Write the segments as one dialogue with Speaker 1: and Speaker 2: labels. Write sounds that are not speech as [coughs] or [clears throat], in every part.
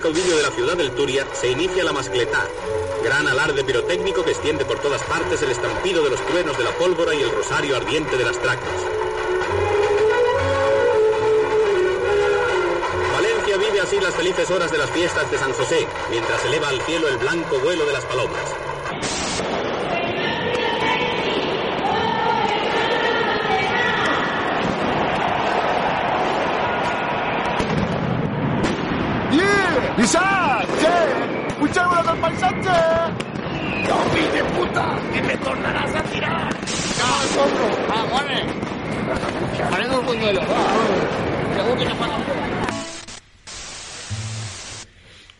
Speaker 1: caudillo de la ciudad del Turia, se inicia la mascletá, gran alarde pirotécnico que extiende por todas partes el estampido de los truenos de la pólvora y el rosario ardiente de las tracas. Valencia vive así las felices horas de las fiestas de San José, mientras eleva al cielo el blanco vuelo de las palomas.
Speaker 2: ¡Isaac! ¡Che! ¡Escuchemos del paisaje!
Speaker 3: ¡Zombie de puta! ¡Que me tornarás a tirar!
Speaker 2: ¡No, sombro!
Speaker 4: ¡Ah, vale! ¡Parece un buñuelo! Seguro que no paga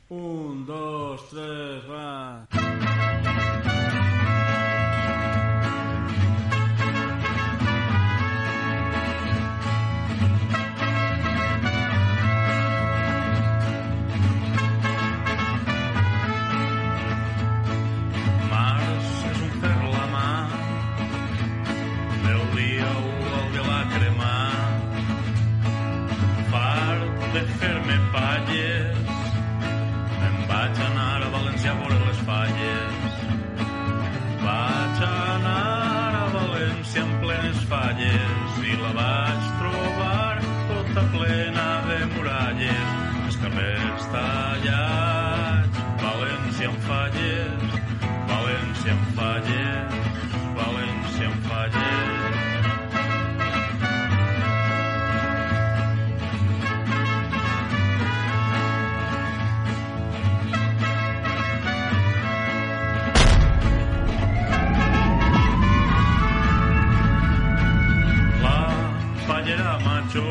Speaker 5: Un, dos, tres, va.
Speaker 6: Març és un ferro a la mà, del dia ho hauré la cremar. Fart de fer-me palles, me'n vaig anar a València a veure les falles. Vaig anar a València en plenes falles i la vaig trobar tota plena de muralles. Els carrers tallats, València en falles, València en falles, València en falles. La pallera macho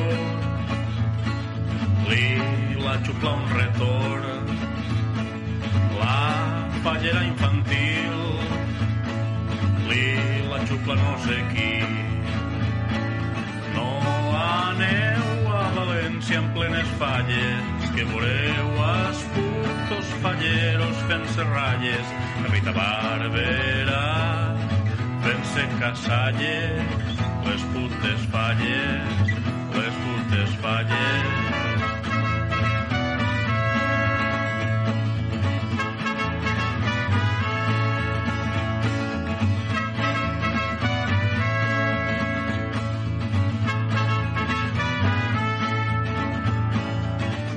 Speaker 6: li la xupla un retorn. La pallera infantil li la xupla no sé qui. No aneu a València en plenes falles, que veureu els putos falleros fent-se ratlles, la Rita Barberà fent-se casalles, les putes falles, les putes falles.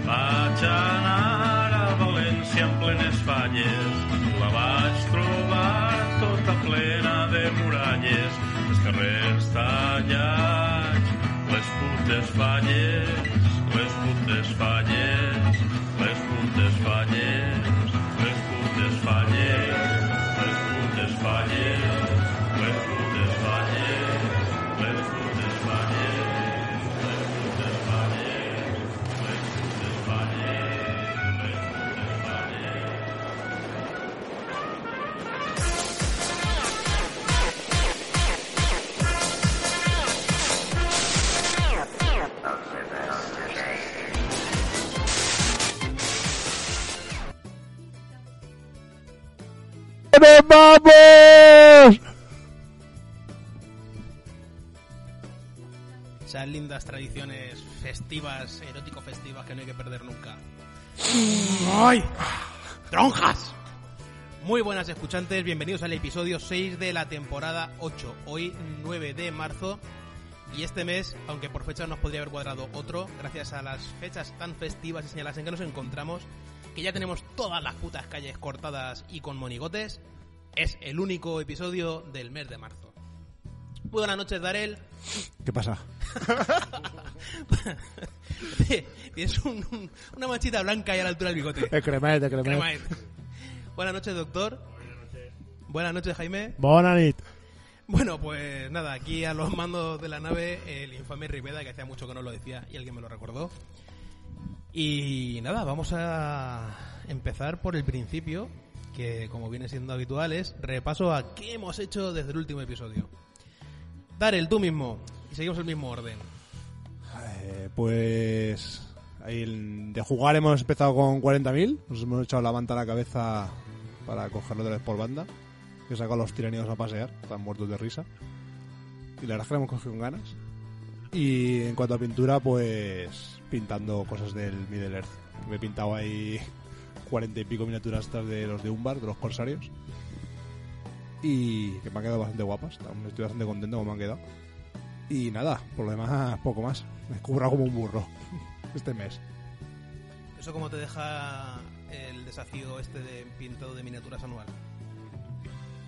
Speaker 6: Vaig anar a València en plenes falles, la vaig trobar tota plena de muralles, els carrers tallats, les putes falles, les putes falles, les putes falles, les putes falles, les putes falles, les putes falles, les putes falles.
Speaker 2: vamos!
Speaker 7: Esas lindas tradiciones festivas, erótico-festivas que no hay que perder nunca.
Speaker 2: ¡Ay! ¡Tronjas!
Speaker 7: Muy buenas escuchantes, bienvenidos al episodio 6 de la temporada 8. Hoy 9 de marzo y este mes, aunque por fecha nos podría haber cuadrado otro, gracias a las fechas tan festivas y señaladas en que nos encontramos, que ya tenemos todas las putas calles cortadas y con monigotes, es el único episodio del mes de marzo. Muy buenas noches, Darel.
Speaker 2: ¿Qué pasa?
Speaker 7: [laughs] Tienes un- un- una manchita blanca ahí a la altura del bigote.
Speaker 2: El cremet, el cremet.
Speaker 7: Cremaet. Buenas noches, doctor. Buenas noches, Jaime.
Speaker 2: Bona nit.
Speaker 7: Bueno, pues nada, aquí a los mandos de la nave, el infame Riveda, que hacía mucho que no lo decía y alguien me lo recordó. Y nada, vamos a empezar por el principio, que como viene siendo habitual es repaso a qué hemos hecho desde el último episodio. Darel, tú mismo, y seguimos el mismo orden.
Speaker 2: Eh, pues... el- de jugar hemos empezado con 40.000. Nos hemos echado la manta a la cabeza para cogerlo de la por banda. Que saca a los tiranidos a pasear. Están muertos de risa. Y la verdad es que lo hemos cogido con ganas. Y en cuanto a pintura, pues... Pintando cosas del Middle Earth. Me he pintado ahí cuarenta y pico miniaturas estas de los de Umbar, de los Corsarios. Y que me han quedado bastante guapas. aún Estoy bastante contento como me han quedado. Y nada, por lo demás, poco más. Me he currado como un burro [laughs] este mes.
Speaker 7: ¿Eso cómo te deja el desafío este de pintado de miniaturas anual?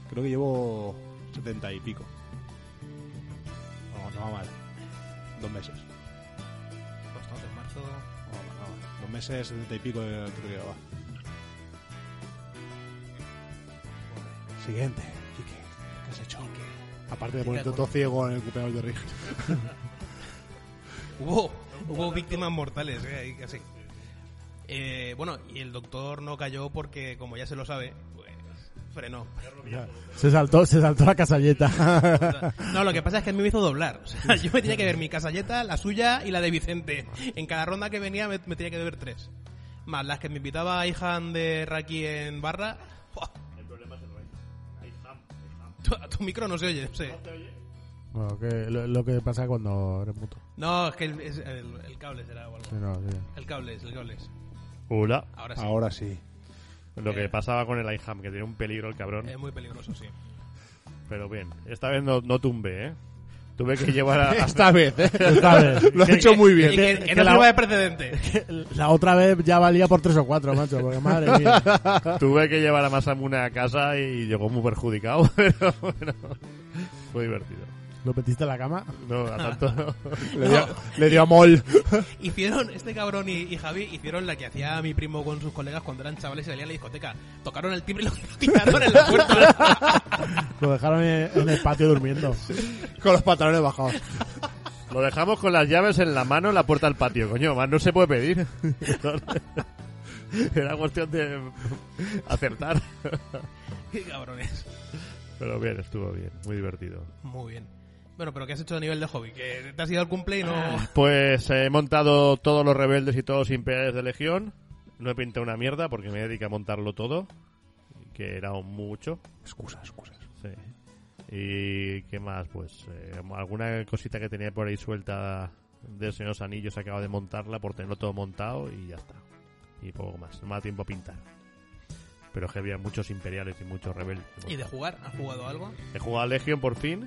Speaker 2: Creo que llevo 70 y pico. No, no va mal. Dos meses.
Speaker 7: Pues entonces, marzo. oh,
Speaker 2: No va mal, no va mal. Dos meses, 70 y pico eh, creo que va. Siguiente. Quique, ¿qué has hecho? Aparte de
Speaker 7: Quique,
Speaker 2: ponerte
Speaker 7: con-
Speaker 2: todo ciego en el cumpleaños de Rick.
Speaker 7: Hubo, hubo víctimas mortales, eh, ahí casi. Eh, bueno, y el doctor no cayó porque, como ya se lo sabe, pues frenó.
Speaker 8: [laughs] Se saltó, se saltó la
Speaker 7: O
Speaker 8: casalleta.
Speaker 7: sea, No, lo que pasa es que a mí me hizo doblar. O sea, yo me tenía que ver mi casalleta, la suya y la de Vicente. En cada ronda que venía me, me tenía que ver tres. Más las que me invitaba a Ihan de Raki en barra. [laughs] ¡buah! Tu, tu micro no se oye, no sé.
Speaker 8: Bueno, que lo, lo que pasa cuando eres muto.
Speaker 7: No, es que el, es el- el cable será o algo.
Speaker 8: Sí, no, sí.
Speaker 7: El cable es, el cable es.
Speaker 9: Hola.
Speaker 7: Ahora sí. Eh,
Speaker 2: Ahora sí.
Speaker 9: Lo que pasaba con el IHAM, que tiene un peligro el cabrón.
Speaker 7: Es muy peligroso, sí.
Speaker 9: Pero bien, esta vez no, no tumbé, ¿eh? Tuve que llevar a...
Speaker 2: [laughs] Esta
Speaker 9: [laughs]
Speaker 2: vez, ¿eh?
Speaker 8: Esta vez.
Speaker 2: Lo has hecho muy
Speaker 7: Y
Speaker 2: bien.
Speaker 7: que, que
Speaker 8: que
Speaker 7: no
Speaker 8: la-
Speaker 7: sirva
Speaker 8: [laughs]
Speaker 7: de precedente.
Speaker 9: [laughs]
Speaker 8: La otra vez ya valía por tres o cuatro, macho, porque madre mía.
Speaker 9: Tuve que llevar a Masamune a casa y llegó muy perjudicado, [laughs] pero bueno, fue divertido.
Speaker 8: ¿Lo metiste en la cama?
Speaker 9: No, a tanto no.
Speaker 2: Le dio, le dio a Mol.
Speaker 7: Hicieron, este cabrón y, y Javi hicieron la que hacía mi primo con sus colegas cuando eran chavales y salían a la discoteca. Tocaron el timbre y lo [laughs] tiraron en la puerta.
Speaker 8: [laughs] Lo dejaron en, en el patio durmiendo.
Speaker 2: Con los pantalones bajados.
Speaker 9: Lo dejamos con las llaves en la mano en la puerta al patio, coño, más no se puede pedir. [laughs] Era cuestión de acertar.
Speaker 7: Qué cabrones.
Speaker 9: Pero bien, estuvo bien, muy divertido.
Speaker 7: Muy bien. Bueno, pero ¿qué has hecho a nivel de hobby? Que te has ido al cumple
Speaker 8: [laughs]
Speaker 7: y no...
Speaker 9: Pues he montado todos los rebeldes y todos los imperiales de Legión. No he pintado una mierda porque me dedico a montarlo todo, que era un mucho.
Speaker 2: Excusas, excusas.
Speaker 9: Sí. ¿Y qué más? Pues eh, alguna cosita que tenía por ahí suelta de Señor de los Anillos acabo de montarla por tenerlo todo montado y ya está. Y poco más. No me da tiempo a pintar. Pero es que había muchos imperiales y muchos rebeldes.
Speaker 7: ¿Y de jugar? ¿Has jugado algo?
Speaker 9: He jugado a Legion por fin.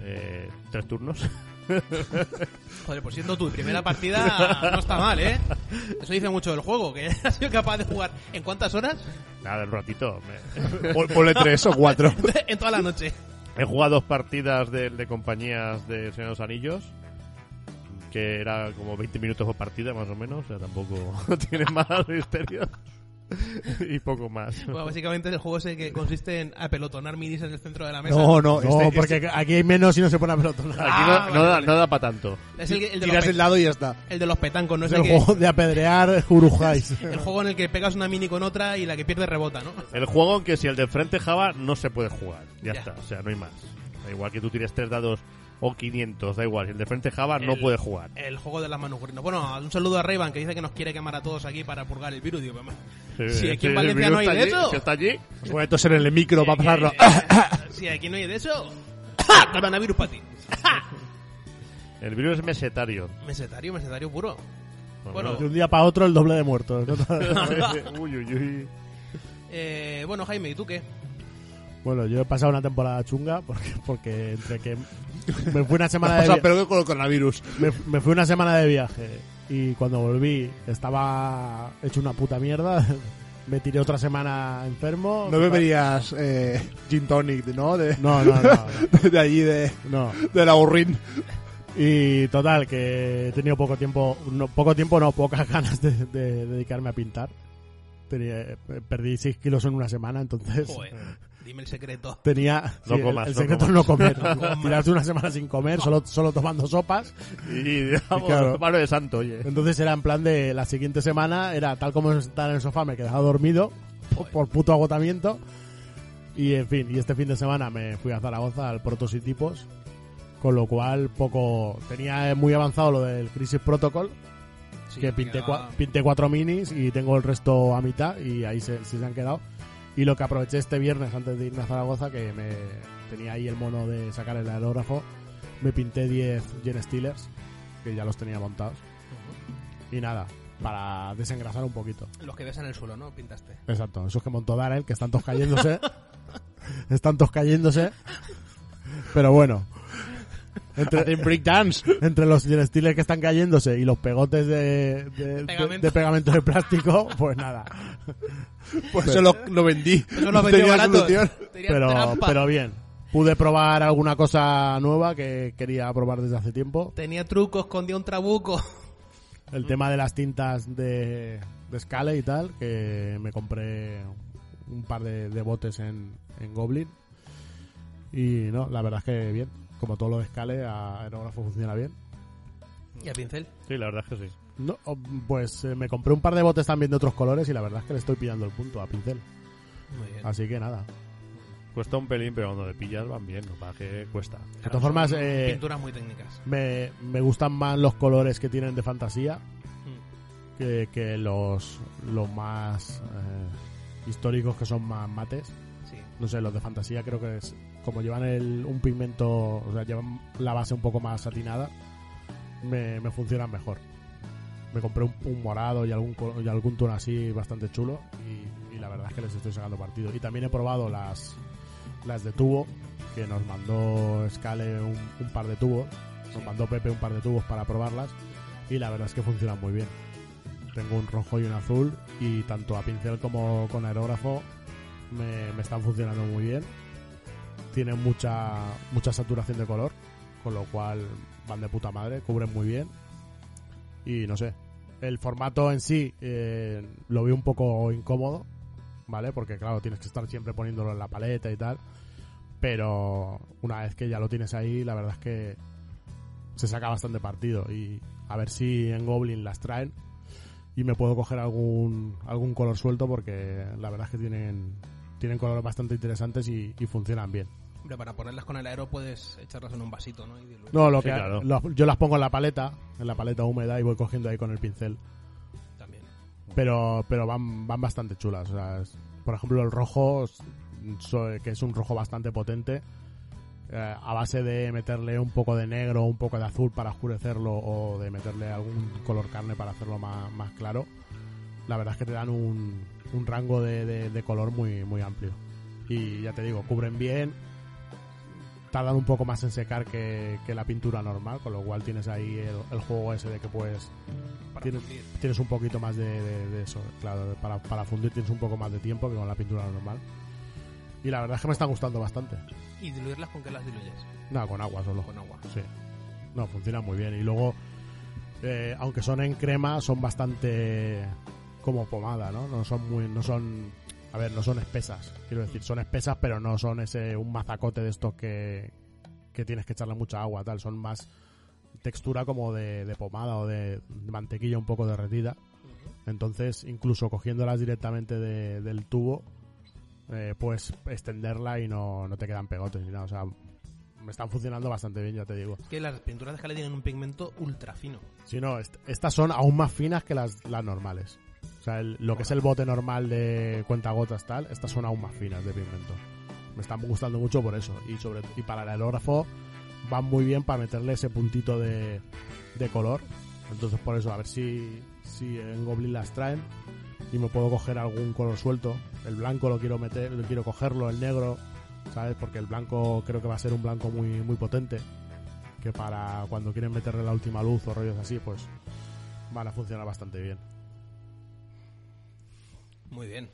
Speaker 9: Eh, tres turnos.
Speaker 7: [laughs] Joder, pues siendo tu
Speaker 8: [laughs]
Speaker 7: primera partida no está mal, ¿eh? Eso dice mucho del juego, que [laughs] has sido capaz de jugar en cuántas horas?
Speaker 9: Nada, un ratito. me- [laughs]
Speaker 2: Ponle tres o cuatro.
Speaker 7: [laughs] en toda la noche.
Speaker 9: He jugado dos partidas de, de compañías de Señor de los Anillos. Que era como 20 minutos por partida, más o menos. O sea, tampoco [laughs] tiene más misterio. y poco más.
Speaker 2: [laughs]
Speaker 7: Bueno, básicamente es el juego ese que consiste en apelotonar minis en el centro de la mesa.
Speaker 2: No, no,
Speaker 8: No,
Speaker 2: este-
Speaker 8: porque aquí hay menos y no se pone a
Speaker 9: Aquí
Speaker 8: pelotonar.
Speaker 9: no, no
Speaker 7: Ah, vale,
Speaker 9: da,
Speaker 7: vale.
Speaker 9: no da para tanto.
Speaker 7: Es el, el de los
Speaker 2: tiras
Speaker 7: pe-
Speaker 2: el lado y ya está.
Speaker 7: el de los petancos, no
Speaker 8: Es
Speaker 7: es
Speaker 8: Ah, el
Speaker 7: el que...
Speaker 8: juego de apedrear
Speaker 7: [laughs]
Speaker 8: Urujáis.
Speaker 7: El juego en el que pegas una mini con otra y la que pierde rebota, ¿no?
Speaker 9: El juego, aunque si el de frente Java no se puede jugar. Ya,
Speaker 7: Ya.
Speaker 9: está, o sea, no hay más. Da igual que tú tires tres dados o 500, da igual. Si el de frente Java no
Speaker 7: El-
Speaker 9: puede jugar.
Speaker 7: El juego de las manujurinas. Bueno, un saludo a Rayban que dice que nos quiere quemar a todos aquí para purgar el virus. Digo, mamá, si aquí en
Speaker 9: el
Speaker 7: Valencia
Speaker 9: virus
Speaker 7: no hay
Speaker 9: está
Speaker 7: de
Speaker 9: allí,
Speaker 7: eso.
Speaker 9: Si está allí,
Speaker 2: Voy a toser en el micro
Speaker 7: si
Speaker 2: para
Speaker 7: aquí-
Speaker 2: pasarlo.
Speaker 7: Si aquí no hay de eso, coronavirus para ti.
Speaker 9: el virus es
Speaker 7: [laughs]
Speaker 9: mesetario.
Speaker 7: Mesetario, mesetario puro.
Speaker 9: Bueno,
Speaker 7: Bueno,
Speaker 8: De un día para otro el doble de muertos. ¿no?
Speaker 9: [laughs] uy, uy, uy.
Speaker 7: eh, bueno Jaime, ¿y tú qué?
Speaker 8: [laughs] Bueno, yo he pasado una temporada chunga porque, porque entre que me
Speaker 2: [laughs]
Speaker 8: fui una semana
Speaker 2: O
Speaker 8: de
Speaker 2: sea,
Speaker 8: viaje,
Speaker 2: pero que con el coronavirus.
Speaker 8: me, me fui una semana de viaje y cuando volví estaba hecho una puta mierda. [laughs] Me tiré otra semana enfermo.
Speaker 2: No beberías eh, gin tonic, ¿no? De,
Speaker 8: No, no,
Speaker 9: [laughs]
Speaker 8: no.
Speaker 2: de allí, de,
Speaker 8: No.
Speaker 2: de la Urrin.
Speaker 8: Y total, que he tenido poco tiempo, no, poco tiempo no, pocas [laughs] ganas de, de dedicarme a pintar. Tenía- eh, perdí 6 kilos en una semana, entonces
Speaker 7: Joder, dime el secreto.
Speaker 8: tenía
Speaker 9: No
Speaker 8: el-
Speaker 9: comas,
Speaker 8: el,
Speaker 9: no
Speaker 8: secreto
Speaker 9: comas.
Speaker 8: es no
Speaker 7: [laughs]
Speaker 8: comer. Tirarte una semana sin comer, solo, solo tomando sopas.
Speaker 9: Y [laughs] vamos,
Speaker 8: claro.
Speaker 9: palo de santo, oye.
Speaker 8: Entonces era en plan de la siguiente semana, era tal como estaba en el sofá, me quedaba dormido por, por puto agotamiento. Y en fin, y este fin de semana me fui a Zaragoza al Protos y Tipos, con lo cual poco tenía muy avanzado lo del Crisis Protocol,
Speaker 7: Sí,
Speaker 8: que pinté,
Speaker 7: quedaba-
Speaker 8: cua- pinté cuatro minis y tengo el resto a mitad y ahí se, sí se han quedado. Y lo que aproveché este viernes antes de irme a Zaragoza, que me tenía ahí el mono de sacar el aerógrafo, me pinté 10 Gen Steelers, que ya los tenía montados. Y nada, para desengrasar un poquito.
Speaker 7: Los que ves en el suelo, ¿no? Pintaste.
Speaker 8: Exacto, esos que montó Darrell, que están todos cayéndose. están todos cayéndose. Pero bueno. Entre,
Speaker 2: breakdance.
Speaker 8: entre los steelers que están cayéndose y los pegotes de, de, de,
Speaker 7: Pegamento.
Speaker 8: de pegamento de plástico, pues nada.
Speaker 2: Pues eso lo, lo vendí.
Speaker 7: Eso lo vendió
Speaker 2: Tenía
Speaker 7: barato.
Speaker 2: solución.
Speaker 7: Tenía
Speaker 8: Pero,
Speaker 7: trampa. [laughs]
Speaker 8: pero bien. Pude probar alguna cosa nueva que quería probar desde hace tiempo.
Speaker 7: Tenía truco, escondía un trabuco.
Speaker 8: El tema de las tintas de, de Scale y tal, que me compré un par de, de botes en, en Goblin. Y no, la verdad es que bien. Como todo lo de Scale, a aerógrafo funciona bien.
Speaker 7: Y a pincel.
Speaker 9: Sí, la verdad es que sí.
Speaker 8: No, o- pues eh, me compré un par de botes también de otros colores y la verdad es que le estoy pillando el punto a pincel.
Speaker 7: Muy bien.
Speaker 8: Así que nada.
Speaker 9: Cuesta un pelín, pero cuando le pillas van bien, no para que cuesta.
Speaker 8: De todas formas, eh,
Speaker 7: Pinturas muy técnicas.
Speaker 8: me, me gustan más los colores que tienen de fantasía
Speaker 7: Mm.
Speaker 8: que, que los, los más eh, históricos que son más mates.
Speaker 7: Sí.
Speaker 8: No sé, los de fantasía creo que es como llevan el, un pigmento, o sea, llevan la base un poco más satinada, me, me funcionan mejor. Me compré un, un morado y algún, co- y algún tono así bastante chulo y, y la verdad es que les estoy sacando partido. Y también he probado las, las de tubo, que nos mandó Scale un, un par de tubos, nos mandó Pepe un par de tubos para probarlas y la verdad es que funcionan muy bien. Tengo un rojo y un azul y tanto a pincel como con aerógrafo me, me están funcionando muy bien. Tienen mucha, mucha saturación de color, con lo cual van de puta madre, cubren muy bien. Y no sé, el formato en sí eh, lo veo un poco incómodo, ¿vale? Porque claro, tienes que estar siempre poniéndolo en la paleta y tal. Pero una vez que ya lo tienes ahí, la verdad es que se saca bastante partido. Y a ver si en Goblin las traen y me puedo coger algún, algún color suelto porque la verdad es que tienen, tienen colores bastante interesantes y, y funcionan bien.
Speaker 7: Hombre, para ponerlas con el aero puedes echarlas en un vasito, ¿no? Y diluir.
Speaker 8: No, lo
Speaker 9: Sí,
Speaker 8: que
Speaker 9: claro.
Speaker 8: lo- yo las pongo en la paleta, en la paleta húmeda y voy cogiendo ahí con el pincel.
Speaker 7: También.
Speaker 8: Pero, pero van, van bastante chulas. o sea, es- por ejemplo, el rojo, s- so- que es un rojo bastante potente, eh, a base de meterle un poco de negro, un poco de azul para oscurecerlo o de meterle algún color carne para hacerlo más, más claro, la verdad es que te dan un, un rango de, de- de color muy, muy amplio. Y ya te digo, cubren bien, tardan un poco más en secar que, que la pintura normal, con lo cual tienes ahí el- el juego ese de que puedes
Speaker 7: Para
Speaker 8: Tiene-
Speaker 7: pulir.
Speaker 8: tienes un poquito más de, de- de eso, claro, de- para, para fundir tienes un poco más de tiempo que con la pintura normal. Y la verdad es que me están gustando bastante.
Speaker 7: ¿Y diluirlas con qué las diluyes?
Speaker 8: No, con agua solo.
Speaker 7: Con agua.
Speaker 8: Sí. No, funciona muy bien. Y luego, eh, aunque son en crema, son bastante como pomada, ¿no? No son muy, no son, a ver, no son espesas. Quiero decir, son espesas, pero no son ese un mazacote de estos que, que tienes que echarle mucha agua, tal. Son más textura como de, de pomada o de mantequilla un poco derretida. Entonces, incluso cogiéndolas directamente de- del tubo, eh, puedes extenderla y no, no te quedan pegotes ni nada. O sea, me están funcionando bastante bien, ya te digo.
Speaker 7: Es que las pinturas de escala tienen un pigmento ultra fino.
Speaker 8: Si no, est- estas son aún más finas que las, las normales. O sea, el- lo que es el bote normal de cuentagotas tal, estas son aún más finas de pigmento. Me están gustando mucho por eso. Y sobre y para el aerógrafo van muy bien para meterle ese puntito de, de color. Entonces por eso, a ver si, si en Goblin las traen y me puedo coger algún color suelto. El blanco lo quiero meter, lo quiero cogerlo, el negro, ¿sabes? Porque el blanco creo que va a ser un blanco muy, muy potente que para cuando quieren meterle la última luz o rollos así, pues van a funcionar bastante bien.
Speaker 7: Muy bien.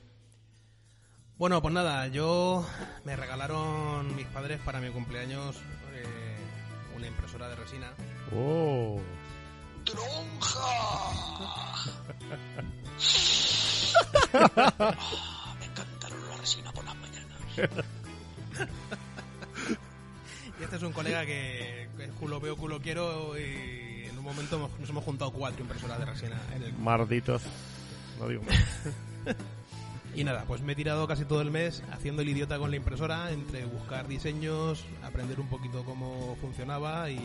Speaker 7: Bueno, pues nada, yo me regalaron mis padres para mi cumpleaños eh, una impresora de resina.
Speaker 9: ¡Oh!
Speaker 7: Y este es un colega que, que culo veo, culo quiero y en un momento hemos- nos hemos juntado cuatro impresoras de resina en el
Speaker 9: Malditos. No digo más.
Speaker 7: [laughs] Y nada, pues me he tirado casi todo el mes haciendo el idiota con la impresora, entre buscar diseños, aprender un poquito cómo funcionaba y,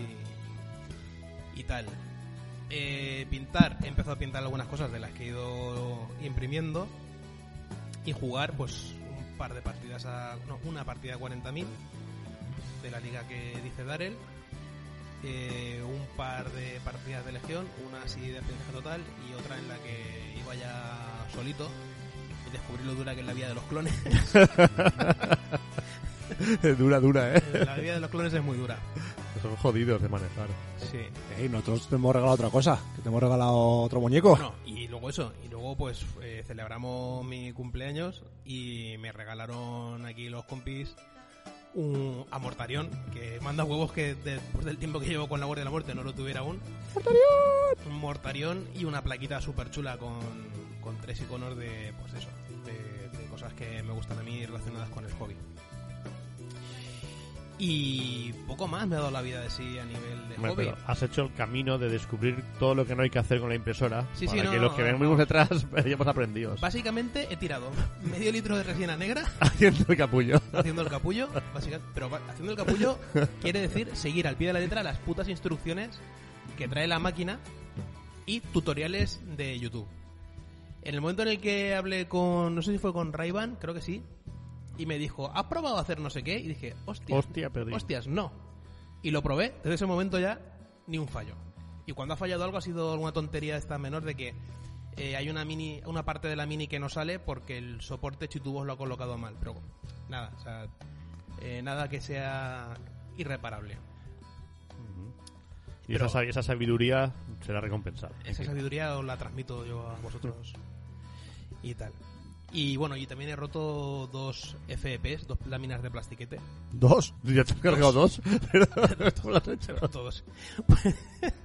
Speaker 7: y tal. Eh, pintar, he empezado a pintar algunas cosas de las que he ido imprimiendo y jugar pues un par de partidas a... no, una partida a 40.000 de la liga que dice Darel eh, un par de partidas de Legión, una así de aprendizaje total y otra en la que iba ya solito y descubrí lo dura que es la vida de los clones.
Speaker 9: [laughs] dura, dura, ¿eh?
Speaker 7: la vida de los clones es muy dura.
Speaker 9: Son jodidos de manejar.
Speaker 7: Sí.
Speaker 2: Ey, nosotros te hemos regalado otra cosa, que te hemos regalado otro muñeco.
Speaker 7: Bueno, y luego eso, y luego pues eh, celebramos mi cumpleaños y me regalaron aquí los compis un Amortarión, que manda huevos que después del tiempo que llevo con la Guardia de la Muerte no lo tuviera aún. ¡Mortarión! Un Mortarión y una plaquita súper chula con, con tres iconos de, pues eso, de, de cosas que me gustan a mí relacionadas con el hobby. Y poco más me ha dado la vida de sí a nivel de
Speaker 9: Hombre,
Speaker 7: hobby.
Speaker 9: pero has hecho el camino de descubrir todo lo que no hay que hacer con la impresora.
Speaker 7: Sí,
Speaker 9: para
Speaker 7: sí, no,
Speaker 9: que
Speaker 7: no, eh,
Speaker 9: los que
Speaker 7: no,
Speaker 9: venimos detrás [laughs] hayamos aprendido. Ah,
Speaker 7: Básicamente he tirado medio litro de
Speaker 9: [laughs]
Speaker 7: resina negra
Speaker 9: Haciendo el
Speaker 7: [laughs]
Speaker 9: capullo.
Speaker 7: haciendo el capullo, básicamente, pero va- haciendo el capullo quiere decir seguir al pie de la letra las putas instrucciones que trae la máquina y tutoriales de YouTube. En el momento en el que hablé con, no sé si fue con Rayban, creo que sí, y me dijo, ¿has probado a hacer no sé qué? Y dije, hostias,
Speaker 9: Hostia, perdí.
Speaker 7: hostias, no. Y lo probé, desde ese momento ya, ni un fallo. Y cuando ha fallado algo ha sido alguna tontería esta menor de que eh, hay una mini, una parte de la mini que no sale porque el soporte chitubos lo ha colocado mal. Pero nada, o sea, eh, nada que sea irreparable.
Speaker 9: Y esa, sabi- esa sabiduría será recompensada.
Speaker 7: Esa sabiduría os la transmito yo a vosotros y tal. Y bueno, y también he roto dos FEPs, dos láminas de plastiquete.
Speaker 8: Dos.
Speaker 9: ¿Ya te has cargado dos?
Speaker 7: [laughs]
Speaker 8: [laughs]
Speaker 9: Pero ¿cómo lo has hecho? [laughs]
Speaker 7: Todos.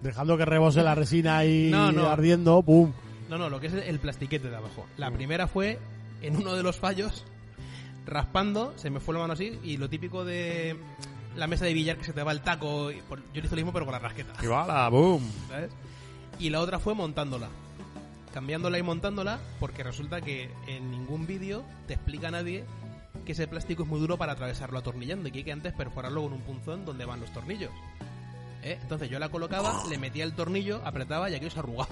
Speaker 8: Dejando que rebose la resina ahí
Speaker 7: Pues- No, no.
Speaker 8: ardiendo, ¡pum!
Speaker 7: No, no, lo que es el plastiquete de abajo.
Speaker 9: Mm.
Speaker 7: La primera fue en uno de los fallos, raspando, se me fue la mano así, y lo típico de la mesa de billar que se te va el taco. y por- Yo le hice lo mismo, pero con la rasqueta.
Speaker 9: Y bala, boom.
Speaker 7: ¿sabes? Y la otra fue montándola. Cambiándola y montándola, porque resulta que en ningún vídeo te explica nadie que ese plástico es muy duro para atravesarlo atornillando y que hay que antes perforarlo con un punzón donde van los tornillos. ¿Eh? Entonces yo la colocaba, le metía el tornillo, apretaba y aquello se
Speaker 9: [laughs]
Speaker 7: arrugaba.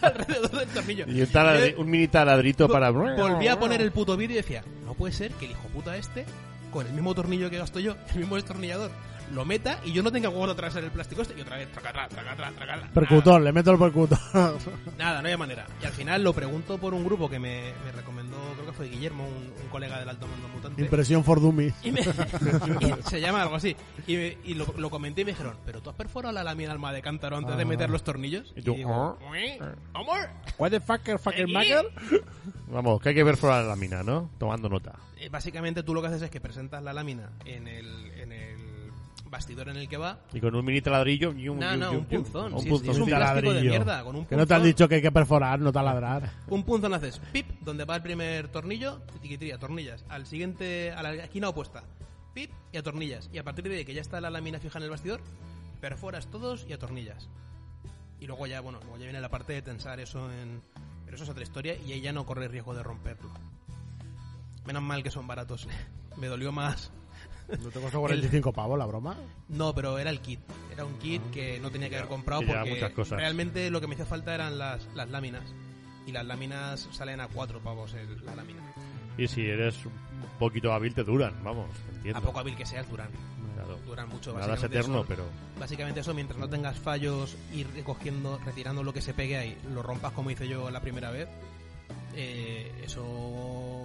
Speaker 7: Alrededor del tornillo.
Speaker 9: Y un, taladri- un mini taladrito para...
Speaker 7: Eh, Volví a poner el puto vídeo y decía, no puede ser que el hijo puta este, con el mismo tornillo que gasto yo, el mismo destornillador, lo meta y yo no tenga huevo de atravesar el plástico este. Y otra vez, traca, traca, traca, traca, traca. Nada,
Speaker 8: Percutor, le meto el percutor. [laughs]
Speaker 7: Nada, no había manera. Y al final lo pregunto por un grupo que me, me recomendó, creo que fue Guillermo, un, un colega del alto mando mutante.
Speaker 8: Impresión for dummies.
Speaker 7: y me- [laughs] y se llama algo así. Y, me- y lo, lo comenté y me dijeron, ¿pero tú has perforado la lámina alma de cántaro antes
Speaker 8: Ah.
Speaker 7: de meter los tornillos?
Speaker 9: Y tú, "Oh".
Speaker 7: "¿Eh? ¿Amor?
Speaker 2: What the fucker, fucker, macker?
Speaker 9: Vamos, que hay que perforar la mina, ¿no? Tomando nota.
Speaker 7: Eh, Básicamente tú lo que haces es que presentas la lámina en el, en el bastidor en el que va.
Speaker 9: Y con un mini taladrillo... yum,
Speaker 7: No,
Speaker 9: yum,
Speaker 7: no,
Speaker 9: yum,
Speaker 7: un
Speaker 9: yum.
Speaker 7: punzón.
Speaker 9: Un
Speaker 7: sí,
Speaker 9: punzón.
Speaker 7: sí, es un plástico de
Speaker 8: Taladrillo.
Speaker 7: mierda. Con un
Speaker 8: Que no te han
Speaker 7: punzón.
Speaker 8: dicho que hay que perforar, no taladrar.
Speaker 7: Un punzón haces pip, donde va el primer tornillo, tiquitría, tornillas. Al siguiente, a la esquina opuesta, pip y atornillas. Y a partir de que ya está la lámina fija en el bastidor, perforas todos y atornillas. Y luego ya, bueno, luego ya viene la parte de tensar eso en. Pero eso es otra historia y ahí ya no corre riesgo de romperlo. Menos mal que son baratos. [laughs] Me dolió más.
Speaker 8: No te costó 45 pavos la
Speaker 9: [laughs]
Speaker 8: broma.
Speaker 7: No, pero era el kit. Era un kit que no tenía que haber comprado
Speaker 9: Ah, que lleva
Speaker 7: porque
Speaker 9: muchas cosas.
Speaker 7: realmente lo que me hacía falta eran las, las láminas. Y las láminas salen a cuatro pavos el- la lámina.
Speaker 9: Y si eres un poquito hábil te duran, vamos, entiendo.
Speaker 7: A poco hábil que seas, duran.
Speaker 9: Claro.
Speaker 7: Duran mucho.
Speaker 9: Nada es eterno,
Speaker 7: eso,
Speaker 9: pero...
Speaker 7: Básicamente eso, mientras no tengas fallos, ir recogiendo, retirando lo que se pegue ahí, lo rompas como hice yo la primera vez, eh, eso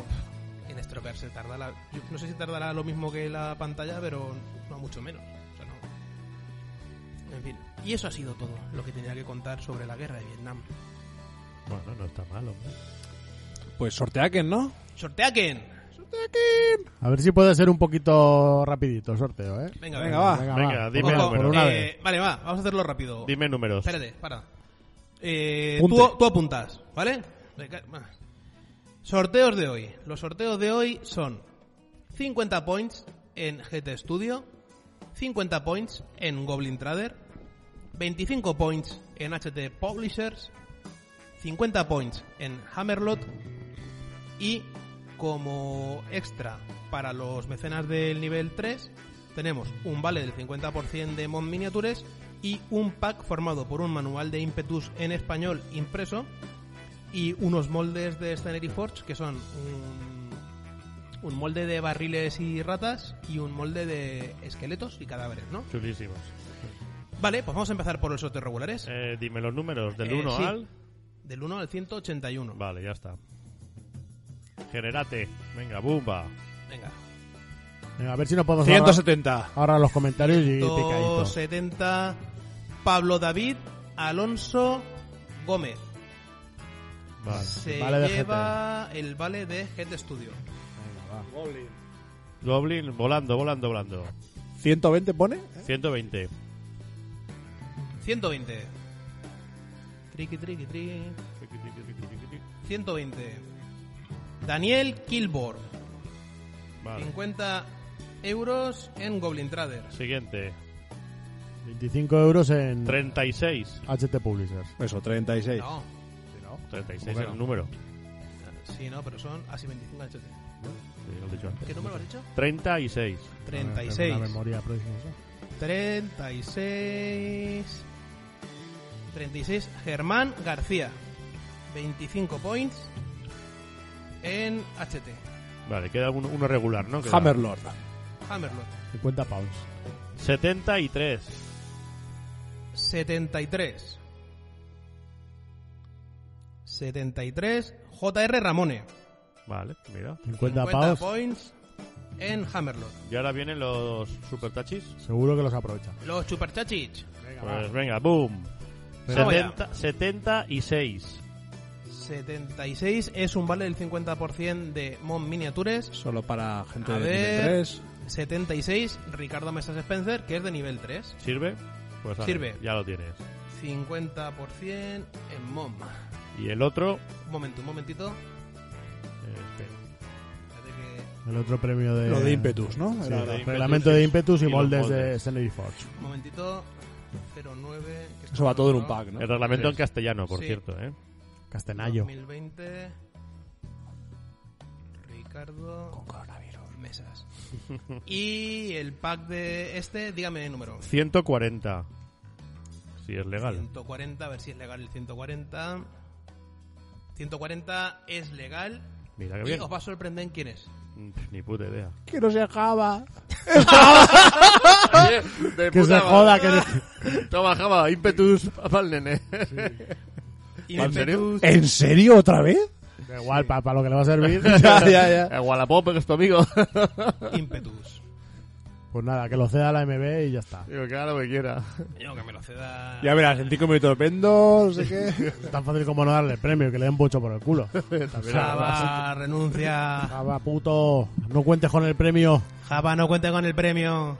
Speaker 7: en estropearse tardará... Yo no sé si tardará lo mismo que la pantalla, pero no mucho menos. O sea, no. En fin. Y eso ha sido todo lo que tenía que contar sobre la guerra de Vietnam.
Speaker 9: Bueno, no está malo. ¿eh?
Speaker 2: Pues sorteaquen, ¿no?
Speaker 7: ¡Sorteaquen!
Speaker 8: A ver si puede ser un poquito rapidito el sorteo, ¿eh?
Speaker 7: Venga,
Speaker 2: Venga,
Speaker 7: venga.
Speaker 2: va.
Speaker 9: Venga, dime
Speaker 7: Ojo,
Speaker 9: el número.
Speaker 8: una
Speaker 7: eh,
Speaker 8: vez.
Speaker 7: Vale, va, vamos a hacerlo rápido.
Speaker 9: Dime números.
Speaker 7: Espérate, para. Eh,
Speaker 2: Punte.
Speaker 7: tú, tú apuntas, ¿vale? Venga, va. Sorteos de hoy. Los sorteos de hoy son 50 points en GT Studio, 50 points en Goblin Trader, 25 points en HT Publishers, 50 points en Hammerlot y como extra para los mecenas del nivel 3 tenemos un vale del 50% de Mon Miniatures y un pack formado por un manual de Impetus en español impreso y unos moldes de Scenery Forge que son un, un molde de barriles y ratas y un molde de esqueletos y cadáveres, ¿no?
Speaker 9: Chulísimos.
Speaker 7: Vale, pues vamos a empezar por los sorteos regulares.
Speaker 9: Eh, dime los números, del
Speaker 7: Eh,
Speaker 9: 1
Speaker 7: sí.
Speaker 9: al...
Speaker 7: Del 1 al 181.
Speaker 9: Vale, ya está. Generate. Venga, bumba.
Speaker 7: Venga.
Speaker 8: Venga, a ver si nos podemos ahorrar,
Speaker 2: 170.
Speaker 8: ahorrar los comentarios y picadito.
Speaker 7: 270. Pablo David Alonso Gómez.
Speaker 9: Vale.
Speaker 7: Se
Speaker 8: vale de
Speaker 7: lleva el vale de Head Studio.
Speaker 9: Goblin volando, volando, volando.
Speaker 2: 120 pone. ¿eh?
Speaker 9: 120.
Speaker 7: 120. Triqui, triqui, tri. 120. Daniel Kilborn.
Speaker 9: Vale.
Speaker 7: 50 euros en Goblin Traders.
Speaker 9: Siguiente.
Speaker 8: 25 euros en
Speaker 9: 36.
Speaker 8: HT Publishers.
Speaker 2: Eso, 36.
Speaker 7: No,
Speaker 9: 36 es
Speaker 2: Bueno.
Speaker 9: el número.
Speaker 7: sí, no, pero son así 25 HT.
Speaker 9: Sí, lo he dicho antes.
Speaker 7: ¿Qué número has dicho?
Speaker 9: 36.
Speaker 8: Ah, Tengo Una
Speaker 7: 36.
Speaker 8: memoria próxima.
Speaker 7: 36. 36. Germán García. 25 points en HT.
Speaker 9: Vale, queda uno, uno regular, ¿no? Queda
Speaker 2: Hammerlord.
Speaker 7: Hammerlord.
Speaker 8: 50 pounds.
Speaker 9: 73.
Speaker 7: 73. 73. JR Ramone.
Speaker 9: Vale, mira.
Speaker 8: 50,
Speaker 7: 50
Speaker 8: pounds.
Speaker 7: points en Hammerlord.
Speaker 9: Y ahora vienen los supertachis.
Speaker 8: Seguro que los aprovecha.
Speaker 7: Los Chuperchachich.
Speaker 9: Pues venga, boom.
Speaker 7: Venga,
Speaker 9: 70, 76.
Speaker 7: 76 es un vale del 50% de Mon Miniatures.
Speaker 2: Solo para gente
Speaker 7: A
Speaker 2: de
Speaker 7: ver.
Speaker 2: 33.
Speaker 7: 76, Ricardo Mesas Spencer, que es de nivel 3.
Speaker 9: ¿Sirve? Pues vale,
Speaker 7: Sirve.
Speaker 9: Ya lo tienes.
Speaker 7: 50% en MOM.
Speaker 9: Y el otro.
Speaker 7: Un momento, un momentito.
Speaker 9: eh, espera.
Speaker 7: Espérate que-
Speaker 8: El otro premio de.
Speaker 2: Lo de Impetus, ¿no?
Speaker 8: Sí,
Speaker 2: Era-
Speaker 9: lo de Impetus
Speaker 8: reglamento de
Speaker 9: y-
Speaker 8: Impetus y,
Speaker 9: y los
Speaker 8: moldes de
Speaker 9: moldes.
Speaker 8: Stanley Forge.
Speaker 7: Un momentito. 09. que
Speaker 2: Eso va todo en un
Speaker 7: está-
Speaker 2: pack, ¿no?
Speaker 9: El reglamento en
Speaker 2: Sí.
Speaker 9: castellano, por
Speaker 7: Sí.
Speaker 9: cierto, ¿eh?
Speaker 8: Castenayo.
Speaker 7: 2020. Ricardo. Con coronavirus. Mesas. [laughs] y el pack de este, dígame el número.
Speaker 9: 140. Si es legal.
Speaker 7: 140, a ver si es legal el 140. 140 es legal.
Speaker 9: Mira que
Speaker 7: Y
Speaker 9: bien.
Speaker 7: os va a sorprender en
Speaker 8: [laughs]
Speaker 7: quién es.
Speaker 9: Mm, Ni puta idea.
Speaker 2: Que no se acaba.
Speaker 9: De
Speaker 8: Que se joda, que se-
Speaker 9: Toma, Java, impetus pa'l nene. ¿En serio?
Speaker 2: ¿En serio otra vez?
Speaker 8: da igual, para lo que le va a servir.
Speaker 2: [laughs] ya, ya, ya.
Speaker 9: El Wallapop que es tu amigo.
Speaker 7: Impetus.
Speaker 8: Pues nada, que lo ceda la MB y ya está.
Speaker 9: Digo, que haga lo que quiera.
Speaker 7: Yo que me lo ceda.
Speaker 2: Ya verás, en 5 minutos vendo, no sé qué.
Speaker 8: [laughs] Es tan fácil como no darle el premio, que le den mucho por el culo.
Speaker 7: Java,
Speaker 8: [laughs]
Speaker 7: renuncia.
Speaker 8: Java, puto, no cuentes con el premio.
Speaker 7: Java, no cuente con el premio.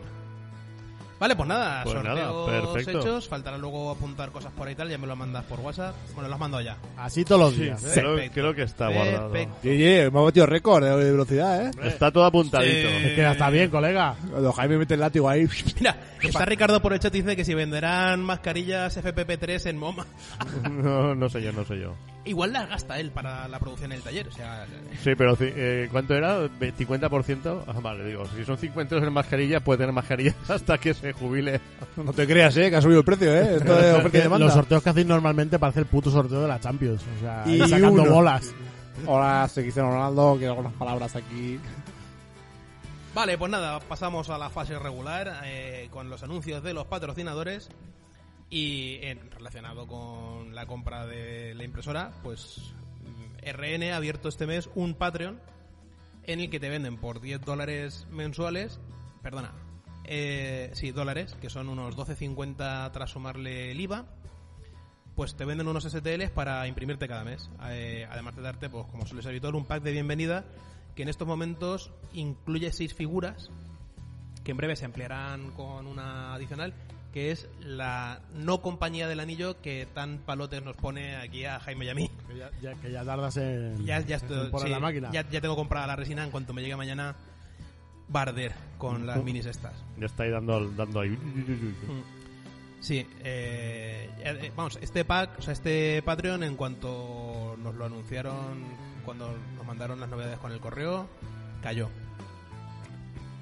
Speaker 7: Vale, pues nada,
Speaker 9: Pues nada,
Speaker 7: sorteos
Speaker 9: perfecto.
Speaker 7: hechos. Faltará luego apuntar cosas por ahí y tal. Ya me lo mandas por WhatsApp. Bueno, lo has mandado ya.
Speaker 8: Así todos los días. ¿eh?
Speaker 9: Creo,
Speaker 7: Perfecto.
Speaker 9: creo que está
Speaker 7: Perfecto.
Speaker 9: guardado.
Speaker 2: Oye, me ha batido récord de velocidad, ¿eh?
Speaker 9: Está todo apuntadito.
Speaker 7: Sí.
Speaker 8: Es que ya está bien, colega.
Speaker 2: Cuando Jaime mete el látigo ahí.
Speaker 7: Mira, está Ricardo por el chat y dice que si venderán mascarillas FPP3 en MoMA. [laughs]
Speaker 9: No, no sé yo, no sé yo.
Speaker 7: Igual las gasta él para la producción del taller. O sea,
Speaker 9: Sí, pero ci- eh, ¿cuánto era? ¿Ve- ¿50%? Ah, vale, digo, si son 50 euros en mascarilla, [laughs] puede tener mascarillas hasta que se jubile.
Speaker 2: No te creas, ¿eh? Que ha subido el precio, ¿eh? Esto de oferta y demanda.
Speaker 8: Los sorteos [laughs] que hacéis normalmente parece el puto sorteo de la Champions. O sea,
Speaker 2: Y
Speaker 8: sacando
Speaker 2: uno.
Speaker 8: bolas.
Speaker 2: Hola, se quisieron Ronaldo, quiero algunas palabras aquí.
Speaker 7: Vale, pues nada, pasamos a la fase regular eh, con los anuncios de los patrocinadores y eh, relacionado con la compra de la impresora, pues mm, RN ha abierto este mes un Patreon en el que te venden por 10 dólares mensuales, perdona, eh, sí, dólares, que son unos 12.50 tras sumarle el IVA, pues te venden unos STLs para imprimirte cada mes. Eh, además de darte, pues como suele ser habitual, un pack de bienvenida que en estos momentos incluye seis figuras que en breve se ampliarán con una adicional, que es la no compañía del anillo que tan palotes nos pone aquí a Jaime y a mí.
Speaker 8: Que ya, ya- que ya tardas en,
Speaker 7: Ya, ya, estoy-
Speaker 8: en poner
Speaker 7: sí,
Speaker 8: la máquina.
Speaker 7: ya- ya tengo comprada la resina, en cuanto me llegue mañana, barder con las minis estas. Mm.
Speaker 9: Ya está ahí dando, al- dando ahí.
Speaker 7: Sí, eh, eh, vamos, este pack, o sea, este Patreon, en cuanto nos lo anunciaron, cuando nos mandaron las novedades con el correo, cayó.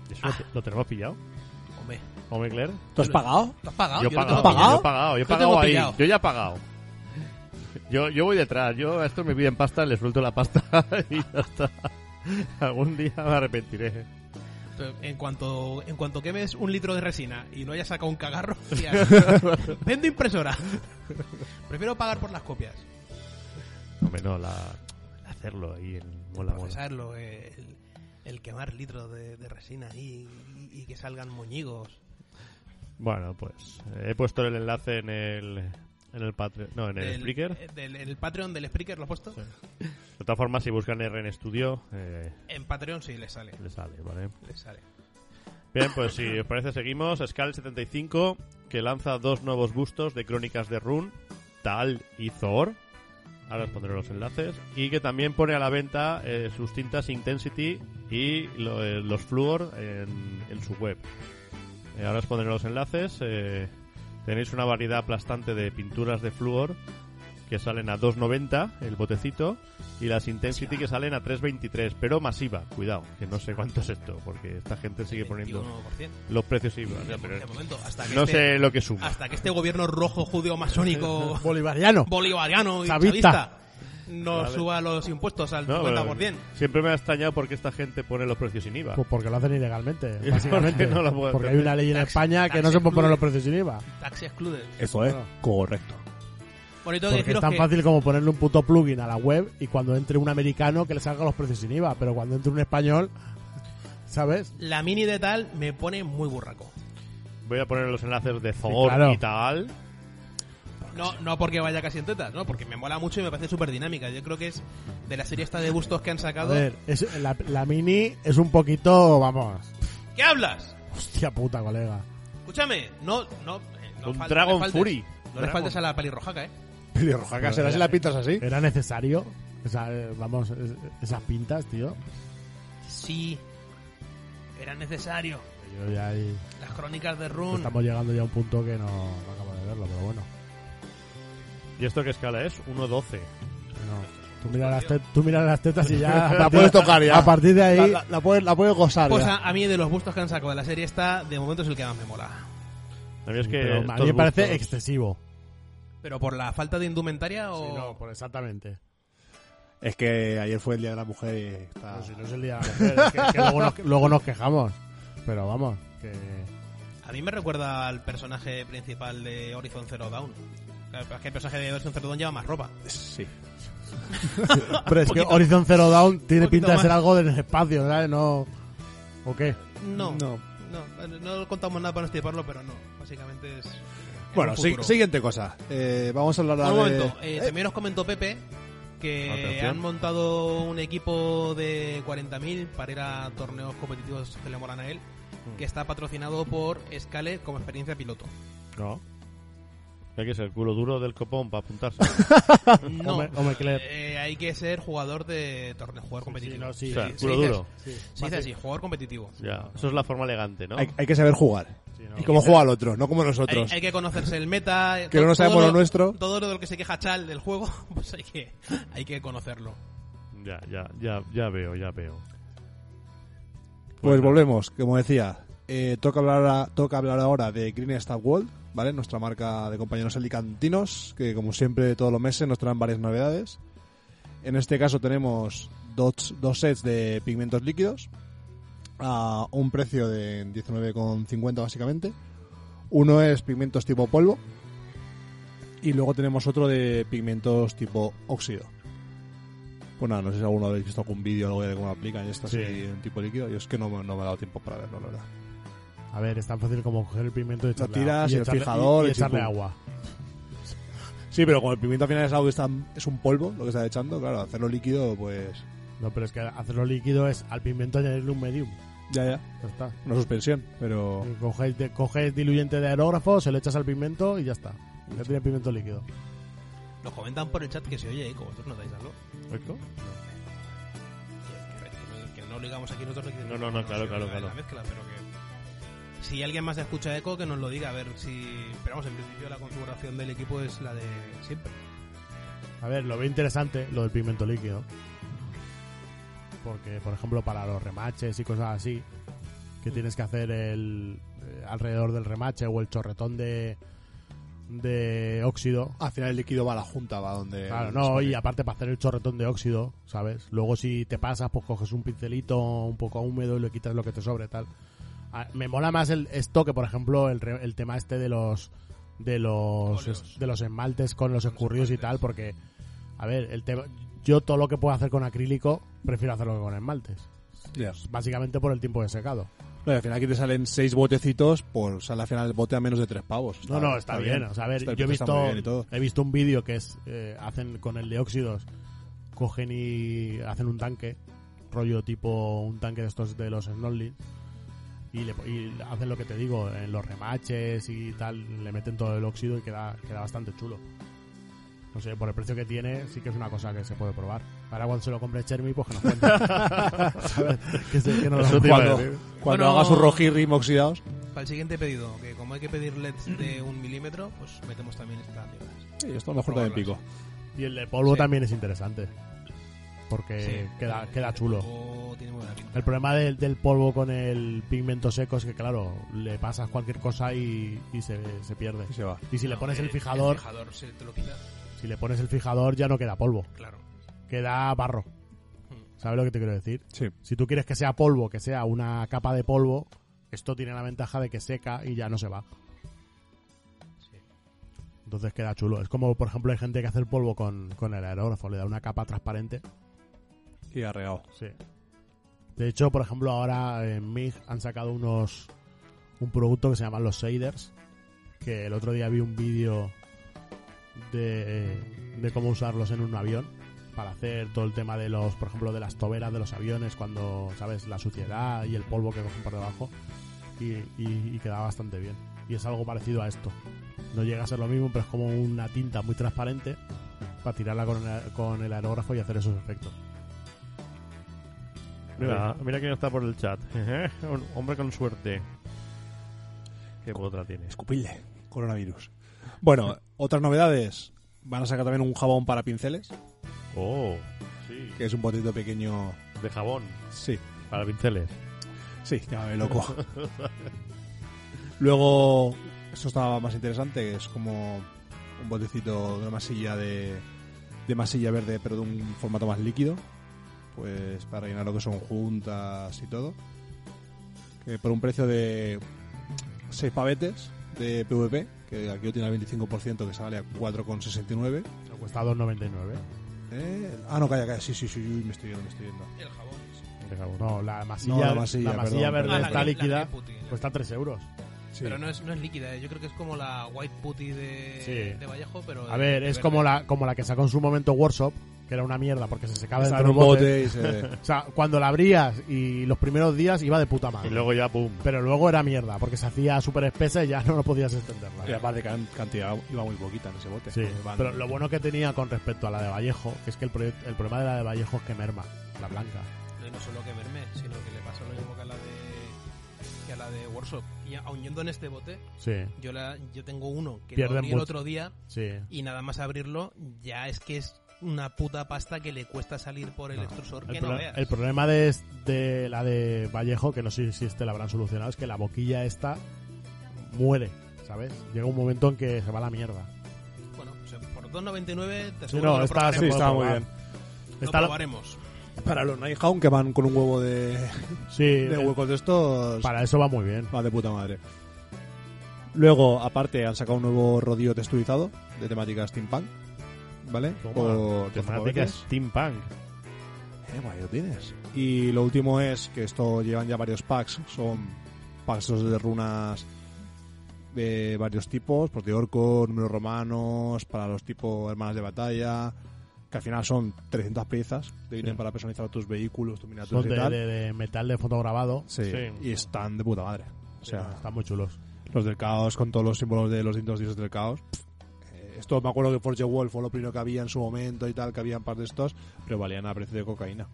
Speaker 9: Eso lo te- ¿Lo tenemos pillado?
Speaker 7: Ah. Hombre,
Speaker 9: ¿Hombre, Claire?
Speaker 2: ¿Tú has pagado?
Speaker 7: ¿tú has pagado?
Speaker 9: yo, he
Speaker 7: Yo
Speaker 9: pagado,
Speaker 7: no tengo
Speaker 9: yo
Speaker 7: pillado.
Speaker 9: he pagado, yo he
Speaker 7: Yo tengo
Speaker 9: pagado ahí.
Speaker 7: pillado.
Speaker 9: Yo ya he pagado. Yo, yo voy detrás, yo a estos me piden pasta, les suelto la pasta [laughs] y ya está. Algún día me arrepentiré.
Speaker 7: En cuanto, en cuanto quemes un litro de resina y no hayas sacado un cagarro, [laughs]
Speaker 8: [laughs]
Speaker 7: hostia, vendo impresora. Prefiero pagar por las copias.
Speaker 9: Hombre, no, la, hacerlo ahí en mola, mola.
Speaker 7: Procesarlo, eh, el, el quemar litros de, de resina ahí y, y que salgan moñigos.
Speaker 9: Bueno, pues eh, he puesto el enlace en el, en el Patreon. No, en el
Speaker 7: Del-
Speaker 9: Spreaker.
Speaker 7: eh, del- en el Patreon del Spreaker lo he puesto.
Speaker 9: De todas formas, si buscan RN Studio, eh,
Speaker 7: En Patreon sí le sale.
Speaker 9: les sale, ¿vale?
Speaker 7: Le sale.
Speaker 9: Bien, pues si os parece seguimos. Scal75, que lanza dos nuevos bustos de Crónicas de Rune, Tal y Thor. Ahora os pondré los enlaces. Y que también pone a la venta eh, sus tintas Intensity y lo- eh, los Fluor en, en su web. Eh, ahora os pondré los enlaces. eh, tenéis una variedad aplastante de pinturas de Fluor que salen a 2.90 el botecito y las Intensity que salen a 3.23, pero masiva. Cuidado, que no sé cuánto es esto, porque esta gente sigue poniendo
Speaker 7: 21%.
Speaker 9: los precios sí, o sea, pero
Speaker 7: De momento, hasta que,
Speaker 9: no
Speaker 7: este,
Speaker 9: sé lo que suma.
Speaker 7: hasta que este gobierno rojo judeo-masónico
Speaker 8: [laughs] Bolivariano.
Speaker 7: bolivariano y
Speaker 8: Chavista.
Speaker 7: chavista no
Speaker 9: Vale.
Speaker 7: suba los impuestos al
Speaker 9: No, pero
Speaker 7: 50%.
Speaker 9: siempre me ha extrañado porque esta gente pone los precios sin IVA.
Speaker 8: Pues porque lo hacen
Speaker 7: [laughs]
Speaker 8: ilegalmente,
Speaker 9: [laughs]
Speaker 8: básicamente.
Speaker 9: Porque no lo puedo
Speaker 8: porque hay
Speaker 9: entender.
Speaker 8: una ley en
Speaker 7: Tax-
Speaker 8: España que
Speaker 7: tax
Speaker 8: no se puede
Speaker 7: included.
Speaker 8: poner los precios sin IVA.
Speaker 7: Tax excluded.
Speaker 2: Eso es correcto.
Speaker 7: Bueno, y tengo
Speaker 8: Porque
Speaker 7: que
Speaker 8: es
Speaker 7: deciros
Speaker 8: tan
Speaker 7: que
Speaker 8: fácil como ponerle un puto plugin a la web y cuando entre un americano que le salga los precios sin IVA. Pero cuando entre un español, ¿sabes?
Speaker 7: la mini de tal me pone muy burraco.
Speaker 9: Voy a poner los enlaces de Thor
Speaker 8: claro.
Speaker 9: y tal.
Speaker 7: No, no porque vaya casi en tetas, no, porque me mola mucho y me parece súper dinámica. Yo creo que es de la serie esta de bustos que han
Speaker 8: A
Speaker 7: sacado.
Speaker 8: ver, es- la, la mini es un poquito, vamos,
Speaker 7: ¿Qué hablas?
Speaker 8: hostia puta, colega.
Speaker 7: Escúchame, no, no. eh, no
Speaker 9: Un
Speaker 7: fal-
Speaker 9: Dragon
Speaker 7: no le faltes.
Speaker 9: Fury.
Speaker 7: No le
Speaker 9: Dragon.
Speaker 7: faltes a la pelirrojaca, eh.
Speaker 2: Pelirrojaca, será si la pintas así.
Speaker 8: ¿Era necesario? Esa- eh, vamos, es- esas pintas, tío.
Speaker 7: Sí. Era necesario.
Speaker 8: Yo ya ahí-
Speaker 7: Las crónicas de Rune.
Speaker 8: estamos llegando ya a un punto que no, no acabo de verlo, pero bueno.
Speaker 9: ¿Y esto qué escala es? 1.12.
Speaker 8: Tú miras las, tet- tú miras las tetas y ya... a
Speaker 2: [laughs] La
Speaker 8: partir-
Speaker 2: puedes tocar ya.
Speaker 8: A partir de ahí...
Speaker 2: La, la- la puedes, la puedes gozar.
Speaker 7: Pues
Speaker 2: ya.
Speaker 7: a, a mí de los bustos que han sacado de la serie esta, de momento es el que más me mola.
Speaker 9: A mí es que
Speaker 8: pero a mí
Speaker 9: estos
Speaker 8: me parece
Speaker 9: gustos-
Speaker 8: excesivo.
Speaker 7: Pero por la falta de indumentaria o...
Speaker 8: Sí, no, por exactamente.
Speaker 2: Es que ayer fue el Día de la Mujer y está...
Speaker 8: No, Pues si no es el día de la mujer, es que, es que luego, nos, luego nos quejamos. Pero vamos,
Speaker 7: [laughs]
Speaker 8: que
Speaker 7: A mí me recuerda al personaje principal de Horizon Zero Dawn. Claro, pero es que el personaje de Horizon Zero Dawn lleva más ropa.
Speaker 9: [laughs]
Speaker 2: Sí.
Speaker 8: Pero es que
Speaker 7: poquito-
Speaker 8: Horizon Zero Dawn tiene
Speaker 7: un poquito
Speaker 8: pinta de ser
Speaker 7: más.
Speaker 8: algo del espacio, ¿sabes? No... ¿O qué?
Speaker 7: [laughs] No, no,
Speaker 2: No.
Speaker 7: no, contamos nada para no estiparlo, pero no. Básicamente es... en
Speaker 2: Bueno,
Speaker 7: un
Speaker 2: sí-
Speaker 7: futuro.
Speaker 2: siguiente cosa. Eh, vamos a hablar
Speaker 7: Un
Speaker 2: ahora de...
Speaker 7: momento, eh, también nos comentó Pepe que
Speaker 9: Atención.
Speaker 7: han montado un equipo de 40.000 para ir a torneos competitivos que le molan a él, que está patrocinado por Scale como experiencia piloto.
Speaker 9: No. Hay que ser el culo duro del copón para apuntarse.
Speaker 7: [laughs] No,
Speaker 8: Hombre, hombre, que le-
Speaker 7: eh, hay que ser jugador de torneo, jugador competitivo.
Speaker 8: no, sí,
Speaker 9: o sea,
Speaker 8: sí,
Speaker 9: culo
Speaker 7: sí,
Speaker 9: duro.
Speaker 7: Se dice así, jugador competitivo.
Speaker 9: Ya. Eso es la forma elegante, ¿no?
Speaker 2: Hay, hay que saber jugar. Y como juega el otro, no como
Speaker 7: Hay,
Speaker 2: nosotros.
Speaker 7: hay que conocerse el meta.
Speaker 2: Que
Speaker 7: to-
Speaker 2: no sabemos
Speaker 7: todo
Speaker 2: lo nuestro.
Speaker 7: Todo lo que se queja Chal del juego, [laughs] pues hay que, hay que conocerlo.
Speaker 9: Ya, ya, ya, ya veo, ya veo.
Speaker 2: Pues volvemos, como decía. eh, toca, hablar ahora, toca hablar ahora de Green Star World, ¿vale? Nuestra marca de compañeros alicantinos, que como siempre todos los meses nos traen varias novedades. En este caso tenemos dos, dos sets de pigmentos líquidos a un precio de 19,50 básicamente. Uno es pigmentos tipo polvo y luego tenemos otro de pigmentos tipo óxido. Pues nada, no sé si alguno habéis visto algún vídeo o algo de cómo lo aplican esto
Speaker 8: Sí.
Speaker 2: así en tipo líquido. Yo es que no, me- no me ha dado tiempo para verlo, la verdad.
Speaker 8: A ver, es tan fácil como coger el pimiento y echarle,
Speaker 2: tiras
Speaker 8: agua-
Speaker 2: y el fijador
Speaker 8: y,
Speaker 2: y
Speaker 8: echarle
Speaker 2: chimpum.
Speaker 8: agua.
Speaker 2: Sí, pero como el pimiento al final es algo que está- es un polvo, lo que está echando, claro, hacerlo líquido, pues
Speaker 8: No, pero es que hacerlo líquido es al pimiento añadirle un medium.
Speaker 2: ya, ya,
Speaker 8: Ya está.
Speaker 2: una suspensión, pero...
Speaker 8: Coges, de- coges diluyente de aerógrafo, se lo echas al pimiento y ya está. Ya tiene pimiento líquido.
Speaker 7: Nos comentan por el chat que se oye eco, vosotros no dais algo.
Speaker 9: ¿Esto?
Speaker 7: Que- Que no obligamos aquí nosotros. que-
Speaker 9: No, no, no, claro,
Speaker 7: se
Speaker 9: claro,
Speaker 7: oiga en
Speaker 9: claro.
Speaker 7: la mezcla, pero que- Si alguien más escucha eco, que nos lo diga, a ver si... Pero vamos, en principio la configuración del equipo es la de siempre.
Speaker 8: A ver, lo veo interesante lo del pigmento líquido. Porque, por ejemplo, para los remaches y cosas así, que tienes que hacer el eh, alrededor del remache o el chorretón de de óxido.
Speaker 2: Al final el líquido va a la junta, va donde.
Speaker 8: Claro, no, y aparte para hacer el chorretón de óxido, ¿sabes? Luego si te pasas, pues coges un pincelito un poco húmedo y le quitas lo que te sobre, tal. Ah, Me mola más el esto que, por ejemplo, el, re- el tema este de los de los
Speaker 7: Óleos.
Speaker 8: de los esmaltes con los escurridos y tal, porque a ver, el tema yo todo lo que puedo hacer con acrílico prefiero hacerlo que con esmaltes,
Speaker 2: Ya.
Speaker 8: básicamente por el tiempo de secado.
Speaker 2: No, y al final aquí te salen seis botecitos, pues sale al final el bote a menos de tres pavos.
Speaker 8: No, no, está, bien. O sea, a ver,
Speaker 2: Está- el
Speaker 8: yo he
Speaker 2: precio está muy bien y
Speaker 8: visto,
Speaker 2: todo.
Speaker 8: he visto un vídeo que es eh, hacen con el de óxidos, cogen y hacen un tanque, rollo tipo un tanque de estos de los Snorlings, y, le, y hacen lo que te digo, en los remaches y tal, le meten todo el óxido y queda, queda bastante chulo. No sé, por el precio que tiene, sí que es una cosa que se puede probar. Para cuando se lo compre Chermi, pues que nos
Speaker 2: [laughs]
Speaker 8: cuente. [laughs] ¿Sabes? que, se- que nos lo-
Speaker 9: Eso te iba a
Speaker 2: Cuando,
Speaker 9: decir.
Speaker 2: cuando
Speaker 7: Bueno.
Speaker 2: haga sus rojirrim oxidados.
Speaker 7: Para el siguiente pedido, que como hay que pedir
Speaker 8: [clears throat]
Speaker 7: LEDs de un milímetro, pues metemos también estas mierdas.
Speaker 2: Sí, esto a lo mejor también pico.
Speaker 8: Y el de polvo
Speaker 7: Sí.
Speaker 8: también es interesante. Porque
Speaker 7: Sí.
Speaker 8: queda, queda chulo.
Speaker 7: O tiene buena pinta.
Speaker 8: El problema del, del polvo con el pigmento seco es que, claro, le pasas cualquier cosa y, y se, se pierde.
Speaker 2: Y se va.
Speaker 8: Y si le
Speaker 7: No,
Speaker 8: pones el fijador,
Speaker 7: Eh, El fijador se te lo quita,
Speaker 8: si le pones el fijador ya no queda polvo,
Speaker 7: claro.
Speaker 8: queda barro. ¿Sabes lo que te quiero decir?
Speaker 2: Sí.
Speaker 8: Si tú quieres que sea polvo, que sea una capa de polvo, esto tiene la ventaja de que seca y ya no se va. Entonces queda chulo. Es como, por ejemplo, hay gente que hace el polvo con, con el aerógrafo, le da una capa transparente
Speaker 2: Y arreado.
Speaker 8: Sí. De hecho, por ejemplo, ahora en MIG han sacado unos un producto que se llaman los shaders, que el otro día vi un vídeo de, de cómo usarlos en un avión para hacer todo el tema de los, por ejemplo, de las toberas de los aviones cuando, ¿sabes?, la suciedad y el polvo que cogen por debajo y, y- y queda bastante bien. Y es algo parecido a esto. No llega a ser lo mismo, pero es como una tinta muy transparente para tirarla con el, con el aerógrafo y hacer esos efectos.
Speaker 9: Mira, mira quién está por el chat. [laughs] Un hombre con suerte. ¿Qué otra tiene?
Speaker 2: Escupirle. Coronavirus. Bueno, otras novedades. Van a sacar también un jabón para pinceles,
Speaker 9: Oh, sí.
Speaker 2: que es un botito pequeño.
Speaker 9: De jabón.
Speaker 2: Sí,
Speaker 9: Para pinceles.
Speaker 2: sí, llámame loco.
Speaker 9: [laughs]
Speaker 2: Luego, esto estaba más interesante, que es como un botecito de una masilla de, de masilla verde, pero de un formato más líquido, pues para llenar lo que son juntas y todo. Que por un precio de 6 pavetes de PVP, que aquí lo tiene al 25%, que sale a 4,69.
Speaker 8: Nos cuesta 2.99.
Speaker 2: Eh, ah, no, calla, calla, sí, sí, sí, uy, me estoy yendo, me estoy yendo.
Speaker 7: El jabón.
Speaker 9: De jabón.
Speaker 8: No, la masilla,
Speaker 2: No,
Speaker 8: la
Speaker 2: la
Speaker 8: masilla,
Speaker 2: masilla, perdón,
Speaker 8: verde
Speaker 2: perdón,
Speaker 8: está
Speaker 2: perdón.
Speaker 8: líquida.
Speaker 7: Ah, la que puti, la
Speaker 8: Cuesta 3 euros.
Speaker 2: Sí.
Speaker 7: Pero no es, no es líquida, ¿eh? yo creo que es como la white putty de,
Speaker 8: Sí.
Speaker 7: de Vallejo, pero...
Speaker 8: A
Speaker 7: de-
Speaker 8: ver,
Speaker 7: de
Speaker 8: es
Speaker 7: verde.
Speaker 8: como la, como la que sacó en su momento Workshop, que era una mierda porque se secaba
Speaker 2: Está
Speaker 8: dentro
Speaker 2: en
Speaker 8: del
Speaker 2: un
Speaker 8: bote.
Speaker 2: bote y se...
Speaker 8: [laughs] O sea, cuando la abrías y los primeros días iba de puta madre.
Speaker 9: Y luego ya, pum.
Speaker 8: Pero luego era mierda porque se hacía súper espesa y ya no lo podías extenderla.
Speaker 2: Y aparte can- cantidad iba muy poquita en ese bote.
Speaker 8: Sí,
Speaker 2: Van-
Speaker 8: pero lo bueno que tenía con respecto a la de Vallejo, que es que el, proye- el problema de la de Vallejo es que merma, la blanca.
Speaker 7: No, y no solo que merme, sino que le pasa lo mismo que a la de, que a la de Workshop. Y aun yendo en este bote,
Speaker 8: Sí,
Speaker 7: yo, la, yo tengo uno que lo
Speaker 8: Pierden
Speaker 7: abrí el
Speaker 8: mucho.
Speaker 7: otro día
Speaker 8: sí.
Speaker 7: y nada más abrirlo ya es que es una puta pasta que le cuesta salir por el extrusor
Speaker 8: El,
Speaker 7: que
Speaker 8: pro-
Speaker 7: no veas.
Speaker 8: el problema de, es- de la de Vallejo, que no sé si este la habrán solucionado, es que la boquilla esta muere, ¿sabes? Llega un momento en que se va a la mierda.
Speaker 7: Bueno, o sea, por 2.99 te aseguro
Speaker 8: Sí,
Speaker 7: que
Speaker 8: no,
Speaker 7: lo
Speaker 8: esta se
Speaker 7: probaremos.
Speaker 8: puede
Speaker 2: estaba muy
Speaker 8: probar.
Speaker 7: Lo
Speaker 8: Esta la-
Speaker 7: probaremos.
Speaker 2: Para los Nighthound que van con un huevo de,
Speaker 8: sí,
Speaker 2: [laughs] de
Speaker 8: eh,
Speaker 2: huecos de estos,
Speaker 8: para eso va muy bien.
Speaker 2: va de puta madre. Luego, aparte, han sacado un nuevo rodillo texturizado de temática steampunk, ¿vale?
Speaker 9: Toma,
Speaker 2: doce
Speaker 9: temática
Speaker 2: pavetes.
Speaker 9: steampunk.
Speaker 2: Eh, guay, lo tienes. Y lo último es que esto llevan ya varios packs. Son packs esos de runas de varios tipos, pues de orcos, números romanos, para los tipos hermanas de batalla, que al final son 300 piezas, te vienen para personalizar tus vehículos,
Speaker 8: Son
Speaker 2: tus miniaturas
Speaker 8: de,
Speaker 2: y tal.
Speaker 8: de- de metal de fotograbado.
Speaker 2: Sí,
Speaker 9: Sí.
Speaker 2: y están de puta madre. O sea,
Speaker 8: Está- están muy chulos.
Speaker 2: los del caos con todos los símbolos de los distintos dioses del caos. Eh, Esto me acuerdo que Forge Wall fue lo primero que había en su momento y tal, que había un par de estos, pero valían a precio de cocaína.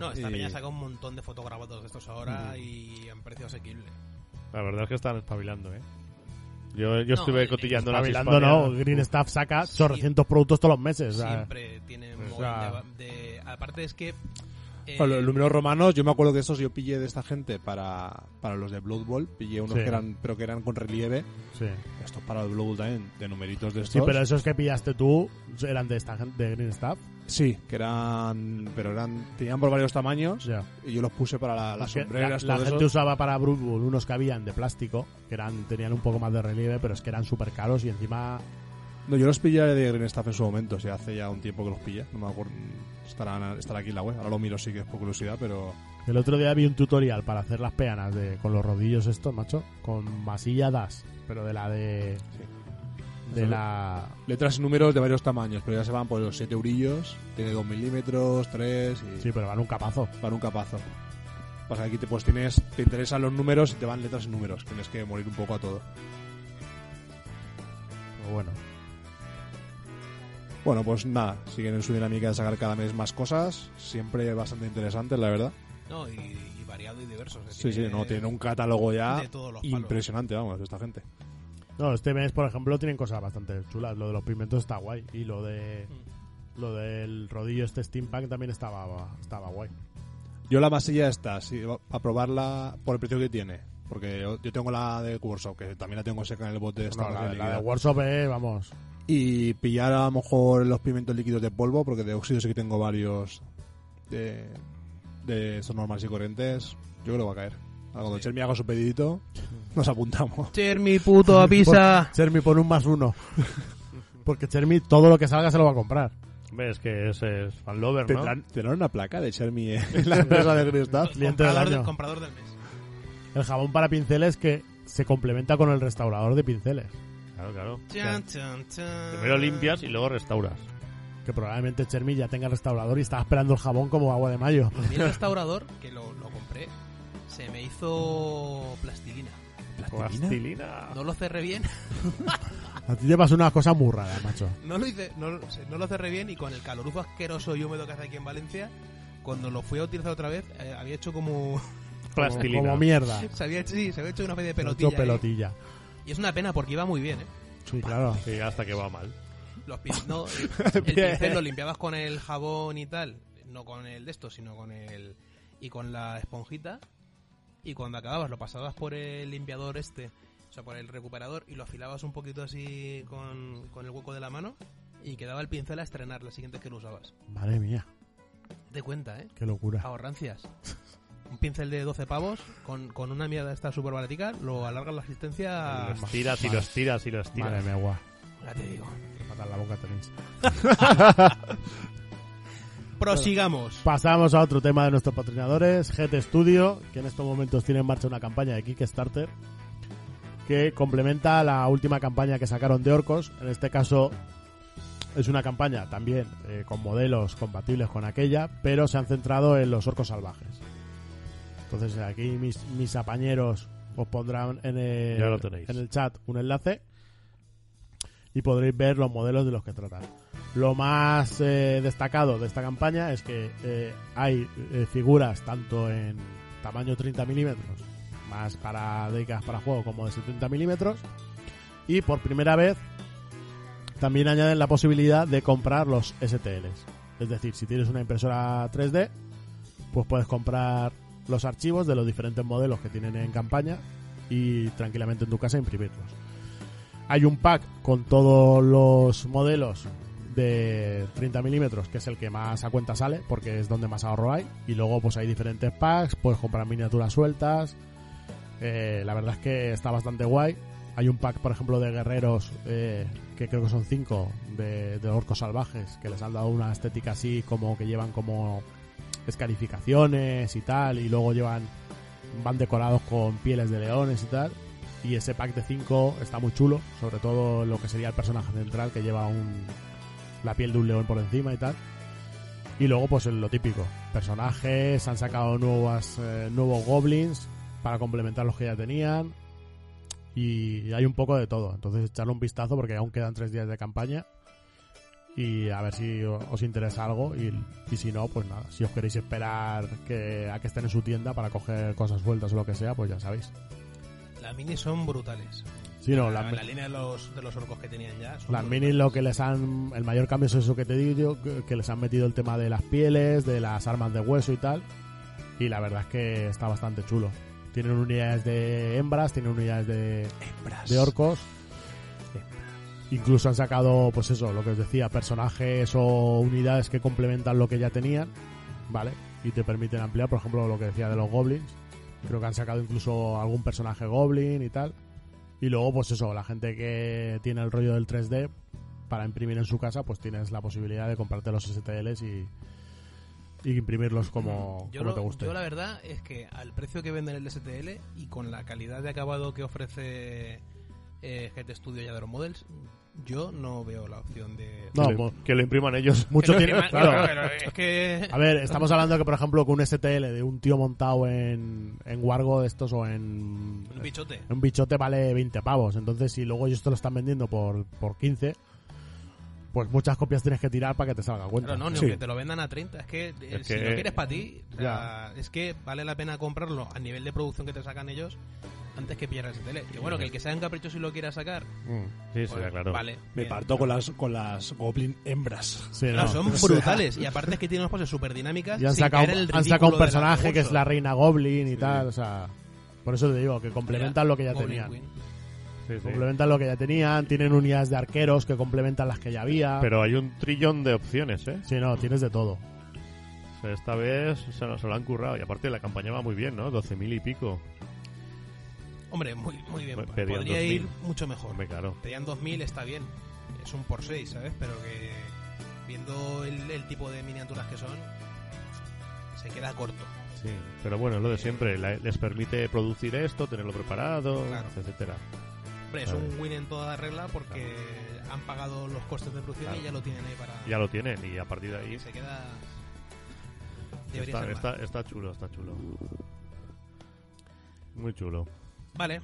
Speaker 7: No, esta
Speaker 2: Y-
Speaker 7: peña saca un montón de fotograbados de estos ahora y han precio asequible.
Speaker 9: La verdad es que están espabilando, ¿eh? Yo, yo
Speaker 7: No,
Speaker 9: estuve
Speaker 7: el-
Speaker 9: cotillando la
Speaker 8: Hablando, no, Green Staff saca 800 productos todos los meses. o sea,
Speaker 7: Siempre tienen
Speaker 8: o
Speaker 7: mogollón
Speaker 8: sea-
Speaker 7: de, va- de- Aparte es que eh,
Speaker 2: Bueno, los números romanos, yo me acuerdo que esos yo pillé de esta gente para, para los de Blood Bowl. Pillé unos
Speaker 8: Sí.
Speaker 2: que eran, pero que eran con relieve.
Speaker 8: Sí.
Speaker 2: Estos para el Blood Bowl también, de numeritos de estos.
Speaker 8: Sí, pero esos que pillaste tú eran de esta gente, de Green Staff.
Speaker 2: Sí, que eran. Pero eran. Tenían por varios tamaños.
Speaker 8: Ya.
Speaker 2: Y yo los puse para la- las
Speaker 8: Que
Speaker 2: sombreras,
Speaker 8: la, la
Speaker 2: todo
Speaker 8: gente
Speaker 2: eso.
Speaker 8: usaba para Blood Bowl unos que habían de plástico, que eran tenían un poco más de relieve, pero es que eran súper caros y encima
Speaker 2: No, yo los pillé de Green Staff en su momento. O sea, hace ya un tiempo que los pillé. No me acuerdo. Estarán, estará aquí en la web. Ahora lo miro, sí que es por curiosidad, pero.
Speaker 8: El otro día vi un tutorial para hacer las peanas de, con los rodillos estos, macho, con masilla das, pero de la de... De
Speaker 2: Eso-
Speaker 8: la...
Speaker 2: Letras y números de varios tamaños, pero ya se van por los 7 eurillos. Tiene 2 milímetros, 3 y.
Speaker 8: Sí, pero van un capazo.
Speaker 2: para un capazo. Pasa que aquí te, pues tienes, te interesan los números y te van letras y números. Tienes que morir un poco a todo.
Speaker 8: Pero bueno.
Speaker 2: Bueno, pues nada, siguen en su dinámica de sacar cada mes más cosas. Siempre bastante interesantes, la verdad.
Speaker 7: no, y, y variado y diverso. o sea,
Speaker 2: Sí, sí, no, tienen un catálogo ya
Speaker 7: Pues de todos los palos.
Speaker 2: impresionante, vamos, esta gente.
Speaker 8: No, este mes, por ejemplo, tienen cosas bastante chulas. Lo de los pigmentos está guay. Y lo de... Lo del rodillo este steampunk también estaba, estaba guay.
Speaker 2: Yo la masilla está, sí, va- a probarla por el precio que tiene. Porque yo, yo tengo la de Curso, que también la tengo seca en el bote de esta
Speaker 8: No, la, la
Speaker 2: de
Speaker 8: de
Speaker 2: líquida.
Speaker 8: Workshop, eh, vamos.
Speaker 2: Y pillar a lo mejor los pigmentos líquidos de polvo, porque de óxido sí que tengo varios de, de esos normales y corrientes. Yo creo que va a caer. Ahora, cuando Chermi haga su pedidito, nos apuntamos.
Speaker 8: [laughs]
Speaker 7: Chermi, puto, avisa.
Speaker 8: Chermi pon un más
Speaker 7: [laughs]
Speaker 8: uno. Porque Chermi todo lo que salga se lo va a comprar.
Speaker 9: Ves que ese es fan lover, ¿no?
Speaker 2: ¿Tendrán, tendrán una placa de
Speaker 9: [laughs]
Speaker 2: Chermi en la empresa de Greenstaff?
Speaker 8: Cliente del
Speaker 7: comprador,
Speaker 8: año.
Speaker 7: del, comprador del mes.
Speaker 8: El jabón para pinceles que se complementa con el restaurador de pinceles.
Speaker 9: Claro, claro.
Speaker 7: Chan, chan, chan.
Speaker 9: Primero limpias y luego restauras.
Speaker 8: Que probablemente Chermi ya tenga restaurador y estaba esperando el jabón como agua de mayo.
Speaker 7: A mí el restaurador, que lo, lo compré, se me hizo plastilina.
Speaker 9: Plastilina.
Speaker 7: No lo cerré bien, [laughs]
Speaker 8: A ti llevas una cosa muy rara, macho.
Speaker 7: no lo hice, no, lo- o sea, no lo cerré bien y con el calorufo asqueroso y húmedo que hace aquí en Valencia, cuando lo fui a utilizar otra vez, eh, había hecho como...
Speaker 9: [laughs] Plastilina.
Speaker 8: Como mierda.
Speaker 7: Se había, sí, se había hecho una especie de
Speaker 8: Mucho
Speaker 7: pelotilla. ahí.
Speaker 8: pelotilla.
Speaker 7: Y es una pena porque iba muy bien, ¿eh?
Speaker 8: Sí, claro.
Speaker 9: Sí, hasta que va mal.
Speaker 7: Los
Speaker 8: [laughs]
Speaker 7: pin- no, el pincel lo limpiabas con el jabón y tal, no con el de esto, sino con el y con la esponjita y cuando acababas lo pasabas por el limpiador este, o sea, por el recuperador y lo afilabas un poquito así con, con el hueco de la mano y quedaba el pincel a estrenar las siguientes que lo usabas.
Speaker 8: Madre mía,
Speaker 7: De cuenta, ¿eh?
Speaker 8: qué locura.
Speaker 7: Ahorrancias. Un pincel de 12 pavos con, con una mierda esta súper baratica, lo alargas la
Speaker 9: Y
Speaker 7: asistencia...
Speaker 9: los tiras y
Speaker 8: Madre-
Speaker 9: los tiras y los tiras.
Speaker 8: Madre mía, guau.
Speaker 7: Ya te digo.
Speaker 8: Matar la boca tenéis.
Speaker 7: Prosigamos.
Speaker 8: Pasamos a otro tema de nuestros patrocinadores, GT Studio, que en estos momentos tiene en marcha una campaña de Kickstarter que complementa la última campaña que sacaron de Orcos. En este caso es una campaña también eh, con modelos compatibles con aquella, pero se han centrado en los orcos salvajes. Entonces aquí mis, mis apañeros os pondrán en el,
Speaker 9: Ya lo tenéis.
Speaker 8: en el chat un enlace y podréis ver los modelos de los que tratan. Lo más eh, destacado de esta campaña es que eh, hay eh, figuras tanto en tamaño 30 milímetros, más para décadas para juego, como de 70 milímetros. Y por primera vez también añaden la posibilidad de comprar los STLs. Es decir, si tienes una impresora 3D, pues puedes comprar los archivos de los diferentes modelos que tienen en campaña y tranquilamente en tu casa imprimirlos. Hay un pack con todos los modelos de 30 milímetros, que es el que más a cuenta sale, porque es donde más ahorro hay. Y luego pues hay diferentes packs, puedes comprar miniaturas sueltas. Eh, la verdad es que está bastante guay. Hay un pack, por ejemplo, de guerreros, eh, que creo que son 5, de, de orcos salvajes, que les han dado una estética así, como que llevan como escarificaciones y tal, y luego llevan van decorados con pieles de leones y tal. Y ese pack de 5 está muy chulo, sobre todo lo que sería el personaje central que lleva un, la piel de un león por encima y tal. Y luego, pues lo típico: personajes, han sacado nuevas, eh, nuevos goblins para complementar los que ya tenían. Y hay un poco de todo. Entonces, echarle un vistazo porque aún quedan tres días de campaña. Y a ver si o- os interesa algo. Y, y si no, pues nada. Si os queréis esperar que, a que estén en su tienda para coger cosas vueltas o lo que sea, pues ya sabéis.
Speaker 7: Las minis son brutales.
Speaker 8: Sí, no,
Speaker 7: la,
Speaker 8: las,
Speaker 7: la línea de los, de los orcos que tenían ya. son
Speaker 8: las
Speaker 7: muy
Speaker 8: minis lo que les han. El mayor cambio es eso que te digo, que- que les han metido el tema de las pieles, de las armas de hueso y tal. Y la verdad es que está bastante chulo. Tienen unidades de hembras, tienen unidades de, de orcos. Incluso han sacado, pues eso, lo que os decía, personajes o unidades que complementan lo que ya tenían, ¿vale? Y te permiten ampliar, por ejemplo, lo que decía de los goblins. Creo que han sacado incluso algún personaje goblin y tal. Y luego, pues eso, la gente que tiene el rollo del 3D para imprimir en su casa, pues tienes la posibilidad de comprarte los STLs y, y imprimirlos como,
Speaker 7: Yo,
Speaker 8: como
Speaker 7: lo-
Speaker 8: te guste.
Speaker 7: yo la verdad es que al precio que venden el STL y con la calidad de acabado que ofrece eh, Head Studio y Adoro Models, yo no veo la opción de...
Speaker 8: No,
Speaker 9: que,
Speaker 8: pues,
Speaker 9: le-
Speaker 8: mo-
Speaker 9: [laughs] que lo impriman ellos.
Speaker 8: [laughs] mucho
Speaker 7: Que no,
Speaker 8: tiene.
Speaker 7: que ma-
Speaker 8: [laughs] claro.
Speaker 7: no, pero es que...
Speaker 8: A ver, estamos hablando que, por ejemplo, con un STL de un tío montado en, en Wargo de estos o en.
Speaker 7: Un bichote.
Speaker 8: Un bichote vale 20 pavos. Entonces, si luego ellos te lo están vendiendo por, por 15, pues muchas copias tienes que tirar para que te salga a cuenta.
Speaker 7: Claro, no, ni
Speaker 2: Sí.
Speaker 7: aunque te lo vendan a 30. Es que eh,
Speaker 9: Es
Speaker 7: si
Speaker 9: que-
Speaker 7: lo quieres para ti, o sea, es que vale la pena comprarlo a nivel de producción que te sacan ellos antes que pillar el STL. Que bueno, que el que sea en caprichoso y lo quiera sacar,
Speaker 8: Mm.
Speaker 9: Sí, sí,
Speaker 7: pues,
Speaker 9: claro.
Speaker 7: vale.
Speaker 2: Me
Speaker 7: bien.
Speaker 2: parto con las, con las Goblin hembras.
Speaker 8: Sí,
Speaker 7: No,
Speaker 8: no.
Speaker 2: [laughs]
Speaker 7: son brutales. Y aparte es que tienen unas poses súper dinámicas.
Speaker 8: Y han
Speaker 7: sin
Speaker 8: sacado,
Speaker 7: caer en el
Speaker 8: han sacado un
Speaker 7: ridículo del
Speaker 8: personaje que es
Speaker 7: recurso.
Speaker 8: la reina Goblin y tal, o sea. Por eso te digo, que complementan lo que ya
Speaker 7: Goblin
Speaker 8: tenían.
Speaker 7: Queen.
Speaker 9: Sí, sí.
Speaker 8: Complementan lo que ya tenían, tienen unidades de arqueros que complementan las que ya había.
Speaker 9: Pero hay un trillón de opciones, ¿eh?
Speaker 8: Sí, no, tienes de todo.
Speaker 9: O sea, esta vez se, lo- se lo han currado. Y aparte la campaña va muy bien, ¿no? 12.000 y pico.
Speaker 7: Hombre, muy, muy bien.
Speaker 9: Pues pedían
Speaker 7: Podría
Speaker 9: 2000.
Speaker 7: ir mucho mejor.
Speaker 9: Hombre, claro.
Speaker 7: Pedían 2000, está bien. Es un por 6, ¿sabes? Pero que viendo el, el tipo de miniaturas que son, se queda corto.
Speaker 9: Sí. Pero bueno, es lo de siempre. La- les permite producir esto, tenerlo preparado,
Speaker 7: Claro.
Speaker 9: etcétera.
Speaker 7: Hombre, es un win en toda regla porque han pagado los costes de producción y
Speaker 9: Claro.
Speaker 7: ya lo tienen ahí para.
Speaker 9: Ya lo tienen y a partir de ahí
Speaker 7: Y se queda. Debería
Speaker 9: está,
Speaker 7: ser
Speaker 9: está,
Speaker 7: más.
Speaker 9: está chulo, está chulo. Muy chulo.
Speaker 7: Vale.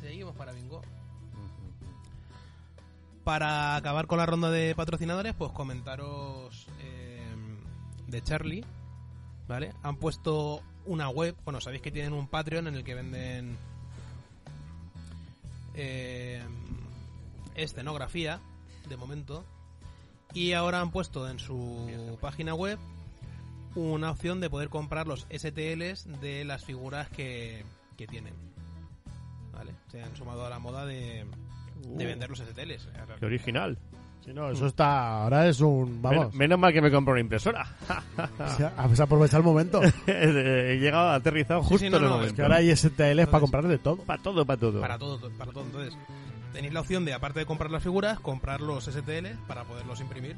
Speaker 7: Seguimos para Bingo. Para acabar con la ronda de patrocinadores, pues comentaros eh, de Charlie. ¿Vale? Han puesto una web. Bueno, sabéis que tienen un Patreon en el que venden. eh, escenografía, de momento. Y ahora han puesto en su página web una opción de poder comprar los STLs de las figuras que, que tienen. ¿Vale? Se han sumado a la moda de, de vender los STLs.
Speaker 9: Qué original.
Speaker 8: Sí, no, eso está. Ahora es un. Mm, Vamos.
Speaker 9: Men- menos mal que me compro una impresora. [laughs]
Speaker 8: O sea, a pesar aprovechar el
Speaker 7: [laughs]
Speaker 8: momento.
Speaker 9: He llegado aterrizado
Speaker 7: Sí,
Speaker 9: justo
Speaker 7: sí, no,
Speaker 9: en el
Speaker 7: no,
Speaker 9: momento.
Speaker 8: Es que ahora hay STLs para comprar de todo.
Speaker 9: Para todo, para todo.
Speaker 7: Para todo, para todo. Entonces, tenéis la opción de, aparte de comprar las figuras, comprar los STLs para poderlos imprimir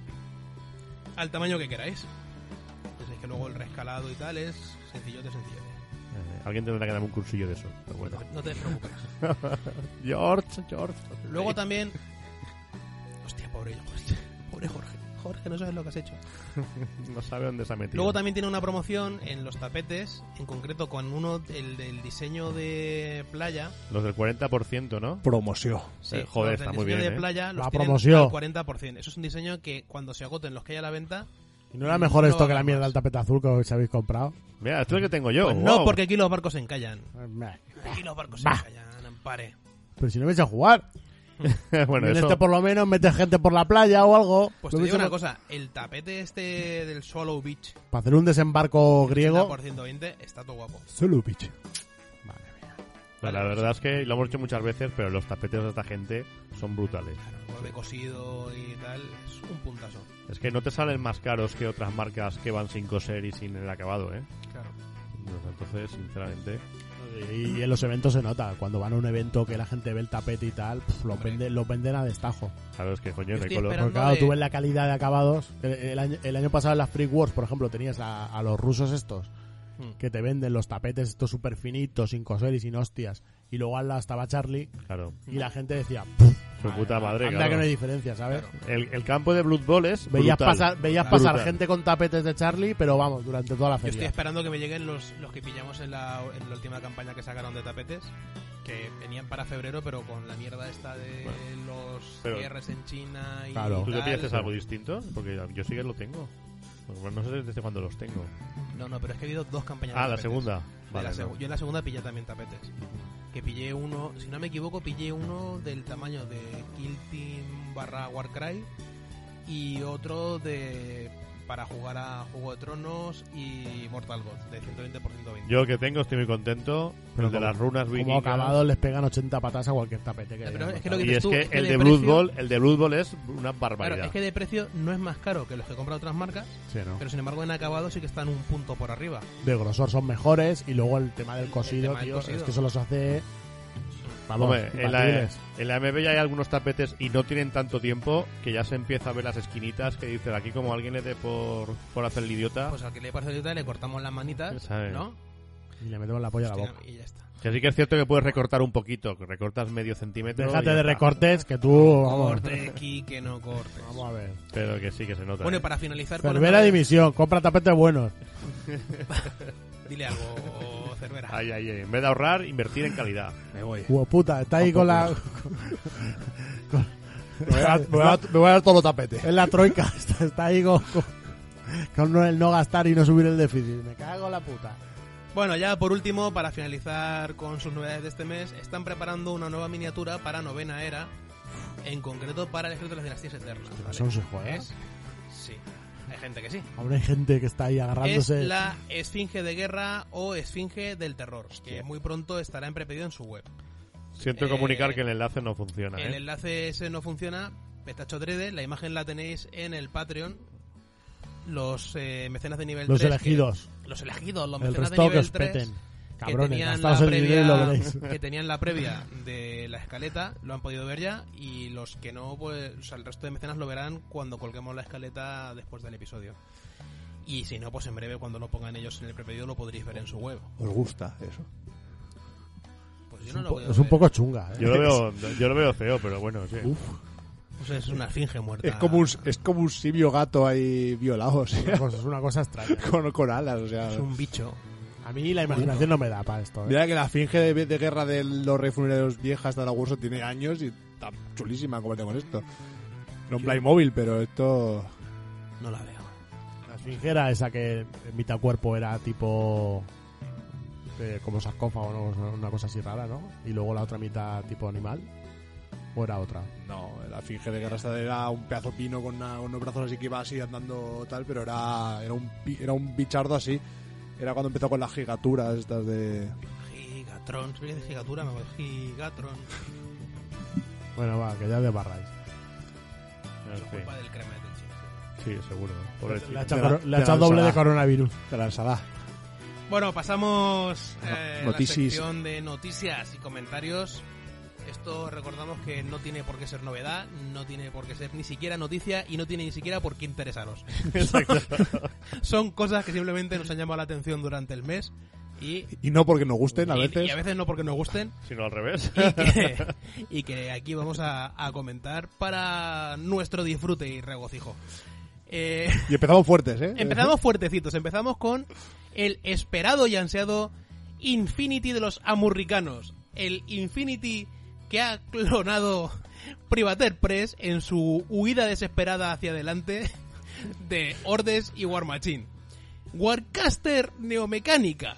Speaker 7: al tamaño que queráis. Entonces, es que luego el rescalado y tal es sencillote, sencillote.
Speaker 9: Eh, alguien tendrá que darme un cursillo de eso. Pero bueno.
Speaker 7: No te preocupes.
Speaker 9: [laughs] George, George. [laughs]
Speaker 7: Luego también. Hostia, pobre Jorge. Pobre Jorge. Jorge, no sabes lo que has hecho.
Speaker 9: No sabe dónde se ha metido.
Speaker 7: Luego también tiene una promoción en los tapetes, en concreto con uno el del diseño de playa.
Speaker 9: Los del 40%, ¿no?
Speaker 2: Promoción.
Speaker 7: Sí,
Speaker 9: Eh, joder,
Speaker 7: los del
Speaker 9: está muy
Speaker 7: diseño
Speaker 9: bien,
Speaker 7: de
Speaker 9: ¿eh?
Speaker 7: playa los
Speaker 8: La
Speaker 7: tienen
Speaker 8: promoción.
Speaker 7: al 40%. Eso es un diseño que cuando se agoten los que hay a la venta,
Speaker 8: ¿Y no era mejor
Speaker 7: No,
Speaker 8: esto que la
Speaker 7: vamos.
Speaker 8: mierda del tapete azul que os habéis comprado?
Speaker 9: Mira, esto es lo que tengo yo.
Speaker 7: pues no
Speaker 9: Wow.
Speaker 7: porque aquí los barcos se encallan.
Speaker 8: Eh, meh.
Speaker 7: Aquí los barcos se encallan, ampare.
Speaker 8: Pero si no vais a
Speaker 7: [laughs]
Speaker 8: jugar.
Speaker 9: bueno,
Speaker 8: en
Speaker 9: eso.
Speaker 8: este por lo menos metes gente por la playa o algo.
Speaker 7: Pues
Speaker 8: Lo
Speaker 7: te digo
Speaker 8: hubiésemos-
Speaker 7: una cosa, el tapete este del Swallow Beach,
Speaker 8: Para hacer un desembarco griego.
Speaker 7: Pues por 120, está todo guapo.
Speaker 2: Solo pitch.
Speaker 9: Pero La verdad es que lo hemos hecho muchas veces, pero los tapetes de esta gente son brutales.
Speaker 7: Vuelve cosido y tal, es un puntazo.
Speaker 9: Es que no te salen más caros que otras marcas que van sin coser y sin el acabado, ¿eh?
Speaker 7: Claro.
Speaker 9: Entonces, sinceramente,
Speaker 8: Y en los eventos se nota. Cuando van a un evento que la gente ve el tapete y tal, pf, los,
Speaker 7: Hombre.
Speaker 8: vende- los venden a destajo.
Speaker 9: claro, es que coño, no
Speaker 7: Yo
Speaker 9: hay
Speaker 7: estoy
Speaker 9: color.
Speaker 7: esperando-
Speaker 8: Porque claro,
Speaker 7: de-
Speaker 8: tú ves la calidad de acabados. El, el año, el año pasado en las Free Wars, por ejemplo, tenías a, a los rusos estos
Speaker 9: Hmm.
Speaker 7: Mm.
Speaker 8: que te venden los tapetes estos súper finitos, sin coser y sin hostias. Y luego al lado estaba Charlie
Speaker 9: Claro,
Speaker 8: y la gente decía, "Puf,
Speaker 9: su puta madre,
Speaker 8: anda
Speaker 9: claro.
Speaker 8: que no hay diferencia, ¿sabes?
Speaker 9: el, el campo de Blood Bowl es
Speaker 8: Veías
Speaker 9: brutal.
Speaker 8: pasar, veías pasar
Speaker 9: Brutal.
Speaker 8: gente con tapetes de Charlie, pero vamos, durante toda la
Speaker 7: Yo estoy
Speaker 8: feria.
Speaker 7: esperando que me lleguen los, los que pillamos en la, en la última campaña que sacaron de tapetes, que venían para febrero, pero con la mierda esta de los
Speaker 9: pero-
Speaker 7: cierres en China y
Speaker 8: Claro.
Speaker 9: ¿Tú te
Speaker 7: tal.
Speaker 9: piensas algo distinto? Porque yo sí que lo tengo. Pues Bueno, no sé desde cuándo los tengo.
Speaker 7: No, no, pero es que ha habido dos campañas.
Speaker 9: Ah,
Speaker 7: de
Speaker 9: la
Speaker 7: tapetes.
Speaker 9: segunda.
Speaker 7: De
Speaker 9: Vale,
Speaker 7: la seg-
Speaker 9: no.
Speaker 7: Yo en la segunda pillé también tapetes. que pillé uno, si no me equivoco, pillé uno del tamaño de Kill Team barra Warcry y otro de para jugar a Juego de Tronos y Mortal Kombat de 120 por 120.
Speaker 9: Yo el que tengo estoy muy contento.
Speaker 8: Pero
Speaker 9: el de
Speaker 8: como-
Speaker 9: las runas
Speaker 8: Como
Speaker 9: vikingas.
Speaker 8: acabados les pegan 80 patas a cualquier tapete que
Speaker 7: Ya,
Speaker 8: le
Speaker 7: pero
Speaker 8: hayan
Speaker 7: es que lo
Speaker 8: montado.
Speaker 9: y es
Speaker 7: tú,
Speaker 9: que
Speaker 7: es que
Speaker 9: el
Speaker 7: de
Speaker 9: de
Speaker 7: precio-
Speaker 9: Blood Bowl, el de Blood Bowl es una barbaridad.
Speaker 7: Claro, es que de precio no es más caro que los que compra otras marcas,
Speaker 8: Sí, ¿no?
Speaker 7: pero sin embargo en acabado sí que están un punto por arriba.
Speaker 8: De grosor son mejores y luego el tema del cosido,
Speaker 7: tema del
Speaker 8: tío,
Speaker 7: cosido.
Speaker 8: es que eso los hace... Vamos,
Speaker 9: Hombre, en, la,
Speaker 8: imbatibles.
Speaker 9: en la MB ya hay algunos tapetes y no tienen tanto tiempo que ya se empieza a ver las esquinitas que dicen aquí como alguien le dé por, por hacer el idiota.
Speaker 7: Pues al que le parece idiota le cortamos las manitas,
Speaker 9: Esa es.
Speaker 7: ¿no?
Speaker 8: Y le metemos la polla a la
Speaker 7: Hostia,
Speaker 8: boca.
Speaker 7: y ya está.
Speaker 9: que sí que es cierto que puedes recortar un poquito, que recortas medio centímetro. y
Speaker 8: Déjate
Speaker 9: ya
Speaker 8: de
Speaker 9: está.
Speaker 8: recortes, que tú... Vamos,
Speaker 7: Corte, Kike, no cortes.
Speaker 8: vamos a ver.
Speaker 9: Pero que sí que se nota.
Speaker 7: Bueno, y
Speaker 9: ¿eh?
Speaker 7: para finalizar,
Speaker 8: Cervera
Speaker 7: ponemos-
Speaker 8: dimisión, compra tapetes buenos.
Speaker 7: [laughs] dile algo, Cervera.
Speaker 9: Ahí, ahí, ahí. En vez de ahorrar, invertir en calidad.
Speaker 2: Me voy.
Speaker 8: Hueputa, está ahí con la... [laughs]
Speaker 2: Me voy a, me voy a- me voy a dar todos los tapetes.
Speaker 8: Es la troika, [laughs] está, está ahí con, con- con no- el no gastar y no subir el déficit. Me cago en la puta.
Speaker 7: Bueno, ya por último, para finalizar con sus novedades de este mes, están preparando una nueva miniatura para novena era, en concreto para el ejército de las dinastías eternas. ¿vale?
Speaker 8: Son sus juegos.
Speaker 7: Es- Sí, hay gente que sí.
Speaker 8: Hombre, hay gente que está ahí
Speaker 7: Es
Speaker 8: agarrándose.
Speaker 7: la Esfinge de Guerra o Esfinge del Terror, que muy pronto estará en prepedido en su web.
Speaker 9: Siento
Speaker 7: Eh,
Speaker 9: comunicar que el enlace no funciona.
Speaker 7: El
Speaker 9: ¿eh?
Speaker 7: enlace ese no funciona, está hecho adrede, la imagen la tenéis en el Patreon. Los eh, mecenas de nivel
Speaker 8: Los
Speaker 7: 3 que-
Speaker 8: elegidos.
Speaker 7: los elegidos, los
Speaker 8: el
Speaker 7: mecenas de
Speaker 8: resto que
Speaker 7: nivel
Speaker 8: os
Speaker 7: 3
Speaker 8: peten.
Speaker 7: que
Speaker 8: Cabrones,
Speaker 7: tenían,
Speaker 8: gastaos
Speaker 7: la
Speaker 8: el dinero y lo
Speaker 7: previa,
Speaker 8: veréis.
Speaker 7: [laughs] que tenían la previa de la escaleta lo han podido ver ya y los que no, pues o sea, el resto de mecenas lo verán cuando colguemos la escaleta después del episodio. Y si no, pues en breve cuando lo pongan ellos en el prepedido lo podréis ver en su web.
Speaker 2: Os gusta eso.
Speaker 7: Pues yo
Speaker 8: Es
Speaker 7: no
Speaker 8: un,
Speaker 7: lo
Speaker 8: po-
Speaker 7: veo.
Speaker 8: es un
Speaker 7: ver.
Speaker 8: poco chunga, ¿eh?
Speaker 9: Yo lo,
Speaker 2: [laughs]
Speaker 9: veo, yo lo veo feo, pero bueno, sí.
Speaker 7: O sea, es una esfinge muerta.
Speaker 2: Es como un, es como un simio gato ahí violado, o
Speaker 8: Es una
Speaker 2: sea,
Speaker 8: cosa- es una cosa extraña.
Speaker 2: [laughs] con, con alas, o sea.
Speaker 7: Es un bicho.
Speaker 8: A mí la imaginación no me da para esto. ¿eh?
Speaker 2: Mira que la finge de, de guerra de los rey funerarios viejas de Aragurso tiene años y está chulísima comparado con esto. No un Playmobil, pero esto...
Speaker 7: No la veo.
Speaker 8: La esfingera esa que en mitad cuerpo era tipo eh, como sarcófago, ¿no? una cosa así rara, ¿no? Y luego la otra mitad tipo animal. ¿O era otra?
Speaker 2: No, la finge de guerra esta era un pedazo pino con, una- con unos brazos así que iba así andando tal, pero era, era, un, pi- era un bichardo así. Era cuando empezó con las gigaturas estas de...
Speaker 7: Gigatron. ¿Se de gigatura? Me voy. Gigatron.
Speaker 8: Bueno, va, que ya desbarráis.
Speaker 9: En fin.
Speaker 7: Culpa del crema del chico.
Speaker 9: Sí, seguro. Pobre
Speaker 8: Le ha
Speaker 9: chico.
Speaker 8: echado,
Speaker 2: De la-
Speaker 8: coro- le ha
Speaker 2: de la
Speaker 8: echado doble
Speaker 2: ensalada.
Speaker 8: de coronavirus.
Speaker 2: De la ensalada.
Speaker 7: Bueno, pasamos eh, a la
Speaker 2: Noticias.
Speaker 7: sección de noticias y comentarios. Esto recordamos que no tiene por qué ser novedad, no tiene por qué ser ni siquiera noticia y no tiene ni siquiera por qué
Speaker 2: [laughs]
Speaker 7: interesaros. Son cosas que simplemente nos han llamado la atención durante el mes y,
Speaker 2: Y no porque nos gusten, a
Speaker 7: y-
Speaker 2: veces...
Speaker 7: y a veces no porque nos
Speaker 2: [laughs]
Speaker 7: gusten
Speaker 9: Sino al revés.
Speaker 7: y que, y que aquí vamos a, a comentar para nuestro disfrute y regocijo. Eh,
Speaker 2: Y empezamos fuertes, ¿eh?
Speaker 7: Empezamos fuertecitos, empezamos con el esperado y ansiado Infinity de los Amurricanos. El Infinity que ha clonado Privateer Press en su huida desesperada hacia adelante de Ordes y War Machine. Warcaster Neomecánica.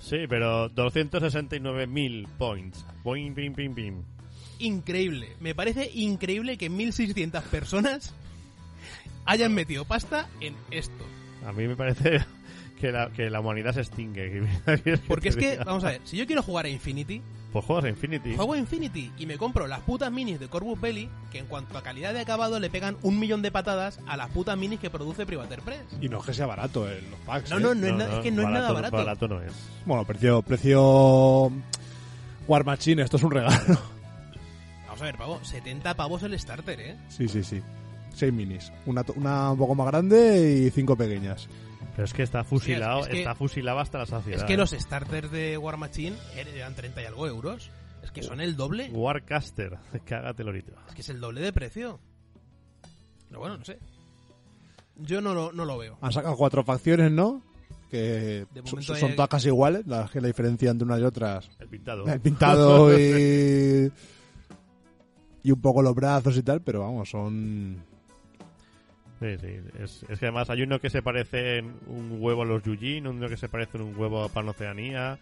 Speaker 9: Sí, pero 269.000 points. Boing, pim, pim, pim.
Speaker 7: Increíble. Me parece increíble que 1600 personas hayan metido pasta en esto.
Speaker 9: A mí me parece [laughs] que la, que la humanidad se extingue. [laughs]
Speaker 7: Porque es que,
Speaker 9: Diga.
Speaker 7: vamos a ver, si yo quiero jugar a Infinity,
Speaker 9: Pues juegas a Infinity.
Speaker 7: Juego Infinity y me compro las putas minis de Corvus Belli, que en cuanto a calidad de acabado le pegan un millón de patadas a las putas minis que produce Privateer Press.
Speaker 2: Y no es que sea barato en los packs.
Speaker 7: No,
Speaker 2: ¿eh?
Speaker 7: no, no, es, nada- es que no es nada barato.
Speaker 9: Barato no es.
Speaker 2: Bueno, precio, precio War Machine, esto es un regalo. [laughs]
Speaker 7: Vamos a ver, pavo, 70 pavos el starter, ¿eh?
Speaker 2: Sí, sí, sí. Seis minis. Una, to- una un poco más grande y cinco pequeñas.
Speaker 9: Pero es que está fusilado,
Speaker 7: es que-
Speaker 9: está fusilado hasta la saciedad.
Speaker 7: es que
Speaker 9: ¿eh?
Speaker 7: los starters de War Machine er-, eran 30 y algo euros. Es que son el doble.
Speaker 9: ¿eh? Warcaster, [laughs] cágate lorito.
Speaker 7: Es que es el doble de precio. Pero bueno, no sé. Yo no lo, no lo veo.
Speaker 2: Han sacado cuatro facciones, ¿no? Que
Speaker 7: De
Speaker 2: son,
Speaker 7: momento
Speaker 2: son
Speaker 7: hay-
Speaker 2: todas casi iguales. La, que la diferencia entre unas y otras.
Speaker 9: El pintado.
Speaker 2: El
Speaker 9: [laughs]
Speaker 2: pintado y. Y un poco los brazos y tal, pero vamos, son.
Speaker 9: Sí, sí. Es, es que además hay uno que se parece en un huevo a los Yujin, uno que se parece en un huevo a Panoceanía,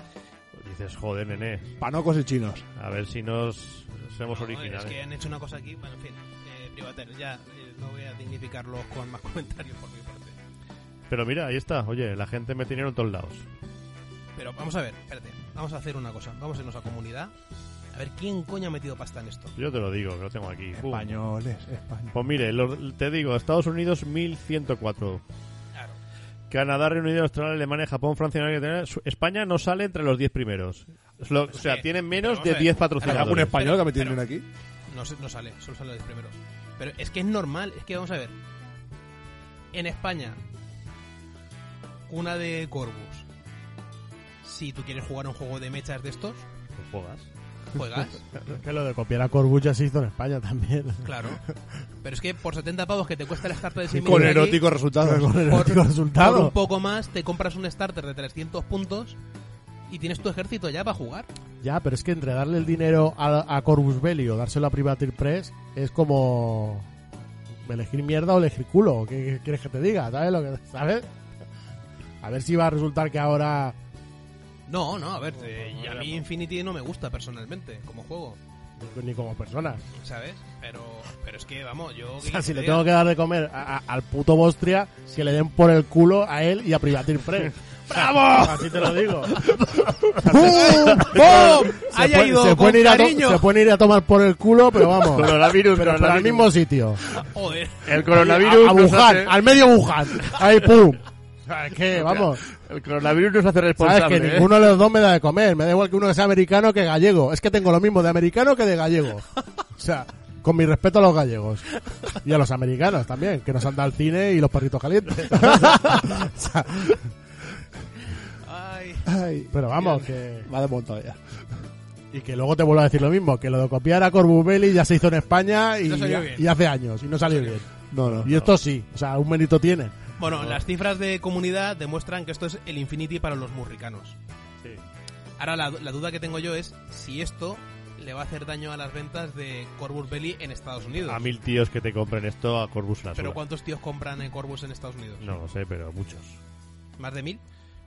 Speaker 9: Dices, joder, nene,
Speaker 2: Panocos y chinos.
Speaker 9: a ver si nos somos
Speaker 7: No,
Speaker 9: originales.
Speaker 7: Es que han hecho una cosa aquí, bueno, en fin, eh, Privater, ya eh, no voy a dignificarlos con más [laughs] comentarios por mi parte.
Speaker 9: Pero mira, ahí está. Oye, la gente me tiene en todos lados.
Speaker 7: Pero vamos a ver, espérate, vamos a hacer una cosa, vamos a irnos a comunidad, a ver quién coño ha metido pasta en esto.
Speaker 9: Yo te lo digo, que lo tengo aquí. Pum.
Speaker 2: Españoles, españoles.
Speaker 9: Pues mire, lo- te digo, Estados Unidos 1104.
Speaker 7: Claro.
Speaker 9: Canadá, Reino Unido, Australia, Alemania, Japón, Francia, Noruega, Su- España no sale entre los 10 primeros. Es lo- o sea,
Speaker 7: que-
Speaker 9: tienen
Speaker 7: pero
Speaker 9: menos
Speaker 7: vamos
Speaker 9: de
Speaker 7: a ver.
Speaker 9: 10
Speaker 2: ¿Hay algún
Speaker 9: patrocinadores.
Speaker 2: español que me
Speaker 7: Pero-
Speaker 2: tienen aquí?
Speaker 7: No, se- no sale, solo salen los primeros. Pero es que es normal, es que vamos a ver. En España, una de Corvus. Si tú quieres jugar un juego de mechas de estos,
Speaker 9: Pues juegas.
Speaker 7: juegas,
Speaker 8: Que lo de copiar a Corbus ya se hizo en España también.
Speaker 7: claro. Pero es que por 70 pavos que te cuesta el starter de 6.000
Speaker 2: Con
Speaker 7: de aquí,
Speaker 2: eróticos resultados.
Speaker 8: Con el
Speaker 7: Por-
Speaker 8: último
Speaker 7: por un
Speaker 8: resultado.
Speaker 7: poco más te compras un starter de 300 puntos y tienes tu ejército ya para jugar.
Speaker 8: Ya, pero es que entre darle el dinero a, a Corbus Belli o dárselo a Privateer Press es como elegir mierda o elegir culo. ¿Qué, qué quieres que te diga? ¿Sabes lo que sabes? A ver si va a resultar que ahora
Speaker 7: No, no, a ver, eh, y a mí Infinity no me gusta personalmente como juego,
Speaker 8: ni como personas.
Speaker 7: ¿sabes? Pero, pero es que, vamos, yo...
Speaker 8: O sea, si le
Speaker 7: diga?
Speaker 8: tengo que dar de comer a- a- al puto Bostria, que le den por el culo a él y a Privateer [laughs] Press. ¡Bravo! Así te lo digo.
Speaker 2: ¡Bum! ¡Bum!
Speaker 8: Se
Speaker 7: Haya
Speaker 8: pueden-
Speaker 7: ido
Speaker 8: se
Speaker 7: con
Speaker 8: pueden ir a to-
Speaker 7: cariño.
Speaker 8: se pueden ir a tomar por el culo, pero vamos.
Speaker 9: Coronavirus,
Speaker 8: pero para el mismo sitio.
Speaker 7: Joder.
Speaker 9: El coronavirus.
Speaker 8: a, a
Speaker 9: nos
Speaker 8: Wuhan,
Speaker 9: hace-
Speaker 8: al medio Wuhan.
Speaker 9: [laughs]
Speaker 8: Ahí, pum. O sea, es que, vamos,
Speaker 9: el coronavirus nos hace
Speaker 8: sabes que
Speaker 9: responsable. ¿eh?
Speaker 8: ninguno de los dos me da de comer. Me da igual que uno que sea americano que gallego. Es que tengo lo mismo de americano que de gallego. O sea, con mi respeto a los gallegos. Y a los americanos también, que nos han dado el cine y los perritos calientes. [laughs] O sea,
Speaker 7: Ay.
Speaker 8: pero vamos, que...
Speaker 2: Me ha desmontado ya.
Speaker 8: Y que luego te vuelvo a decir lo mismo, que lo de copiar a Corbus Belli ya se hizo en España y,
Speaker 7: No salió bien.
Speaker 8: y hace años, y no salió bien.
Speaker 2: No, no.
Speaker 8: Y esto sí, o sea, un mérito tiene.
Speaker 7: Bueno, las cifras de comunidad demuestran que esto es el Infinity para los murricanos. Ahora la, la duda que tengo yo es si esto le va a hacer daño a las ventas de Corvus Belli en Estados Unidos.
Speaker 9: A mil tíos que te compren esto a Corbus una
Speaker 7: Pero
Speaker 9: sola.
Speaker 7: ¿cuántos tíos compran en Corvus en Estados Unidos?
Speaker 9: No lo sé, pero muchos.
Speaker 7: ¿Más de mil?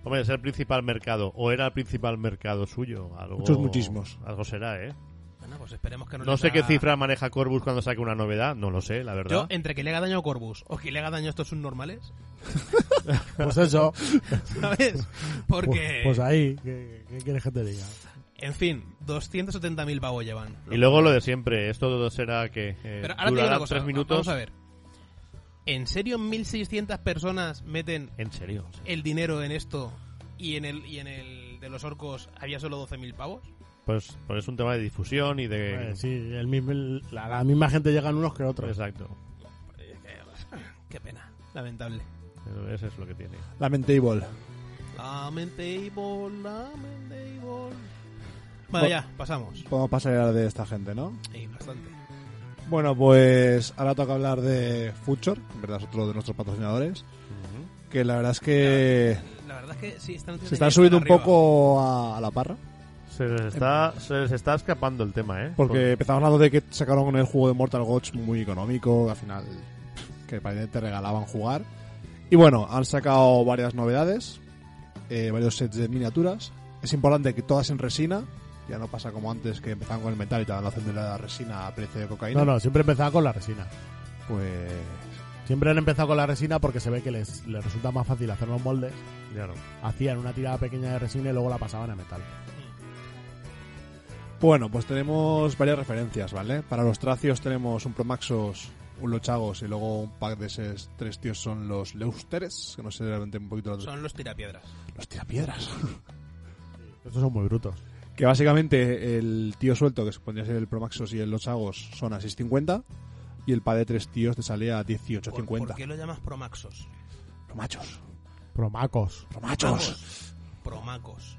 Speaker 9: Hombre, es el principal mercado. O era el principal mercado suyo. Algo,
Speaker 2: Muchos, muchísimos.
Speaker 9: Algo será, ¿eh?
Speaker 7: Bueno, pues esperemos que no
Speaker 9: No
Speaker 7: les
Speaker 9: sé qué
Speaker 7: haga-
Speaker 9: cifra maneja Corbus cuando saque una novedad. No lo sé, la
Speaker 7: Yo,
Speaker 9: verdad.
Speaker 7: entre que le haga daño a Corvus o que le haga daño a estos subnormales,
Speaker 8: [laughs] Pues eso,
Speaker 7: [laughs] ¿sabes? Porque,
Speaker 8: [laughs] pues, pues ahí, ¿qué, qué quieres que te diga?
Speaker 7: en fin, 270.000 pavos llevan.
Speaker 9: Y luego lo de siempre. Esto todo será que eh,
Speaker 7: Pero ahora te digo
Speaker 9: durará
Speaker 7: una cosa,
Speaker 9: tres
Speaker 7: va-
Speaker 9: minutos.
Speaker 7: vamos a ver. ¿En serio 1.600 personas meten
Speaker 9: En serio. o sea,
Speaker 7: el dinero en esto y en el, y en el de los orcos había solo 12.000 pavos?
Speaker 9: Pues, pues es un tema de difusión y de...
Speaker 8: Eh, sí, el mismo- el- la, la misma gente llegan unos que otros.
Speaker 9: Exacto.
Speaker 7: Qué pena, lamentable.
Speaker 9: Eso es lo que tiene.
Speaker 2: Lamentable.
Speaker 7: Lamentable, lamentable. Bueno, ya, pasamos.
Speaker 2: Podemos pasar a la de esta gente, ¿no?
Speaker 7: Y bastante.
Speaker 2: Bueno, pues ahora toca hablar de Future, en verdad es otro de nuestros patrocinadores. Que la verdad es que
Speaker 7: La verdad es que sí, están
Speaker 2: se están subiendo un poco a, a la parra.
Speaker 9: Se les, está, se les está escapando el tema, ¿eh?
Speaker 2: Em, Porque empezamos hablando de que sacaron con el juego de Mortal Gods muy económico, que al final pff, que parece que te regalaban jugar. Y bueno, han sacado varias novedades, eh, varios sets de miniaturas. Es importante que todas en resina, ya no pasa como antes que empezaban con el metal y te daban la opción de la resina a precio de cocaína.
Speaker 8: No, no, siempre empezaba con la resina.
Speaker 2: Pues
Speaker 8: Siempre han empezado con la resina porque se ve que les, les resulta más fácil hacer los moldes.
Speaker 9: Ya no.
Speaker 8: Hacían una tirada pequeña de resina y luego la pasaban a metal.
Speaker 2: Bueno, pues tenemos varias referencias, ¿vale? Para los tracios tenemos un Promaxos, un Lochagos y luego un pack de esos tres tíos son los Leusteres, que no sé realmente un poquito los,
Speaker 7: Son los tirapiedras.
Speaker 2: los tirapiedras.
Speaker 8: [laughs] Estos son muy brutos.
Speaker 2: que básicamente el tío suelto, que podría ser el Promaxos y el Lochagos, son a 6.50 y el pack de tres tíos te sale a
Speaker 7: ¿Por,
Speaker 2: 18.50.
Speaker 7: por qué lo llamas promaxos?
Speaker 2: Promachos,
Speaker 8: Promacos.
Speaker 2: Promachos.
Speaker 7: Vamos, Promacos.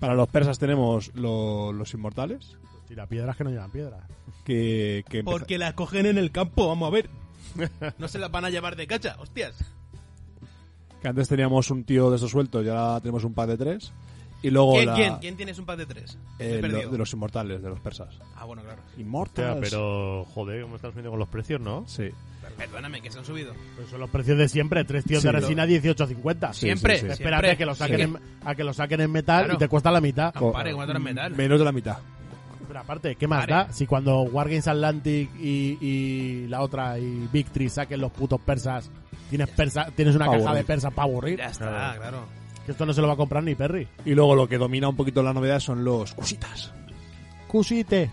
Speaker 2: Para los persas tenemos lo- los Inmortales,
Speaker 8: Tira piedras que no llevan piedras.
Speaker 2: que, que empieza-
Speaker 7: Porque las cogen en el campo, vamos
Speaker 8: [laughs]
Speaker 7: a ver. No se las van a llevar de cacha, hostias.
Speaker 2: Que antes teníamos un tío de esos sueltos y ahora tenemos un pack de tres. Y luego
Speaker 7: ¿Quién,
Speaker 2: la-
Speaker 7: quién, quién tienes un pack de tres? Me he
Speaker 2: eh, lo-
Speaker 7: perdido.
Speaker 2: de los inmortales, de los persas.
Speaker 7: Ah, bueno, claro.
Speaker 2: Inmortales.
Speaker 9: Hostia, pero joder, ¿cómo estás viendo con los precios, no?
Speaker 2: Sí.
Speaker 7: Perdóname, que se han subido.
Speaker 8: Pues son los precios de siempre, tres tíos
Speaker 2: Sí,
Speaker 8: de
Speaker 2: lo-
Speaker 8: resina 18.50.
Speaker 2: Sí,
Speaker 7: Siempre.
Speaker 2: sí, sí.
Speaker 7: siempre.
Speaker 8: Espérate a que lo saquen
Speaker 7: Sí.
Speaker 8: en, a que lo saquen en metal
Speaker 7: Claro.
Speaker 8: y te cuesta la mitad.
Speaker 7: Ah, Compare, como otras metal.
Speaker 2: Menos de la mitad.
Speaker 8: Pero aparte, ¿qué más
Speaker 7: Vale.
Speaker 8: da? Si cuando Wargames Atlantic y, y la otra y Victory saquen los putos persas, tienes persa, tienes una
Speaker 2: Pa'
Speaker 8: caja
Speaker 2: aburrir.
Speaker 8: de persas para aburrir.
Speaker 7: Ya está, claro.
Speaker 8: Que esto no se lo va a comprar ni Perry.
Speaker 2: Y luego lo que domina un poquito la novedad son los cusitas.
Speaker 8: Cusite.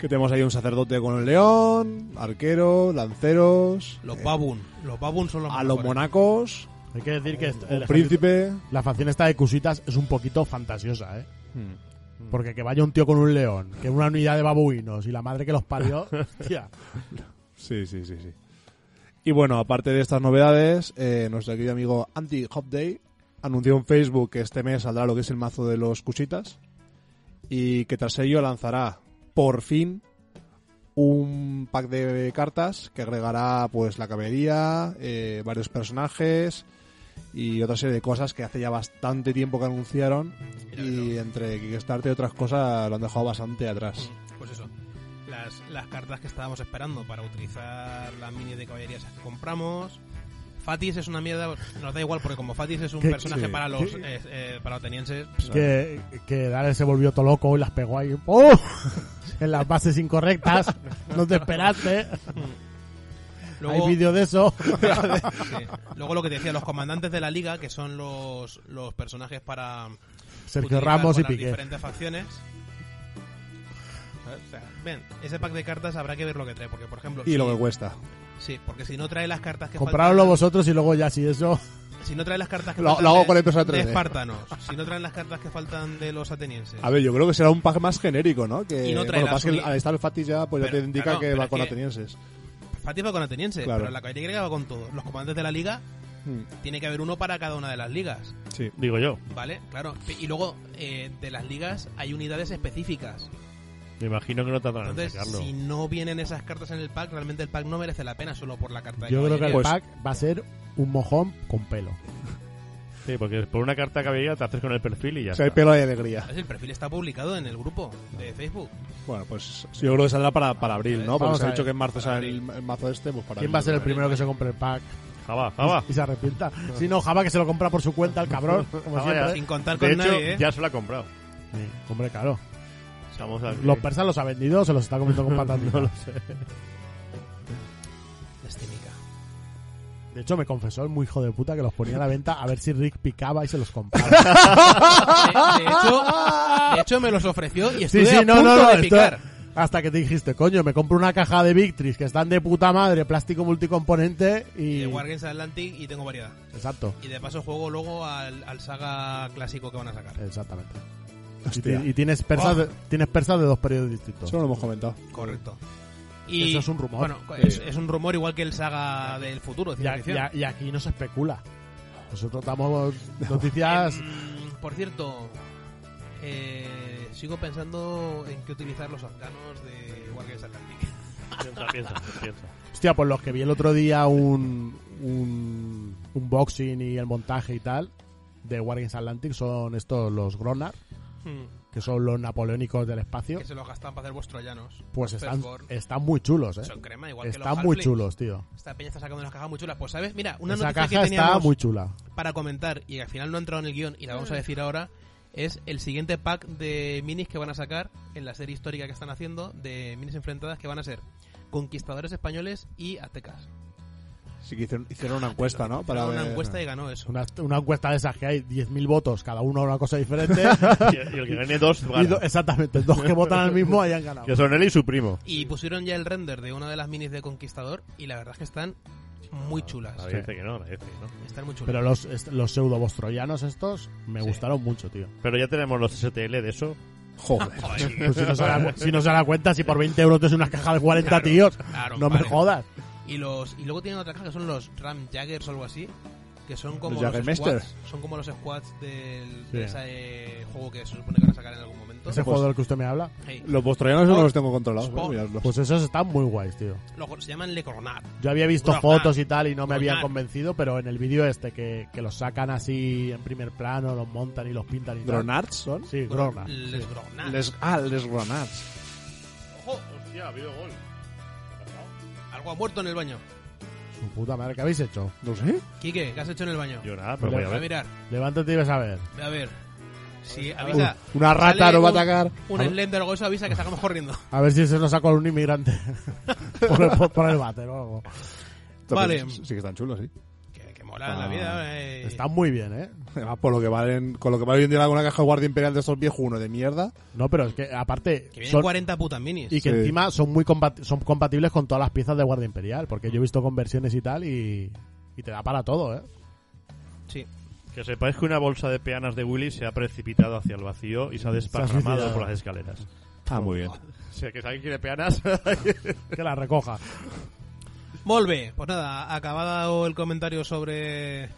Speaker 2: Que tenemos ahí un sacerdote con el león, arquero, lanceros, eh,
Speaker 7: Los Babun. Los Babun son los
Speaker 2: a los
Speaker 7: mejores.
Speaker 2: monacos,
Speaker 8: Hay que decir que esto- el
Speaker 2: un
Speaker 8: ejército-
Speaker 2: príncipe.
Speaker 8: la facción esta de Cusitas es un poquito fantasiosa, ¿eh?
Speaker 2: Hmm.
Speaker 8: Porque que vaya un tío con un león, que una unidad de babuinos y la madre que los
Speaker 2: [laughs]
Speaker 8: parió, hostia.
Speaker 2: Sí, sí, sí, sí. Y bueno, aparte de estas novedades, eh, nuestro querido amigo Anti Hop Day anunció en Facebook que este mes saldrá lo que es el mazo de los cusitas y que tras ello lanzará por fin un pack de cartas que agregará pues la caballería, eh, varios personajes y otra serie de cosas que hace ya bastante tiempo que anunciaron y entre Kickstarter y otras cosas lo han dejado bastante atrás.
Speaker 7: Pues eso. Las, las cartas que estábamos esperando para utilizar las minis de caballería esas que compramos. Fatis es una mierda, nos da igual porque como Fatis es un
Speaker 8: ¿Qué-
Speaker 7: personaje
Speaker 8: sí?
Speaker 7: para los
Speaker 8: ¿Qué?
Speaker 7: eh, eh, para atenienses,
Speaker 8: que, que Dale se volvió todo loco y las pegó ahí. ¡Oh! [laughs] En las bases incorrectas.
Speaker 2: [laughs]
Speaker 8: No te esperaste.
Speaker 7: Hmm. luego,
Speaker 8: Hay vídeo de eso.
Speaker 7: [laughs]
Speaker 8: [laughs]
Speaker 7: sí. Luego lo que te decía, los comandantes de la liga, que son los, los personajes para
Speaker 8: Sergio
Speaker 7: utilizar
Speaker 8: Ramos
Speaker 7: con
Speaker 8: y
Speaker 7: las
Speaker 8: Piqué.
Speaker 7: diferentes facciones. O sea, ven, ese pack de cartas habrá que ver lo que trae, porque por ejemplo,
Speaker 2: Y
Speaker 7: si-
Speaker 2: lo que cuesta.
Speaker 7: sí, porque si no trae las cartas que
Speaker 8: Comprároslo
Speaker 7: faltan-
Speaker 8: vosotros y luego ya si eso...
Speaker 7: Si no traen las cartas que
Speaker 2: Lo-
Speaker 7: faltan
Speaker 2: lo hago
Speaker 7: de-
Speaker 2: con el peso a
Speaker 7: de
Speaker 2: 3D.
Speaker 7: espartanos, si no traen las cartas que faltan de los atenienses.
Speaker 2: A ver, yo creo que será un pack más genérico, ¿no? Que,
Speaker 7: Y no trae
Speaker 2: bueno,
Speaker 7: la
Speaker 2: pasa que
Speaker 7: Sony.
Speaker 2: al estar el Fatis ya, pues ya
Speaker 7: Pero,
Speaker 2: te indica
Speaker 7: claro,
Speaker 2: que
Speaker 7: pero
Speaker 2: va
Speaker 7: es
Speaker 2: con
Speaker 7: que-
Speaker 2: atenienses.
Speaker 7: Fatih va con atenienses,
Speaker 2: Claro.
Speaker 7: pero la caballería griega va con todos. Los comandantes de la liga
Speaker 2: Mm,
Speaker 7: tiene que haber uno para cada una de las ligas,
Speaker 2: Sí.
Speaker 9: Digo yo,
Speaker 7: ¿vale? Claro. Y luego eh, de las ligas hay unidades específicas.
Speaker 9: me imagino que no tardarán en
Speaker 7: Entonces,
Speaker 9: sacarlo.
Speaker 7: si no vienen esas cartas en el pack, realmente el pack no merece la pena solo por la carta de
Speaker 8: Yo creo que el
Speaker 7: caballería.
Speaker 8: pack va a ser un mojón con pelo.
Speaker 9: Sí, porque por una carta de caballería te haces con el perfil y ya
Speaker 2: O sea, hay
Speaker 9: está.
Speaker 2: pelo de alegría.
Speaker 7: ¿Sabes? Pues, El perfil está publicado en el grupo de
Speaker 8: [laughs]
Speaker 7: Facebook.
Speaker 2: Bueno, pues yo creo que saldrá para, para abril, ¿no? Porque
Speaker 8: Vamos
Speaker 2: se
Speaker 8: a
Speaker 2: ha
Speaker 8: ver.
Speaker 2: dicho que en marzo sale el, el mazo este, pues para
Speaker 8: ¿Quién
Speaker 2: abril.
Speaker 8: va a ser el primero que se compre el pack
Speaker 9: Java, Java.
Speaker 8: y se arrepienta? Si no, Java que se lo compra por su cuenta,
Speaker 9: [laughs]
Speaker 8: el cabrón. Como
Speaker 9: Java ya-
Speaker 8: siempre.
Speaker 7: Sin contar
Speaker 9: Ah, de
Speaker 7: con
Speaker 9: hecho,
Speaker 7: nadie, ¿eh?
Speaker 9: ya se lo ha comprado.
Speaker 8: Sí, hombre, claro.
Speaker 9: Estamos aquí.
Speaker 8: ¿Los persas los ha vendido o se los está comiendo con patatas?
Speaker 9: No lo sé.
Speaker 7: Destímica.
Speaker 8: De hecho, me confesó el muy hijo de puta que los ponía a la venta a ver si Rick picaba y se los compraba.
Speaker 7: [laughs] De, de hecho, de hecho, me los ofreció y estuve
Speaker 8: sí, sí,
Speaker 7: a
Speaker 8: no, no,
Speaker 7: punto
Speaker 8: no.
Speaker 7: de
Speaker 8: esto-
Speaker 7: picar.
Speaker 8: hasta que te dijiste, coño, me compro una caja de Victris que están de puta madre, plástico multicomponente
Speaker 7: Y
Speaker 8: y.
Speaker 7: de Wargames Atlantic y tengo variedad.
Speaker 8: Exacto,
Speaker 7: Y de paso juego luego al, al saga clásico que van a sacar.
Speaker 8: exactamente. Y,
Speaker 2: Hostia,
Speaker 8: ti- y tienes persas de, tienes persas de dos periodos distintos.
Speaker 2: eso no lo hemos comentado.
Speaker 7: Correcto. Y,
Speaker 8: Eso es un rumor.
Speaker 7: Bueno, es, es un rumor igual que el saga del futuro.
Speaker 8: Y,
Speaker 7: de ciencia
Speaker 8: a- y
Speaker 7: ficción.
Speaker 8: a- y aquí no se especula. Nosotros damos noticias.
Speaker 7: Mm, Por cierto, eh, sigo pensando en qué utilizar los afganos de Wargames Atlantic.
Speaker 9: Piensa, piensa,
Speaker 7: [laughs]
Speaker 9: piensa.
Speaker 8: Hostia, pues los que vi el otro día un, un, un boxing y el montaje y tal de Wargames Atlantic son estos los Gronar,
Speaker 7: Mm,
Speaker 8: que son los napoleónicos del espacio.
Speaker 7: Que se los gastan para hacer vuestros troyanos.
Speaker 8: Pues están,
Speaker 7: Firstborn.
Speaker 8: están muy chulos, eh.
Speaker 7: Son crema, igual que los
Speaker 8: Están muy
Speaker 7: Halflings.
Speaker 8: chulos, tío.
Speaker 7: Esta peña está sacando unas cajas muy chulas. Pues, ¿sabes? Mira, una
Speaker 8: Esa
Speaker 7: noticia
Speaker 8: caja
Speaker 7: que
Speaker 8: está
Speaker 7: teníamos
Speaker 8: muy chula.
Speaker 7: para comentar y que al final no ha entrado en el guión y la vamos a decir ahora es el siguiente pack de minis que van a sacar en la serie histórica que están haciendo de minis enfrentadas que van a ser conquistadores españoles y aztecas.
Speaker 2: Sí que hicieron, hicieron una encuesta, ¿no? Para
Speaker 7: Hicieron una
Speaker 2: ver-
Speaker 7: encuesta y ganó eso.
Speaker 8: Una, una encuesta de esas que hay 10.000 votos, cada uno una cosa diferente.
Speaker 9: [laughs] Y, y el que gane dos,
Speaker 8: y
Speaker 9: gana.
Speaker 8: do- exactamente, dos que votan al mismo hayan ganado.
Speaker 9: Que son él y su primo.
Speaker 7: Y pusieron ya el render de una de las minis de conquistador y la verdad es que están
Speaker 8: Ah,
Speaker 7: muy chulas.
Speaker 9: Nadie dice que no, nadie dice que no.
Speaker 7: Están muy chulas.
Speaker 8: Pero los, est- los pseudo-bostroyanos estos me
Speaker 7: Sí.
Speaker 8: gustaron mucho, tío.
Speaker 9: Pero ya tenemos los STL de eso. [laughs]
Speaker 2: Joder.
Speaker 8: [laughs] Pues si, no se da, si no se da cuenta, si por 20 euros es una caja de 40 tíos,
Speaker 7: claro,
Speaker 8: no me
Speaker 7: vale.
Speaker 8: jodas.
Speaker 7: Y los y luego tienen otra caja que son los Ram Jaggers o algo así, que son como
Speaker 2: Los
Speaker 7: los,
Speaker 2: Jagermeister.
Speaker 7: squads, son como los squads del,
Speaker 8: Sí.
Speaker 7: de ese eh, juego que se supone que van a sacar en algún momento.
Speaker 8: Ese
Speaker 9: Pues-
Speaker 8: juego del que usted me habla.
Speaker 7: Hey,
Speaker 2: Los bostronianos no los tengo controlados.
Speaker 7: Sport.
Speaker 2: voy a mirarlos.
Speaker 8: Pues esos están muy guays, tío.
Speaker 7: los- se llaman Le Coronar.
Speaker 8: Yo había visto
Speaker 7: Rock
Speaker 8: fotos
Speaker 7: Band.
Speaker 8: y tal y no me
Speaker 7: Rock
Speaker 8: habían
Speaker 7: Band.
Speaker 8: convencido, pero en el vídeo este que, que los sacan así en primer plano, los montan y los pintan y tal.
Speaker 2: ¿Dronards son?
Speaker 8: Sí, Grona.
Speaker 7: Les Gronar.
Speaker 2: Les, ah, les Gronards.
Speaker 7: Ojo,
Speaker 9: Hostia, ha habido gol.
Speaker 7: algo ha muerto en el baño.
Speaker 8: Su puta madre, ¿qué habéis hecho?
Speaker 2: No sé.
Speaker 7: Quique, ¿qué has hecho en el baño?
Speaker 9: Yo nada,
Speaker 8: Pues
Speaker 9: pero voy a
Speaker 7: Voy a
Speaker 9: ver.
Speaker 7: mirar,
Speaker 8: Levántate y ves a ver.
Speaker 7: voy a ver. Si avisa.
Speaker 8: Uh, una rata
Speaker 7: sale
Speaker 8: nos va a
Speaker 7: un-
Speaker 8: atacar. Ah.
Speaker 7: Un
Speaker 8: A ver.
Speaker 7: Slender o eso avisa que salgamos
Speaker 8: [laughs]
Speaker 7: corriendo.
Speaker 8: A ver si se nos sacó un inmigrante [laughs] por, el, por, por el váter o algo.
Speaker 7: Vale.
Speaker 2: Sí que están chulos, sí.
Speaker 7: Que, que mola la
Speaker 2: Ah,
Speaker 7: vida. eh.
Speaker 8: Está muy bien, ¿eh?
Speaker 2: [laughs] Además, por lo que valen, con lo que vale hoy en día una caja de guardia imperial de estos viejos uno de mierda.
Speaker 8: No, pero es que aparte...
Speaker 7: Que vienen
Speaker 8: son-
Speaker 7: 40 putas minis.
Speaker 8: y que
Speaker 2: Sí.
Speaker 8: encima son muy compat- son compatibles con todas las piezas de Guardia Imperial, porque yo he visto conversiones y tal y, y te da para todo, ¿eh?
Speaker 7: Sí.
Speaker 9: Que sepáis que una bolsa de peanas de Willy se ha precipitado hacia el vacío y se ha desparramado
Speaker 8: suicidado.
Speaker 9: por las escaleras.
Speaker 2: Ah, muy bien.
Speaker 9: O sea, que si alguien quiere peanas, [laughs]
Speaker 8: Que la recoja.
Speaker 7: Volve. Pues nada, acabado el comentario sobre.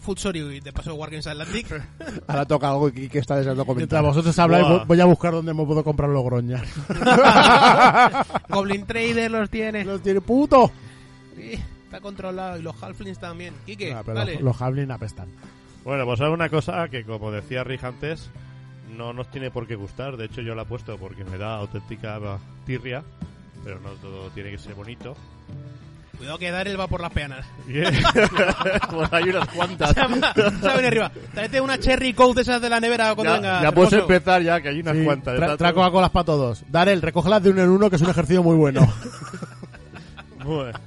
Speaker 7: Futsori y de paso Wargames Atlantic.
Speaker 8: [laughs]
Speaker 2: Ahora toca algo que, que está deseando
Speaker 8: Mientras
Speaker 2: comentar.
Speaker 8: vosotros habláis,
Speaker 9: Buah.
Speaker 8: vo- voy a buscar dónde me puedo comprar
Speaker 9: [laughs]
Speaker 8: los groñas.
Speaker 7: Goblin Trader los tiene.
Speaker 8: los tiene puto.
Speaker 7: Sí, Está controlado. Y los Halflings también. Quique,
Speaker 8: Ah, pero
Speaker 7: dale.
Speaker 8: los, los Hamlin apestan.
Speaker 9: Bueno, pues ahora una cosa que, como decía Rich antes, no nos tiene por qué gustar. De hecho, yo la he puesto porque me da auténtica tirria, pero no todo tiene que ser bonito.
Speaker 7: Cuidado que Darel va por las peanas.
Speaker 9: Y-
Speaker 7: [laughs]
Speaker 9: pues hay unas cuantas.
Speaker 7: Saben arriba. Tráete una Cherry Coke de esas de la nevera cuando venga.
Speaker 9: ya ya puedes
Speaker 7: hermoso.
Speaker 9: empezar ya, que hay unas
Speaker 8: Sí,
Speaker 9: cuantas.
Speaker 8: tra-
Speaker 9: Está
Speaker 8: trae
Speaker 9: todo-
Speaker 8: Coca-Colas para todos. Darel, recógelas de uno en uno, que es un ejercicio
Speaker 9: [laughs]
Speaker 8: muy bueno.
Speaker 9: Bueno.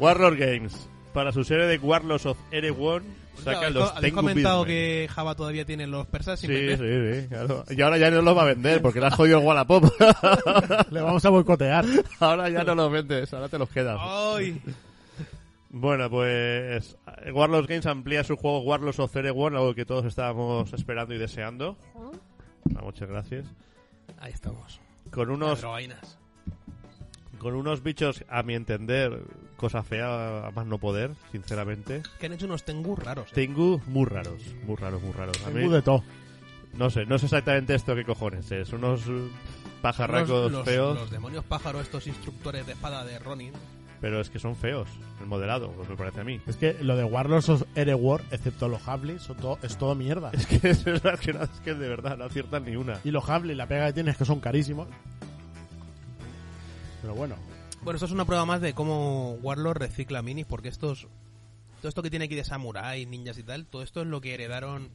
Speaker 9: Warlord Games. Para su serie de Warlords of Erewhon, sacan
Speaker 7: Pues Habéis
Speaker 9: los
Speaker 7: co- habéis
Speaker 9: Tengu
Speaker 7: comentado
Speaker 9: Beatmen.
Speaker 7: que Java todavía tiene los persas sin
Speaker 9: Sí,
Speaker 7: vender.
Speaker 9: sí, sí, claro. Y ahora ya no los va a vender porque le has jodido el Wallapop. [laughs]
Speaker 8: Le vamos a boicotear.
Speaker 9: ahora ya no los vendes, ahora te los quedas.
Speaker 7: Ay,
Speaker 9: Bueno, pues Warlords Games amplía su juego Warlords of Erewhon, algo que todos estábamos esperando y deseando. Ah, muchas gracias.
Speaker 7: ahí estamos.
Speaker 9: Con
Speaker 7: Las
Speaker 9: unos,
Speaker 7: drogainas.
Speaker 9: con unos bichos, a mi entender, cosa fea a más no poder, sinceramente.
Speaker 7: Que han hecho unos tengus raros. eh.
Speaker 9: Tengu muy raros, muy raros, muy raros. A mí-
Speaker 8: Tengo de todo.
Speaker 9: no sé, no sé exactamente esto qué cojones es. Unos eh,
Speaker 7: Los,
Speaker 9: pajarracos
Speaker 7: los-
Speaker 9: feos.
Speaker 7: los demonios pájaros, estos instructores de espada de Ronin.
Speaker 9: Pero es que son feos, el modelado, pues me parece a mí. [laughs]
Speaker 8: Es que lo de Warlords of Erewhon, excepto los Hamlin, son todo- es todo mierda.
Speaker 9: Es que es verdad que, no- es que de verdad no aciertan ni una.
Speaker 8: Y los Hamlin, la pega que tiene es que son carísimos. Pero bueno.
Speaker 7: Bueno, esto es una prueba más de cómo Warlord recicla minis, porque estos. Todo esto que tiene aquí de samuráis, ninjas y tal, todo esto es lo que heredaron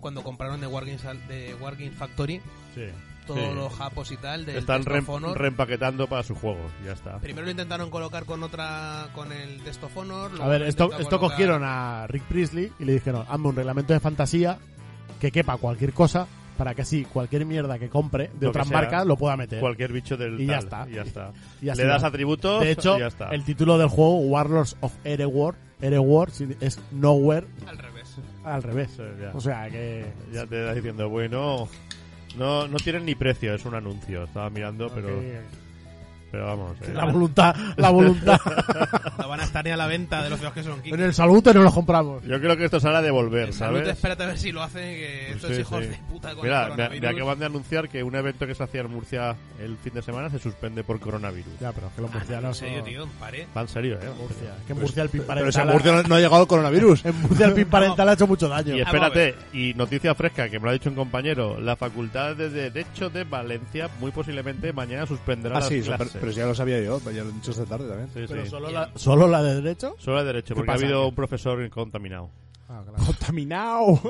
Speaker 7: cuando compraron de Wargames, al- de Wargames Factory.
Speaker 9: Sí.
Speaker 7: Todos los japos y tal. Del
Speaker 9: Están
Speaker 7: Best
Speaker 9: rem-
Speaker 7: of Honor.
Speaker 9: reempaquetando para su juego, ya está.
Speaker 7: Primero lo intentaron colocar con otra. con el Test of Honor.
Speaker 8: A
Speaker 7: luego
Speaker 8: ver,
Speaker 7: lo
Speaker 8: esto,
Speaker 7: intentaron
Speaker 8: esto
Speaker 7: colocar-
Speaker 8: cogieron a Rick Priestley y le dijeron, hazme un reglamento de fantasía que quepa cualquier cosa para que así cualquier mierda que compre de
Speaker 9: Lo
Speaker 8: otras
Speaker 9: que sea.
Speaker 8: marcas lo pueda meter.
Speaker 9: Cualquier bicho del
Speaker 8: Y ya
Speaker 9: tal,
Speaker 8: está.
Speaker 9: y ya está.
Speaker 8: Y así
Speaker 9: Le das
Speaker 8: va.
Speaker 9: atributos
Speaker 8: De hecho,
Speaker 9: y ya está.
Speaker 8: el título del juego, Warlords of Erewhon, Erewhon sin- es Nowhere
Speaker 7: Al revés.
Speaker 8: al revés.
Speaker 9: Sí, ya.
Speaker 8: O sea que...
Speaker 9: Ya te estás diciendo, bueno, no, no tienen ni precio, es un anuncio. Estaba mirando, pero,
Speaker 8: que-
Speaker 9: pero vamos. eh.
Speaker 8: La voluntad, la voluntad.
Speaker 7: No van a estar ni a la venta de los feos que son. Kike.
Speaker 8: en el saludo no los compramos.
Speaker 9: Yo creo que esto se hará devolver,
Speaker 7: Salud,
Speaker 9: ¿sabes?
Speaker 7: espérate a ver si lo hacen, que estos
Speaker 9: Sí,
Speaker 7: hijos
Speaker 9: sí.
Speaker 7: de puta con
Speaker 9: Mira,
Speaker 7: el
Speaker 9: me, me
Speaker 7: coronavirus.
Speaker 9: acaban de anunciar que un evento que se hacía en Murcia el fin de semana se suspende por coronavirus.
Speaker 8: Ya, pero es que los
Speaker 7: Ah, no, en
Speaker 8: murcianos...
Speaker 7: serio,
Speaker 8: no-
Speaker 7: tío, pare.
Speaker 9: Va en serio, ¿eh?
Speaker 8: Murcia, es que en Murcia el pin
Speaker 2: Pero si a
Speaker 8: parental...
Speaker 2: Murcia no, no ha llegado el
Speaker 8: [laughs]
Speaker 2: coronavirus.
Speaker 8: En Murcia el pin parental ha hecho mucho daño. Ah,
Speaker 9: Y
Speaker 7: Vamos a
Speaker 9: espérate, y noticia fresca que me lo ha dicho un compañero, la Facultad de Derecho de Valencia muy posiblemente mañana suspenderá
Speaker 2: Ah,
Speaker 9: las
Speaker 2: sí, eso, pero,
Speaker 9: clases.
Speaker 2: pero si ya lo sabía yo, ya lo he dicho esta tarde también.
Speaker 9: Sí,
Speaker 8: Pero
Speaker 9: sí.
Speaker 8: solo la, solo la de derecho.
Speaker 9: Solo el derecho,
Speaker 8: ¿Qué
Speaker 9: porque ha
Speaker 8: pasa?
Speaker 9: habido un profesor contaminado.
Speaker 2: Ah, ¡Contaminado!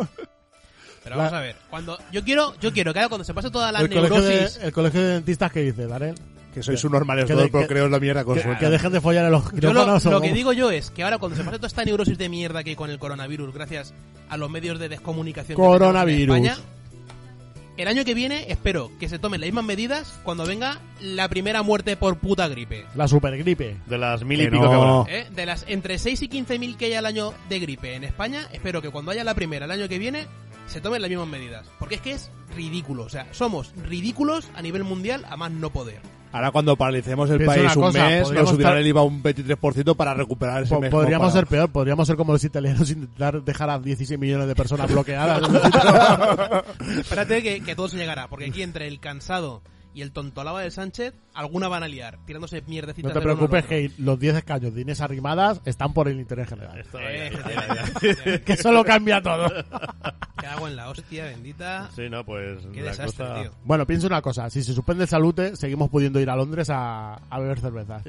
Speaker 7: Pero vamos a ver, cuando yo quiero, yo quiero que ahora cuando se pase toda la
Speaker 8: el, colegio de,
Speaker 7: neurosis,
Speaker 8: el colegio de dentistas que dice, Darel.
Speaker 2: que sois un normales
Speaker 8: Que
Speaker 2: todos,
Speaker 8: de-
Speaker 2: pero
Speaker 8: que-
Speaker 2: creo la mierda con
Speaker 8: Que,
Speaker 2: suerte.
Speaker 8: que dejen de follar a los
Speaker 7: yo lo,
Speaker 8: quirófanos. o
Speaker 7: lo que
Speaker 8: cómo.
Speaker 7: digo yo es que ahora cuando se pase toda esta neurosis de mierda que hay con el coronavirus, gracias a los medios de descomunicación que tenemos en
Speaker 8: Coronavirus.
Speaker 7: España, el año que viene espero que se tomen las mismas medidas cuando venga la primera muerte por puta gripe.
Speaker 8: La supergripe.
Speaker 9: De las mil y
Speaker 2: Que
Speaker 9: pico
Speaker 2: no.
Speaker 9: que habrá.
Speaker 7: ¿eh? De las entre 6 y 15 mil que hay al año de gripe en España, espero que cuando haya la primera el año que viene se tomen las mismas medidas. Porque es que es ridículo. O sea, somos ridículos a nivel mundial a más no poder.
Speaker 2: Ahora cuando paralicemos el
Speaker 8: Piensa
Speaker 2: país
Speaker 8: una
Speaker 2: un
Speaker 8: cosa,
Speaker 2: mes, nos
Speaker 8: podríamos
Speaker 2: subirán
Speaker 8: estar-
Speaker 2: el IVA un 23% para recuperar ese
Speaker 8: Po-
Speaker 2: mes.
Speaker 8: podríamos
Speaker 2: como
Speaker 8: ser peor, podríamos ser como los italianos intentar dejar a 16 millones de
Speaker 9: [laughs]
Speaker 8: personas
Speaker 7: [laughs]
Speaker 8: bloqueadas.
Speaker 7: Espérate que, que todo se llegará, porque aquí entre el cansado y el tontolaba de Sánchez, alguna van a liar, tirándose mierdecitas.
Speaker 8: no te
Speaker 7: del uno al
Speaker 8: preocupes
Speaker 7: otro.
Speaker 8: que los 10 escaños de Inés Arrimadas están por el interés general.
Speaker 9: Esto
Speaker 7: Eh,
Speaker 9: ya-
Speaker 8: [laughs]
Speaker 7: efectivamente.
Speaker 8: Que eso lo cambia todo.
Speaker 7: Que hago en la hostia bendita.
Speaker 9: Sí, no, pues
Speaker 7: Qué
Speaker 9: la
Speaker 7: desastre,
Speaker 9: cosa-
Speaker 7: tío.
Speaker 8: Bueno, piensa una cosa, si se suspende el salute, seguimos pudiendo ir a Londres a, a
Speaker 9: [laughs]
Speaker 8: beber cerveza.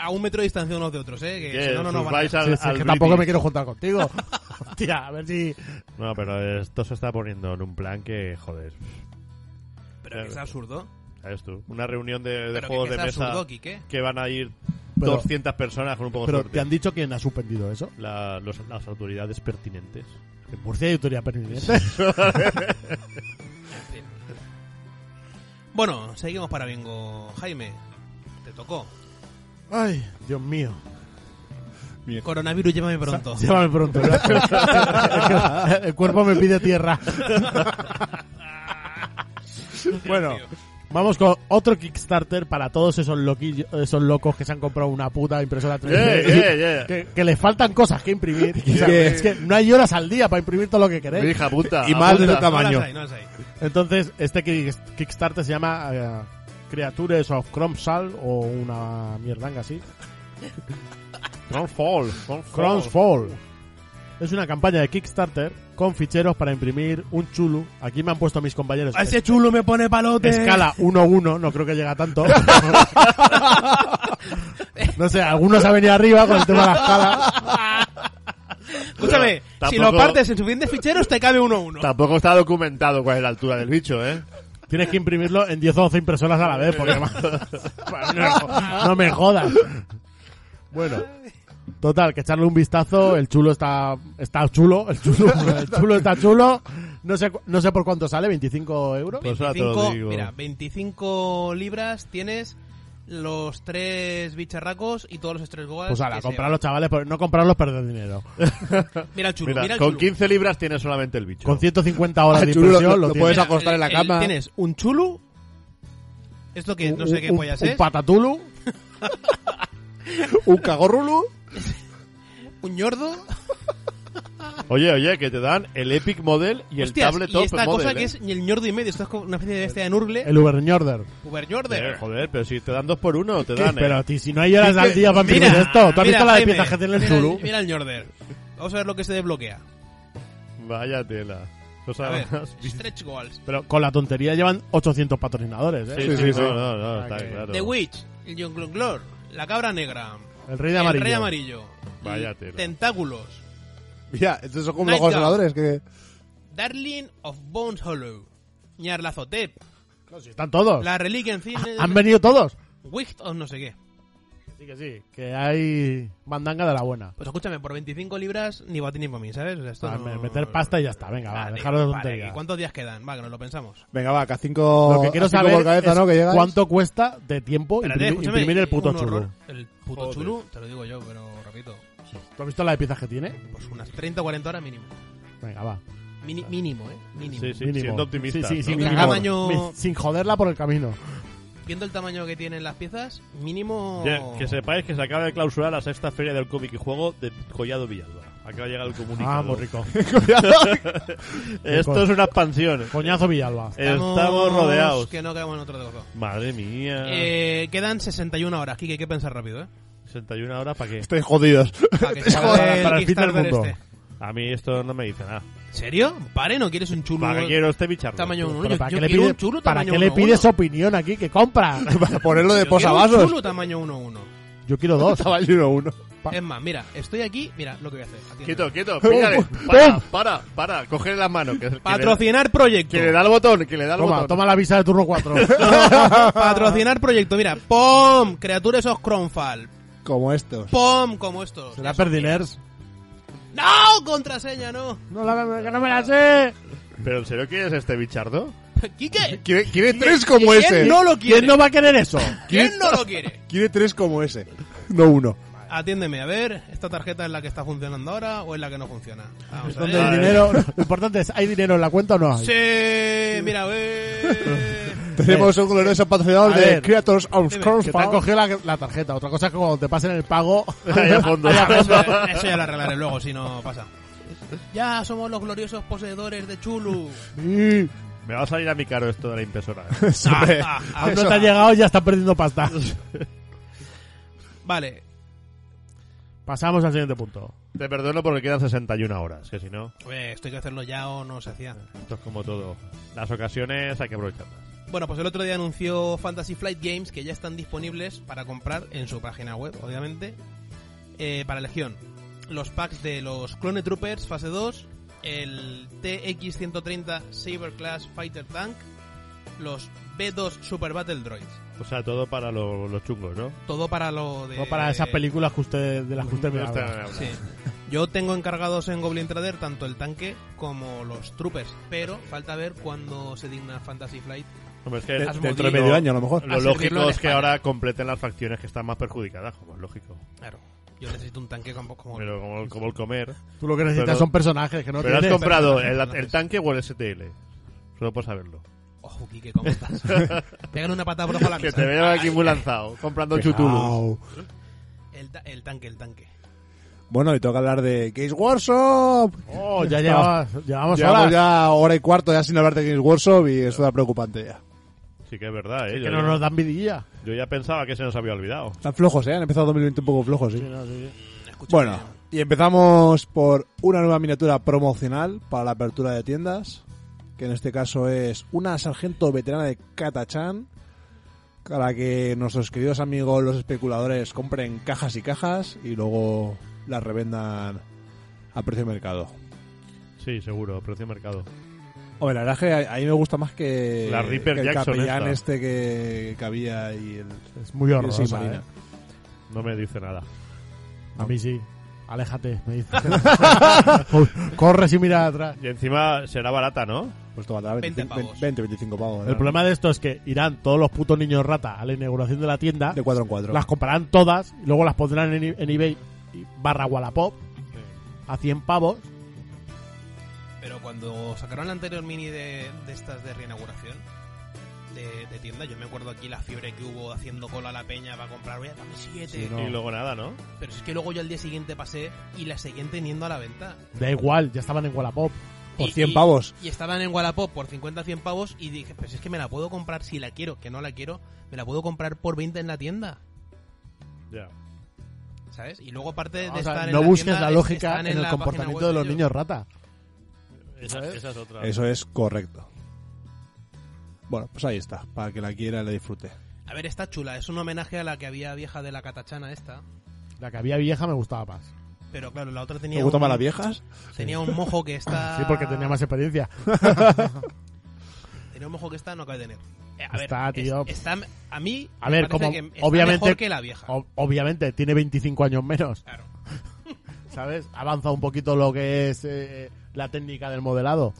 Speaker 7: A un metro de distancia unos de otros, ¿eh? Que
Speaker 9: ¿Qué?
Speaker 7: si no, no,
Speaker 9: ¿Os
Speaker 7: no van a-
Speaker 9: vais al,
Speaker 8: Sí, sí,
Speaker 9: al
Speaker 8: que tampoco me
Speaker 9: British?
Speaker 8: quiero juntar contigo. Hostia, a ver si...
Speaker 9: No, pero esto se está poniendo en un plan que, joder, Eh,
Speaker 7: Pero que es absurdo.
Speaker 9: sabes tú, una reunión de, de
Speaker 7: Pero que-
Speaker 9: juegos
Speaker 7: que
Speaker 9: de
Speaker 7: es
Speaker 9: mesa
Speaker 7: absurdo, Quique.
Speaker 9: que van a ir
Speaker 8: Pero-
Speaker 9: 200 personas con un poco de
Speaker 8: Pero te
Speaker 9: suerte.
Speaker 8: han dicho quién ha suspendido eso.
Speaker 9: La- los- las autoridades pertinentes.
Speaker 7: [laughs]
Speaker 8: En Murcia hay
Speaker 9: [laughs]
Speaker 8: autoridad pertinente.
Speaker 7: Bueno, seguimos para bingo. Jaime, te tocó.
Speaker 8: Ay, Dios mío.
Speaker 7: Coronavirus, llévame pronto.
Speaker 8: Llévame pronto.
Speaker 7: [laughs]
Speaker 8: gracias. el cuerpo me pide tierra.
Speaker 9: [laughs]
Speaker 8: bueno, vamos con otro Kickstarter para todos esos loquillos, esos locos que se han comprado una puta impresora 3D.
Speaker 9: Yeah, yeah, yeah.
Speaker 8: Que, que les faltan cosas que imprimir. O sea, Es que no hay horas al día para imprimir todo lo que queréis.
Speaker 9: Hija puta.
Speaker 2: Y más de
Speaker 9: apunta.
Speaker 2: ese tamaño.
Speaker 7: No las hay, no las hay.
Speaker 8: Entonces, este kick- Kickstarter se llama eh, Creatures of Cromsal o una mierdanga así.
Speaker 9: Cronfall.
Speaker 8: Cromsfall. Es una campaña de Kickstarter con ficheros para imprimir un chulu. Aquí me han puesto mis compañeros.
Speaker 7: A ese chulo me pone palote.
Speaker 8: Escala 1-1, no creo que llega
Speaker 7: [laughs]
Speaker 8: tanto. no sé, algunos ha venido arriba con el tema de la escala.
Speaker 7: Escúchame,
Speaker 9: Pero
Speaker 7: si
Speaker 9: tampoco-
Speaker 7: lo partes en suficientes ficheros, te cabe uno a uno.
Speaker 9: Tampoco está documentado cuál es la altura del bicho, ¿eh?
Speaker 8: Tienes que imprimirlo en 10 o 12 impresoras a la vez,
Speaker 7: [laughs]
Speaker 8: porque [laughs] además- no, no me jodas. Bueno, total, que echarle un vistazo, el chulo está está chulo, el
Speaker 2: [laughs]
Speaker 8: chulo, el chulo está chulo. No sé, cu- no sé por cuánto sale, 25 euros.
Speaker 9: Pues ahora te lo
Speaker 7: 25,
Speaker 9: digo.
Speaker 7: mira, 25 libras tienes los tres bicharracos y todos los tres goals.
Speaker 8: Pues ahora,
Speaker 7: que se
Speaker 8: comprarlos, chavales, pero no comprarlos, perder dinero.
Speaker 7: van. [laughs] Mira el chulo,
Speaker 9: Mira,
Speaker 7: mira, el
Speaker 9: con
Speaker 7: chulo.
Speaker 9: 15 libras tiene solamente el bicho.
Speaker 8: Con 150 horas
Speaker 2: Al
Speaker 8: de
Speaker 2: Ah, chulo lo-
Speaker 8: impresión lo,
Speaker 2: lo
Speaker 8: tienes.
Speaker 2: puedes
Speaker 7: Mira,
Speaker 2: acostar en la
Speaker 7: el-
Speaker 2: cama.
Speaker 7: Tienes un chulo. Esto que no sé qué
Speaker 8: un,
Speaker 7: pollas
Speaker 8: un
Speaker 7: es.
Speaker 8: patatulu,
Speaker 2: [laughs] Un cagorrulo.
Speaker 7: [laughs] Un ñordo.
Speaker 9: Oye, oye, que te dan el Epic Model y el
Speaker 7: Hostias,
Speaker 9: tablet
Speaker 7: [laughs] y
Speaker 9: top
Speaker 7: esta
Speaker 9: model.
Speaker 7: cosa que
Speaker 9: ¿eh?
Speaker 7: es ni el ñordo y medio. Esto es como una especie de bestia de Nurgle.
Speaker 8: el Ubernorder.
Speaker 7: Uberñorder.
Speaker 9: Eh, joder, pero si te dan dos por uno, te dan. ¿eh?
Speaker 8: Pero ti, si no hay horas al día para imprimir esto, ¿tú has visto la de
Speaker 7: Jaime,
Speaker 8: piezas que tiene el
Speaker 7: mira
Speaker 8: chulu?
Speaker 7: Mira el ñorder. Vamos a ver lo que se desbloquea.
Speaker 9: Vaya tela.
Speaker 8: Pues
Speaker 9: Cosa
Speaker 7: A ver,
Speaker 8: [laughs]
Speaker 9: más-
Speaker 7: stretch goals.
Speaker 8: Pero con la tontería llevan 800 patrocinadores, ¿eh?
Speaker 9: Sí, sí, no, no, no, está
Speaker 8: que-
Speaker 9: claro.
Speaker 7: The Witch, el Jonglor, la cabra negra,
Speaker 8: El rey de
Speaker 7: el
Speaker 8: amarillo.
Speaker 7: rey amarillo,
Speaker 9: Vaya
Speaker 7: y
Speaker 9: tela.
Speaker 7: tentáculos,
Speaker 2: Mira, estos son como
Speaker 7: Night
Speaker 2: los
Speaker 7: Dog.
Speaker 2: consoladores que...
Speaker 7: Darling of Bones Hollow, Ñarlazotep,
Speaker 8: No, si están todos.
Speaker 7: la reliquia en cine,
Speaker 8: Han venido todos.
Speaker 7: Wicht o no sé qué.
Speaker 8: Sí, que sí. Que hay mandanga de la buena.
Speaker 7: Pues escúchame, por 25 libras ni batín ni para mí, ¿sabes? O sea, esto
Speaker 8: Ah,
Speaker 7: no-
Speaker 8: me- Meter ah, pasta y ya está. Venga, va,
Speaker 7: Vale,
Speaker 8: dejaros de
Speaker 7: vale,
Speaker 8: tontería.
Speaker 7: ¿y ¿Cuántos días quedan? Va, que nos lo pensamos.
Speaker 2: Venga, va, que a cinco,
Speaker 8: Lo que quiero
Speaker 2: a cinco
Speaker 8: saber
Speaker 2: por cabeza,
Speaker 8: es
Speaker 2: ¿no? Que llegas.
Speaker 8: cuánto cuesta de tiempo
Speaker 7: Espérate,
Speaker 8: imprimi-
Speaker 7: escúchame,
Speaker 8: imprimir el puto
Speaker 7: un horror.
Speaker 8: chulo.
Speaker 7: El puto
Speaker 9: Joder.
Speaker 7: chulo, te lo digo yo, pero repito,
Speaker 8: ¿Tú has visto la de piezas que tiene?
Speaker 7: pues unas 30 o 40 horas mínimo.
Speaker 8: Venga, va.
Speaker 7: Mini- mínimo, ¿eh? Mínimo.
Speaker 9: Sí, sí,
Speaker 8: Mínimo.
Speaker 9: siendo optimista.
Speaker 8: Sí, sí,
Speaker 9: ¿no?
Speaker 8: sí,
Speaker 7: El
Speaker 8: mínimo.
Speaker 7: tamaño-
Speaker 8: Mi- Sin joderla por el camino.
Speaker 7: Viendo el tamaño que tienen las piezas, mínimo...
Speaker 9: Ya, que sepáis que se acaba de clausurar la sexta feria del cómic y juego de Collado Villalba. Acaba de llegar el comunicado.
Speaker 8: Ah, muy
Speaker 9: [laughs]
Speaker 8: rico.
Speaker 9: Esto es una expansión.
Speaker 8: Coñazo Villalba.
Speaker 9: Estamos rodeados.
Speaker 7: Que no caemos en otro de los dos.
Speaker 9: Madre mía.
Speaker 7: Eh, quedan 61 horas, Kike, hay que pensar rápido, ¿eh?
Speaker 9: 61 horas para qué.
Speaker 2: Estáis jodidos.
Speaker 8: [laughs]
Speaker 7: Para
Speaker 2: [laughs]
Speaker 7: que se
Speaker 8: Para-
Speaker 7: acabe
Speaker 8: para el fin del
Speaker 7: Kickstarter este.
Speaker 8: mundo.
Speaker 9: A mí esto no me dice nada.
Speaker 7: ¿En serio? Pare, ¿no quieres un chulo?
Speaker 9: ¿Para qué quiero este bicharro?
Speaker 7: Tamaño uno.
Speaker 8: Pero
Speaker 7: Yo,
Speaker 8: ¿Para
Speaker 7: yo
Speaker 8: qué le
Speaker 7: quiero
Speaker 8: pide-
Speaker 7: un chulo
Speaker 8: para
Speaker 7: tamaño
Speaker 8: qué le
Speaker 7: 1-1.
Speaker 8: pides opinión aquí? ¡Que compra!
Speaker 2: [laughs] Para ponerlo de
Speaker 7: Yo quiero un
Speaker 2: posavasos.
Speaker 7: chulo tamaño 1-1.
Speaker 8: Yo quiero dos.
Speaker 2: Caballo uno, uno. Pa-
Speaker 7: Es más, mira, estoy aquí, mira lo que voy a hacer. atiende.
Speaker 9: Quieto, quieto,
Speaker 8: [laughs]
Speaker 9: píllale. Para, para, para. Coge las manos. Que, que le-
Speaker 7: Patrocinar proyecto.
Speaker 9: Que le da el botón, que le da el
Speaker 8: Toma,
Speaker 9: botón.
Speaker 8: toma la visa de turno 4.
Speaker 9: [laughs]
Speaker 7: Patrocinar proyecto, mira, ¡pum! Criaturas of Cronfall.
Speaker 2: Como estos.
Speaker 7: ¡Pum! Como estos.
Speaker 8: Será Perdiners.
Speaker 7: ¡No! Contraseña, no.
Speaker 8: No, la, que no me la sé.
Speaker 9: Pero en serio, ¿quieres este bichardo?
Speaker 7: ¡Quique!
Speaker 2: Quiere, quiere tres como
Speaker 7: ¿Quién
Speaker 2: ese.
Speaker 7: no lo quiere?
Speaker 8: ¿Quién no va a querer
Speaker 2: [laughs]
Speaker 8: eso?
Speaker 7: ¿Quién no lo quiere?
Speaker 2: Quiere tres como ese. No uno.
Speaker 7: Atiéndeme, a ver, ¿esta tarjeta es la que está funcionando ahora o es la que no funciona? Vamos a
Speaker 8: ¿Dónde
Speaker 9: [laughs]
Speaker 7: ver.
Speaker 8: hay dinero? Lo importante es, ¿hay dinero en la cuenta o no hay?
Speaker 7: Sí, mira, a Eh, ver.
Speaker 2: Tenemos un glorioso patrocinador
Speaker 8: A
Speaker 2: de
Speaker 8: ver.
Speaker 2: Creators
Speaker 7: Dime,
Speaker 2: of
Speaker 8: Que te han
Speaker 2: Cornflower.
Speaker 8: cogido la, la tarjeta. Otra cosa es que cuando te pasen el
Speaker 9: [laughs]
Speaker 8: pago.
Speaker 9: Allá a
Speaker 8: [laughs]
Speaker 9: fondo.
Speaker 7: Eso,
Speaker 8: ¿eh?
Speaker 7: eso ya lo arreglaré luego si no pasa. Ya somos los gloriosos poseedores de Chulu.
Speaker 8: Sí.
Speaker 9: Me va a salir a mi caro esto de la impresora. ¿eh?
Speaker 2: [laughs] Hombre,
Speaker 7: Ah, ah, ah.
Speaker 8: Aún no te ha llegado y ya están perdiendo
Speaker 9: [laughs]
Speaker 8: pasta.
Speaker 7: Vale,
Speaker 8: Pasamos al siguiente punto.
Speaker 9: Te perdono porque quedan 61 horas, que si no,
Speaker 7: Hombre, eh, esto hay que hacerlo ya o no se hacía.
Speaker 9: esto es como todo. Las ocasiones hay que aprovecharlas.
Speaker 7: Bueno, pues el otro día anunció Fantasy Flight Games que ya están disponibles para comprar en su página web, obviamente, eh, para Legión. Los packs de los Clone Troopers fase 2, el TX-130 Saber Class Fighter Tank, los B2 Super Battle Droids.
Speaker 9: O sea, todo para lo- los chungos, ¿no?
Speaker 7: Todo para lo de...
Speaker 8: No para esas películas que usted, de las que usted me
Speaker 9: No está-
Speaker 8: habla.
Speaker 7: Sí. Yo tengo encargados en Goblin Trader tanto el tanque como los troopers, pero falta ver cuándo se digna Fantasy Flight
Speaker 9: Hombre, es que
Speaker 2: De-
Speaker 7: has
Speaker 2: Dentro de
Speaker 7: movido-
Speaker 2: medio año, a lo mejor.
Speaker 9: lo
Speaker 7: a servirlo
Speaker 9: lógico
Speaker 7: en
Speaker 9: es que
Speaker 7: España.
Speaker 9: ahora completen las facciones que están más perjudicadas, como es lógico.
Speaker 7: Claro, yo necesito un tanque como, como
Speaker 9: Pero como, como el comer.
Speaker 8: Tú lo que necesitas
Speaker 9: Pero-
Speaker 8: son personajes que no
Speaker 9: Pero has
Speaker 8: tienes.
Speaker 9: comprado el,
Speaker 7: personajes.
Speaker 9: el tanque o el STL. Solo por saberlo.
Speaker 7: Ojo, Kike,
Speaker 9: [laughs]
Speaker 7: ¿cómo estás? Pégale una patada por ojo a la
Speaker 9: Que
Speaker 7: mesa.
Speaker 9: te veo aquí muy lanzado, comprando chutulus.
Speaker 2: Au.
Speaker 7: El, ta- el tanque, el tanque.
Speaker 2: Bueno, y toca hablar de Games Workshop.
Speaker 8: Oh, ya llevabas- llevamos
Speaker 2: Llevamos
Speaker 8: horas.
Speaker 2: ya hora y cuarto ya sin hablar de Games Workshop y esto da preocupante ya.
Speaker 9: Sí que es verdad, ¿eh?
Speaker 8: Que
Speaker 9: Yo,
Speaker 8: no nos dan vidilla.
Speaker 9: yo ya pensaba que se nos había olvidado.
Speaker 2: Están flojos, ¿eh? Han empezado 2020 un poco flojos, ¿eh? sí.
Speaker 7: Escúchame.
Speaker 2: Bueno, y empezamos por una nueva miniatura promocional para la apertura de tiendas, que en este caso es una sargento veterana de Katachan, para que nuestros queridos amigos los especuladores compren cajas y cajas y luego las revendan a precio de mercado.
Speaker 9: Sí, seguro, precio de mercado.
Speaker 2: Hombre, la verdad es que a, a mí me gusta más que,
Speaker 9: La Reaper
Speaker 2: que el
Speaker 9: Jackson
Speaker 2: capellán
Speaker 9: esta.
Speaker 2: este que, que había y el...
Speaker 8: Es muy
Speaker 2: y el
Speaker 8: horrorosa.
Speaker 2: Submarina.
Speaker 8: eh.
Speaker 9: No me dice nada.
Speaker 8: A mí sí. Aléjate,
Speaker 9: [laughs]
Speaker 8: me dice. Corres y mira atrás.
Speaker 9: Y encima será barata, ¿no?
Speaker 2: Pues toma,
Speaker 7: 20
Speaker 2: 20,
Speaker 7: pavos.
Speaker 2: 20, 25 pavos.
Speaker 8: El
Speaker 2: ¿verdad?
Speaker 8: problema de esto es que irán todos los putos niños rata a la inauguración de la tienda,
Speaker 2: De 4 en 4.
Speaker 8: las comprarán todas, y luego las pondrán en, en eBay y- barra Wallapop a 100 pavos.
Speaker 7: Pero cuando sacaron la anterior mini de, de estas de reinauguración de, de tienda, yo me acuerdo aquí la fiebre que hubo haciendo cola a la peña para comprar, voy a darme siete.
Speaker 8: Sí, no.
Speaker 9: Y luego nada, ¿no?
Speaker 7: Pero si es que luego yo al día siguiente pasé y las seguían teniendo a la venta.
Speaker 8: Da igual, ya estaban en Wallapop.
Speaker 2: Por
Speaker 7: Y-
Speaker 2: 100
Speaker 7: y-
Speaker 2: pavos.
Speaker 7: Y estaban en Wallapop por 50 100 pavos y dije, pues es que me la puedo comprar si la quiero, que no la quiero, me la puedo comprar por 20 en la tienda.
Speaker 9: Ya.
Speaker 7: ¿Sabes? Y luego aparte de
Speaker 8: O sea,
Speaker 7: estar en
Speaker 8: no
Speaker 7: la
Speaker 8: busques
Speaker 7: tienda,
Speaker 8: la
Speaker 7: es-
Speaker 8: lógica en,
Speaker 7: están en,
Speaker 8: el
Speaker 7: la página
Speaker 8: comportamiento
Speaker 7: web
Speaker 8: de los
Speaker 7: ellos.
Speaker 8: niños rata.
Speaker 9: Esa, esa es otra.
Speaker 2: Eso es correcto. Bueno, pues ahí está, para que la quiera y la disfrute.
Speaker 7: A ver, está chula, es un homenaje a la que había vieja de la catachana esta.
Speaker 8: La que había vieja me gustaba más.
Speaker 7: Pero claro, la otra tenía
Speaker 2: ¿Te gustan
Speaker 7: un,
Speaker 2: más las viejas?
Speaker 7: tenía un
Speaker 8: [laughs]
Speaker 7: mojo que está
Speaker 8: Sí, porque tenía más
Speaker 7: [laughs]
Speaker 8: experiencia.
Speaker 7: tenía un mojo que esta no cabe tener. Eh, a ver,
Speaker 8: Está,
Speaker 7: es-
Speaker 8: tío.
Speaker 7: está a mí
Speaker 8: A
Speaker 7: me
Speaker 8: ver,
Speaker 7: parece
Speaker 8: como
Speaker 7: que está
Speaker 8: obviamente,
Speaker 7: mejor que la vieja.
Speaker 8: ob- obviamente tiene 25 años menos,
Speaker 7: Claro.
Speaker 8: ¿sabes? Ha avanzado un poquito lo que es eh, la técnica del modelado,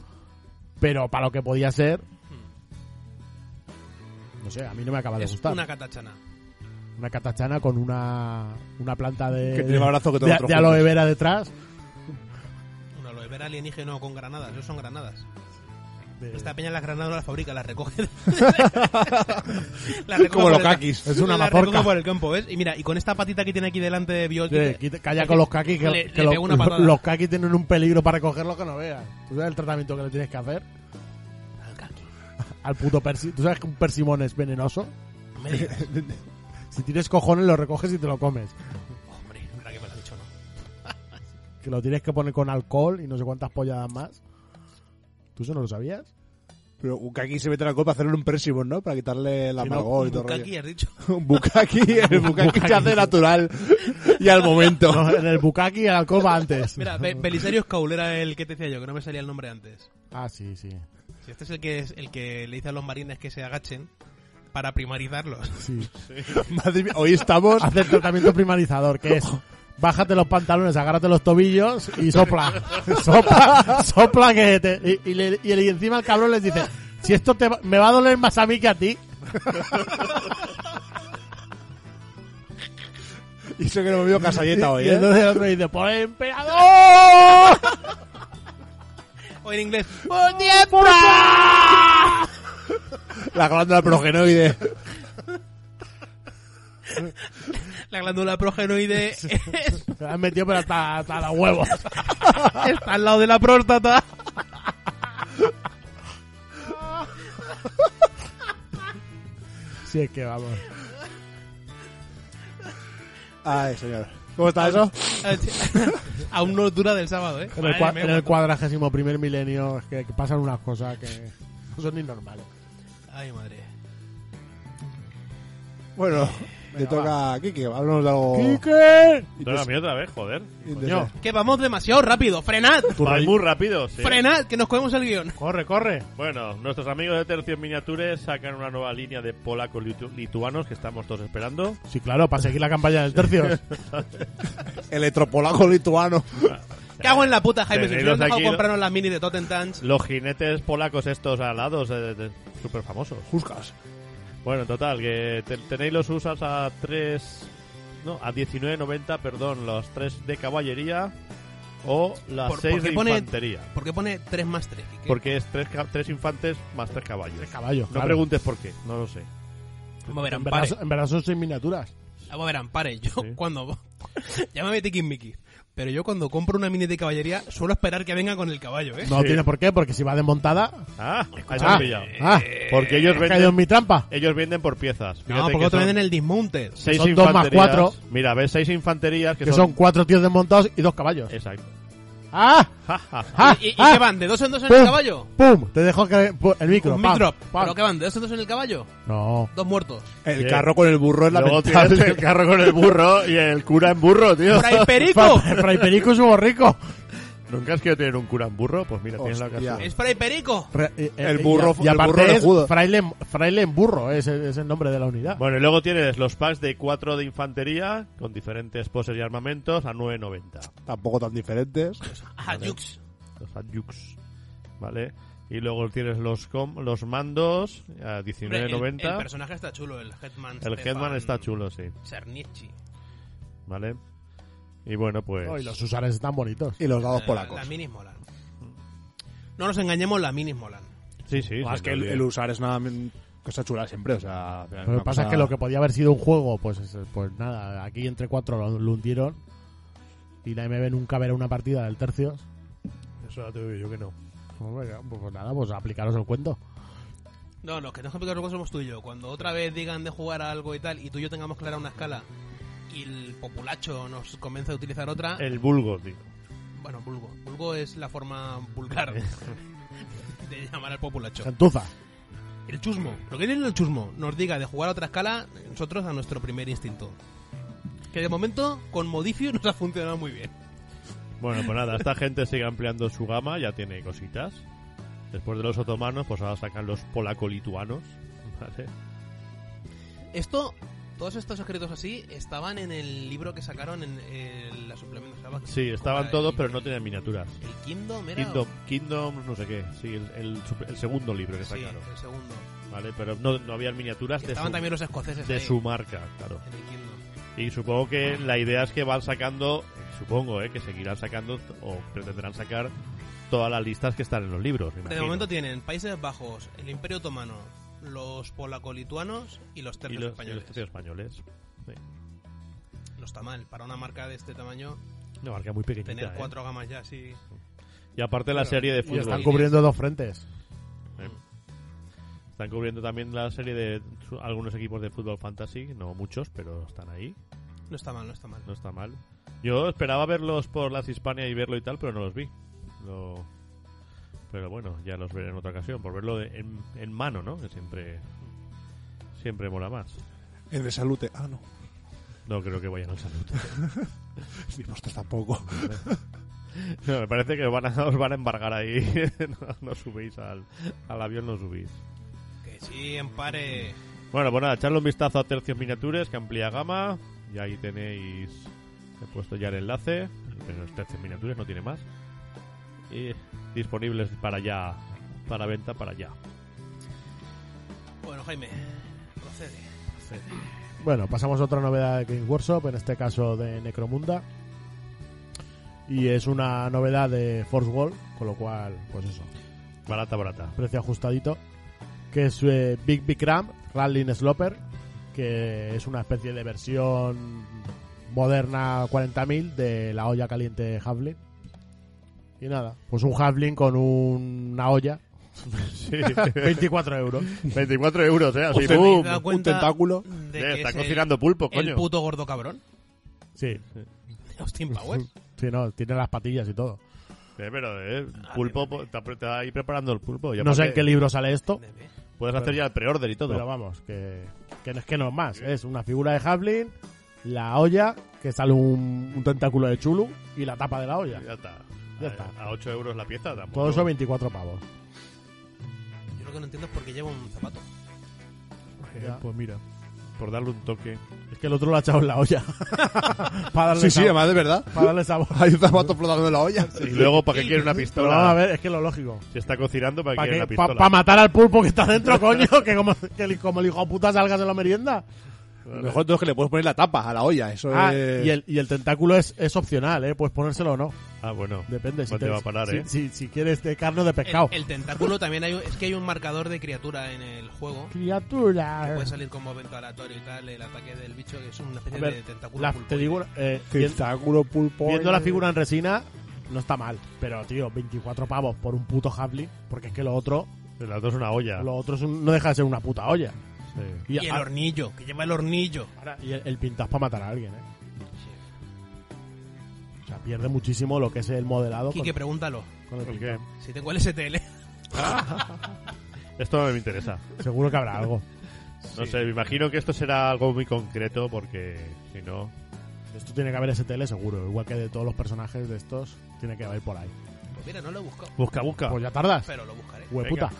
Speaker 8: pero para lo que podía ser, no sé, a mí no me acaba de
Speaker 7: Es
Speaker 8: gustar.
Speaker 7: una catachana.
Speaker 8: Una catachana con una, una planta de,
Speaker 2: Que tiene más brazo que todos
Speaker 8: de-
Speaker 2: otros
Speaker 8: de aloe
Speaker 2: juntos.
Speaker 8: vera detrás.
Speaker 7: Una aloe vera alienígeno con granadas, no son granadas.
Speaker 8: De-
Speaker 7: Esta peña las granadas no las fabrica,
Speaker 8: [laughs]
Speaker 7: las recoge. Las recoge
Speaker 2: Como
Speaker 7: por
Speaker 2: los
Speaker 7: el-
Speaker 2: kakis.
Speaker 8: Es una
Speaker 7: las
Speaker 8: mazorca.
Speaker 7: recoge por el campo, ¿ves? Y mira, y con esta patita que tiene aquí delante de Biol,
Speaker 8: de- quita- calla con los kakis, que,
Speaker 7: Le- le
Speaker 8: que [laughs] los-
Speaker 7: pegó una patada.
Speaker 8: los kakis tienen un peligro para cogerlo que no veas. ¿Tú sabes el tratamiento que le tienes que hacer [laughs] al puto persi? ¿Tú sabes que un persimón es venenoso?
Speaker 7: me digas.
Speaker 8: [laughs] Si tienes cojones lo recoges y te lo comes.
Speaker 7: Hombre, ahora que me lo has dicho, ¿no?
Speaker 8: que lo tienes que poner con alcohol y no sé cuántas polladas más. ¿Tú eso no lo sabías?
Speaker 2: Pero un kaki se mete a la copa a hacerle un persimón, ¿no? Para quitarle el
Speaker 8: Sí, no,
Speaker 2: amargor y
Speaker 7: Un
Speaker 2: todo el
Speaker 7: bukkake,
Speaker 2: rollo.
Speaker 7: has dicho.
Speaker 2: Un bukaki,
Speaker 8: [laughs]
Speaker 2: el bukaki se hace natural [laughs] y al momento.
Speaker 8: No, en el bukaki el alcohol va antes. [laughs]
Speaker 7: Mira, Be- Belisario Scaul era el que te decía yo, que no me salía el nombre antes.
Speaker 8: Ah, sí, sí.
Speaker 7: Si este es el que es el que le dice a los marines que se agachen para primarizarlos.
Speaker 8: [laughs] sí.
Speaker 2: [laughs]
Speaker 8: [laughs]
Speaker 2: Madre mía, hoy estamos.
Speaker 8: Hace el tratamiento primarizador, que es bájate los pantalones, agárrate los tobillos y
Speaker 2: [laughs]
Speaker 8: sopla. sopla, sopla que te- y, y le- y el- y encima el cabrón les dice, si esto te va- me va a doler más a mí que a ti.
Speaker 2: [laughs] Y eso que no me veo casalleta hoy,
Speaker 8: y
Speaker 2: ¿eh?
Speaker 8: entonces el otro dice, "Pues, ¡por el emperador!
Speaker 7: O en inglés,
Speaker 8: ¡Puñeta!
Speaker 2: [laughs] La glándula progenoide.
Speaker 7: [laughs] La
Speaker 8: [laughs]
Speaker 7: glándula progenoide es-
Speaker 8: Me han metido pero hasta, hasta los huevos.
Speaker 7: [laughs] está al lado de la
Speaker 2: [laughs]
Speaker 7: próstata.
Speaker 8: Si es que vamos.
Speaker 2: Ay, señor. ¿Cómo está eso?
Speaker 7: [laughs] Aún no dura del sábado, ¿eh?
Speaker 8: En el,
Speaker 7: Madre
Speaker 8: cua-
Speaker 7: mía,
Speaker 8: en el
Speaker 7: cuando-
Speaker 8: cuadragésimo primer milenio es que, que pasan unas cosas que no son ni normales.
Speaker 7: Ay, madre.
Speaker 8: [laughs]
Speaker 2: Bueno, le
Speaker 8: Venga,
Speaker 2: toca a Kike. Hablamos de algo. pues,
Speaker 8: ¡Quique!
Speaker 9: Toda la mía otra vez, joder.
Speaker 2: indes-
Speaker 8: Coño,
Speaker 7: pues, Que vamos demasiado rápido. ¡Frenad!
Speaker 9: Vais muy rápido, sí.
Speaker 7: ¡Frenad! Que nos comemos el guión.
Speaker 8: corre, corre.
Speaker 9: Bueno, nuestros amigos de Tercios Miniatures sacan una nueva línea de polacos-lituanos que estamos todos esperando.
Speaker 8: Sí, claro, para seguir la campaña del
Speaker 2: [laughs]
Speaker 8: tercio.
Speaker 2: Electropolaco lituano.
Speaker 7: Cago en la puta, Jaime. Si
Speaker 9: Tenedos
Speaker 7: hubieran dejado
Speaker 9: aquí, ¿no?
Speaker 7: comprarnos las mini de Totten Tanks.
Speaker 9: Los jinetes polacos estos alados, eh, de- súper famosos.
Speaker 2: Juscas.
Speaker 9: Bueno, en total, que te- tenéis los usas a 3... No, a 19.90, perdón, los 3 de caballería o las
Speaker 7: Por-
Speaker 9: 6
Speaker 7: porque
Speaker 9: de
Speaker 7: pone-
Speaker 9: infantería.
Speaker 7: ¿Por qué pone 3 más 3? Quique?
Speaker 9: Porque es 3, infantes más 3 caballos.
Speaker 8: El caballo.
Speaker 9: No
Speaker 8: claro.
Speaker 9: preguntes por qué, no lo sé.
Speaker 7: Vamos a ver,
Speaker 8: En verdad,
Speaker 7: ampares.
Speaker 8: son- en verdad son seis miniaturas.
Speaker 7: Vamos a ver, ampares. Yo
Speaker 9: Sí.
Speaker 7: [laughs] cuando... Llámame Mickey. Pero yo cuando compro una mini de caballería suelo esperar que venga con el caballo, ¿eh?
Speaker 8: No
Speaker 9: Sí.
Speaker 8: tiene por qué, porque si va desmontada.
Speaker 9: Ah, ahí se
Speaker 8: Ah,
Speaker 9: han pillado.
Speaker 8: ah,
Speaker 9: Porque ellos
Speaker 8: he caído en
Speaker 9: venden,
Speaker 8: mi trampa.
Speaker 9: ellos venden por piezas.
Speaker 7: No,
Speaker 9: Fíjate
Speaker 7: porque
Speaker 9: que
Speaker 7: otro
Speaker 9: son-
Speaker 7: venden el Dismounted.
Speaker 9: seis
Speaker 8: Son dos más
Speaker 9: infanterías.
Speaker 8: cuatro.
Speaker 9: Mira, ves seis infanterías que,
Speaker 8: Que, son cuatro tíos desmontados y dos caballos.
Speaker 9: Exacto.
Speaker 8: ¡Ah!
Speaker 9: Ja, ja, ja.
Speaker 8: ¡Ah!
Speaker 7: ¿Y, y
Speaker 8: ah,
Speaker 7: qué van? ¿De dos en dos en
Speaker 8: ¡Pum!
Speaker 7: el caballo?
Speaker 8: ¡Pum! Te dejo que pu- el micro.
Speaker 7: Un
Speaker 8: pam,
Speaker 7: micro.
Speaker 8: pam.
Speaker 7: ¿Pero qué van? ¿De dos en dos en el caballo?
Speaker 8: No.
Speaker 7: Dos muertos.
Speaker 2: El
Speaker 9: Sí.
Speaker 2: carro con el burro es la
Speaker 9: Luego
Speaker 2: mentira.
Speaker 9: te- el carro con el burro y el cura en burro, tío.
Speaker 7: ¡Fray Perico!
Speaker 8: [laughs] Fray Perico es un borrico.
Speaker 9: ¿Nunca has querido tener un cura en burro? Pues mira, tienes la
Speaker 2: Hostia.
Speaker 9: ocasión.
Speaker 7: ¡Es Fray Perico!
Speaker 8: Re- eh, eh,
Speaker 2: El burro-
Speaker 8: Y, a- y
Speaker 2: el
Speaker 8: aparte
Speaker 2: burro
Speaker 8: es
Speaker 2: orejudo.
Speaker 8: fraile, en- fraile en burro, es, es el nombre de la unidad.
Speaker 9: Bueno, y luego tienes los packs de 4 de infantería con diferentes poses y armamentos a 9.90.
Speaker 2: Tampoco tan diferentes.
Speaker 7: Ajá, Jux.
Speaker 9: Los Adyux. ¿Vale? Y luego tienes los com los mandos a
Speaker 7: Hombre, el, el
Speaker 9: 19.90.
Speaker 7: personaje está chulo, el Hetman.
Speaker 9: El, Headman
Speaker 7: Stefan
Speaker 9: está chulo, sí.
Speaker 7: Czerniecki.
Speaker 9: ¿Vale? Y bueno, pues...
Speaker 8: Oh, y los usares están bonitos.
Speaker 2: Y los dados
Speaker 7: Eh,
Speaker 2: polacos.
Speaker 7: Las minis molan. No nos engañemos, las minis molan.
Speaker 9: Sí, sí.
Speaker 2: Más
Speaker 9: se
Speaker 2: que
Speaker 9: me
Speaker 2: el,
Speaker 9: olvida.
Speaker 2: el usar es una mm, cosa chula siempre. O sea, al final
Speaker 8: Lo
Speaker 2: una
Speaker 8: que pasa es
Speaker 2: cosa-
Speaker 8: que lo que podía haber sido un juego, pues, es- pues nada, aquí entre cuatro lo, lo hundieron. Y la MB nunca verá una partida del tercio.
Speaker 9: Eso ya te digo yo que no.
Speaker 8: Hombre, Pues, pues nada, pues aplicaros el cuento.
Speaker 7: No, los que tenemos que explicar luego somos tú y yo. Cuando otra vez digan de jugar a algo y tal, y tú y yo tengamos clara una escala, y el populacho nos convence a utilizar otra,
Speaker 9: El vulgo, digo.
Speaker 7: bueno, vulgo. Vulgo es la forma
Speaker 9: [laughs]
Speaker 7: vulgar de llamar al populacho.
Speaker 8: Gentuza.
Speaker 7: El chusmo. Lo que tiene el chusmo nos diga de jugar a otra escala, nosotros a nuestro primer instinto. Que de momento, con Modifio [laughs] nos ha funcionado muy bien.
Speaker 9: Bueno, pues nada, esta gente sigue ampliando su gama, ya tiene cositas. Después de los otomanos, pues ahora sacan los polaco-lituanos. [laughs] ¿vale?
Speaker 7: Esto, todos estos escritos así, estaban en el libro que sacaron en, en la suplementación.
Speaker 9: Sí, estaban todos, pero no tenían miniaturas.
Speaker 7: El Kingdom era.
Speaker 9: Kingdom, Kingdom, no sé qué. Sí, el, el sup- el segundo libro que
Speaker 7: Sí,
Speaker 9: sacaron.
Speaker 7: el segundo.
Speaker 9: ¿Vale? Pero no, no habían miniaturas de
Speaker 7: estaban
Speaker 9: su,
Speaker 7: también los escoceses
Speaker 9: de
Speaker 7: ahí,
Speaker 9: su marca, claro.
Speaker 7: en el Kingdom.
Speaker 9: Y supongo que la idea es que van sacando, supongo, ¿eh? que seguirán sacando o pretenderán sacar todas las listas que están en los libros. me
Speaker 7: De
Speaker 9: imagino.
Speaker 7: momento tienen Países Bajos, el Imperio Otomano, los polaco-lituanos y los
Speaker 9: y los, y
Speaker 7: tercios
Speaker 9: los
Speaker 7: españoles.
Speaker 9: tercios españoles. Sí.
Speaker 7: No está mal. Para una marca de este tamaño,
Speaker 9: Una marca muy pequeñita.
Speaker 7: tener
Speaker 9: ¿eh?
Speaker 7: cuatro gamas ya así.
Speaker 9: Y aparte la
Speaker 7: Claro.
Speaker 9: serie de
Speaker 8: Y
Speaker 9: fútbol.
Speaker 8: están
Speaker 9: Están,
Speaker 8: cubriendo dos frentes.
Speaker 9: cubriendo también la serie de su- algunos equipos de fútbol fantasy, no muchos, pero están ahí.
Speaker 7: No está mal, no está mal.
Speaker 9: No está mal. Yo esperaba verlos por las Hispania y verlo y tal, pero no los vi. Lo- Pero bueno, ya los veré en otra ocasión, por verlo de- en, en mano, ¿no? Que siempre, siempre mola más.
Speaker 2: En el salute. Ah, no.
Speaker 9: No creo que vayan al salud.
Speaker 2: [laughs] Ni vosotros tampoco.
Speaker 9: [laughs] No, me parece que os van a, os van a embargar ahí. [laughs] no, no subís al, al avión, no subís.
Speaker 7: Que sí, en pare.
Speaker 9: Bueno, pues nada, echarle un vistazo a Tercios Miniatures, que amplía gama. Y ahí tenéis. He puesto ya el enlace. Pero es Tercios Miniatures, no tiene más. Y disponibles para ya. Para venta, para ya.
Speaker 7: Bueno, Jaime, procede.
Speaker 8: Bueno, pasamos a otra novedad de Games Workshop, en este caso de Necromunda. Y es una novedad de Force Wall, con lo cual, pues eso,
Speaker 9: Barata, barata.
Speaker 8: precio ajustadito. que es eh, Big Big Ram, Rallying Sloper, que es una especie de versión moderna 40.000 de la olla caliente Havlin. Y nada, pues un Havlin con un-
Speaker 9: [laughs]
Speaker 8: una olla, [laughs]
Speaker 9: Sí.
Speaker 8: 24 euros.
Speaker 9: 24 euros, ¿eh? Así,
Speaker 2: Hostia,
Speaker 7: ¿Te
Speaker 9: ¡pum!
Speaker 7: habéis dado
Speaker 2: un
Speaker 7: cuenta
Speaker 2: tentáculo.
Speaker 7: de
Speaker 9: Eh,
Speaker 7: que
Speaker 9: está
Speaker 7: es
Speaker 9: cocinando pulpo,
Speaker 7: el, el
Speaker 9: coño.
Speaker 7: puto gordo cabrón
Speaker 8: Sí,
Speaker 7: de Austin Powers.
Speaker 8: sí, no, tiene las patillas y todo.
Speaker 9: Eh, pero, eh, pulpo, po- está, pre- está ahí preparando el pulpo. y
Speaker 8: No sé
Speaker 9: aparte
Speaker 8: en qué libro sale esto,
Speaker 9: Puedes hacer ya el pre-order y todo.
Speaker 8: pero vamos, que, que no es que no es más. Es una figura de Havlin, la olla, que sale un, un tentáculo de Chulu y la tapa de la olla.
Speaker 9: Ya está.
Speaker 8: Ya
Speaker 9: a,
Speaker 8: está.
Speaker 9: A 8 euros la pieza tampoco.
Speaker 8: Todo eso 24 pavos.
Speaker 7: Yo lo que no entiendo es por qué lleva un zapato.
Speaker 9: Eh,
Speaker 8: Ya.
Speaker 9: Pues mira, por darle un toque.
Speaker 8: Es que el otro lo ha echado en
Speaker 9: [laughs]
Speaker 8: la olla. para darle
Speaker 2: Sí, sí,
Speaker 8: sabor.
Speaker 2: además de verdad.
Speaker 8: Para darle sabor.
Speaker 2: Hay un zapato flotando en la olla.
Speaker 9: [laughs] Y luego, ¿para qué quiere una
Speaker 8: Pero vamos a
Speaker 9: pistola?
Speaker 8: ver, es que lo lógico.
Speaker 9: Se está cocinando, ¿para qué
Speaker 8: ¿Para
Speaker 9: quiere una pistola?
Speaker 8: matar al pulpo que está dentro, coño? [laughs] Que como, que el- como el hijo puta salgas de la merienda.
Speaker 2: Lo mejor de todo es que le puedes poner la tapa a la olla. Eso
Speaker 8: Ah,
Speaker 9: Pues-
Speaker 2: es...
Speaker 8: y el, y el tentáculo es, es opcional, ¿eh? Puedes ponérselo o no.
Speaker 9: Ah, bueno.
Speaker 8: Depende. Si,
Speaker 9: No te
Speaker 8: te-
Speaker 9: va a parar,
Speaker 8: si,
Speaker 9: eh.
Speaker 8: si- si quieres de carne o de pescado.
Speaker 7: El, el tentáculo también hay, un- es que hay un marcador de criatura en el juego.
Speaker 8: Criatura.
Speaker 7: Puede salir como evento aleatorio y tal, el ataque del bicho, que es una
Speaker 8: A
Speaker 7: especie de
Speaker 8: ver,
Speaker 7: tentáculo.
Speaker 8: la-
Speaker 7: pulpo.
Speaker 8: te digo, eh, vien-
Speaker 2: Tentáculo, pulpo...
Speaker 8: viendo la figura en resina, no está mal. Pero, tío, 24 pavos por un puto Havli, porque es que lo otro,
Speaker 9: El otro es una olla.
Speaker 8: lo otro es un- no deja de ser una puta olla.
Speaker 9: Sí.
Speaker 7: Y el hornillo, que lleva el hornillo.
Speaker 8: Ahora, y el, el pintas para matar a alguien, ¿eh? O sea, pierde muchísimo lo que es el modelado.
Speaker 7: Quique,
Speaker 8: con-
Speaker 7: pregúntalo.
Speaker 8: con el Ah.
Speaker 9: ¿Por
Speaker 8: pintas.
Speaker 9: qué?
Speaker 7: Si tengo el
Speaker 8: [laughs]
Speaker 7: STL.
Speaker 9: Esto no me interesa.
Speaker 8: Seguro que habrá algo.
Speaker 9: No sé, me imagino que esto será algo muy concreto porque si no.
Speaker 8: Esto tiene que haber STL seguro, igual que de todos los personajes de estos, tiene que haber por ahí.
Speaker 7: Pues [laughs] mira, no lo he buscado,
Speaker 9: Busca, busca.
Speaker 8: Pues ya tardas,
Speaker 7: pero lo buscaré.
Speaker 8: hueputa.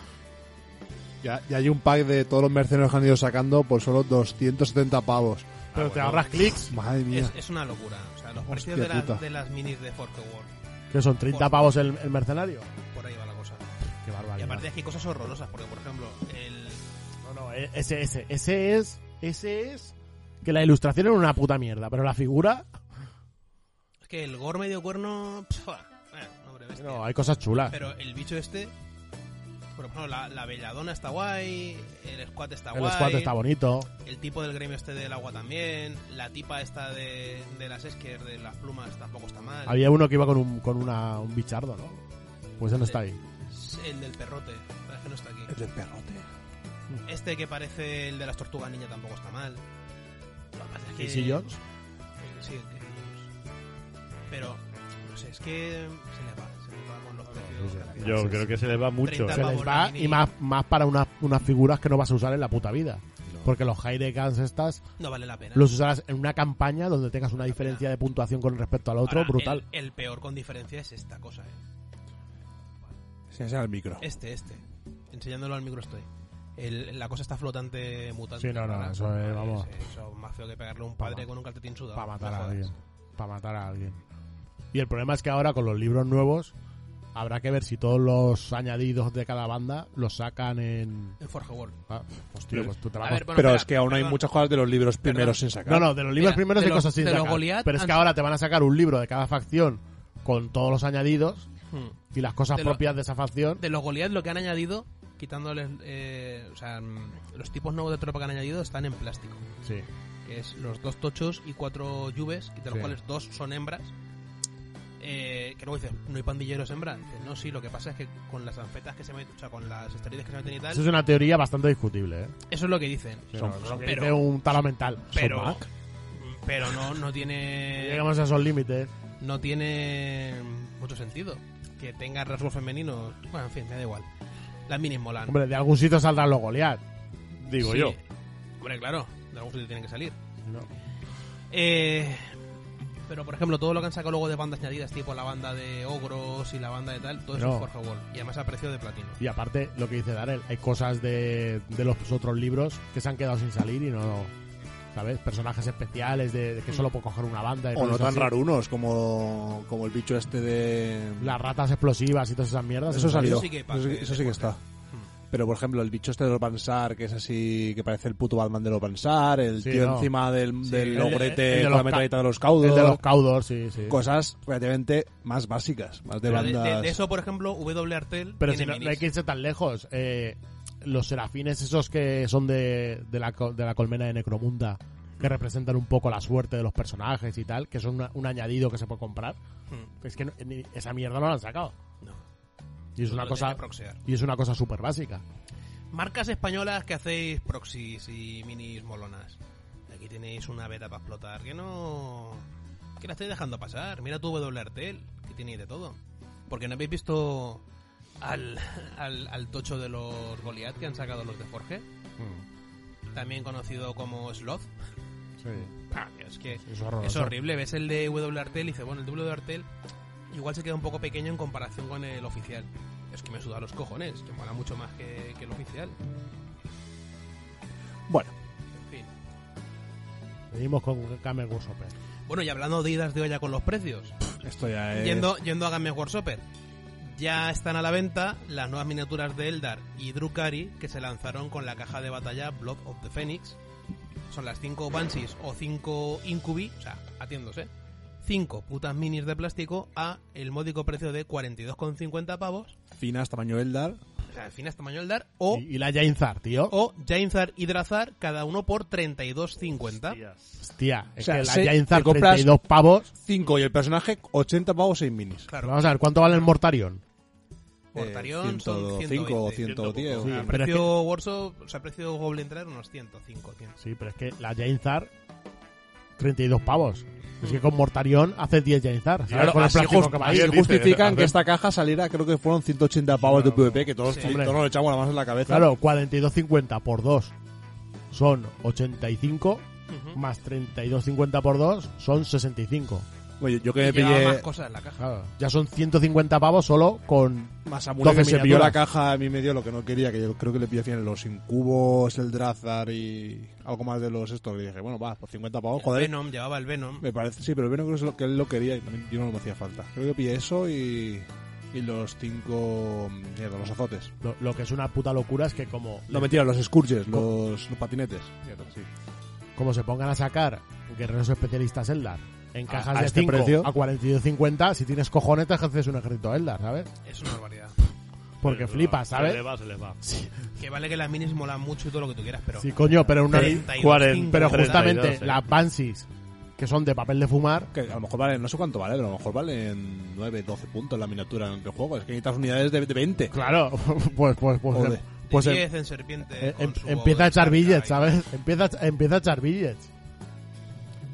Speaker 2: Ya, ya hay un pack de todos los mercenarios que han ido sacando por solo 270 pavos.
Speaker 8: Pero te
Speaker 7: bueno.
Speaker 8: ahorras clics,
Speaker 2: Ah, Madre mía.
Speaker 7: Es, es una locura. O sea, los
Speaker 2: Hostia
Speaker 7: precios de, las-
Speaker 2: puta.
Speaker 7: de las minis de Forge World.
Speaker 8: que son 30 pavos el, el mercenario.
Speaker 7: Por ahí va la cosa.
Speaker 8: Qué
Speaker 7: Y
Speaker 8: barbaridad.
Speaker 7: aparte es que hay cosas horrorosas, porque por ejemplo, el,
Speaker 8: No, no, e- ese, ese, ese es, ese es que la ilustración era una puta mierda, pero la figura,
Speaker 7: es que el gore medio cuerno. pfua, eh, hombre, bestia.
Speaker 8: no, hay cosas chulas.
Speaker 7: Pero el bicho este. Por ejemplo, la, la belladona está guay. El squat está
Speaker 8: El
Speaker 7: guay.
Speaker 8: squad está bonito.
Speaker 7: El tipo del gremio este del agua también. La tipa esta de, de las esquers, de las plumas, tampoco está mal.
Speaker 8: Había uno que iba con un, con una, un bichardo, ¿no? Pues ese no está ahí.
Speaker 7: El del perrote. la verdad es que no está aquí. El del perrote. Este que parece el de las tortugas ninja tampoco está mal. Lo que pasa es que- Eh,
Speaker 8: ¿Y Jones?
Speaker 7: Sí, el Casey Jones. Pero, no sé, es que se le va. Se le va con los precios. que al final
Speaker 9: Yo
Speaker 7: se-
Speaker 9: creo que se le va mucho.
Speaker 7: 30
Speaker 8: se les
Speaker 7: pavos la
Speaker 8: va
Speaker 7: mini.
Speaker 8: y más, más para unas, unas figuras que no vas a usar en la puta vida. Porque los Heidegans estas
Speaker 7: No vale la pena.
Speaker 8: los usarás en una campaña donde tengas una diferencia de puntuación con respecto al otro
Speaker 7: Ahora, eh,
Speaker 8: brutal.
Speaker 7: El, el peor con diferencia es esta cosa, eh.
Speaker 2: Se sea el micro.
Speaker 7: Este, este. Enseñándolo al micro estoy. El- la cosa está flotante mutante.
Speaker 8: Sí, no, no,
Speaker 7: rara.
Speaker 8: eso es,
Speaker 7: Vale,
Speaker 8: vamos.
Speaker 7: sí, Eso es más feo que pegarle a un
Speaker 8: Pa'
Speaker 7: padre
Speaker 8: ma-
Speaker 7: con un calcetín sudado.
Speaker 8: Para matar
Speaker 7: No
Speaker 8: a
Speaker 7: jodas.
Speaker 8: alguien. Para matar a alguien. Y el problema es que ahora con los libros nuevos habrá que ver si todos los añadidos de cada banda los sacan en...
Speaker 7: En Forge World.
Speaker 8: Ah, hostia, pues tú te vas
Speaker 7: A ver,
Speaker 8: con-
Speaker 7: bueno,
Speaker 2: Pero
Speaker 7: espera,
Speaker 2: es que aún hay
Speaker 7: perdón.
Speaker 2: muchas cosas de los libros primeros
Speaker 7: Perdón.
Speaker 2: sin sacar.
Speaker 8: No, no, de los libros
Speaker 7: Mira,
Speaker 8: primeros
Speaker 7: de
Speaker 8: hay
Speaker 7: los-
Speaker 8: cosas sin
Speaker 7: de los
Speaker 8: sacar.
Speaker 7: Goliath
Speaker 8: Pero es que
Speaker 7: han-
Speaker 8: ahora te van a sacar un libro de cada facción con todos los añadidos
Speaker 7: Hmm.
Speaker 8: y las cosas
Speaker 7: De lo-
Speaker 8: propias de esa facción.
Speaker 7: De los Goliath lo que han añadido, quitándoles... eh, o sea, mm, los tipos nuevos de tropa que han añadido están en plástico.
Speaker 8: Sí.
Speaker 7: que es los dos tochos y cuatro lluves, que de los
Speaker 8: Sí.
Speaker 7: cuales dos son hembras. Eh, que luego dices, no hay pandilleros hembras. Dices, no, sí, lo que pasa es que con las anfetas que se meten, o sea, con las esteroides que se meten y tal,
Speaker 8: Eso
Speaker 7: eso
Speaker 8: es una teoría bastante discutible, ¿eh?
Speaker 7: es lo que dicen.
Speaker 8: Pero, lo que
Speaker 7: pero-
Speaker 8: dice un tala mental.
Speaker 7: Pero, mm,
Speaker 8: Son Mac.
Speaker 7: pero no, no tiene.
Speaker 8: Llegamos a esos límites.
Speaker 7: No tiene mucho sentido que tenga rasgos femeninos. Bueno, en fin, me da igual. Las minis molan.
Speaker 8: Hombre, de algún sitio saldrán los Goliath.
Speaker 9: Digo
Speaker 7: Sí.
Speaker 9: yo.
Speaker 7: Hombre, claro, de algún sitio tienen que salir.
Speaker 8: ¿no?
Speaker 7: Eh, pero por ejemplo, todo lo que han sacado luego de bandas añadidas, tipo la banda de ogros y la banda de tal, todo eso
Speaker 8: No.
Speaker 7: es Forge World. Y además a precio de platino.
Speaker 8: Y aparte, lo que dice Darel, hay cosas de, de los otros libros que se han quedado sin salir y no. ¿Sabes? Personajes especiales de, de que solo puedo coger una banda. y
Speaker 2: O no
Speaker 8: cosas
Speaker 2: tan
Speaker 8: así.
Speaker 2: rarunos como, como el bicho este de...
Speaker 8: Las ratas explosivas y todas esas mierdas.
Speaker 2: Eso
Speaker 7: Eso
Speaker 2: salió. Eso
Speaker 7: sí
Speaker 2: sí
Speaker 7: que
Speaker 2: que,
Speaker 7: pasa,
Speaker 8: ¿eh?
Speaker 7: ¿eh?
Speaker 2: eso sí que está.
Speaker 8: Hmm.
Speaker 2: Pero, por ejemplo, el bicho este de Lopansar, que es así, que parece el puto Batman de Lopansar, el
Speaker 8: Sí,
Speaker 2: tío
Speaker 8: no.
Speaker 2: encima del, del
Speaker 8: el de- el de
Speaker 2: logrete con
Speaker 8: los
Speaker 2: la metralleta
Speaker 8: ca-
Speaker 2: de los
Speaker 8: El
Speaker 2: caudos.
Speaker 8: de los Caudor, sí, sí.
Speaker 2: Cosas relativamente más básicas, más de
Speaker 7: Pero de,
Speaker 2: bandas.
Speaker 7: de- de eso, por ejemplo, W Artel
Speaker 8: Pero
Speaker 7: tiene
Speaker 8: si no, no
Speaker 7: minis.
Speaker 8: hay que irse tan lejos. Eh, los serafines esos que son de, de, la, co- de la colmena de Necromunda, que representan un poco la suerte de los personajes y tal, que son una- un añadido que se puede comprar.
Speaker 7: Hmm. Pues
Speaker 8: Es que no- ni- esa mierda no la han sacado. Y es
Speaker 7: Lo
Speaker 8: una
Speaker 7: tenía
Speaker 8: cosa
Speaker 7: que proxear.
Speaker 8: y es una cosa súper básica.
Speaker 7: Marcas españolas que hacéis proxies y minis molonas. Aquí tenéis una beta para explotar. Que no. Que la estáis dejando pasar. Mira tu WRTL, que tenéis de todo. Porque no habéis visto al, al, al tocho de los Goliath que han sacado los de Forge.
Speaker 8: Hmm.
Speaker 7: También conocido como Sloth. [laughs]
Speaker 10: [laughs]
Speaker 7: Ah, Es que
Speaker 8: Es horroroso.
Speaker 7: es horrible. Ves el de WRTL y dices, bueno, el WRTL igual se queda un poco pequeño en comparación con el oficial. Es que me suda los cojones, que mola mucho más que, que el oficial.
Speaker 2: Bueno,
Speaker 7: En fin.
Speaker 8: Venimos con eh. Kamen Workshopper.
Speaker 7: Bueno, y hablando de idas de olla con los precios,
Speaker 2: esto ya
Speaker 8: Eh.
Speaker 2: es.
Speaker 7: yendo, yendo a Games Workshopper, ya están a la venta las nuevas miniaturas de Eldar y Drukari que se lanzaron con la caja de batalla Blood of the Phoenix. Son las 5 Banshees o 5 Incubi, o sea, atiéndose, 5 putas minis de plástico a el módico precio de 42,50 pavos.
Speaker 2: Finas, tamaño Eldar.
Speaker 7: O sea, al fin es tamaño Eldar o,
Speaker 8: Y, y la Jainzar, tío.
Speaker 7: o Jainzar y Drazar, cada uno por 32,50.
Speaker 9: Hostias.
Speaker 8: Hostia, es
Speaker 2: O sea,
Speaker 8: que la
Speaker 2: se-
Speaker 8: Jainzar,
Speaker 2: te compras-
Speaker 8: 32 pavos.
Speaker 2: 5 y el personaje, 80 pavos, 6 minis.
Speaker 7: Claro.
Speaker 8: Vamos a ver, ¿cuánto vale el Mortarion?
Speaker 7: Mortarión
Speaker 2: Eh,
Speaker 7: son
Speaker 2: 105 o
Speaker 7: 120.
Speaker 2: 110.
Speaker 8: Sí.
Speaker 7: A
Speaker 8: pero
Speaker 7: precio
Speaker 8: es
Speaker 7: Warsaw, o sea, precio Goblin Trail unos 105, 100.
Speaker 8: Sí, pero es que la Jainzar, 32 pavos. Es que con Mortarion hace 10 Jainzar. ¿sabes?
Speaker 9: Claro,
Speaker 8: con el
Speaker 9: así
Speaker 8: plástico
Speaker 9: just-
Speaker 8: que va
Speaker 2: Ahí
Speaker 9: así
Speaker 8: ahí.
Speaker 9: dice,
Speaker 2: justifican
Speaker 9: hacer-
Speaker 2: que esta caja saliera, creo que fueron 180 pavos de PvP, que todos,
Speaker 7: Sí.
Speaker 2: todos
Speaker 8: Hombre.
Speaker 2: nos echamos la mano en la cabeza.
Speaker 8: Claro, 42.50 por 2 son 85, más 32.50 por 2 son 65.
Speaker 2: Oye, yo, que me
Speaker 7: Llevaba
Speaker 2: pillé,
Speaker 7: más cosas en la caja.
Speaker 8: Claro, ya son 150 pavos solo con...
Speaker 2: Masamune que
Speaker 8: 12
Speaker 2: se pilló la
Speaker 8: miniaturas.
Speaker 2: caja, a mí me dio lo que no quería, que yo creo que le pillé al final los incubos, el Drazar y algo más de los estos. Y dije, bueno, va, por 50 pavos,
Speaker 7: El
Speaker 2: joder.
Speaker 7: Venom, llevaba el Venom.
Speaker 2: Me parece, sí, pero el Venom creo que es lo que él lo quería y también yo no me hacía falta. Creo que pillé eso y, y los cinco, mierda, los azotes.
Speaker 8: Lo, lo que es una puta locura es que como,
Speaker 2: No, mentira, los Scourges, los, los patinetes. Mierda, sí.
Speaker 8: como se pongan a sacar guerreros especialistas Eldar en
Speaker 2: A-
Speaker 8: cajas
Speaker 2: a
Speaker 8: de
Speaker 2: este
Speaker 8: 5
Speaker 2: precio.
Speaker 8: a 42.50, si tienes cojones te haces un ejército Eldar, ¿sabes?
Speaker 7: Es una barbaridad.
Speaker 8: Porque
Speaker 9: Pero
Speaker 8: flipas,
Speaker 9: Se le
Speaker 8: ¿sabes?
Speaker 9: va, se le va.
Speaker 7: Que vale que las minis molan mucho y todo lo que tú quieras, pero.
Speaker 8: Sí, coño, pero una...
Speaker 7: 32,
Speaker 9: cuaren-
Speaker 7: 50.
Speaker 8: Pero
Speaker 9: 32,
Speaker 8: justamente
Speaker 9: eh.
Speaker 8: las Banshees, que son de papel de fumar,
Speaker 2: Que a lo mejor vale, no sé cuánto vale, pero a lo mejor valen 9, 12 puntos la miniatura en el juego. Es que necesitas unidades de, de 20.
Speaker 8: claro, [laughs] pues, pues, pues,
Speaker 2: Joder.
Speaker 8: pues
Speaker 7: De
Speaker 8: em-
Speaker 7: 10 en serpiente.
Speaker 8: em-
Speaker 7: con su
Speaker 8: empieza a echar
Speaker 7: bow de
Speaker 8: billets,
Speaker 7: carga
Speaker 8: ¿sabes? Empieza, a- empieza a echar billets.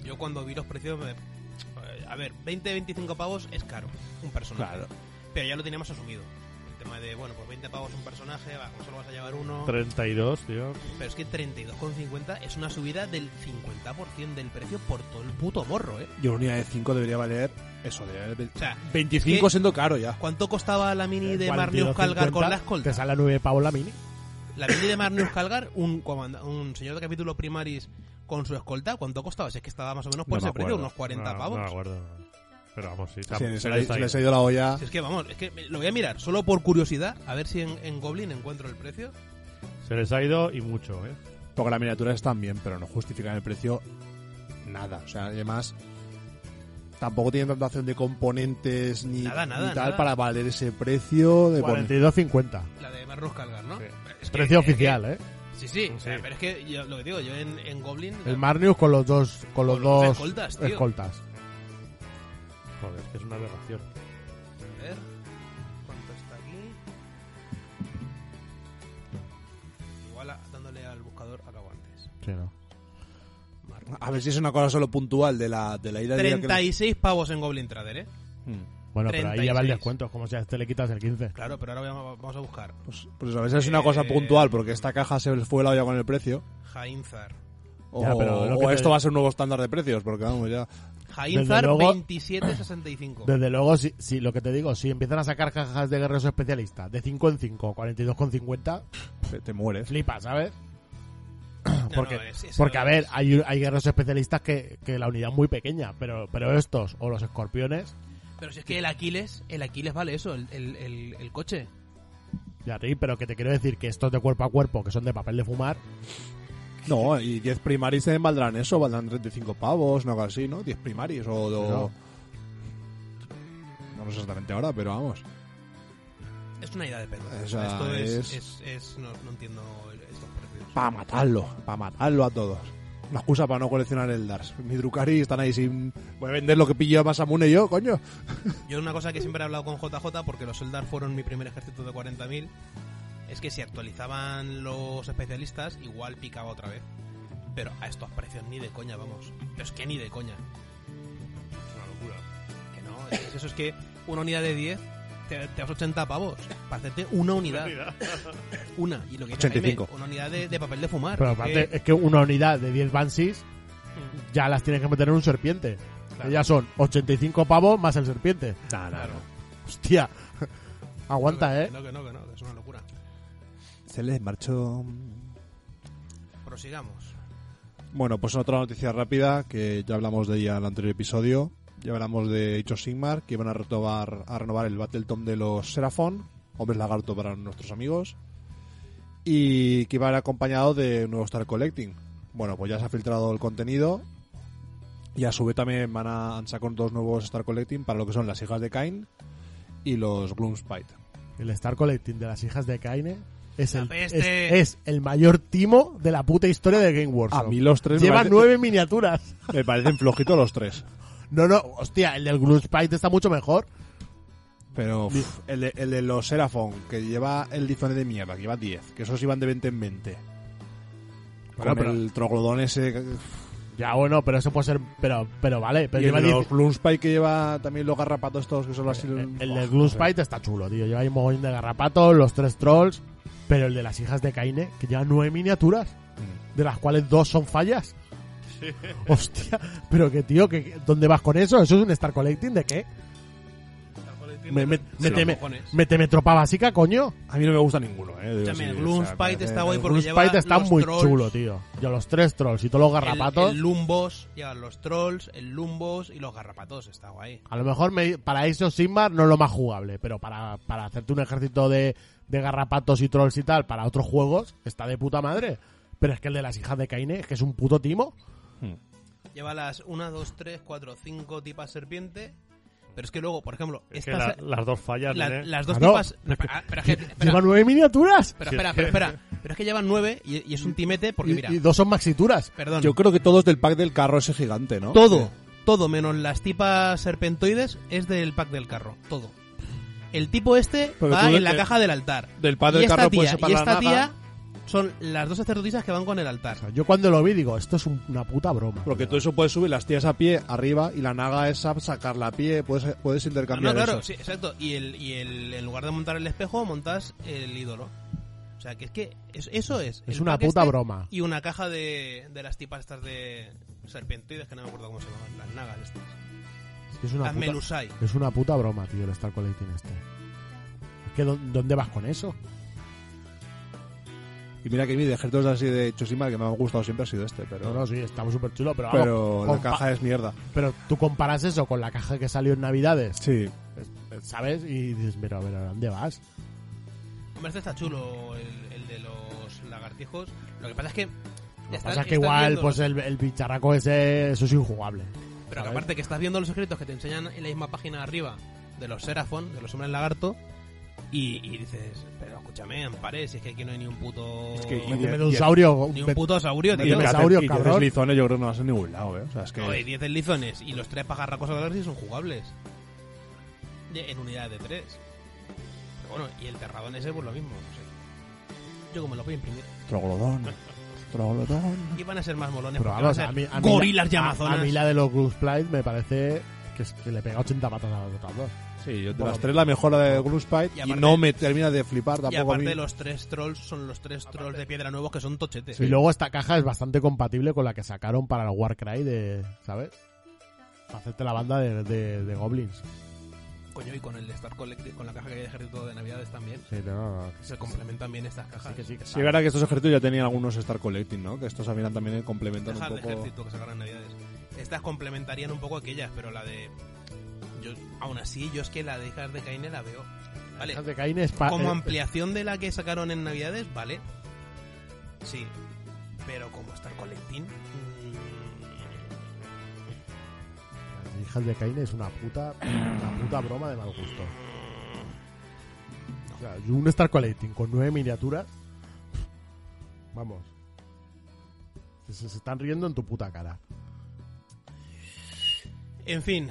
Speaker 7: y- Yo cuando vi los precios me. eh, A ver, 20, 25 pavos es caro. Un personaje.
Speaker 2: Claro.
Speaker 7: Pero ya lo teníamos asumido. El tema de, bueno, pues 20 pavos un personaje, va, solo vas a llevar uno.
Speaker 9: 32, tío.
Speaker 7: Pero es que 32,50 es una subida del 50% del precio por todo el puto morro, ¿eh?
Speaker 2: Y una unidad de 5 debería valer eso, debería valer
Speaker 7: O
Speaker 2: 20.
Speaker 7: sea,
Speaker 2: 25
Speaker 7: es que-
Speaker 2: siendo caro ya.
Speaker 7: ¿cuánto costaba la mini de
Speaker 8: 42,50,
Speaker 7: Marnius Calgar con la
Speaker 8: Te
Speaker 7: escolta?
Speaker 8: sale a 9 pavos la mini.
Speaker 7: La mini de Marnius Calgar, un, comanda- un señor de capítulo primaris con su escolta, ¿cuánto costaba? Si es que estaba más o menos por
Speaker 2: No me
Speaker 7: ese precio,
Speaker 2: acuerdo.
Speaker 7: unos 40
Speaker 9: no,
Speaker 7: pavos.
Speaker 9: No me acuerdo. Pero vamos, sí.
Speaker 2: Sí,
Speaker 9: tampoco-
Speaker 2: se,
Speaker 9: ahí
Speaker 2: le,
Speaker 9: está
Speaker 2: se les ha
Speaker 9: ahí.
Speaker 2: ido la olla.
Speaker 7: Si es que vamos, es que me- lo voy a mirar, solo por curiosidad, a ver si en, en Goblin encuentro el precio.
Speaker 9: Se les ha ido y mucho, ¿eh?
Speaker 2: Porque las miniaturas están bien, pero no justifican el precio nada. O sea, además, tampoco tienen tanta acción de componentes ni,
Speaker 7: Nada, nada,
Speaker 2: ni tal
Speaker 7: nada.
Speaker 2: para valer ese precio. De poner.
Speaker 8: 42.50.
Speaker 7: La de Marnius Calgar, ¿no?
Speaker 9: Sí.
Speaker 7: Es que-
Speaker 8: Precio
Speaker 7: es que-
Speaker 8: oficial, ¿eh?
Speaker 7: Sí, sí, o sea,
Speaker 9: Sí.
Speaker 7: pero es que yo- lo que digo, yo en, en Goblin...
Speaker 8: El Marnius con los dos, con los dos
Speaker 7: escoltas, tío.
Speaker 8: escoltas.
Speaker 9: Joder, es que es una aberración.
Speaker 7: A ver, ¿cuánto está aquí? Igual a- dándole al buscador acabo antes.
Speaker 8: Sí, ¿no?
Speaker 2: A ver si es una cosa solo puntual de la, de la Hmm. ida de
Speaker 7: 36 pavos en Goblin Trader, ¿eh?
Speaker 8: Hmm. Bueno, pero ahí lleva el
Speaker 7: 36.
Speaker 8: descuento, como si a este le quitas el 15.
Speaker 7: Claro, pero ahora vamos a- vamos a buscar.
Speaker 2: Pues, pues eso, a ver si es una cosa
Speaker 7: Eh,
Speaker 2: puntual, porque esta caja se fue la olla con el precio.
Speaker 7: Jainzar.
Speaker 2: O,
Speaker 8: Ya, pero lo que
Speaker 2: o
Speaker 8: te-
Speaker 2: esto va a ser un nuevo estándar de precios, porque vamos ya.
Speaker 7: Jainzar
Speaker 8: luego-
Speaker 7: 2765.
Speaker 8: Desde luego, si, si lo que te digo, si empiezan a sacar cajas de guerreros especialistas de 5 en 5, 42,50,
Speaker 2: Te, te mueres.
Speaker 8: flipa, ¿sabes? Porque,
Speaker 7: no, es- es-
Speaker 8: porque a
Speaker 7: es-
Speaker 8: ver, hay, hay guerreros especialistas que, que la unidad es muy pequeña, pero, pero estos o los escorpiones,
Speaker 7: Pero si es que el Aquiles, el Aquiles vale eso, el, el, el- el coche.
Speaker 8: ya te pero que te quiero decir que estos de cuerpo a cuerpo, que son de papel de fumar,
Speaker 2: No, y 10 primaris también valdrán eso, valdrán 35 pavos, no algo así, ¿no? 10 primaris o. o- No. lo sé exactamente ahora, pero vamos.
Speaker 7: Es es una idea de pelo.
Speaker 2: O sea,
Speaker 7: Esto es,
Speaker 2: es-
Speaker 7: es- es- no, no entiendo estos precios.
Speaker 2: Para matarlo, para matarlo a todos. Una excusa para no coleccionar el Dars. Mi Drucari están ahí sin. Voy a vender lo que pilló a Masamune yo, coño.
Speaker 7: Yo una cosa que siempre he hablado con JJ, porque los Eldar fueron mi primer ejército de 40.000, es que si actualizaban los especialistas, igual picaba otra vez. Pero a estos precios ni de coña, vamos. Pero es que ni de coña. Es una locura. Que no, es- eso es que una unidad de 10 te, te das 80 pavos para hacerte una unidad. Una. Y lo que dice
Speaker 2: 85.
Speaker 7: Jaime, una unidad de, de papel de fumar.
Speaker 8: Pero
Speaker 7: Es
Speaker 8: aparte,
Speaker 7: que-
Speaker 8: es que una unidad de 10 Banshees ya las tienes que meter en un serpiente.
Speaker 7: Claro.
Speaker 8: Que ya son 85 pavos más el serpiente.
Speaker 7: Claro.
Speaker 8: Hostia. [laughs]
Speaker 7: No,
Speaker 8: Aguanta,
Speaker 7: que-
Speaker 8: eh.
Speaker 7: No, que no, que no, que es una locura.
Speaker 2: Se les marchó.
Speaker 7: Prosigamos.
Speaker 2: Bueno, pues otra noticia rápida que ya hablamos de ella en el anterior episodio. Ya hablamos de Age of Sigmar, que iban a renovar, a renovar el Battletom de los Seraphon, hombres lagarto para nuestros amigos, y que iba a ir acompañado de nuevo Star Collecting. Bueno, pues ya se ha filtrado el contenido y a su vez también van a han sacado dos nuevos Star Collecting para lo que son las hijas de Cain y los Gloomspite.
Speaker 8: El Star Collecting de las hijas de Kaine es
Speaker 7: La
Speaker 8: el, es,
Speaker 7: peste.
Speaker 8: es el mayor timo de la puta historia de Game Wars.
Speaker 2: A mí los tres me,
Speaker 8: Lleva
Speaker 2: parece-
Speaker 8: nueve miniaturas. [laughs]
Speaker 2: me parecen flojitos los tres.
Speaker 8: No, no, hostia, el del Gloomspite está mucho mejor.
Speaker 2: Pero uf, el, de, el de los Seraphon, que lleva el difone de mierda, que lleva 10, que esos iban de 20 en 20.
Speaker 8: Bueno,
Speaker 2: Con
Speaker 8: pero-
Speaker 2: el troglodón ese. que- uf,
Speaker 8: Ya, bueno, pero eso puede ser. Pero, pero vale, pero
Speaker 2: y
Speaker 8: lleva
Speaker 2: el de
Speaker 8: 10
Speaker 2: los Gloomspy que lleva también los garrapatos estos que son así.
Speaker 8: El, el
Speaker 2: Buah,
Speaker 8: del
Speaker 2: no sé.
Speaker 8: Gloomspite está chulo, tío. Lleva ahí un mogollón de garrapatos, los tres trolls. Pero el de las hijas de Kaine, que lleva nueve miniaturas,
Speaker 2: Mm.
Speaker 8: de las cuales dos son fallas. Hostia, pero que tío, que, que- ¿dónde vas con eso? ¿Eso es un Star Collecting de qué? Me, me, méteme, méteme tropa básica, coño.
Speaker 2: A mí no me gusta ninguno, eh. digo,
Speaker 7: Escúchame,
Speaker 2: sí,
Speaker 7: el
Speaker 2: o sea,
Speaker 7: Gloomspite
Speaker 2: parece-
Speaker 7: está guay
Speaker 8: El
Speaker 7: porque lleva
Speaker 8: Gloomspite está
Speaker 7: los
Speaker 8: muy
Speaker 7: trolls,
Speaker 8: chulo, tío. Yo los tres trolls y todos los garrapatos.
Speaker 7: El, el Lumbos, lleva los trolls, el Lumbos y los garrapatos, está guay.
Speaker 8: A lo mejor me- para eso Sigmar no es lo más jugable, pero para, para hacerte un ejército de, de garrapatos y trolls y tal para otros juegos está de puta madre. Pero es que el de las hijas de Caine es que es un puto timo.
Speaker 7: Lleva las 1, 2, 3, 4, 5 tipas serpiente. Pero es que luego, por ejemplo,
Speaker 9: Es que
Speaker 7: estas-
Speaker 9: la- las dos ¿eh? fallas,
Speaker 7: la-
Speaker 9: nene.
Speaker 7: las dos
Speaker 8: Claro.
Speaker 7: tipas. Ah,
Speaker 8: [laughs]
Speaker 7: pero es que- espera,
Speaker 8: Lleva nueve miniaturas
Speaker 7: pero espera, pero espera. Pero es que llevan nueve y, y es un timete porque,
Speaker 8: y,
Speaker 7: mira,
Speaker 8: y dos son maxituras.
Speaker 7: perdón.
Speaker 2: Yo creo que todos del pack del carro ese gigante, ¿no? Eh,
Speaker 7: Todo, todo menos las tipas serpentoides es del pack del carro, todo. El tipo este
Speaker 2: Pero
Speaker 7: va
Speaker 2: tú de-
Speaker 7: en la
Speaker 2: de-
Speaker 7: caja del altar.
Speaker 2: del pack del
Speaker 7: y esta
Speaker 2: carro
Speaker 7: tía,
Speaker 2: puede separar
Speaker 7: y esta
Speaker 2: nada.
Speaker 7: tía son las dos sacerdotisas que van con el altar.
Speaker 8: O sea, [laughs] yo cuando lo vi digo, esto es un- una puta broma.
Speaker 2: Porque
Speaker 8: tío.
Speaker 2: todo eso puedes subir las tías a pie arriba y la naga esa sacarla a pie, puedes, puedes intercambiar
Speaker 7: no, claro,
Speaker 2: eso.
Speaker 7: sí, exacto. Y, el, y el, en lugar de montar el espejo, montas el ídolo. O sea, que es que es- eso es.
Speaker 8: Es
Speaker 7: el
Speaker 8: una
Speaker 7: pack
Speaker 8: puta broma.
Speaker 7: Y una caja de, de las tipas estas de serpentoides, que no me acuerdo cómo se llaman, las nagas estas.
Speaker 8: Es que es una
Speaker 7: Las
Speaker 8: puta,
Speaker 7: melusai.
Speaker 8: es una puta broma, tío, el Star Collecting este. Es que ¿dó- ¿dónde vas con eso?
Speaker 2: Y mira que mi de ejércitos así de Chosima que me han gustado siempre ha sido este, pero.
Speaker 8: No, no, sí, estamos súper chulo, pero vamos,
Speaker 2: pero la
Speaker 8: compa-
Speaker 2: caja es mierda.
Speaker 8: pero tú comparas eso con la caja que salió en Navidades Eh,
Speaker 2: Sí.
Speaker 8: ¿Sabes? Y dices, pero, pero ¿a dónde vas?
Speaker 7: Hombre, este está chulo, el, el de los lagartijos. Lo que pasa es que.
Speaker 8: Lo que
Speaker 7: estás-
Speaker 8: pasa es que
Speaker 7: estás
Speaker 8: igual,
Speaker 7: viendo
Speaker 8: pues
Speaker 7: los-
Speaker 8: el, el bicharraco ese, eso es injugable.
Speaker 7: Pero que
Speaker 8: ¿sabes?
Speaker 7: aparte que estás viendo los secretos que te enseñan en la misma página arriba de los Seraphon, de los hombres lagarto, y, y dices, pero escúchame, Ampare, si es que aquí no hay ni un puto...
Speaker 2: Es que- y-
Speaker 8: Méteme de
Speaker 2: y
Speaker 8: un
Speaker 2: el-
Speaker 8: saurio.
Speaker 7: ni
Speaker 8: un
Speaker 7: un
Speaker 8: pe-
Speaker 7: puto saurio,
Speaker 8: Y
Speaker 7: tío.
Speaker 8: el-
Speaker 2: haces-
Speaker 8: Saurio,
Speaker 2: y te haces
Speaker 8: cabrón.
Speaker 2: lizones, yo creo que no vas a ningún lado, ¿eh? O sea, es que.
Speaker 7: No, y 10 deslizones y los 3 pajarracos lagartos son jugables. De- En unidad de 3. Pero bueno, y el terradón ese, pues lo mismo. no sé. Yo como lo voy a imprimir.
Speaker 2: Troglodón. Troglodón.
Speaker 7: Y van a ser más molones.
Speaker 8: Pero
Speaker 7: porque
Speaker 8: vamos,
Speaker 7: van a
Speaker 8: a
Speaker 7: ser
Speaker 8: mí, a mí
Speaker 7: gorilas
Speaker 8: la-
Speaker 7: y
Speaker 8: a-
Speaker 7: amazonas.
Speaker 8: A, mí la de los Groove Pride me parece que, es- que le pega 80 patas a los otros dos.
Speaker 2: Sí, yo te
Speaker 8: Bueno,
Speaker 2: las tres la mejora de Gloomspite
Speaker 7: y
Speaker 2: y,
Speaker 7: aparte-
Speaker 2: no me termina de flipar
Speaker 7: Y
Speaker 2: tampoco a
Speaker 7: aparte
Speaker 2: mí.
Speaker 7: los tres trolls son los tres trolls de piedra nuevos que son tochetes.
Speaker 8: Y luego esta caja es bastante compatible con la que sacaron para el Warcry de. ¿Sabes? Para hacerte la banda de, de- de Goblins.
Speaker 7: Coño, y con el Star Collective, con la caja que hay de ejército de navidades también.
Speaker 8: Sí, no, no, no, que
Speaker 7: Se complementan bien estas cajas.
Speaker 8: sí, que sí, que
Speaker 2: Sí, es verdad que estos ejércitos ya tenían algunos Star Collecting, ¿no? Que estos al final también complementan
Speaker 7: Cajas
Speaker 2: un
Speaker 7: de
Speaker 2: poco.
Speaker 7: ejército que sacaron en navidades. Estas complementarían un poco aquellas, pero la de... Yo, aún así, yo es que la de hijas de Caine la veo. Vale,
Speaker 8: Cajas de Cain es pa-
Speaker 7: como
Speaker 8: eh,
Speaker 7: ampliación de la que sacaron en navidades, vale. Sí. Pero como Star Collecting... mm,
Speaker 8: Las hijas de Cain es una puta, una puta broma de mal gusto. O sea, sea, yo un Star Collecting con nueve miniaturas. Vamos. Se, se están riendo en tu puta cara.
Speaker 7: En fin.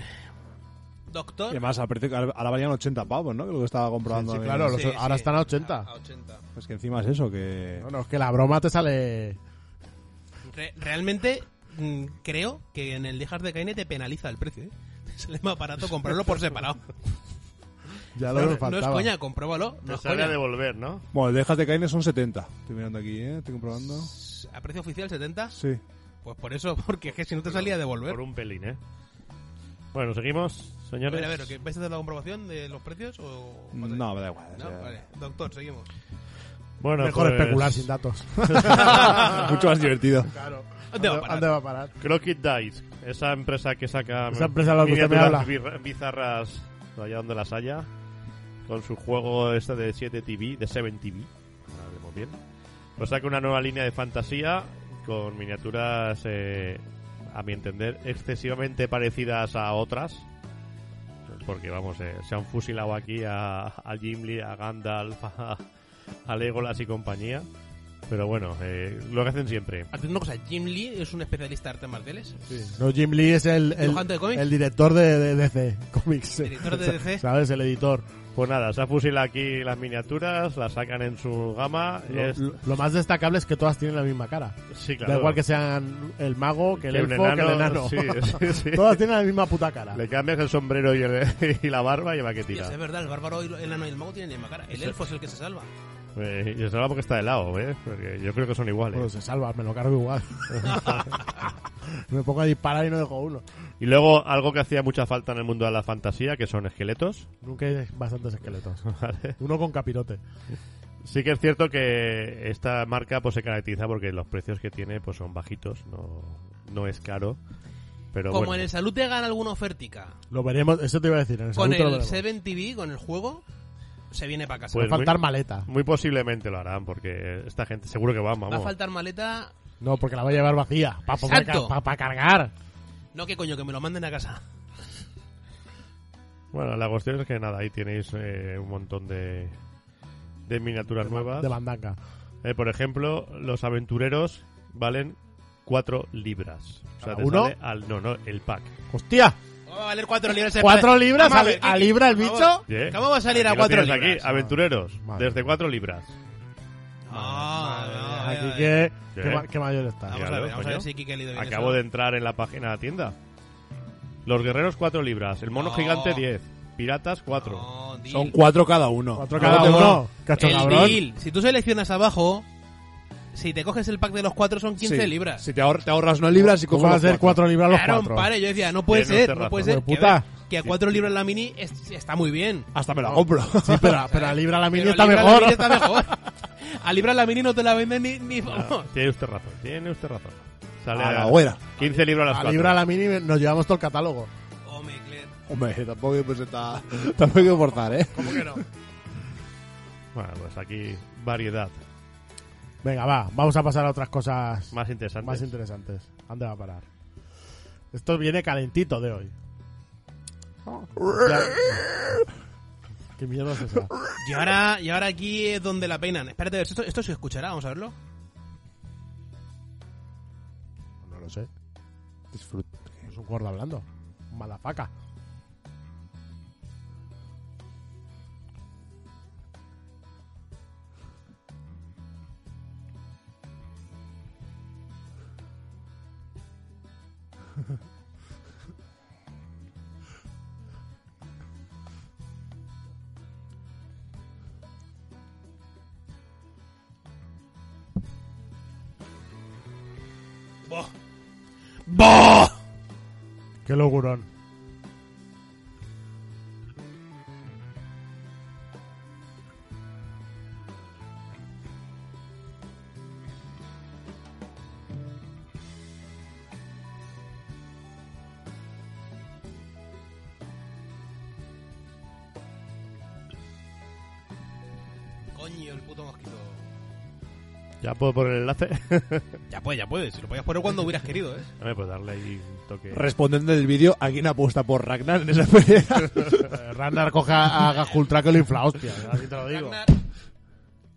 Speaker 2: Y
Speaker 7: Doctor.
Speaker 2: además, al precio- ahora valían 80 pavos, ¿no? Que lo que estaba comprando.
Speaker 8: Sí, sí,
Speaker 2: en-
Speaker 8: claro, los-
Speaker 7: Sí,
Speaker 8: ahora
Speaker 7: sí,
Speaker 8: están a 80.
Speaker 7: A 80.
Speaker 2: Es que encima es eso, que.
Speaker 8: No, no, es que la broma te sale.
Speaker 7: Re- realmente mm, creo que en el Dejas de Caine te penaliza el precio. ¿eh? [laughs] Te sale más barato comprarlo
Speaker 9: [laughs]
Speaker 7: por separado.
Speaker 8: Ya
Speaker 7: No,
Speaker 8: lo que
Speaker 7: no es
Speaker 8: faltaba.
Speaker 7: coña, compruébalo. No
Speaker 9: Nos
Speaker 7: es
Speaker 9: sale
Speaker 7: coña.
Speaker 9: a devolver, ¿no?
Speaker 2: Bueno, el de Dejas de Caine son 70. Estoy mirando aquí, ¿eh? Estoy comprobando.
Speaker 7: A precio oficial 70.
Speaker 2: Sí.
Speaker 7: Pues por eso, [laughs] porque es que si no te salía a devolver.
Speaker 9: Por un pelín, ¿eh? Bueno, seguimos,
Speaker 7: A
Speaker 9: señores.
Speaker 7: ver, a ver, ¿qué- ¿vais a hacer la comprobación de los precios o...?
Speaker 2: No, me da igual. o
Speaker 7: No,
Speaker 2: sea,
Speaker 7: vale. Doctor, seguimos.
Speaker 9: Bueno,
Speaker 8: Mejor
Speaker 9: pues,
Speaker 8: especular sin
Speaker 9: [laughs]
Speaker 8: datos.
Speaker 2: Mucho
Speaker 8: [laughs]
Speaker 2: más divertido.
Speaker 7: ¿Dónde va a parar?
Speaker 8: ¿Dónde va a parar?
Speaker 9: Crooked Dice, esa empresa que saca
Speaker 8: Esa empresa de la que usted me
Speaker 9: miniaturas birra- bizarras de allá donde las haya, con su juego este de 7 TV, de 7 TV, ahora vemos bien, pues saca una nueva línea de fantasía con miniaturas, eh, a mi entender, excesivamente parecidas a otras, porque vamos, eh, se han fusilado aquí a, a Gimli, a Gandalf, [laughs] a, a Legolas y compañía. Pero bueno, eh, lo que hacen siempre.
Speaker 7: Haced una cosa, Jim Lee es un especialista de artes marciales.
Speaker 8: No, Jim Lee es el, el,
Speaker 7: ¿Dibujante de cómics?
Speaker 8: el director de, de DC Comics.
Speaker 9: [laughs]
Speaker 7: Director
Speaker 8: [laughs]
Speaker 7: de DC.
Speaker 8: ¿Sabes? El editor.
Speaker 9: Pues nada, se ha fusilado aquí las miniaturas, las sacan en su gama.
Speaker 8: Lo,
Speaker 9: es-
Speaker 8: lo- lo más destacable es que todas tienen la misma cara.
Speaker 9: sí, claro.
Speaker 8: Da igual que sean el mago, que el elfo, que el enano.
Speaker 9: Sí,
Speaker 8: [laughs]
Speaker 9: sí, sí.
Speaker 8: todas tienen la misma puta cara.
Speaker 9: Le cambias el sombrero y, el- [laughs] y la barba y va que tira.
Speaker 7: Es verdad, el bárbaro, y el enano y el mago tienen la misma cara. El elfo es el que se salva.
Speaker 9: Eh, y se va porque está de lado, ¿eh? Porque yo creo que son iguales.
Speaker 8: Bueno, Pues se salva, me lo cargo
Speaker 9: [laughs]
Speaker 8: igual. me pongo a disparar y no dejo uno.
Speaker 9: Y luego algo que hacía mucha falta en el mundo de la fantasía, que son esqueletos.
Speaker 8: Nunca hay bastantes esqueletos.
Speaker 9: [laughs] ¿vale?
Speaker 8: Uno con capirote.
Speaker 9: Sí que es cierto que esta marca pues se caracteriza porque los precios que tiene pues son bajitos, no, no es caro. Pero
Speaker 7: Como
Speaker 9: bueno.
Speaker 7: en el Salud te hagan alguna ofertica
Speaker 8: Lo veremos, eso te iba a decir. En el
Speaker 7: con
Speaker 8: segundo lo
Speaker 7: el
Speaker 8: veremos.
Speaker 7: 7 TV, con el juego, se viene para casa.
Speaker 9: Pues
Speaker 8: Va a faltar maleta.
Speaker 9: Muy posiblemente lo harán, porque esta gente seguro que va, vamos.
Speaker 7: Va a faltar maleta...
Speaker 8: No, porque la va a llevar vacía. Para
Speaker 7: Exacto.
Speaker 8: cargar.
Speaker 7: No, que coño, que me lo manden a casa.
Speaker 9: Bueno, la cuestión es que nada, ahí tenéis eh, un montón de, de miniaturas nuevas.
Speaker 8: De bandanga.
Speaker 9: Eh, por ejemplo, los aventureros valen 4 libras. O sea,
Speaker 8: ¿Cada
Speaker 9: te
Speaker 8: uno?
Speaker 9: sale al, no, no, el pack.
Speaker 8: ¡Hostia!
Speaker 7: ¿Cómo va a valer 4 libras? el
Speaker 8: ¿Cuatro
Speaker 7: pre-
Speaker 8: libras a,
Speaker 7: Vamos ver,
Speaker 8: li- a
Speaker 7: Kiki,
Speaker 8: libra el
Speaker 7: por
Speaker 8: bicho?
Speaker 7: favor.
Speaker 9: ¿Eh?
Speaker 7: ¿Cómo va a salir a
Speaker 9: Aquí lo
Speaker 7: cuatro
Speaker 9: tienes
Speaker 7: libras?
Speaker 9: Aquí, aventureros,
Speaker 8: Madre
Speaker 9: desde 4 libras.
Speaker 7: Ah, no,
Speaker 8: Aquí
Speaker 7: eh, eh.
Speaker 8: que,
Speaker 9: ¿Qué?
Speaker 8: que ma- que mayor está.
Speaker 7: Vamos a
Speaker 9: Míralo,
Speaker 7: ver, vamos a ver
Speaker 9: coño.
Speaker 7: si Kike ha leído bien
Speaker 9: Acabo
Speaker 7: eso.
Speaker 9: de entrar en la página de la tienda. Los guerreros 4 libras, el mono
Speaker 7: No.
Speaker 9: gigante 10, piratas 4.
Speaker 7: No, deal.
Speaker 2: Son cuatro cada uno.
Speaker 8: Cuatro
Speaker 2: Luego
Speaker 8: cada
Speaker 2: tengo-
Speaker 8: uno. Cacho
Speaker 7: El
Speaker 8: cabrón.
Speaker 7: deal. Si tú seleccionas abajo, si te coges el pack de los cuatro son 15
Speaker 2: Sí.
Speaker 7: libras.
Speaker 2: Si te, ahor- te ahorras unas libras y
Speaker 8: ¿Cómo van
Speaker 2: coges
Speaker 8: a
Speaker 2: los
Speaker 8: ser cuatro libras los
Speaker 7: Claro,
Speaker 8: cuatro?
Speaker 7: padre, yo decía, no puede
Speaker 9: Tiene
Speaker 7: ser,
Speaker 9: usted
Speaker 7: no puede
Speaker 8: razón.
Speaker 7: ser. Que,
Speaker 8: Hijo de
Speaker 7: a ver,
Speaker 8: puta.
Speaker 7: que a cuatro libras la mini es- está muy bien.
Speaker 2: Hasta me la
Speaker 7: [laughs]
Speaker 2: compro.
Speaker 8: Sí, pero, pero a libra la mini
Speaker 7: Pero
Speaker 8: está
Speaker 7: libra la
Speaker 8: mejor.
Speaker 7: mini está mejor. A libras la mini no te la venden ni... ni vamos.
Speaker 9: Tiene usted razón, tiene usted razón. Sale
Speaker 2: A la güera.
Speaker 9: 15 libras a las
Speaker 8: A
Speaker 9: 4.
Speaker 8: libra la mini nos llevamos todo el catálogo.
Speaker 7: Hombre, Claire.
Speaker 2: Hombre, tampoco, pues, está, tampoco hay que forzar, ¿eh?
Speaker 9: [laughs] Bueno, pues aquí variedad
Speaker 8: Venga, va, vamos a pasar a otras cosas
Speaker 9: más interesante.
Speaker 8: más interesantes. ¿Dónde va a parar? Esto viene calentito de hoy. Ya- ¿Qué mierda es
Speaker 9: [laughs]
Speaker 8: esa?
Speaker 7: Y ahora, y ahora aquí es donde la peinan. Espérate, a ver, esto, esto se escuchará, vamos a verlo.
Speaker 8: No lo sé. Es un gordo hablando. Un Malafaca.
Speaker 7: ¡Boh!
Speaker 8: Qué locurón.
Speaker 7: Coño, el puto mosquito.
Speaker 9: ¿Ya puedo poner el enlace? [laughs]
Speaker 7: Ya puedes, ya puedes. Si lo podías poner cuando hubieras querido, ¿eh?
Speaker 9: Hombre, pues darle ahí un toque.
Speaker 2: Respondiendo en el vídeo, ¿a quién apuesta por Ragnar en esa pelea?
Speaker 8: [laughs] Randar coge a a Gajultra que lo infla, hostia. Así te lo digo.
Speaker 7: Ragnar.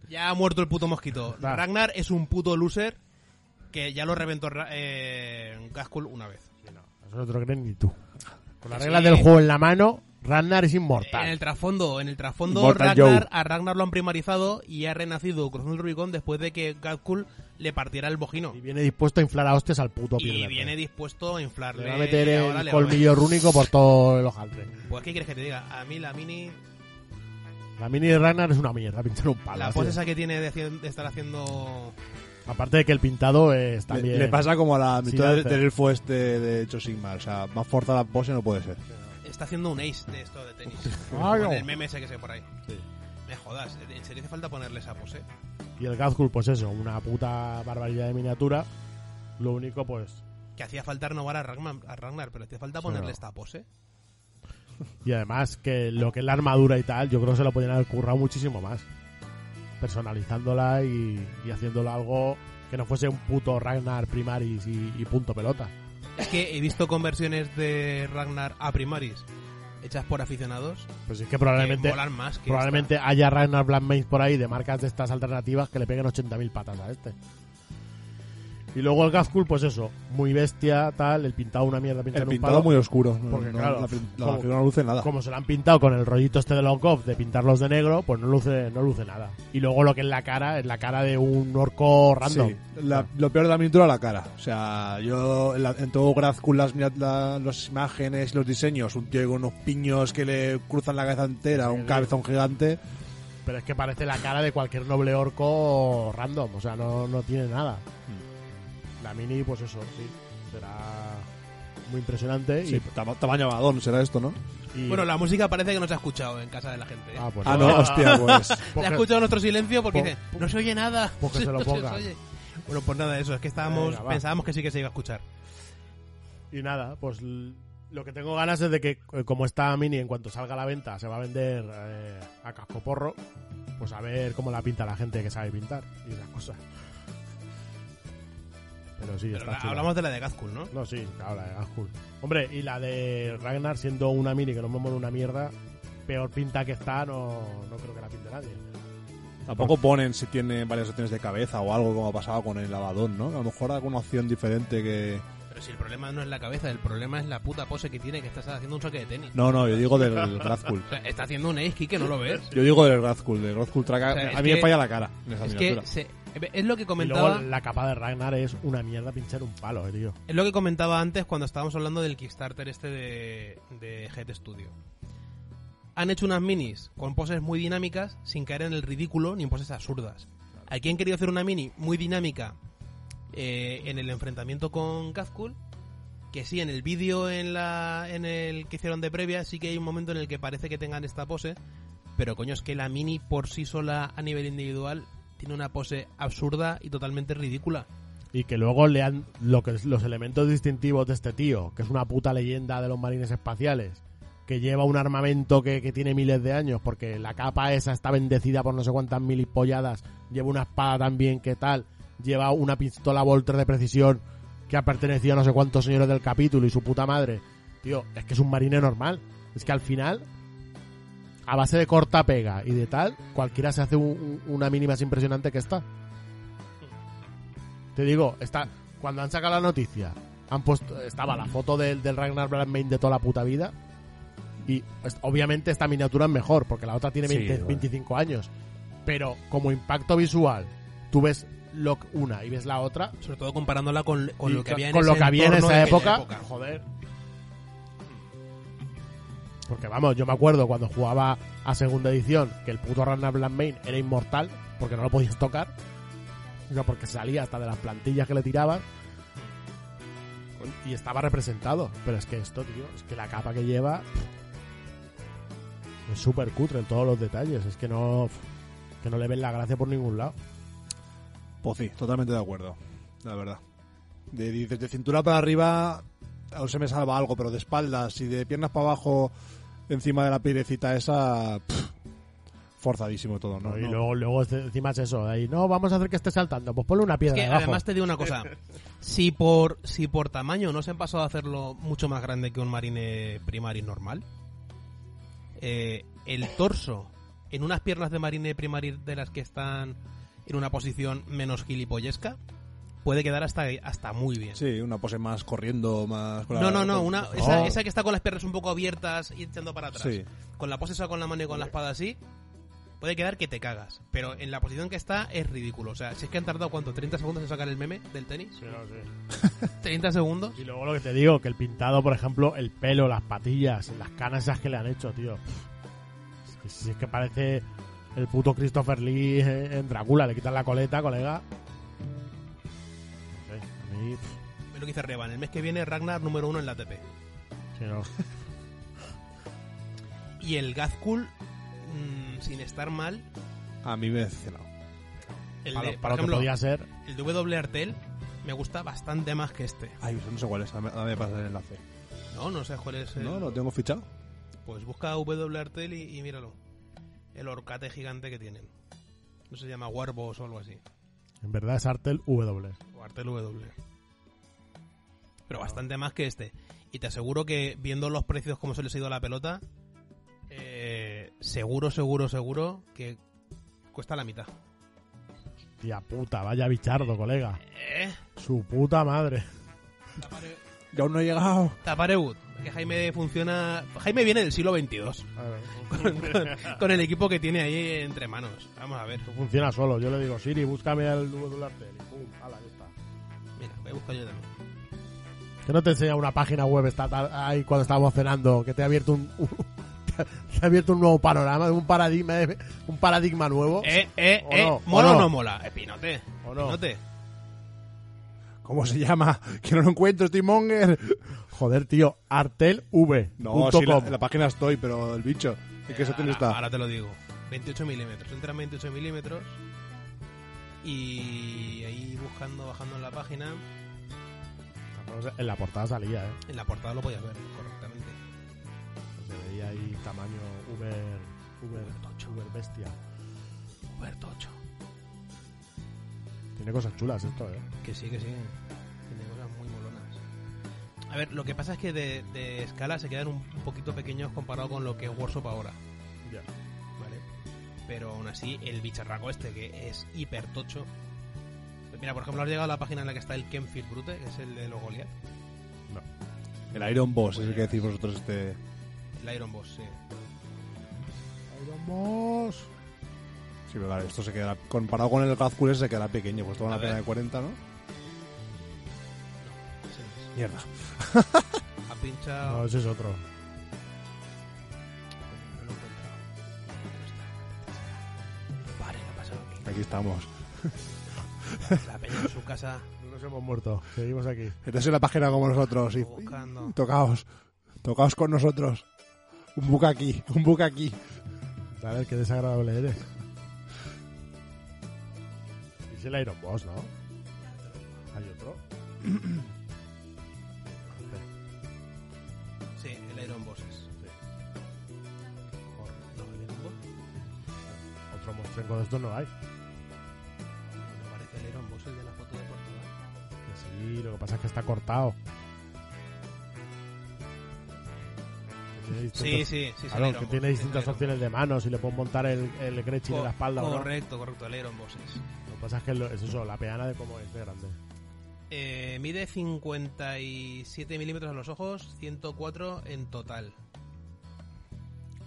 Speaker 7: Ya ha muerto el puto mosquito.
Speaker 8: Nah.
Speaker 7: Ragnar es un puto loser que ya lo reventó Ra- eh, Gaskul una vez.
Speaker 8: Eso no te lo creen ni tú. Con las reglas del juego en la mano, Randar es
Speaker 7: En el
Speaker 8: inmortal.
Speaker 7: trasfondo, en el trasfondo
Speaker 2: Mortal
Speaker 7: Ragnar,
Speaker 2: Joe.
Speaker 7: a Ragnar lo han primarizado y ha renacido cruzando el Rubicón después de que Gaskul le partiera el bojino.
Speaker 8: Y viene dispuesto a inflar a hostias al puto
Speaker 7: Y
Speaker 8: pierde.
Speaker 7: viene dispuesto a inflarle.
Speaker 8: Le va a meter
Speaker 7: y ahora
Speaker 8: el
Speaker 7: le va a
Speaker 8: colmillo rúnico por todo el hojaldre.
Speaker 7: meter- Pues, ¿qué quieres que te diga? A mí la mini,
Speaker 8: La mini de Ragnar es una mierda, pintar un palo.
Speaker 7: la
Speaker 8: así
Speaker 7: pose
Speaker 8: es.
Speaker 7: esa que tiene de, hacer- de estar haciendo.
Speaker 8: Aparte de que el pintado es
Speaker 2: Le,
Speaker 8: también.
Speaker 2: le pasa como a la
Speaker 8: Sin
Speaker 2: mitad del-
Speaker 8: hacer.
Speaker 2: del elfo este de hecho Sigmar. O sea, más forzada la pose no puede ser.
Speaker 7: Está haciendo un ace de esto de
Speaker 8: [laughs]
Speaker 7: tenis.
Speaker 8: Claro.
Speaker 7: Con el meme ese que sé por ahí. Me jodas, en serio hace falta ponerle esa pose.
Speaker 8: Y el Gazgul, pues eso, una puta barbaridad de miniatura. Lo único, pues.
Speaker 7: Que hacía falta renovar a Ragnar, a Ragnar pero hacía falta ponerle
Speaker 8: no.
Speaker 7: esta pose.
Speaker 8: Y además, que lo que es la armadura y tal, yo creo que se lo podían haber currado muchísimo más. Personalizándola y, y haciéndola algo que no fuese un puto Ragnar Primaris y, y punto pelota.
Speaker 7: Es que he visto conversiones de Ragnar a Primaris hechas por aficionados
Speaker 8: Pues es que
Speaker 7: que
Speaker 8: probablemente.
Speaker 7: molan más que
Speaker 8: Probablemente haya Ragnar Black Maze por ahí de marcas de estas alternativas que le peguen 80.000 patas a este. Y luego el Gazkul, pues eso, muy bestia, tal, el pintado una mierda, pintado
Speaker 2: El
Speaker 8: en un
Speaker 2: pintado
Speaker 8: palo.
Speaker 2: muy oscuro. No-
Speaker 8: Porque,
Speaker 2: no-
Speaker 8: claro,
Speaker 2: la, pin- la
Speaker 8: como-
Speaker 2: figura no luce nada.
Speaker 8: Como se lo han pintado con el rollito este de los Goff de pintarlos de negro, pues no luce, no luce nada. Y luego lo que es la cara, es la cara de un orco random.
Speaker 2: Sí, la- lo peor de la miniatura la cara. O sea, yo en, la- en todo Grazkul las, mira- la- las imágenes y los diseños, un tío con unos piños que le cruzan la cabeza entera, un cabezón gigante.
Speaker 8: Pero es que parece la cara de cualquier noble orco random, o sea, no, no tiene nada.
Speaker 2: Hmm.
Speaker 8: La mini, pues eso, sí, será muy impresionante. y-
Speaker 2: Sí, tama- tamaño abadón será esto, ¿no?
Speaker 8: y,
Speaker 7: Bueno, la música parece que no se ha escuchado en casa de la gente. ¿eh?
Speaker 8: Ah, pues
Speaker 2: Ah,
Speaker 8: no.
Speaker 2: no, hostia, pues.
Speaker 7: La ha
Speaker 8: [laughs] Porque-
Speaker 7: escuchado en nuestro silencio porque
Speaker 8: po-
Speaker 7: dice, no se oye nada.
Speaker 8: [laughs] porque se lo
Speaker 7: [laughs] No
Speaker 8: ponga.
Speaker 7: oye. Bueno, pues nada, eso, es que estábamos,
Speaker 8: Venga, va.
Speaker 7: pensábamos que sí que se iba a escuchar.
Speaker 8: Y nada, pues l- lo que tengo ganas es de que, eh, como esta mini, en cuanto salga a la venta, se va a vender eh, a cascoporro, pues a ver cómo la pinta la gente que sabe pintar y esas cosas. Pero sí,
Speaker 7: Pero
Speaker 8: está
Speaker 7: la-
Speaker 8: chula.
Speaker 7: hablamos de la de Gazkul, ¿no?
Speaker 8: No, sí, claro, la de Gazkul. Hombre, y la de Ragnar siendo una mini que no me mola una mierda, peor pinta que está, no, no creo que la pinte nadie.
Speaker 2: Tampoco ponen si tiene varias opciones de cabeza o algo como ha pasado con el abadón, ¿no? A lo mejor alguna opción diferente que.
Speaker 7: Pero si el problema no es la cabeza, el problema es la puta pose que tiene que estás haciendo un choque de tenis.
Speaker 2: No, no, yo digo del Grazkul.
Speaker 7: O sea, está haciendo un ace kick que no lo ves.
Speaker 2: Yo digo del Grazkul, del Grazkul Traca.
Speaker 7: O sea, es
Speaker 2: a mí me
Speaker 7: que-
Speaker 2: falla la cara en esa
Speaker 7: Es que
Speaker 2: miniatura.
Speaker 7: se- es lo que
Speaker 8: Y
Speaker 7: comentaba
Speaker 8: luego la capa de Ragnar es una mierda pinchar un palo, eh, tío.
Speaker 7: es lo que comentaba antes cuando estábamos hablando del Kickstarter este de, de Head Studio. Han hecho unas minis con poses muy dinámicas sin caer en el ridículo ni en poses absurdas. Aquí han querido hacer una mini muy dinámica eh, en el enfrentamiento con Gazkul, que sí, en el vídeo en, la, en el que hicieron de previa sí que hay un momento en el que parece que tengan esta pose, pero coño, es que la mini por sí sola a nivel individual tiene una pose absurda y totalmente ridícula.
Speaker 8: y que luego le han lo que es- los elementos distintivos de este tío, que es una puta leyenda de los marines espaciales, que lleva un armamento que, que tiene miles de años, porque la capa esa está bendecida por no sé cuántas milipolladas, lleva una espada también que tal, lleva una pistola Volter de precisión que ha pertenecido a no sé cuántos señores del capítulo y su puta madre. Tío, es que es un marine normal. Es que al final, a base de corta pega y de tal, cualquiera se hace un- un- una mínima más impresionante que esta. Te digo, está, cuando han sacado la noticia, han puesto, estaba la foto del, del Ragnar Blackmane de toda la puta vida. Y pues, obviamente esta miniatura es mejor, porque la otra tiene
Speaker 2: Sí,
Speaker 8: 20
Speaker 2: bueno.
Speaker 8: 25 años. Pero como impacto visual, tú ves lo- una y ves la otra,
Speaker 7: Sobre todo comparándola con, con
Speaker 8: y
Speaker 7: lo que había en,
Speaker 8: con
Speaker 7: ese
Speaker 8: lo que había en
Speaker 7: entorno
Speaker 8: esa
Speaker 7: de aquella
Speaker 8: época, Joder. Porque vamos, yo me acuerdo cuando jugaba a segunda edición que el puto Ragnar Blackmane era inmortal porque no lo podías tocar. O sea, porque salía hasta de las plantillas que le tiraban. Y estaba representado. Pero es que esto, tío, es que la capa que lleva es súper cutre en todos los detalles. Es que no, que no le ven la gracia por ningún lado.
Speaker 2: Pues sí, totalmente de acuerdo. La verdad. De, de, de cintura para arriba, aún se me salva algo, pero de espaldas y de piernas para abajo, encima de la pirecita esa. pff, forzadísimo todo, ¿no?
Speaker 8: y
Speaker 2: No.
Speaker 8: luego, luego este, encima es eso, ahí, no, vamos a hacer que esté saltando, pues ponle una
Speaker 7: Es
Speaker 8: piedra
Speaker 7: que
Speaker 8: debajo.
Speaker 7: además te digo una cosa. Si por, si por tamaño no se han pasado a hacerlo mucho más grande que un marine primaris normal, eh, el torso en unas piernas de marine primaris de las que están en una posición menos gilipollesca puede quedar hasta, hasta muy bien.
Speaker 2: Sí, una pose más corriendo, más... con la-
Speaker 7: No, no, no,
Speaker 2: con-
Speaker 7: una, esa,
Speaker 8: Oh.
Speaker 7: esa que está con las piernas un poco abiertas y echando para atrás.
Speaker 2: Sí.
Speaker 7: Con la pose esa con la mano y con la espada así, puede quedar que te cagas. Pero en la posición que está es ridículo. O sea, si es que han tardado, ¿cuánto? ¿30 segundos en sacar el meme del tenis?
Speaker 8: Sí, no, sí.
Speaker 7: [laughs] 30 segundos.
Speaker 8: Y luego lo que te digo, que el pintado, por ejemplo, el pelo, las patillas, las canas esas que le han hecho, tío. Pff, es que- Si es que parece el puto Christopher Lee eh, en Drácula, le quitan la coleta, colega. No sé, a mí, pff,
Speaker 7: Es lo que dice Revan. El mes que viene, Ragnar número uno en la ATP.
Speaker 8: sí, no.
Speaker 7: Y el Gazkul, mm, sin estar mal,
Speaker 2: A mí me ha decepcionado.
Speaker 7: el
Speaker 8: Para, lo-
Speaker 7: de, por
Speaker 8: para lo que
Speaker 7: ejemplo,
Speaker 8: podía ser.
Speaker 7: el de W Artel me gusta bastante más que este.
Speaker 2: Ay, no sé cuál es, ahora me- ahora me pasa el enlace.
Speaker 7: No, no sé cuál es. el-
Speaker 2: No, lo tengo fichado.
Speaker 7: Pues busca W Artel y, y míralo. El orcate gigante que tienen. No se llama Warboss o algo así.
Speaker 8: En verdad es Artel W.
Speaker 7: O Artel W.
Speaker 8: Ah.
Speaker 7: Pero bastante más que este. Y te aseguro que viendo los precios como se les ha ido a la pelota, eh, seguro, seguro, seguro que cuesta la mitad.
Speaker 8: Tía puta, vaya bichardo, colega.
Speaker 7: ¿Eh?
Speaker 8: Su puta madre.
Speaker 2: Y aún no he llegado.
Speaker 7: Tapareud. Que Jaime funciona. Jaime viene del siglo XXII. Con, [laughs] con- con el equipo que tiene ahí entre manos. Vamos a ver.
Speaker 8: Funciona solo. Yo le digo, Siri, búscame al W Artel. Y pum, ala, ya está.
Speaker 7: Mira, voy a buscar yo también.
Speaker 8: Que no te enseña una página web esta tar- ahí cuando estábamos cenando, que te ha abierto un, [laughs] te ha- te ha abierto un nuevo panorama, un paradigma, un paradigma nuevo.
Speaker 7: Eh, eh,
Speaker 8: Oh, ¿O
Speaker 7: eh.
Speaker 8: no? ¿O
Speaker 7: ¿Mola o
Speaker 8: no?
Speaker 7: no, mola? Espinote.
Speaker 8: ¿O no?
Speaker 7: Espinote.
Speaker 2: ¿Cómo se
Speaker 8: [laughs]
Speaker 2: llama? Que no lo encuentro, estoy monger.
Speaker 8: Joder, tío, artelv.com.
Speaker 2: No, sí, la, en la página estoy, pero el bicho. ¿En qué
Speaker 7: Eh, ahora,
Speaker 2: sitio está?
Speaker 7: ahora te lo digo. 28 milímetros. Entran 28 milímetros. Y ahí buscando, bajando en la página.
Speaker 8: En la portada salía, eh.
Speaker 7: En la portada lo podías ver correctamente.
Speaker 8: Se veía ahí tamaño Uber, Uber, Uber bestia.
Speaker 7: Roberto 8.
Speaker 8: Tiene cosas chulas esto, eh.
Speaker 7: Que sí, que sí. Tiene cosas muy molonas. A ver, lo que pasa es que de, de escala se quedan un, un poquito pequeños comparado con lo que es Warsaw ahora.
Speaker 8: Ya.
Speaker 7: Vale. Pero aún así, el bicharraco este, que es hiper tocho. Mira, por ejemplo, has llegado a la página en la que está el Kenfield Brute, que es el de los Goliath.
Speaker 2: El Iron Boss, es el que decís vosotros este.
Speaker 7: El Iron Boss, eh, pues, sí.
Speaker 8: Vamos.
Speaker 2: Sí, pero claro, esto se quedará. Comparado con el Gazkul ese, se quedará pequeño, pues toma
Speaker 7: A
Speaker 2: una pena
Speaker 7: ver.
Speaker 2: de 40, ¿no?
Speaker 7: Ese es.
Speaker 2: Mierda.
Speaker 7: Ha pinchado.
Speaker 8: No, ese es otro.
Speaker 7: No lo he encontrado. ¿Dónde está? Vale, lo ha pasado aquí.
Speaker 2: Aquí estamos.
Speaker 7: La peña en su casa
Speaker 8: No nos hemos muerto. Seguimos aquí.
Speaker 2: Esta es la página como nosotros. Y,
Speaker 7: buscando.
Speaker 2: tocaos. Tocaos con nosotros. Un buca aquí, un buca aquí.
Speaker 8: A ver, qué desagradable eres. Es el Iron Boss, ¿no? ¿Hay otro? [clears throat]
Speaker 7: Sí, el Iron Boss es. No, el Iron Boss.
Speaker 8: Otro monstruo de estos no hay.
Speaker 7: No parece el Iron Boss, el de la foto de Portugal.
Speaker 8: Que sí, lo que pasa es que está cortado. Tiene
Speaker 7: Sí,
Speaker 8: distintos-
Speaker 7: sí, sí, sí.
Speaker 8: Claro, que tiene distintas opciones de manos y le puedo montar el, el Gretchen en la espalda o no.
Speaker 7: Correcto, correcto, el Iron Boss es.
Speaker 8: Lo que pasa es que lo- es eso, la peana de cómo es de grande.
Speaker 7: Eh, mide 57 milímetros a los ojos, 104 en total.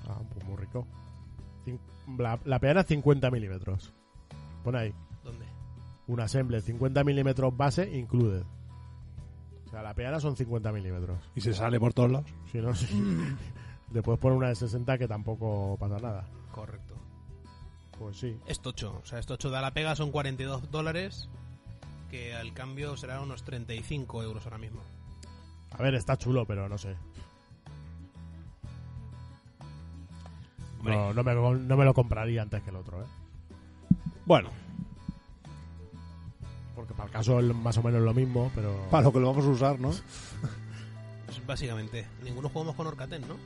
Speaker 8: Ah, pues muy rico. Cin- La, la peana 50 milímetros. Pon ahí.
Speaker 7: ¿Dónde?
Speaker 8: un assemble 50 milímetros base included. O sea, la peana son 50 milímetros.
Speaker 2: Y se sale por todos lados.
Speaker 8: Si no,
Speaker 7: Mm.
Speaker 8: sí. [laughs] le puedes poner una de 60 que tampoco pasa nada.
Speaker 7: Correcto.
Speaker 8: Pues sí.
Speaker 7: Es tocho. O sea, es tocho da la pega, son 42 dólares. Que al cambio serán unos 35 euros ahora mismo.
Speaker 8: A ver, está chulo, pero no sé.
Speaker 7: Hombre.
Speaker 8: No, no, me, no me lo compraría antes que el otro, ¿eh?
Speaker 2: Bueno,
Speaker 8: Porque para el caso es más o menos lo mismo, pero...
Speaker 2: para lo que lo vamos a usar, ¿no?
Speaker 7: Pues básicamente. Ninguno jugamos con Orcaten, ¿no?
Speaker 8: [laughs]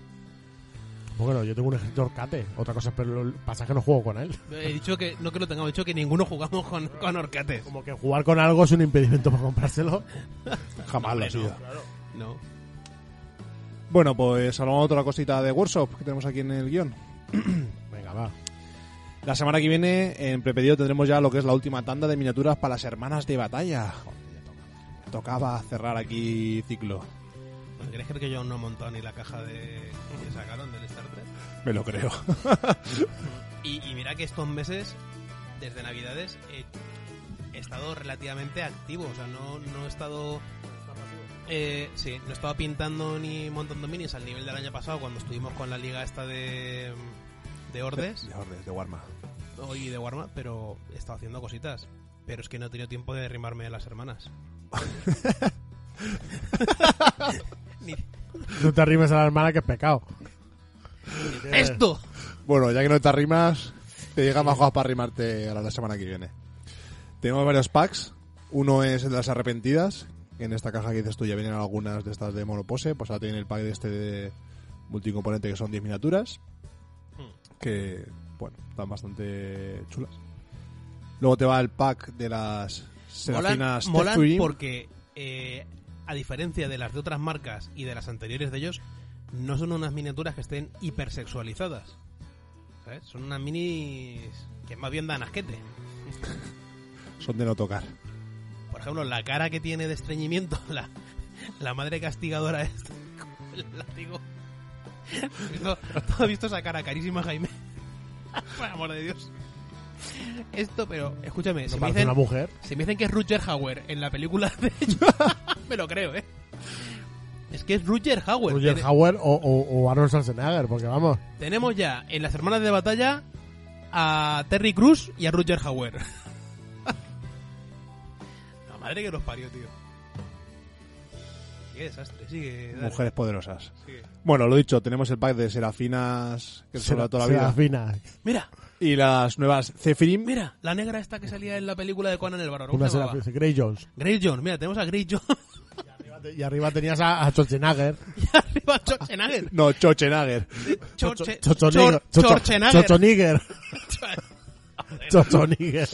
Speaker 8: Bueno, yo tengo un escritor Kate. Otra cosa, pero lo- pasa que no juego con él. [laughs]
Speaker 7: He dicho que no que lo tengamos, he dicho que ninguno jugamos con, con Orcates.
Speaker 8: Como que jugar con algo es un impedimento para comprárselo. [laughs]
Speaker 2: Jamás lo
Speaker 7: Hombre,
Speaker 2: ha sido.
Speaker 7: No.
Speaker 2: Bueno, pues hablamos de otra cosita de Workshop que tenemos aquí en el guión.
Speaker 8: [clears throat] Venga, va.
Speaker 2: La semana que viene, en prepedido, tendremos ya lo que es la última tanda de miniaturas para las hermanas de batalla. Tocaba cerrar aquí ciclo.
Speaker 7: Bueno, Pues, ¿Quieres creer que yo aún no he montado ni la caja de que
Speaker 2: [laughs]
Speaker 7: sacaron del Star Trek?
Speaker 2: Me lo creo.
Speaker 7: [laughs] Y, y mira que estos meses, desde Navidades, he, he estado relativamente activo. O sea, no, no he estado. Eh, sí, no he estado pintando ni montando minis al nivel del año pasado cuando estuvimos con la liga esta de. de Hordes
Speaker 2: De Hordes, de Warma.
Speaker 7: hoy de Warma, pero he estado haciendo cositas. Pero es que no he tenido tiempo de derrimarme a las hermanas. Ni-
Speaker 8: No te arrimes a la hermana que es pecado.
Speaker 7: [laughs] ¡Esto!
Speaker 2: Bueno, ya que no te arrimas, te llega más cosas para arrimarte ahora la semana que viene. Tenemos varios packs. Uno es el de las arrepentidas. que En esta caja que dices tú ya vienen algunas de estas de monopose. Pues ahora tienen el pack de este de multicomponente que son 10 miniaturas.
Speaker 7: Hmm.
Speaker 2: Que, bueno, están bastante chulas. Luego te va el pack de las
Speaker 7: Molan,
Speaker 2: serafinas
Speaker 7: molan
Speaker 2: Tetsuji.
Speaker 7: porque, eh, a diferencia de las de otras marcas y de las anteriores de ellos, no son unas miniaturas que estén hipersexualizadas. ¿Sabes? Son unas minis que más bien dan asquete.
Speaker 2: son de no tocar.
Speaker 7: Por ejemplo, la cara que tiene de estreñimiento [laughs] la, la madre castigadora esta con [laughs] el látigo. ¿Has [laughs] visto- ¿Tú has visto esa cara carísima, Jaime? [laughs] Por amor de Dios. Esto, pero escúchame,
Speaker 8: No
Speaker 7: si, me
Speaker 8: parece
Speaker 7: dicen,
Speaker 8: una mujer.
Speaker 7: si me dicen que es Roger Hauer en la película
Speaker 8: [laughs]
Speaker 7: de [laughs] me lo creo, ¿eh? Es que es Roger Hauer.
Speaker 8: Roger
Speaker 7: Tene-
Speaker 8: Hauer o, o- o Arnold Schwarzenegger, porque vamos.
Speaker 7: Tenemos ya en las hermanas de batalla a Terry Cruz y a Roger Hauer. [laughs] La madre que los parió, tío. Qué desastre, sigue. dale,
Speaker 2: Mujeres poderosas.
Speaker 7: sigue.
Speaker 2: Bueno, lo dicho, tenemos el pack de serafinas que son
Speaker 8: Será
Speaker 2: de toda la vida.
Speaker 8: fina.
Speaker 7: Mira,
Speaker 2: Y las nuevas Zephyrim.
Speaker 7: mira, la negra esta que salía en la película de Conan el Bárbaro. ¿cómo
Speaker 8: Una
Speaker 7: se
Speaker 8: será
Speaker 7: llamaba?
Speaker 8: Grey Jones.
Speaker 7: Grey Jones, mira, tenemos a Grey Jones
Speaker 8: Y arriba tenías a, a Schwarzenegger.
Speaker 7: [laughs] y arriba a Schwarzenegger.
Speaker 2: [laughs] No, Schwarzenegger.
Speaker 7: Chorche-
Speaker 8: Chochonigger.
Speaker 7: Chor- Schwarzenegger.
Speaker 8: Chochonigger.
Speaker 7: [laughs]
Speaker 8: Chochonigger.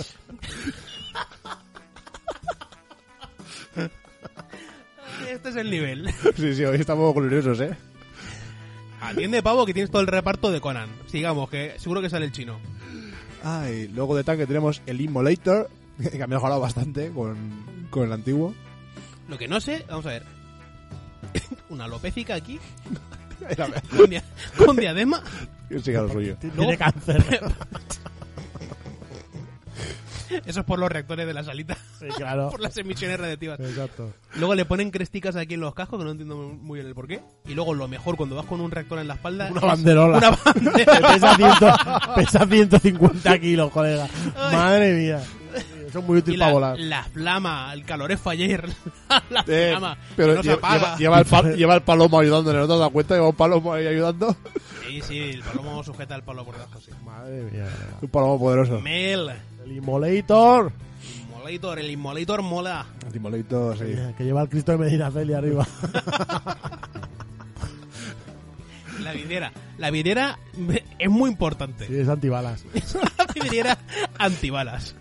Speaker 7: Este es el nivel.
Speaker 2: [laughs] Sí, sí, hoy estamos gloriosos, ¿eh?
Speaker 7: Atiende, pavo, que tienes todo el reparto de Conan. Sigamos, que seguro que sale el chino.
Speaker 2: Ah, y luego de tanque tenemos el Immolator, [laughs] que ha mejorado bastante con, con el antiguo.
Speaker 7: Lo que no sé, vamos a ver. [coughs] Una
Speaker 8: [laughs]
Speaker 7: alopécica aquí,
Speaker 2: Era-
Speaker 7: con, dia- con diadema.
Speaker 2: Sí, que era lo suyo.
Speaker 7: Este
Speaker 8: Tiene
Speaker 2: [laughs]
Speaker 8: cáncer.
Speaker 7: [laughs] Eso es por los reactores de la salita,
Speaker 8: Sí, claro.
Speaker 7: [laughs] por las emisiones radiactivas.
Speaker 8: Exacto.
Speaker 7: Luego le ponen cresticas aquí en los cascos, que no entiendo muy bien el porqué. Y luego lo mejor cuando vas con un reactor en la espalda.
Speaker 8: Una
Speaker 7: es
Speaker 8: banderola. [laughs]
Speaker 7: Una bandera.
Speaker 8: Pesa, ciento- pesa 150 kilos, colega. Madre mía. Son muy
Speaker 7: Y
Speaker 8: útiles para
Speaker 7: la,
Speaker 8: volar.
Speaker 7: la flama, el calor es ayer. [laughs] La
Speaker 2: Eh,
Speaker 7: flama.
Speaker 2: pero
Speaker 7: que no se
Speaker 2: lleva,
Speaker 7: apaga.
Speaker 2: lleva- lleva
Speaker 8: [laughs]
Speaker 2: el pal- lleva el palomo ayudándole, ¿no te has dado cuenta? Lleva un palomo ahí ayudando.
Speaker 7: Sí, sí, el palomo sujeta el palo por debajo, sí.
Speaker 8: Madre mía.
Speaker 2: Un palomo poderoso.
Speaker 7: Mel,
Speaker 8: El Immolator.
Speaker 7: Immolator, el Immolator mola.
Speaker 2: El Immolator, sí.
Speaker 8: Mira, Que lleva el Cristo de Medina Celi
Speaker 7: [laughs]
Speaker 8: arriba.
Speaker 7: La
Speaker 8: [laughs]
Speaker 7: vidriera. La vidriera es muy importante.
Speaker 8: Sí, es antibalas.
Speaker 7: La vidriera antibalas.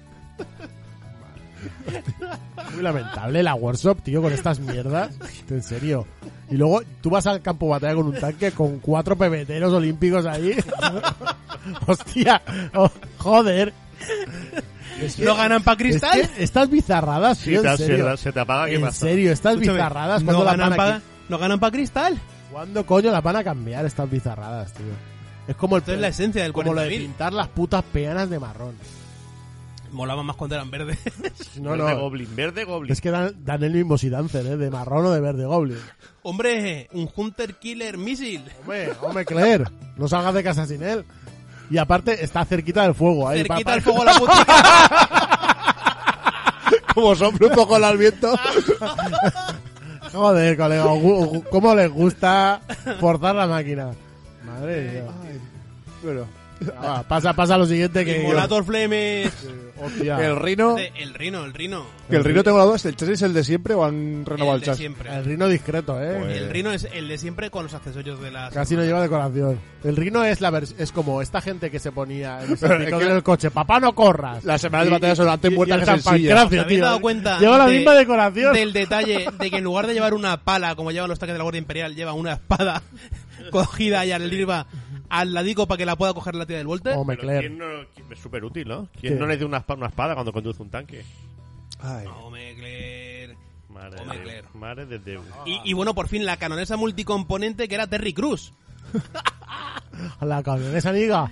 Speaker 8: Muy lamentable la workshop, tío, con estas mierdas. En serio. Y luego tú vas al campo de batalla con un tanque con cuatro pebeteros olímpicos ahí. [laughs] Hostia, oh, joder. Es que-
Speaker 7: No ganan pa'
Speaker 8: es que
Speaker 7: cristal.
Speaker 8: estas bizarradas,
Speaker 9: Si
Speaker 8: tío, en
Speaker 9: te, se,
Speaker 8: serio.
Speaker 9: te- se te apaga, ¿qué
Speaker 8: En
Speaker 9: pasa?
Speaker 8: serio, estas
Speaker 7: Escúchame,
Speaker 8: bizarradas,
Speaker 7: no
Speaker 8: ¿cuándo, las
Speaker 7: ganan,
Speaker 8: van a
Speaker 7: para
Speaker 8: qui-
Speaker 7: no ganan pa' cristal.
Speaker 8: ¿cuándo coño las van a cambiar estas bizarradas, tío? Es como el
Speaker 7: Esto es la esencia del
Speaker 8: como lo de
Speaker 7: 40.000.
Speaker 8: pintar las putas peanas de marrón.
Speaker 7: Molaba más cuando eran verdes.
Speaker 8: [laughs] No,
Speaker 9: verde
Speaker 8: no.
Speaker 9: Goblin, verde Goblin.
Speaker 8: Es que dan, dan el mismo si dancer, ¿eh? De marrón o de verde goblin.
Speaker 7: Hombre, un Hunter Killer Missile.
Speaker 8: Hombre, hombre, Claire, no salgas de casa sin él. Y aparte está cerquita del fuego. Ahí,
Speaker 7: Cerquita
Speaker 8: papá.
Speaker 7: el fuego a la
Speaker 8: [laughs]
Speaker 7: puta.
Speaker 2: Como sopla un poco el al viento.
Speaker 8: [laughs] Joder, colega, gu- gu- cómo les gusta forzar la máquina. Madre mía.
Speaker 2: Bueno,
Speaker 8: Ah, pasa, pasa a lo siguiente que.
Speaker 7: Simulator Flames.
Speaker 8: Hostia.
Speaker 2: El Rino.
Speaker 7: De- El Rino, el Rino.
Speaker 2: Que el Rino tengo la duda, ¿es el chassis es el de siempre o han renovado
Speaker 7: el
Speaker 2: el,
Speaker 7: de
Speaker 2: chassis?
Speaker 7: siempre.
Speaker 8: El rino discreto, eh.
Speaker 2: Pues-
Speaker 7: El Rino es el de siempre con los accesorios de las.
Speaker 8: Casi no lleva decoración. El rino es la vers- es como esta gente que se ponía
Speaker 2: [laughs]
Speaker 8: en el salpicadero
Speaker 2: Es que-
Speaker 8: del coche. Papá, no corras.
Speaker 2: La semana de batalla sonante
Speaker 8: y-
Speaker 2: muerta
Speaker 8: y el
Speaker 2: que sencilla.
Speaker 8: champán,
Speaker 7: ¿Os
Speaker 8: gracias,
Speaker 7: habéis
Speaker 8: tío.
Speaker 7: dado cuenta?
Speaker 8: Lleva la
Speaker 7: de-
Speaker 8: misma decoración.
Speaker 7: Del detalle de que en lugar de llevar una pala, como llevan los tanques de la Guardia Imperial, lleva una espada [laughs] cogida y al irba al ladico para que la pueda coger la tía del Volter.
Speaker 8: Hombre,
Speaker 9: Pero
Speaker 8: Claire.
Speaker 9: ¿quién no- quién- es súper útil, ¿no? ¿Quién
Speaker 8: ¿Qué?
Speaker 9: no necesita una espada, una espada cuando conduce un tanque?
Speaker 2: Ay.
Speaker 7: Hombre, Claire.
Speaker 9: Madre
Speaker 7: Hombre,
Speaker 9: de
Speaker 7: Claire.
Speaker 9: Dios. Madre de Dios.
Speaker 7: Y, y bueno, por fin la canonesa multicomponente que era Terry Cruz.
Speaker 8: La camioneta liga.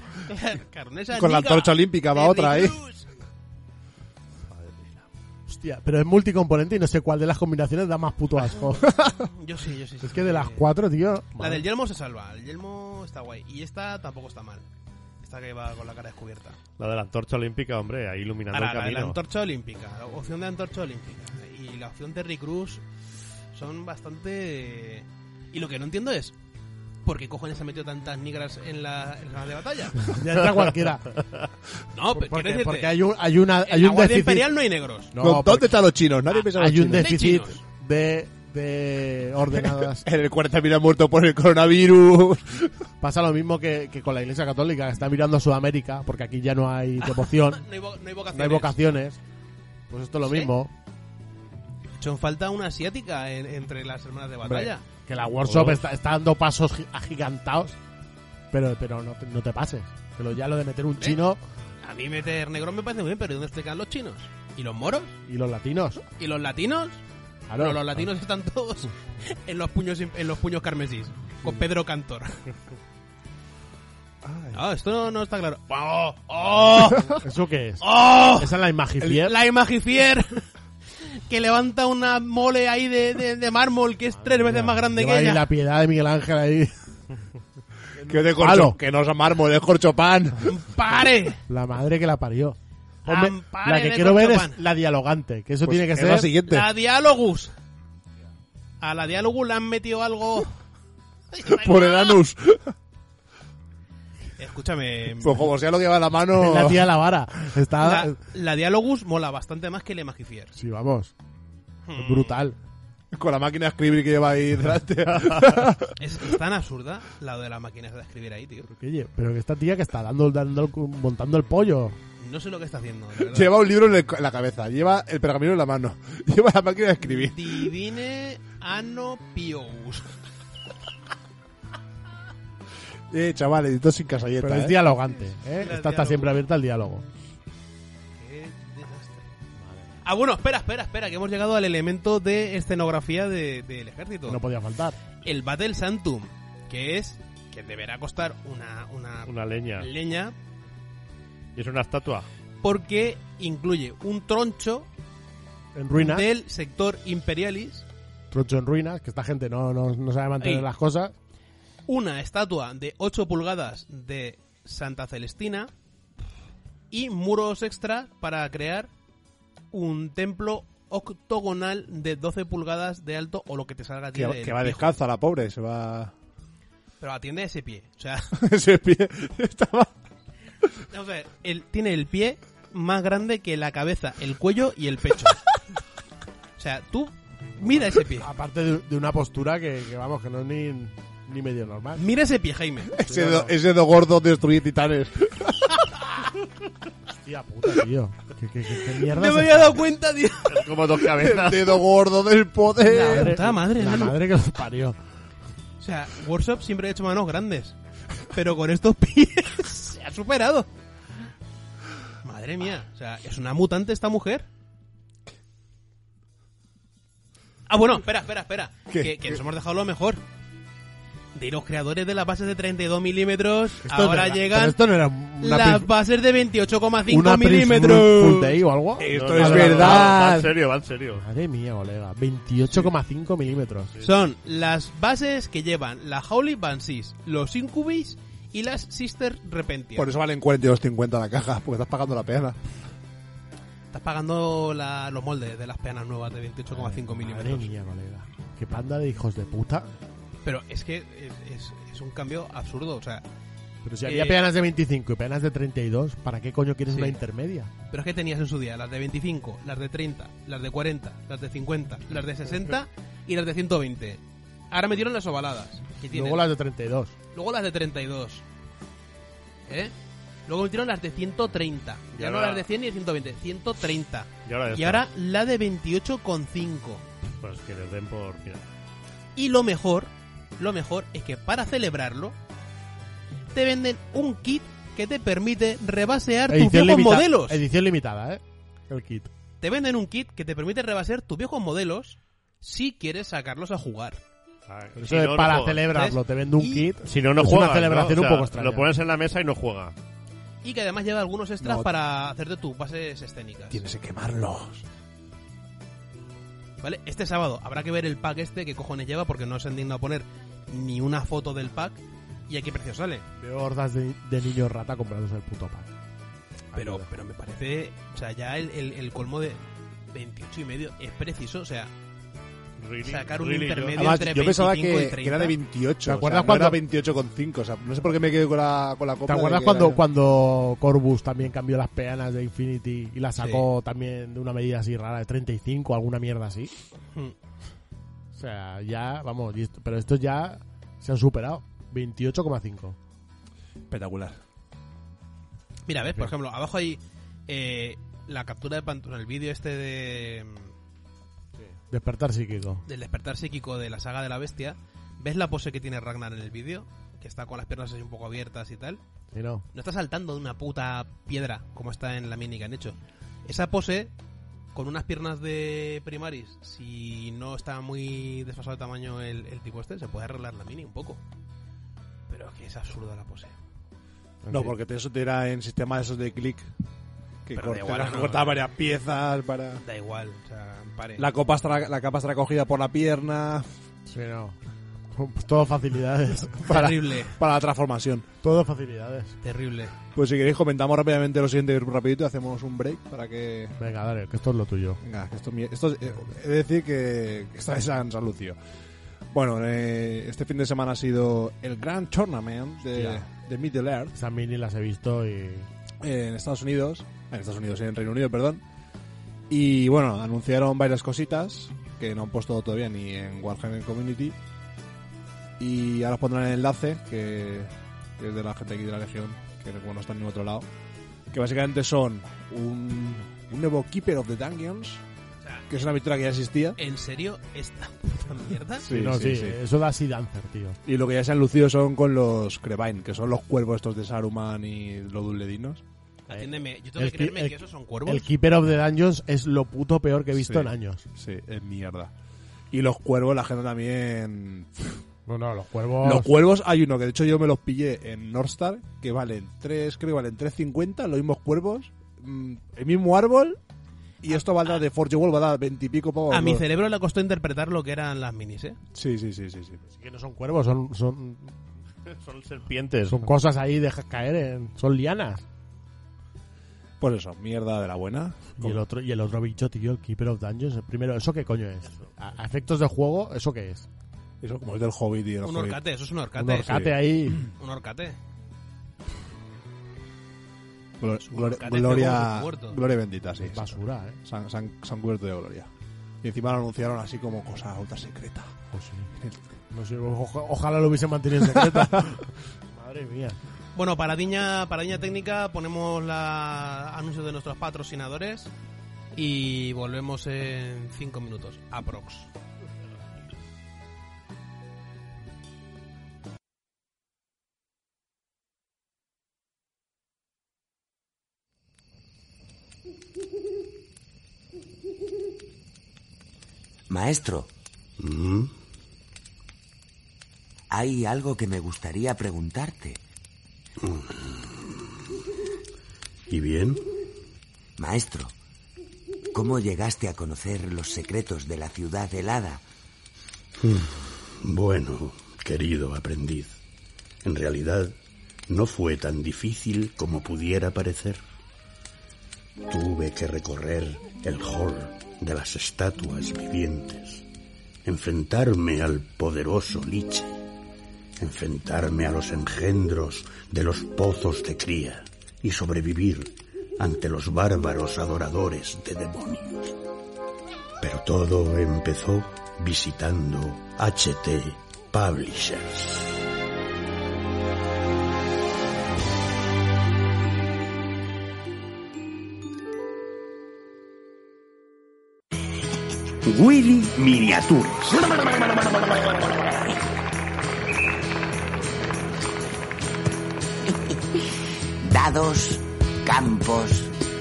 Speaker 7: Canonesa
Speaker 2: Con la
Speaker 7: chica.
Speaker 2: antorcha olímpica va
Speaker 7: Terry
Speaker 2: otra ¿eh? ahí.
Speaker 7: Crews.
Speaker 8: [laughs] Hostia, pero es multicomponente y no sé cuál de las combinaciones da más puto asco.
Speaker 7: Yo sí, yo [laughs] sí.
Speaker 8: es que de las cuatro, tío.
Speaker 7: La
Speaker 8: madre.
Speaker 7: del yelmo se salva. El yelmo está guay. Y esta tampoco está mal. Esta que va con la cara descubierta.
Speaker 9: La de la antorcha olímpica, hombre, ahí iluminando
Speaker 7: Ahora,
Speaker 9: el
Speaker 7: la, de
Speaker 9: camino.
Speaker 7: la antorcha olímpica. La opción de antorcha olímpica. Y la opción Terry Cruz son bastante... Y lo que no entiendo es... ¿Por qué cojones se han metido tantas negras en la, en la de batalla?
Speaker 8: [laughs] Ya entra cualquiera.
Speaker 7: No, pero quiero
Speaker 8: porque,
Speaker 7: decirte,
Speaker 8: porque hay, un, hay, una,
Speaker 7: en
Speaker 8: hay
Speaker 7: la
Speaker 8: un
Speaker 7: Guardia
Speaker 8: déficit.
Speaker 7: Imperial no hay negros.
Speaker 8: No,
Speaker 2: ¿Dónde
Speaker 8: porque
Speaker 2: están los chinos? Nadie piensa en los
Speaker 8: hay un
Speaker 2: chinos.
Speaker 8: déficit
Speaker 7: chinos.
Speaker 8: de, de ordenadas.
Speaker 2: En [laughs] el 40.000 han muerto por el coronavirus.
Speaker 8: Pasa lo mismo que, que con la Iglesia Católica, que está mirando a Sudamérica, porque aquí ya no
Speaker 2: [laughs]
Speaker 8: hay devoción,
Speaker 7: No hay, vo- no hay vocaciones.
Speaker 8: no hay vocaciones. Pues esto es lo
Speaker 7: ¿Sí?
Speaker 8: mismo.
Speaker 7: De hecho, falta una asiática en- entre las hermanas de
Speaker 8: Hombre,
Speaker 7: batalla.
Speaker 8: que la workshop
Speaker 9: Todos.
Speaker 8: está, está dando pasos gi- agigantados, pero, pero no, te- no te pases. Pero ya lo de meter
Speaker 2: ¿Eh?
Speaker 8: un chino
Speaker 7: A mí meter negros me parece muy bien, pero ¿y ¿dónde explican los chinos? ¿Y los moros?
Speaker 8: y los latinos.
Speaker 7: ¿Y los latinos?
Speaker 8: Claro.
Speaker 7: No, los latinos están
Speaker 8: [laughs]
Speaker 7: todos en los puños en los puños carmesís, con
Speaker 8: Mm.
Speaker 7: Pedro
Speaker 8: [laughs]
Speaker 7: Cantor. Ah, esto no, no está claro. ¡Oh! ¡Oh!
Speaker 8: [laughs] ¿Eso qué es?
Speaker 7: ¡Oh!
Speaker 8: Esa es la imagen fiel.
Speaker 7: La imagifier que levanta una mole ahí de, de- de mármol que es tres veces más
Speaker 8: [laughs]
Speaker 7: grande
Speaker 8: Lleva
Speaker 7: que
Speaker 8: ahí
Speaker 7: ella.
Speaker 8: la piedad de Miguel Ángel ahí.
Speaker 2: que de corcho,
Speaker 8: Palo.
Speaker 2: que no es mármol, es corchopán.
Speaker 7: [laughs] ¡Pare!
Speaker 8: La madre que la parió. Hombre,
Speaker 7: Ampare
Speaker 8: la que
Speaker 7: de
Speaker 8: quiero ver
Speaker 7: Conchopan.
Speaker 8: es la dialogante, que eso
Speaker 2: Pues
Speaker 8: tiene que
Speaker 2: es la
Speaker 8: ser.
Speaker 2: siguiente.
Speaker 7: La diálogus. A la diálogus le han metido algo.
Speaker 2: [laughs] Por el anus.
Speaker 8: [laughs]
Speaker 7: Escúchame.
Speaker 2: Pues como sea lo que lleva en la mano.
Speaker 8: La tía la vara. Está.
Speaker 7: La, la diálogus mola bastante más que la imagifier.
Speaker 8: Sí, vamos.
Speaker 7: Hmm.
Speaker 8: Es brutal.
Speaker 2: Con la máquina de escribir que lleva ahí delante.
Speaker 7: [laughs]
Speaker 2: [laughs]
Speaker 7: Es, es tan absurda la de las máquinas de escribir ahí, tío.
Speaker 8: Pero que, Oye, pero que esta tía que está dando, dando el- montando el pollo.
Speaker 7: No sé lo que está haciendo. de verdad.
Speaker 2: lleva un libro en, el- en la cabeza, lleva el pergamino en la mano, [laughs] lleva la máquina de escribir.
Speaker 7: Divine Ano Pious.
Speaker 2: Eh, chaval, editor sin casalleta.
Speaker 8: Pero es
Speaker 2: eh.
Speaker 8: dialogante. ¿eh?
Speaker 7: la
Speaker 8: Esta está
Speaker 7: diálogo.
Speaker 8: siempre abierta al diálogo.
Speaker 7: Qué desastre. Ah, bueno, espera, espera, espera, que hemos llegado al elemento de escenografía de- del ejército.
Speaker 8: No podía faltar.
Speaker 7: El Battle Santum, que es que deberá costar una, una
Speaker 9: Una leña.
Speaker 7: leña
Speaker 9: Y es una estatua.
Speaker 7: porque incluye un troncho
Speaker 8: En ruinas.
Speaker 7: del sector imperialis,
Speaker 8: Trocho en ruinas. Que esta gente no, no, no sabe mantener
Speaker 7: Ahí.
Speaker 8: las cosas.
Speaker 7: una estatua de 8 pulgadas de Santa Celestina y muros extra para crear un templo octogonal de 12 pulgadas de alto o lo que te salga a ti
Speaker 2: Que,
Speaker 7: del
Speaker 2: que va
Speaker 7: pijo.
Speaker 2: descalza la pobre, se va.
Speaker 7: Pero atiende ese pie. O sea,
Speaker 2: [laughs] Ese pie estaba.
Speaker 7: vamos a ver, él tiene el pie más grande que la cabeza, el cuello y el
Speaker 2: [laughs]
Speaker 7: pecho. O sea, tú mira ese pie.
Speaker 8: Aparte de, de una postura que, que, vamos, que no es ni, ni medio normal.
Speaker 7: Mira ese pie, Jaime.
Speaker 2: Ese dedo, ese dedo gordo destruye [laughs] titanes.
Speaker 8: Hostia puta, tío. ¿Qué, qué, qué- qué mierda
Speaker 7: No
Speaker 8: es
Speaker 7: me había
Speaker 8: esta?
Speaker 7: dado cuenta, tío.
Speaker 9: Como dos
Speaker 2: El
Speaker 9: cabezas.
Speaker 2: dedo gordo del
Speaker 8: La
Speaker 2: poder.
Speaker 7: puta madre,
Speaker 8: La
Speaker 7: ¿no?
Speaker 8: madre que los parió.
Speaker 7: O sea, Workshop siempre ha hecho manos grandes. Pero con estos [laughs] pies se ha superado. Madre mía, o sea, es una mutante esta mujer. Ah, bueno, espera, espera, espera.
Speaker 2: ¿Qué?
Speaker 7: Que, que nos hemos dejado lo mejor. De los creadores de las bases de 32 milímetros,
Speaker 8: Esto no
Speaker 7: ahora
Speaker 8: era- pero
Speaker 7: llegan
Speaker 8: Esto no era una
Speaker 7: las
Speaker 8: pris-
Speaker 7: bases de
Speaker 8: una
Speaker 7: 28,5
Speaker 8: pris- full
Speaker 7: milímetros.
Speaker 8: day o algo.
Speaker 2: Esto
Speaker 9: Eh, No, no,
Speaker 2: es
Speaker 9: no, no, Va
Speaker 2: verdad.
Speaker 9: en serio, va en serio.
Speaker 8: Madre mía, colega. 28,5 milímetros.
Speaker 7: Son las bases que llevan la Howley Bansis, los Incubis y las Sister Repentia.
Speaker 2: Por eso valen 42.50 la caja, porque estás pagando la pena.
Speaker 7: Estás pagando la- los moldes de las peanas nuevas de 28,5
Speaker 8: Madre
Speaker 7: milímetros.
Speaker 8: mía, colega. Qué panda de hijos de puta.
Speaker 7: Pero es que es, es- es un cambio absurdo. O sea,
Speaker 8: Pero si
Speaker 7: Eh,
Speaker 8: había peanas de 25 y peanas de 32, ¿para qué coño quieres
Speaker 7: Sí.
Speaker 8: una intermedia?
Speaker 7: Pero es que tenías en su día las de 25, las de 30, las de 40, las de 50, las de 60 y las de 120. Ahora metieron las ovaladas. Que tienen.
Speaker 8: Luego las de 32.
Speaker 7: Luego las de 32. ¿Eh? Luego metieron las de 130.
Speaker 9: Y
Speaker 7: Ya no
Speaker 9: ahora-
Speaker 7: las de 100 ni de 120, 130.
Speaker 9: Y ahora, ya
Speaker 7: Y
Speaker 9: está.
Speaker 7: ahora la de 28,5.
Speaker 9: Pues que les den por. Mira,
Speaker 7: Y lo mejor, lo mejor es que para celebrarlo, te venden un kit que te permite rebasear tus viejos
Speaker 8: limita-
Speaker 7: modelos.
Speaker 8: edición limitada, ¿eh? El kit.
Speaker 7: Te venden un kit que te permite rebasear tus viejos modelos si quieres sacarlos a jugar.
Speaker 9: ah,
Speaker 8: Eso
Speaker 9: si
Speaker 8: es
Speaker 9: no, no
Speaker 8: para
Speaker 9: juega.
Speaker 8: celebrarlo,
Speaker 7: ¿Ves?
Speaker 8: te vendo un
Speaker 7: Y-
Speaker 8: kit.
Speaker 9: Si no, no
Speaker 8: Es
Speaker 9: juega.
Speaker 8: una celebración un poco extraña.
Speaker 9: Lo pones en la mesa y no juega.
Speaker 7: Y que además lleva algunos extras
Speaker 2: No.
Speaker 7: para hacerte tus bases escénicas.
Speaker 2: Tienes que quemarlos.
Speaker 7: ¿Vale? Este sábado habrá que ver el pack este que cojones lleva porque no se han dignado a poner ni una foto del pack y a qué precio sale.
Speaker 8: Veo hordas de, de niños rata comprándose el puto pack.
Speaker 7: Pero,
Speaker 8: Ayuda.
Speaker 7: pero me parece, o sea, ya el, el- el colmo de 28 y medio es preciso, o sea,
Speaker 9: Really,
Speaker 7: Sacar un
Speaker 9: really, yo-
Speaker 7: intermedio.
Speaker 2: Además,
Speaker 7: entre
Speaker 2: yo pensaba
Speaker 7: 25 y
Speaker 2: que,
Speaker 7: 30.
Speaker 2: que era de 28.
Speaker 8: ¿Te acuerdas
Speaker 2: o
Speaker 8: cuando-
Speaker 2: sea, no era 28,5. O sea, no sé por qué me quedé con la, con la
Speaker 8: ¿Te
Speaker 2: copla de
Speaker 8: acuerdas
Speaker 2: que
Speaker 8: cuando,
Speaker 2: era-
Speaker 8: cuando Corbus también cambió las peanas de Infinity y las sacó también de una medida así rara, de 35, alguna mierda así?
Speaker 7: Hmm.
Speaker 8: O sea, ya, vamos, y esto- pero estos ya se han superado. 28,5.
Speaker 2: Espectacular.
Speaker 7: mira, ves, por ejemplo, abajo hay eh, la captura de pantalla, el vídeo este de,
Speaker 8: Despertar psíquico.
Speaker 7: del despertar psíquico de la saga de la bestia. ¿Ves la pose que tiene Ragnar en el vídeo? Que está con las piernas así un poco abiertas y tal.
Speaker 8: Si no,
Speaker 7: No está saltando de una puta piedra como está en la mini que han hecho. Esa pose, con unas piernas de Primaris, si no está muy desfasado de tamaño el, el tipo este, se puede arreglar la mini un poco. Pero es que es absurda la pose.
Speaker 2: No, porque te- eso te era en sistema de esos de click. Que
Speaker 7: Pero da
Speaker 2: corta- [laughs]
Speaker 7: igual, no.
Speaker 2: cortaba varias piezas para.
Speaker 7: Da igual, o sea, pare.
Speaker 2: La, copa estará- la capa estará cogida por la pierna.
Speaker 8: si no. Pues [laughs] todo facilidades. Para,
Speaker 7: Terrible,
Speaker 2: [laughs] Para la transformación.
Speaker 8: todo facilidades.
Speaker 7: terrible.
Speaker 2: Pues si queréis, comentamos rápidamente lo siguiente, rapidito, y hacemos un break para que.
Speaker 8: Venga, dale, que esto es lo tuyo.
Speaker 2: Venga, que esto, es mi- esto es- eh, he de decir que que esta vez han salucio. Bueno, eh, este fin de semana ha sido el Grand Tournament de,
Speaker 8: Hostia.
Speaker 2: de Middle Earth
Speaker 8: Esas mini las he visto y...
Speaker 2: en Estados Unidos, en Estados Unidos, en Reino Unido, perdón. Y bueno, anunciaron varias cositas que no han puesto todavía ni en Warhammer Community. Y ahora os pondrán el enlace, que, que es de la gente aquí de la Legión, que bueno, no está en ningún otro lado. Que básicamente son un, un nuevo Keeper of the Dungeons,
Speaker 7: O sea,
Speaker 2: que es una aventura que ya existía.
Speaker 7: ¿en serio esta [laughs] puta mierda?
Speaker 2: Sí,
Speaker 8: no, sí,
Speaker 2: sí, sí.
Speaker 8: eso da así dancer, tío.
Speaker 2: Y lo que ya se han lucido son con los Crevine, que son los cuervos estos de Saruman y los Dulledinos.
Speaker 7: Atiéndeme, yo
Speaker 8: Eh,
Speaker 7: tengo
Speaker 8: El ki-
Speaker 7: que creerme
Speaker 8: el-
Speaker 7: que esos son cuervos.
Speaker 8: El Keeper of the Dungeons es lo puto peor que he visto
Speaker 2: Sí.
Speaker 8: en años.
Speaker 2: Sí, es mierda. Y los cuervos, la gente también
Speaker 8: No, no, los cuervos...
Speaker 2: Los cuervos hay uno que de hecho yo me los pillé en Northstar, que valen 3, creo que valen 3.50, los mismos cuervos, mm, el mismo árbol, y esto valdrá de Forge Wall, valdrá 20 y pico pavos.
Speaker 7: A mi
Speaker 2: ¿no?
Speaker 7: cerebro le costó interpretar lo que eran las minis, ¿eh?
Speaker 2: Sí, sí, sí, sí, sí.
Speaker 8: Sí que no son cuervos, son, son,
Speaker 9: Son serpientes.
Speaker 8: [laughs] son cosas ahí, dejas caer, en- son lianas.
Speaker 2: Pues eso, mierda de la buena.
Speaker 8: Y el otro, y el otro bicho, tío, el Keeper of Dungeons. el Primero, ¿eso qué coño es? A, a efectos de juego, ¿eso qué es?
Speaker 2: Eso como es del Hobbit y el
Speaker 7: Un
Speaker 2: Hobbit.
Speaker 7: orcate, eso es un
Speaker 8: Un
Speaker 7: orcate.
Speaker 8: orcate ahí.
Speaker 7: Un orcate.
Speaker 2: Glo-
Speaker 7: un
Speaker 2: glor-
Speaker 7: orcate
Speaker 2: gloria,
Speaker 7: pegó en un puerto.
Speaker 2: gloria bendita, sí.
Speaker 8: Basura, eh.
Speaker 2: San, San, San Cubierto de Gloria. Y encima lo anunciaron así como cosa otra secreta.
Speaker 7: Oh,
Speaker 8: Pues sí. [clears throat] No sé, oja- ojalá lo hubiesen mantenido en
Speaker 2: [laughs]
Speaker 8: secreto. [laughs] Madre mía.
Speaker 7: Bueno, para Diña, para Diña Técnica ponemos la anuncios de nuestros patrocinadores y volvemos en 5 minutos, aprox.
Speaker 11: Maestro,
Speaker 3: Mm.
Speaker 11: hay algo que me gustaría preguntarte.
Speaker 3: ¿Y bien?
Speaker 11: Maestro, ¿cómo llegaste a conocer los secretos de la ciudad helada?
Speaker 3: Bueno, querido aprendiz, en realidad no fue tan difícil como pudiera parecer. Tuve que recorrer el hall de las estatuas vivientes, enfrentarme al poderoso Liche enfrentarme a los engendros de los pozos de cría y sobrevivir ante los bárbaros adoradores de demonios. Pero todo empezó visitando HT Publishers.
Speaker 12: Willy Miniaturas.
Speaker 11: Dados, campos,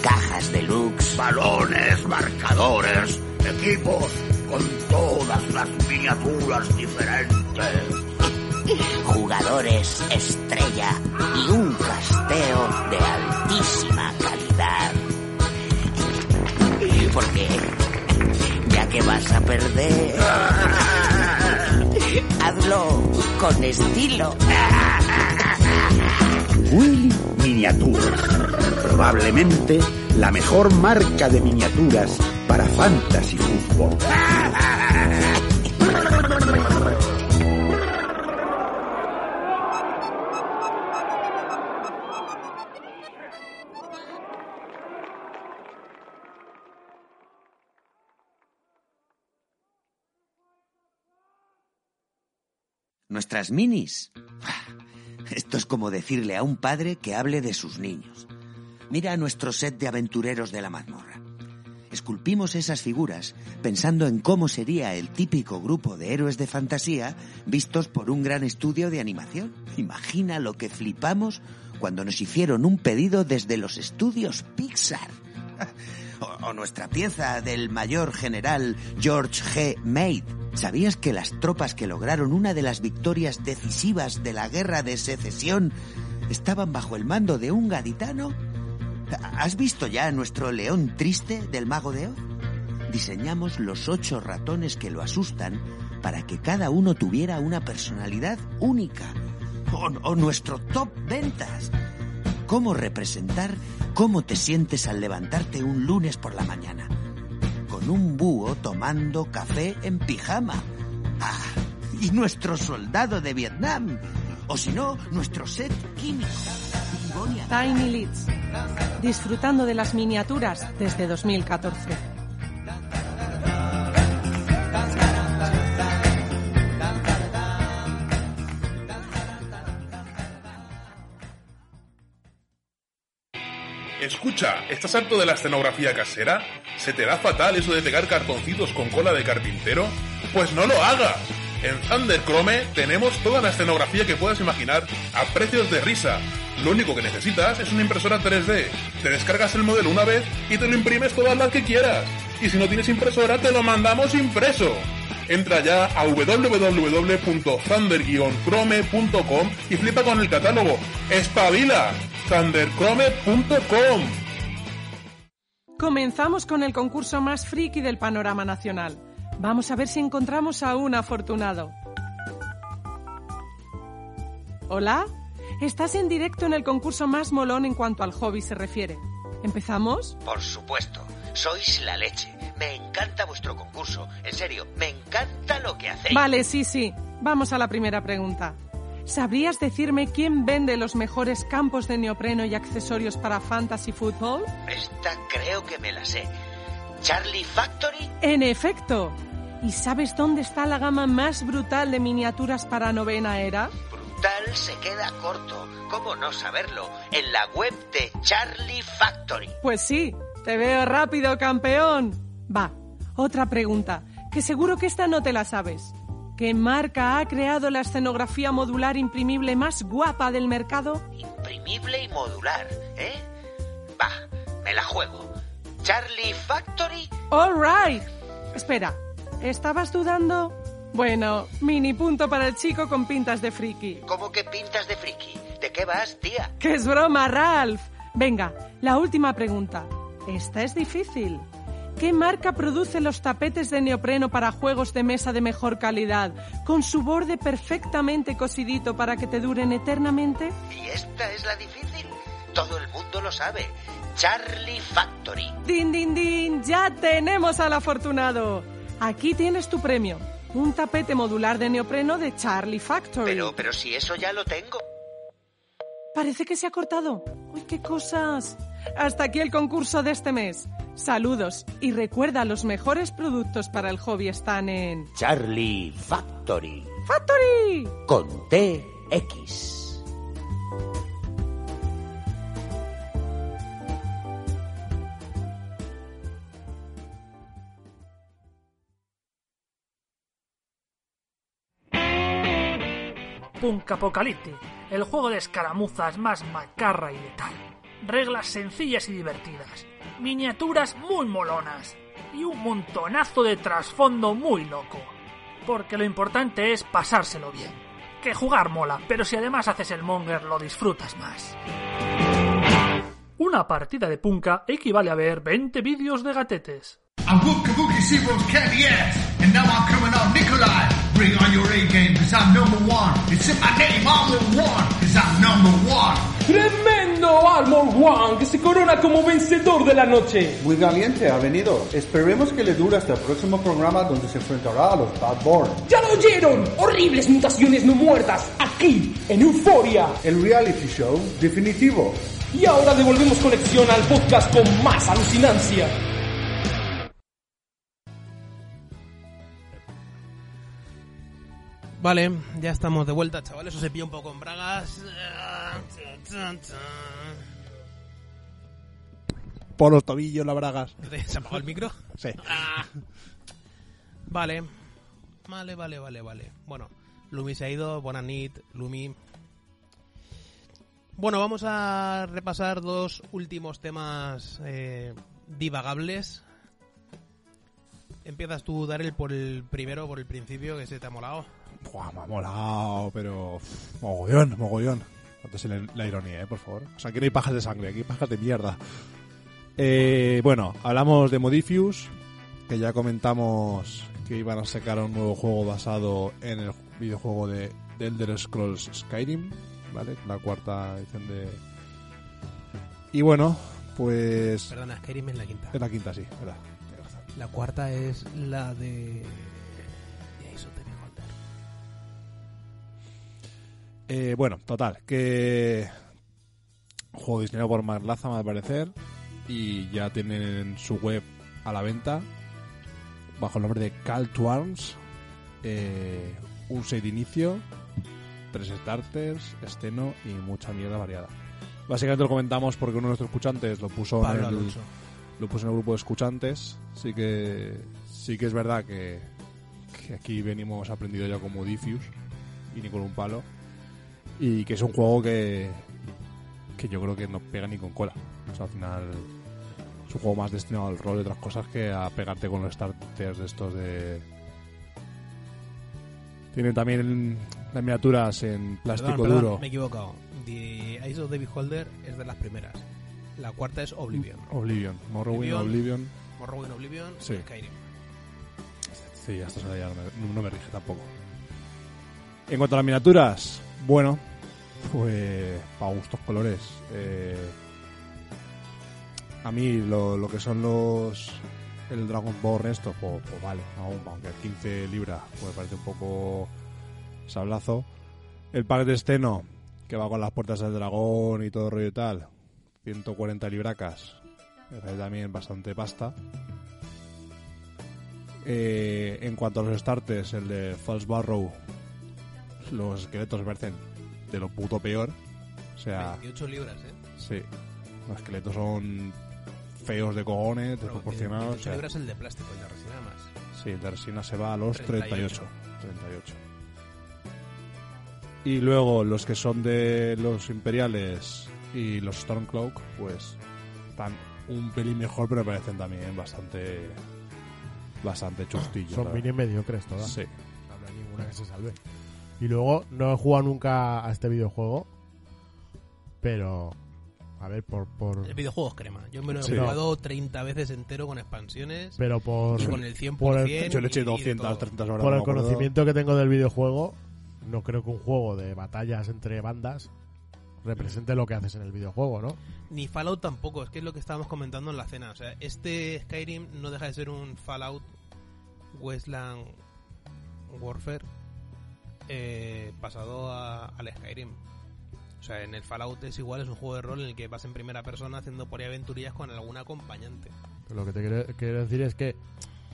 Speaker 11: cajas de lux,
Speaker 12: balones, marcadores, equipos con todas las miniaturas diferentes.
Speaker 11: jugadores estrella y un casteo de altísima calidad. Porque ya que vas a
Speaker 12: [laughs]
Speaker 11: perder, hazlo con estilo.
Speaker 12: Willy Miniaturas. Probablemente la mejor marca de miniaturas para fantasy fútbol.
Speaker 11: Nuestras minis. [sighs] Esto es como decirle a un padre que hable de sus niños. Mira nuestro set de aventureros de la mazmorra. Esculpimos esas figuras pensando en cómo sería el típico grupo de héroes de fantasía vistos por un gran estudio de animación. Imagina lo que flipamos cuando nos hicieron un pedido desde los estudios Pixar. [laughs] O, o nuestra pieza del mayor general George G. Meade. ¿Sabías que las tropas que lograron una de las victorias decisivas de la guerra de secesión estaban bajo el mando de un gaditano? ¿Has visto ya nuestro león triste del mago de Oz? Diseñamos los ocho ratones que lo asustan para que cada uno tuviera una personalidad única. O, o nuestro top ventas. ¿Cómo representar cómo te sientes al levantarte un lunes por la mañana? Con un búho tomando café en pijama. Ah, y nuestro soldado de Vietnam. O si no, nuestro set químico.
Speaker 13: Tiny Leeds. Disfrutando de las miniaturas desde 2014.
Speaker 14: Escucha, ¿estás harto de la escenografía casera? ¿Se te da fatal eso de pegar cartoncitos con cola de carpintero? Pues no lo hagas. En Thundercrome tenemos toda la escenografía que puedas imaginar a precios de risa. Lo único que necesitas es una impresora 3D. Te descargas el modelo una vez y te lo imprimes todas las que quieras. Y si no tienes impresora, te lo mandamos impreso. Entra ya a www.thunder-chrome.com y flipa con el catálogo. ¡Espabila! thundercrome.com
Speaker 13: Comenzamos con el concurso más friki del panorama nacional. Vamos a ver si encontramos a un afortunado. ¿Hola? Estás en directo en el concurso más molón en cuanto al hobby se refiere. ¿Empezamos?
Speaker 11: Por supuesto, sois la leche. Me encanta vuestro concurso. En serio, me encanta lo que hacéis.
Speaker 13: Vale, sí, sí. Vamos a la primera pregunta. ¿Sabrías decirme quién vende los mejores campos de neopreno y accesorios para fantasy football?
Speaker 11: Esta creo que me la sé. Charlie Factory.
Speaker 13: En efecto. ¿Y sabes dónde está la gama más brutal de miniaturas para novena era?
Speaker 11: Brutal se queda corto. ¿Cómo no saberlo? En la web de Charlie Factory.
Speaker 13: Pues sí, te veo rápido, campeón. Va, otra pregunta, que seguro que esta no te la sabes. ¿Qué marca ha creado la escenografía modular imprimible más guapa del mercado?
Speaker 11: Imprimible y modular, ¿eh? Va, me la juego. Charlie Factory.
Speaker 13: All right. Espera, ¿estabas dudando? Bueno, mini punto para el chico con pintas de friki.
Speaker 11: ¿Cómo que pintas de friki? ¿De qué vas, tía?
Speaker 13: ¡Qué es broma, Ralph! Venga, la última pregunta. Esta es difícil. ¿Qué marca produce los tapetes de neopreno para juegos de mesa de mejor calidad, con su borde perfectamente cosidito para que te duren eternamente?
Speaker 11: Y esta es la difícil. Todo el mundo lo sabe. Charlie Factory.
Speaker 13: ¡Din, din, din! ¡Ya tenemos al afortunado! Aquí tienes tu premio. un tapete modular de neopreno de Charlie Factory.
Speaker 11: Pero, pero si eso ya lo tengo.
Speaker 13: Parece que se ha cortado. ¡Uy, qué cosas! Hasta aquí el concurso de este mes. Saludos y recuerda los mejores productos para el hobby están en
Speaker 12: Charlie Factory
Speaker 13: Factory
Speaker 12: con TX.
Speaker 15: Punk Apocalyptic, el juego de escaramuzas más macarra y letal. Reglas sencillas y divertidas, miniaturas muy molonas y un montonazo de trasfondo muy loco. Porque lo importante es pasárselo bien. Que jugar mola, pero si además haces el monger lo disfrutas más. Una partida de punka equivale a ver 20 vídeos de gatetes.
Speaker 16: I'm Wooka Wookie SeaWorld KBS, and now I'm coming on Nikolai. Bring on your A game, cause I'm number one. It's in my name, I'm the one, cause I'm number one.
Speaker 10: Tremendo Armor One que se corona como vencedor de la noche.
Speaker 17: Muy valiente ha venido. Esperemos que le dure hasta el próximo programa donde se enfrentará a los Bad Born.
Speaker 10: ¡Ya lo oyeron! Horribles mutaciones no muertas, aquí, en Euforia.
Speaker 17: El reality show definitivo.
Speaker 10: Y ahora devolvemos conexión al podcast con más alucinancia.
Speaker 7: Vale, ya estamos de vuelta, chavales. Os pilla un poco en bragas.
Speaker 2: Por los tobillos, la bragas.
Speaker 7: [laughs] ¿Se apagó el micro?
Speaker 2: Sí.
Speaker 7: Ah. Vale. Vale, vale, vale, vale. Bueno, Lumi se ha ido. Buenas nit, Lumi. Bueno, vamos a repasar dos últimos temas eh, divagables. Empiezas tú, Darel, por el primero, por el principio, que se te ha molado.
Speaker 2: Buah, me ha molado, pero. uf, mogollón, mogollón. Antes la, la ironía, eh, por favor. O sea, aquí no hay pajas de sangre, aquí hay pajas de mierda. Eh, bueno, hablamos de Modifius, que ya comentamos que iban a sacar un nuevo juego basado en el videojuego de The Elder Scrolls Skyrim, ¿vale? La cuarta edición de. Y bueno, pues.
Speaker 7: Perdona, Skyrim es la quinta.
Speaker 2: Es la quinta, sí, ¿verdad? Tienes razón.
Speaker 7: La cuarta es la de. Jason Terry Hunter.
Speaker 2: Eh, bueno, total, que juego diseñado por Marlaza, al parecer, y ya tienen su web a la venta bajo el nombre de Call to Arms, eh, un set de inicio, tres starters, esteno y mucha mierda variada. Básicamente lo comentamos porque uno de nuestros escuchantes lo puso
Speaker 7: Pablo
Speaker 2: en el,
Speaker 7: Alonso.
Speaker 2: lo puso en el grupo de escuchantes, sí que sí que es verdad que, que aquí venimos aprendido ya como Diffuse y ni con un palo y que es un juego que que yo creo que no pega ni con cola. O sea, al final es un juego más destinado al rol y otras cosas que a pegarte con los starters de estos de... Tiene también las miniaturas en plástico
Speaker 7: Perdón, perdón,
Speaker 2: duro.
Speaker 7: Me he equivocado. The Eyes of the Beholder es de las primeras. La cuarta es Oblivion.
Speaker 2: Oblivion. Morrowind,
Speaker 7: Oblivion.
Speaker 2: Oblivion.
Speaker 7: Morrowind, Oblivion,
Speaker 2: Sí.
Speaker 7: Skyrim.
Speaker 2: Sí, hasta ahora ya no me, no me rige tampoco. En cuanto a las miniaturas, bueno, pues para gustos colores. Eh, a mí lo, lo que son los el Dragonborn esto, pues, pues vale, aún, aunque a 15 libras pues me parece un poco sablazo. El pack de esteno, que va con las puertas del dragón y todo el rollo y tal, 140 libracas, me parece también bastante pasta. Eh, en cuanto a los starters, el de False Barrow, los esqueletos me parecen de lo puto peor. O sea,
Speaker 7: 28 libras, ¿eh?
Speaker 2: sí, los esqueletos son feos de cojones, desproporcionados.
Speaker 7: 28
Speaker 2: o sea,
Speaker 7: libras el de plástico, el de resina más.
Speaker 2: sí, el de resina se va a los
Speaker 7: 38.
Speaker 2: 38. 38. Y luego los que son de los imperiales y los Stormcloak, pues están un pelín mejor, pero me parecen también bastante bastante chustillos. la
Speaker 8: Son
Speaker 2: verdad.
Speaker 8: mini mediocres todas.
Speaker 2: Sí.
Speaker 8: No habrá ninguna que se salve. Y luego, no he jugado nunca a este videojuego. Pero. A ver, por. por
Speaker 7: El videojuego es crema. Yo me lo he
Speaker 8: Sí.
Speaker 7: jugado 30 veces entero con expansiones.
Speaker 8: Pero por.
Speaker 7: Y con el 100%.
Speaker 8: por el-
Speaker 7: y- y de todo.
Speaker 8: Por el conocimiento que tengo del videojuego, no creo que un juego de batallas entre bandas represente lo que haces en el videojuego, ¿no?
Speaker 7: Ni Fallout tampoco, es que es lo que estábamos comentando en la cena. O sea, este Skyrim no deja de ser un Fallout Westland Warfare eh, pasado a- al Skyrim. O sea, en el Fallout es igual, es un juego de rol en el que vas en primera persona haciendo por ahí aventurillas con algún acompañante.
Speaker 8: Pero lo que te quiero, quiero decir es que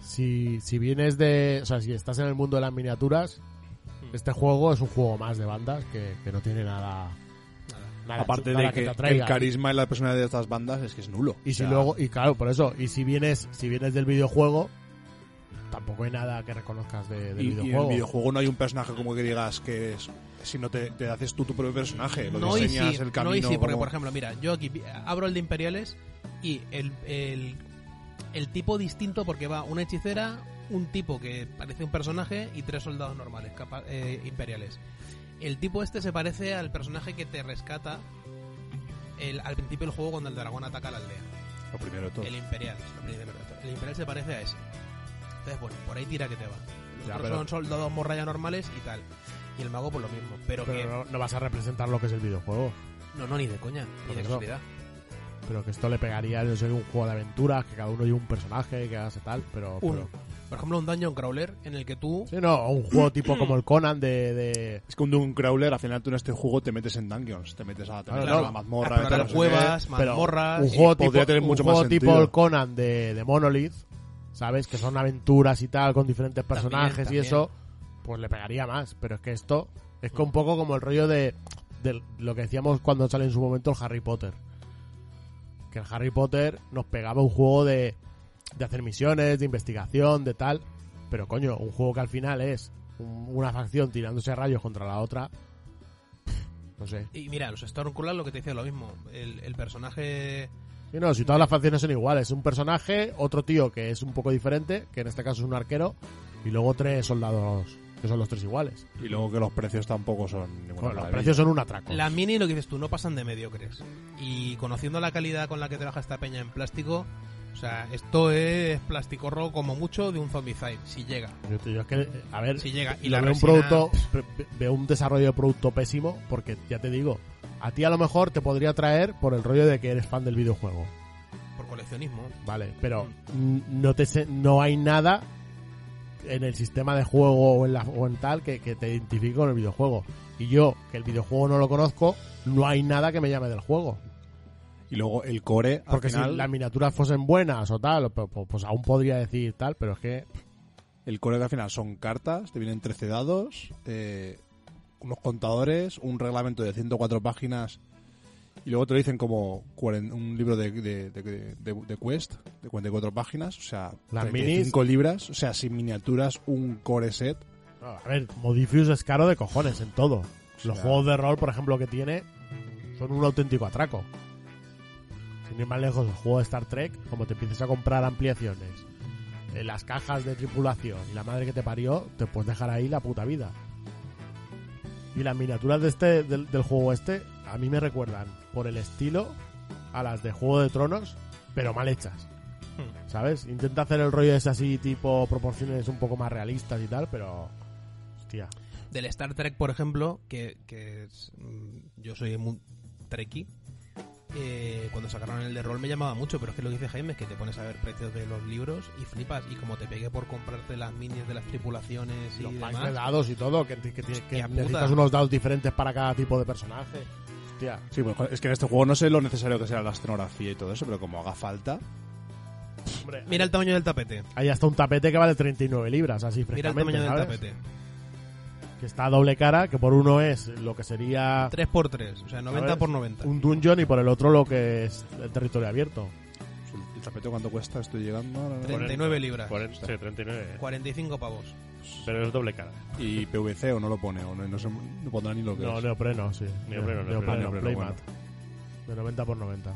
Speaker 8: si, si vienes de. O sea, si estás en el mundo de las miniaturas,
Speaker 7: Hmm.
Speaker 8: este juego es un juego más de bandas que, que no tiene nada. nada
Speaker 2: Aparte
Speaker 8: chu-
Speaker 2: de
Speaker 8: nada
Speaker 2: que,
Speaker 8: te
Speaker 2: el
Speaker 7: ¿eh?
Speaker 8: atraiga.
Speaker 2: carisma de la personalidad de estas bandas es que es nulo.
Speaker 8: Y si
Speaker 2: O sea,
Speaker 8: luego, y claro, por eso, y si vienes, si vienes del videojuego, tampoco hay nada que reconozcas de, del
Speaker 2: y, y en el
Speaker 8: videojuego.
Speaker 2: videojuego no hay un personaje como que digas que es. Si no te, te haces tú tu propio personaje, lo
Speaker 7: No y sí,
Speaker 2: diseñas el camino.
Speaker 7: no y sí, porque
Speaker 2: como-
Speaker 7: por ejemplo, mira, yo aquí vi- abro el de Imperiales y el, el, el tipo distinto porque va una hechicera, un tipo que parece un personaje y tres soldados normales, capa- eh, Imperiales. El tipo este se parece al personaje que te rescata el- al principio del juego cuando el dragón ataca a la aldea.
Speaker 2: Lo primero de todo.
Speaker 7: El Imperial, lo primero de todo. El Imperial se parece a ese. Entonces, bueno, por ahí tira que te va. Los
Speaker 8: Ya,
Speaker 7: otros
Speaker 8: pero-
Speaker 7: son soldados morralla normales y tal. Y el mago por lo mismo. Pero, que...
Speaker 8: no, no vas a representar lo que es el videojuego.
Speaker 7: No, no, ni de coña, ni
Speaker 8: Por
Speaker 7: de
Speaker 8: eso.
Speaker 7: casualidad.
Speaker 8: Pero que esto le pegaría, yo sé, un juego de aventuras, que cada uno lleve un personaje, que hagas tal, pero...
Speaker 7: Uno. Por ejemplo, un dungeon crawler en el que tú.
Speaker 8: pero- sí, no, o un juego
Speaker 7: [clears throat]
Speaker 8: tipo como el Conan de... de-
Speaker 2: Es que un Doom Crawler, al final tú en este juego te metes en dungeons, te metes a, te
Speaker 8: Claro,
Speaker 2: metes a
Speaker 8: claro.
Speaker 2: la mazmorra,
Speaker 8: A explorar
Speaker 2: metes a no sé
Speaker 7: cuevas,
Speaker 2: qué, pero
Speaker 7: mazmorras,
Speaker 8: Un juego,
Speaker 2: y
Speaker 8: tipo,
Speaker 2: podría tener
Speaker 8: un
Speaker 2: mucho
Speaker 8: juego
Speaker 2: más
Speaker 8: tipo
Speaker 2: sentido.
Speaker 8: el Conan de, de Monolith, ¿sabes? Que son aventuras y tal, con diferentes personajes
Speaker 7: también.
Speaker 8: y eso, pues le pegaría más. Pero es que esto es que un poco como el rollo de, de lo que decíamos cuando sale en su momento el Harry Potter. Que el Harry Potter nos pegaba un juego de, de hacer misiones, de investigación, de tal. Pero coño, un juego que al final es un- una facción tirándose rayos contra la otra. No sé.
Speaker 7: Y mira, los Stormcrawlers lo que te dice es lo mismo. El, el personaje.
Speaker 8: Y no, si todas las facciones son iguales, un personaje, otro tío que es un poco diferente, que en este caso es un arquero, y luego tres soldados que son los tres iguales.
Speaker 2: Y luego que los precios tampoco son ninguna
Speaker 8: Bueno, los
Speaker 2: maravilla.
Speaker 8: precios son un atraco.
Speaker 7: La mini, lo que dices tú, no pasan de mediocres. Y conociendo la calidad con la que trabaja esta peña en plástico, o sea, esto es plasticorro como mucho de un zombicide, si llega.
Speaker 8: Yo, te- yo es que, eh, a ver,
Speaker 7: Si llega. Y
Speaker 8: yo
Speaker 7: la
Speaker 8: veo un
Speaker 7: resina-
Speaker 8: producto, pre- pre- veo un desarrollo de producto pésimo, porque ya te digo, a ti a lo mejor te podría traer por el rollo de que eres fan del videojuego,
Speaker 7: Por coleccionismo.
Speaker 8: ¿vale? Pero n- no te sé- no hay nada en el sistema de juego o en, la, o en tal que, que te identifique con el videojuego. Y yo, que el videojuego no lo conozco, no hay nada que me llame del juego.
Speaker 2: Y luego el core, al
Speaker 8: Porque si
Speaker 2: final,
Speaker 8: las miniaturas fuesen buenas o tal, pues, pues- pues aún podría decir tal, pero es que.
Speaker 2: el core que al final son cartas, te vienen 13 dados, eh, unos contadores, un reglamento de 104 páginas y luego te lo dicen como cuaren- un libro de, de, de, de- de Quest de 44 páginas, o sea,
Speaker 8: Las
Speaker 2: 35 libras, o sea, sin miniaturas, un core set.
Speaker 8: A ver, Modifius es caro de cojones en todo. Los
Speaker 2: sea-
Speaker 8: juegos de rol, por ejemplo, que tiene son un auténtico atraco. Sin ir más lejos, el juego de Star Trek, como te empieces a comprar ampliaciones, eh, las cajas de tripulación y la madre que te parió, te puedes dejar ahí la puta vida. Y las miniaturas de este, del, del juego este, a mí me recuerdan por el estilo a las de Juego de Tronos, pero mal hechas. ¿Sabes? Intenta hacer el rollo ese así, tipo proporciones un poco más realistas y tal, pero. Hostia.
Speaker 7: Del Star Trek, por ejemplo, que, que es, mm, yo soy muy trekkie. eh, cuando sacaron el de rol me llamaba mucho, pero es que lo que dice Jaime es que te pones a ver precios de los libros y flipas. Y como te pegué por comprarte las minis de las tripulaciones y
Speaker 8: Los packs
Speaker 7: demás,
Speaker 8: de dados y todo, que, que, que- que
Speaker 7: Hostia puta.
Speaker 8: necesitas unos dados diferentes para cada tipo de personaje. Hostia.
Speaker 2: Sí, pues, joder, es que en este juego no sé lo necesario que sea la escenografía y todo eso, pero como haga falta,
Speaker 7: Mira
Speaker 8: eh.
Speaker 7: el tamaño del tapete.
Speaker 8: Hay hasta un tapete que vale 39 libras, así
Speaker 7: Mira el
Speaker 8: frescamente,
Speaker 7: tamaño del
Speaker 8: ¿sabes?
Speaker 7: tapete.
Speaker 8: Que está a doble cara, que por uno es lo que sería...
Speaker 7: 3x3, o sea, 90
Speaker 8: ¿sabes?
Speaker 7: por 90.
Speaker 8: Un dungeon y por el otro lo que es el territorio abierto.
Speaker 2: el tapete cuánto cuesta, estoy llegando ahora.
Speaker 7: 39 libras.
Speaker 9: Cuaren- sí, 39.
Speaker 7: 45 pavos.
Speaker 9: Pero es doble cara.
Speaker 2: Y PVC o no lo pone, o no, no, se- no pondrá ni lo que
Speaker 8: No,
Speaker 2: es.
Speaker 8: neopreno, sí.
Speaker 9: Neopreno, neopreno, neopreno,
Speaker 8: playmat. De 90 por 90.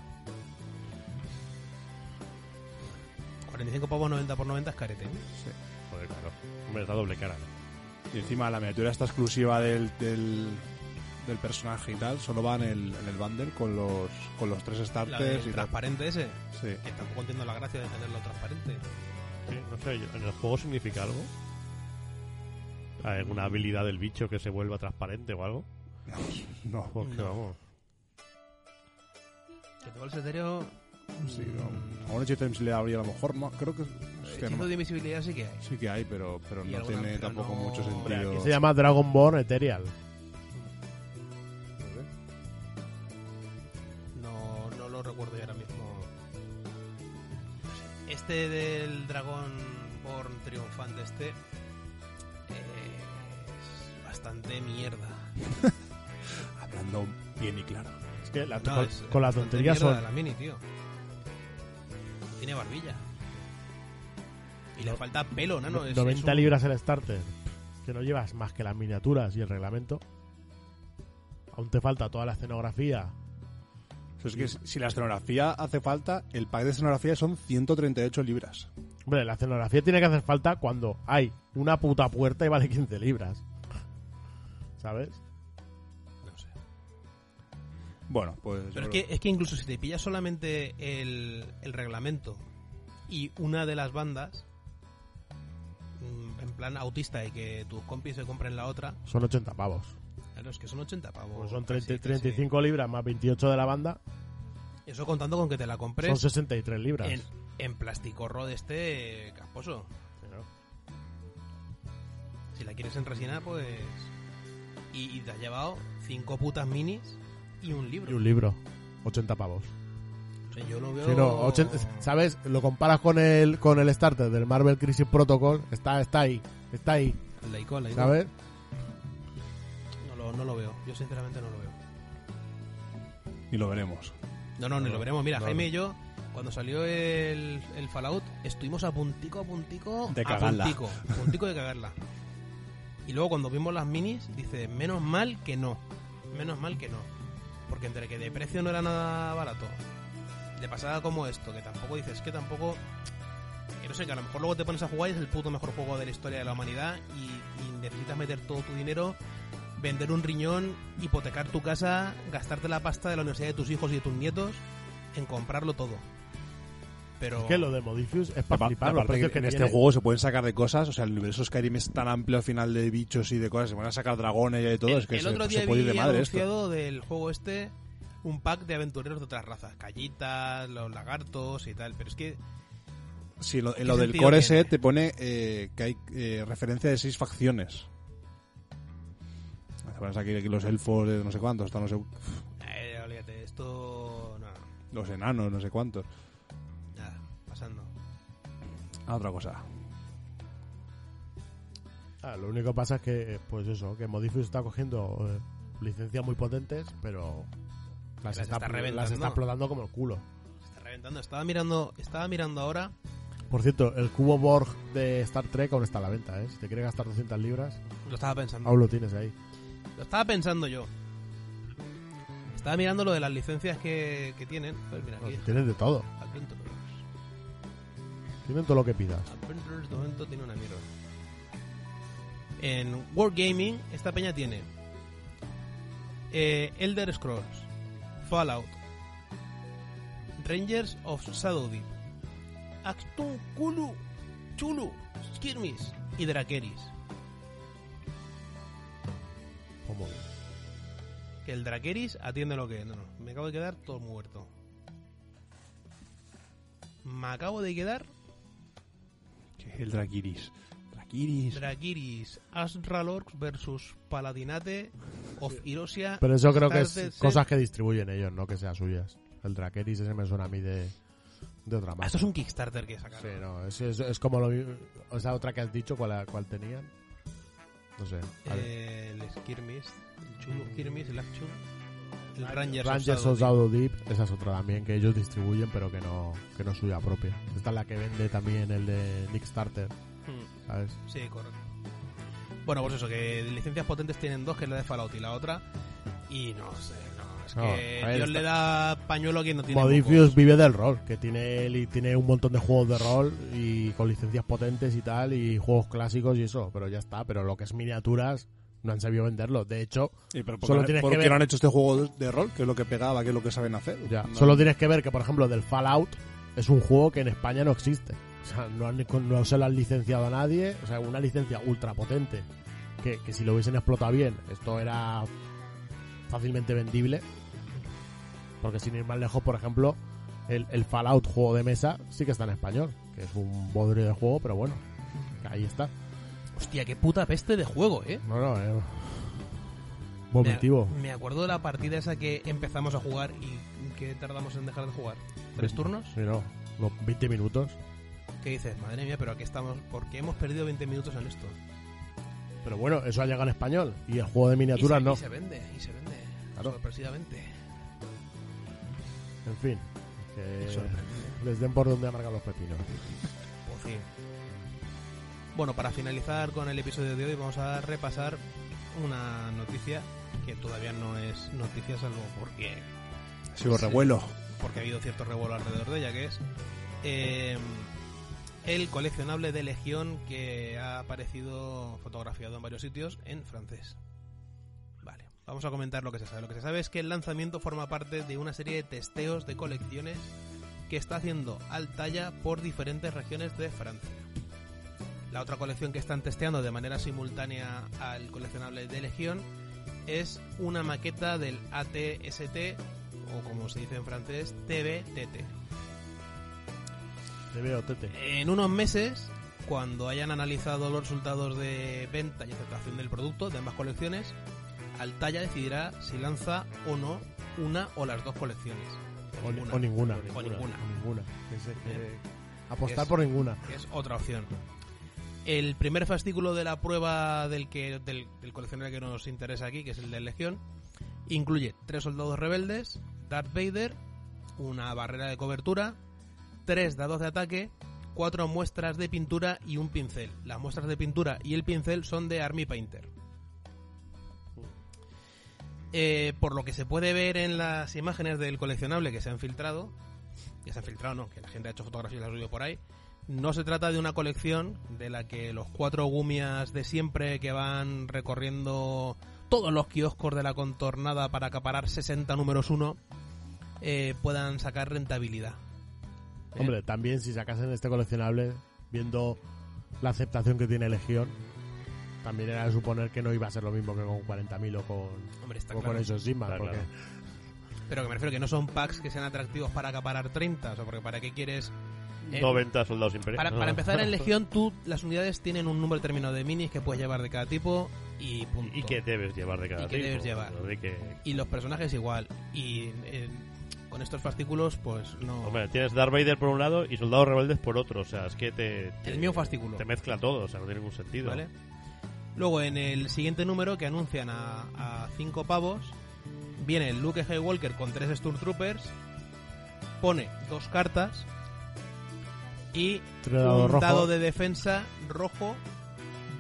Speaker 7: 45 pavos, 90 por 90 es carete.
Speaker 9: Joder, claro. Hombre, está doble cara, ¿no?
Speaker 2: Y encima la miniatura esta exclusiva del, del, del personaje y tal, solo va en el, en el bundle con los, con los tres
Speaker 7: La
Speaker 2: starters
Speaker 7: del
Speaker 2: y tal.
Speaker 7: transparente ese.
Speaker 2: Sí.
Speaker 7: Que tampoco entiendo la gracia de tenerlo transparente.
Speaker 9: Sí, Eh, no sé, yo- ¿en el juego significa algo? ¿Hay alguna
Speaker 7: Mm.
Speaker 9: habilidad del bicho que se vuelva transparente o algo?
Speaker 2: No,
Speaker 9: porque vamos.
Speaker 7: Que todo el setero
Speaker 2: Sí, no. A un hechizo de invisibilidad habría a lo mejor más. Creo que. hostia, no
Speaker 7: Hechizo
Speaker 2: me-
Speaker 7: de invisibilidad sí que hay.
Speaker 2: Sí que hay, pero, pero
Speaker 7: Y
Speaker 2: no
Speaker 7: alguna-
Speaker 2: tiene
Speaker 7: pero
Speaker 2: tampoco
Speaker 7: no-
Speaker 2: mucho
Speaker 7: Hombre,
Speaker 2: sentido.
Speaker 8: Aquí se llama Dragonborn Ethereal.
Speaker 7: No, no lo recuerdo yo ahora mismo. Este del dragón born triunfante este eh, es bastante mierda.
Speaker 2: [laughs] Hablando bien y claro.
Speaker 8: Es que la-
Speaker 7: No,
Speaker 8: con,
Speaker 7: es-
Speaker 8: con la
Speaker 7: es bastante
Speaker 8: tontería
Speaker 7: mierda
Speaker 8: son.
Speaker 7: de la mini, tío. Tiene barbilla. Y le falta pelo, ¿no? no es- es
Speaker 8: 90
Speaker 7: un-
Speaker 8: libras el starter. Que no llevas más que las miniaturas y el reglamento. Aún te falta toda la escenografía.
Speaker 2: Pues Es que si la escenografía hace falta, el pack de escenografía son 138 libras.
Speaker 8: Hombre, la escenografía tiene que hacer falta cuando hay una puta puerta y vale 15 libras. ¿Sabes?
Speaker 2: Bueno, pues. yo
Speaker 7: Pero es
Speaker 2: creo-
Speaker 7: que, es que incluso si te pillas solamente el, el reglamento y una de las bandas, mm, en plan autista y que tus compis se compren la otra,
Speaker 8: Son 80 pavos.
Speaker 7: claro, es que son 80 pavos.
Speaker 8: Pues son
Speaker 7: casi,
Speaker 8: 30
Speaker 7: casi.
Speaker 8: 35 libras más 28 de la banda.
Speaker 7: Eso contando con que te la compres.
Speaker 8: Son 63 libras.
Speaker 7: En, en plasticorro de este eh, casposo. Si la quieres en resina, pues. Y, y te has llevado cinco putas minis y un libro.
Speaker 8: Y un libro. 80 pavos.
Speaker 7: O sea, yo lo veo.
Speaker 8: Sí, no, 80 ¿Sabes? Lo comparas con el, con el starter del Marvel Crisis Protocol. Está, está ahí. Está ahí.
Speaker 7: El Daikon, el Daikon.
Speaker 8: ¿Sabes?
Speaker 7: No lo, no lo veo. Yo sinceramente no lo veo.
Speaker 2: Y lo veremos.
Speaker 7: No, no, ni lo veremos. Mira,
Speaker 2: no,
Speaker 7: Jaime
Speaker 2: no.
Speaker 7: y yo, cuando salió el, el Fallout, estuvimos a puntico, a puntico,
Speaker 2: De
Speaker 7: a
Speaker 2: cagarla.
Speaker 7: puntico, a puntico de cagarla. Y luego cuando vimos las minis, dice, menos mal que no, menos mal que no. Porque entre que de precio no era nada barato, de pasada como esto, que tampoco dices que tampoco... Que no sé, que a lo mejor luego te pones a jugar y es el puto mejor juego de la historia de la humanidad y, y necesitas meter todo tu dinero, vender un riñón, hipotecar tu casa, gastarte la pasta de la universidad de tus hijos y de tus nietos en comprarlo todo. Pero...
Speaker 8: Es que lo de Modifius es para
Speaker 2: Apa-
Speaker 8: flipar los
Speaker 2: aparte
Speaker 8: precios
Speaker 2: que
Speaker 8: que
Speaker 2: en
Speaker 8: tiene.
Speaker 2: este juego se pueden sacar de cosas, o sea, el universo Skyrim es tan amplio al final de bichos y de cosas, se van a sacar dragones y de todo, es que
Speaker 7: el
Speaker 2: se,
Speaker 7: otro día
Speaker 2: se puede ir de
Speaker 7: vi
Speaker 2: madre esto.
Speaker 7: anunciado del juego este un pack de aventureros de otras razas, callitas, los lagartos y tal, pero es que
Speaker 2: Sí, lo, en
Speaker 7: ¿Qué
Speaker 2: lo del
Speaker 7: sentido
Speaker 2: core
Speaker 7: tiene?
Speaker 2: ese te pone eh, que hay eh, referencia de seis facciones. Te pones aquí, aquí los elfos de no sé cuántos, están no sé,
Speaker 7: eh, olvídate, esto no, no,
Speaker 2: los enanos, no sé cuántos.
Speaker 7: nada, pasando.
Speaker 2: Ah, otra cosa.
Speaker 8: Ah, lo único que pasa es que, eh, pues eso, que Modifius está cogiendo eh, licencias muy potentes, pero las,
Speaker 7: Las está
Speaker 8: está, las
Speaker 7: reventando.
Speaker 8: está explotando como el culo.
Speaker 7: Se está reventando, estaba mirando, estaba mirando ahora
Speaker 8: Por cierto, el cubo Borg de Star Trek aún está a la venta, ¿eh? Si te quieres gastar 200 libras,
Speaker 7: Lo estaba pensando.
Speaker 8: aún lo tienes ahí.
Speaker 7: Lo estaba pensando yo. Estaba mirando lo de las licencias que, que tienen. Pues mira aquí.
Speaker 8: Tienes de todo.
Speaker 7: Adventurers.
Speaker 8: Tienen todo lo que pidas.
Speaker 7: Adventurers de momento tiene una mierda. En Wargaming, esta peña tiene eh, Elder Scrolls, Fallout, Rangers of Shadow Deep, Actun Kulu, Chulu, Skirmish y Drakeris.
Speaker 8: ¿Cómo?
Speaker 7: Que el Drakeris atiende lo que es. No, no, me acabo de quedar todo muerto. Me acabo de quedar
Speaker 2: El Drakiris. Drakiris.
Speaker 7: Drakiris, Asralorx versus Paladinate of Irosia.
Speaker 8: Pero eso creo que
Speaker 7: Started
Speaker 8: es
Speaker 7: Set-
Speaker 8: cosas que distribuyen ellos, no que sean suyas. El Drakeris ese me suena a mí de, de otra
Speaker 7: Ah,
Speaker 8: marca.
Speaker 7: esto es un Kickstarter que sacaron.
Speaker 8: Sí, no, es, es- es como lo, vi- esa otra que has dicho, ¿cuál, cuál tenían? No sé. a ver.
Speaker 7: Eh, el Skirmish, el Chulo Skirmish, el Action, el Rangers,
Speaker 8: Rangers
Speaker 7: of
Speaker 8: of Shadow
Speaker 7: Shadow.
Speaker 8: Deep, esa es otra también que ellos distribuyen, pero que no, que no es suya propia. Esta es la que vende también el de Kickstarter,
Speaker 7: Hmm.
Speaker 8: ¿sabes?
Speaker 7: Sí, correcto. Bueno, pues eso, que licencias potentes tienen dos, que es la de Fallout y la otra. Y no sé, no, es
Speaker 8: No,
Speaker 7: que
Speaker 8: a ver,
Speaker 7: Dios
Speaker 8: está-
Speaker 7: le da pañuelo a quien no tiene
Speaker 8: Modifius
Speaker 7: mocos.
Speaker 8: vive del rol, que tiene, li- tiene un montón de juegos de rol y con licencias potentes y tal, y juegos clásicos y eso, pero ya está. Pero lo que es miniaturas, no han sabido venderlo. De hecho,
Speaker 2: Pero ¿por
Speaker 8: solo
Speaker 2: qué-
Speaker 8: tienes
Speaker 2: por
Speaker 8: que
Speaker 2: qué
Speaker 8: ver.
Speaker 2: no han hecho este juego de rol? Que es lo que pegaba, que es lo que saben hacer.
Speaker 8: Ya,
Speaker 2: No-
Speaker 8: Solo tienes que ver que, por ejemplo, del Fallout es un juego que en España no existe. O sea, no, han- no se lo han licenciado a nadie. O sea, una licencia ultra potente. Que, que si lo hubiesen explotado bien, esto era fácilmente vendible. Porque sin ir más lejos, por ejemplo, el, el Fallout juego de mesa sí que está en español, que es un bodrio de juego, pero bueno, ahí está.
Speaker 7: Hostia, qué puta peste de juego, ¿eh?
Speaker 8: No, no, eh. Vomitivo.
Speaker 7: Me, me acuerdo de la partida esa que empezamos a jugar y que tardamos en dejar de jugar. ¿Tres turnos?
Speaker 8: Sí, no, los 20 minutos.
Speaker 7: ¿Qué dices? Madre mía, pero aquí estamos. ¿Por qué hemos perdido 20 minutos en esto?
Speaker 8: Pero bueno, eso ha llegado en español y el juego de miniaturas
Speaker 7: y se,
Speaker 8: no.
Speaker 7: y se vende, y se vende.
Speaker 8: Claro.
Speaker 7: Sorpresivamente.
Speaker 8: En fin, que les den por donde amargan los pepinos.
Speaker 7: Pues sí. Bueno, para finalizar con el episodio de hoy vamos a repasar una noticia que todavía no es noticia salvo porque
Speaker 2: Ha sido revuelo.
Speaker 7: porque ha habido cierto revuelo alrededor de ella que es eh, el coleccionable de Legión que ha aparecido fotografiado en varios sitios en francés. Vale, vamos a comentar lo que se sabe. Lo que se sabe es que el lanzamiento forma parte de una serie de testeos de colecciones que está haciendo Altaya por diferentes regiones de Francia. La otra colección que están testeando de manera simultánea al coleccionable de Legión es una maqueta del ATST, o como se dice en francés, TBTT.
Speaker 8: Te veo, Tete.
Speaker 7: En unos meses, cuando hayan analizado los resultados de venta y aceptación del producto de ambas colecciones, Altaya decidirá si lanza o no una o las dos colecciones.
Speaker 8: O, ni- o ninguna.
Speaker 7: O ninguna.
Speaker 8: O ninguna. Que se- que-
Speaker 7: Bien.
Speaker 8: apostar
Speaker 7: Es-
Speaker 8: por ninguna.
Speaker 7: que es otra opción. El primer fascículo de la prueba del, que, del, del coleccionario que nos interesa aquí, que es el de Legión, incluye tres soldados rebeldes, Darth Vader, una barrera de cobertura, tres dados de ataque, cuatro muestras de pintura y un pincel. Las muestras de pintura y el pincel son de Army Painter. Eh, por lo que se puede ver en las imágenes del coleccionable que se han filtrado, que se han filtrado, no, que la gente ha hecho fotografías y las ha subido por ahí, no se trata de una colección de la que los cuatro gumias de siempre que van recorriendo todos los kioscos de la contornada para acaparar 60 números 1 puedan sacar rentabilidad. ¿Eh?
Speaker 8: Hombre, también si sacasen este coleccionable, viendo la aceptación que tiene Legión, también era de suponer que no iba a ser lo mismo que con 40.000 o con,
Speaker 7: Hombre, está
Speaker 8: o
Speaker 7: claro.
Speaker 8: con esos Sigma,
Speaker 7: Está
Speaker 8: porque
Speaker 7: claro. Pero que me refiero que no son packs que sean atractivos para acaparar 30, o sea, porque para qué quieres... eh,
Speaker 9: 90 soldados imperiales.
Speaker 7: Para, para
Speaker 9: [laughs]
Speaker 7: empezar en Legión, tú las unidades tienen un número determinado de minis que puedes llevar de cada tipo y punto.
Speaker 9: ¿Y qué debes llevar de cada
Speaker 7: ¿Y qué
Speaker 9: tipo?
Speaker 7: debes llevar?
Speaker 9: Así que-
Speaker 7: Y los personajes igual. Y eh, con estos fascículos, pues no.
Speaker 9: Hombre, tienes Darth Vader por un lado y soldados rebeldes por otro. O sea, es que te. te-
Speaker 7: El mío fascículo.
Speaker 9: Te mezcla todo, o sea, no tiene ningún sentido.
Speaker 7: ¿Vale? Luego en el siguiente número que anuncian a, a cinco pavos, viene Luke Skywalker con tres Stormtroopers, pone dos cartas y
Speaker 8: Tres dados
Speaker 7: un
Speaker 8: rojos.
Speaker 7: dado de defensa rojo,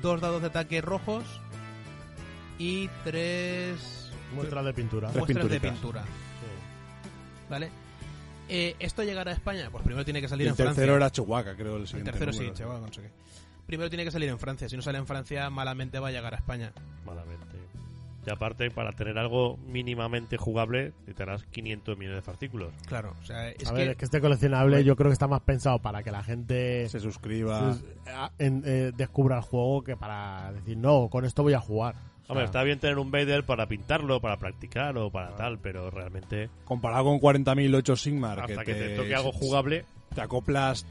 Speaker 7: dos dados de ataque rojos y tres
Speaker 8: muestras de pintura.
Speaker 7: muestras de pintura. ¿Vale? Eh, ¿Esto llegará a España? Pues primero tiene que salir
Speaker 2: el
Speaker 7: en
Speaker 2: tercero
Speaker 7: Francia.
Speaker 2: era Chihuahua, creo. El,
Speaker 7: El
Speaker 2: siguiente
Speaker 7: tercero sí,
Speaker 2: número.
Speaker 7: chaval, no sé qué. Primero tiene que salir en Francia. Si no sale en Francia, malamente va a llegar a España.
Speaker 9: Malamente. Y aparte, para tener algo mínimamente jugable, necesitarás 500 millones de fascículos.
Speaker 7: Claro, o sea, es
Speaker 8: a
Speaker 7: que...
Speaker 8: ver, es que este coleccionable yo creo que está más pensado para que la gente se
Speaker 2: suscriba,
Speaker 8: Pues, ah, descubra eh, el juego que para decir, no, con esto voy a jugar. O sea,
Speaker 9: Hombre, está bien tener un Vader para pintarlo, para practicar o
Speaker 7: Ah.
Speaker 9: para tal, pero realmente.
Speaker 2: Comparado con 40.000 8 Sigmar.
Speaker 9: Hasta que te toque algo jugable.
Speaker 2: Te acoplas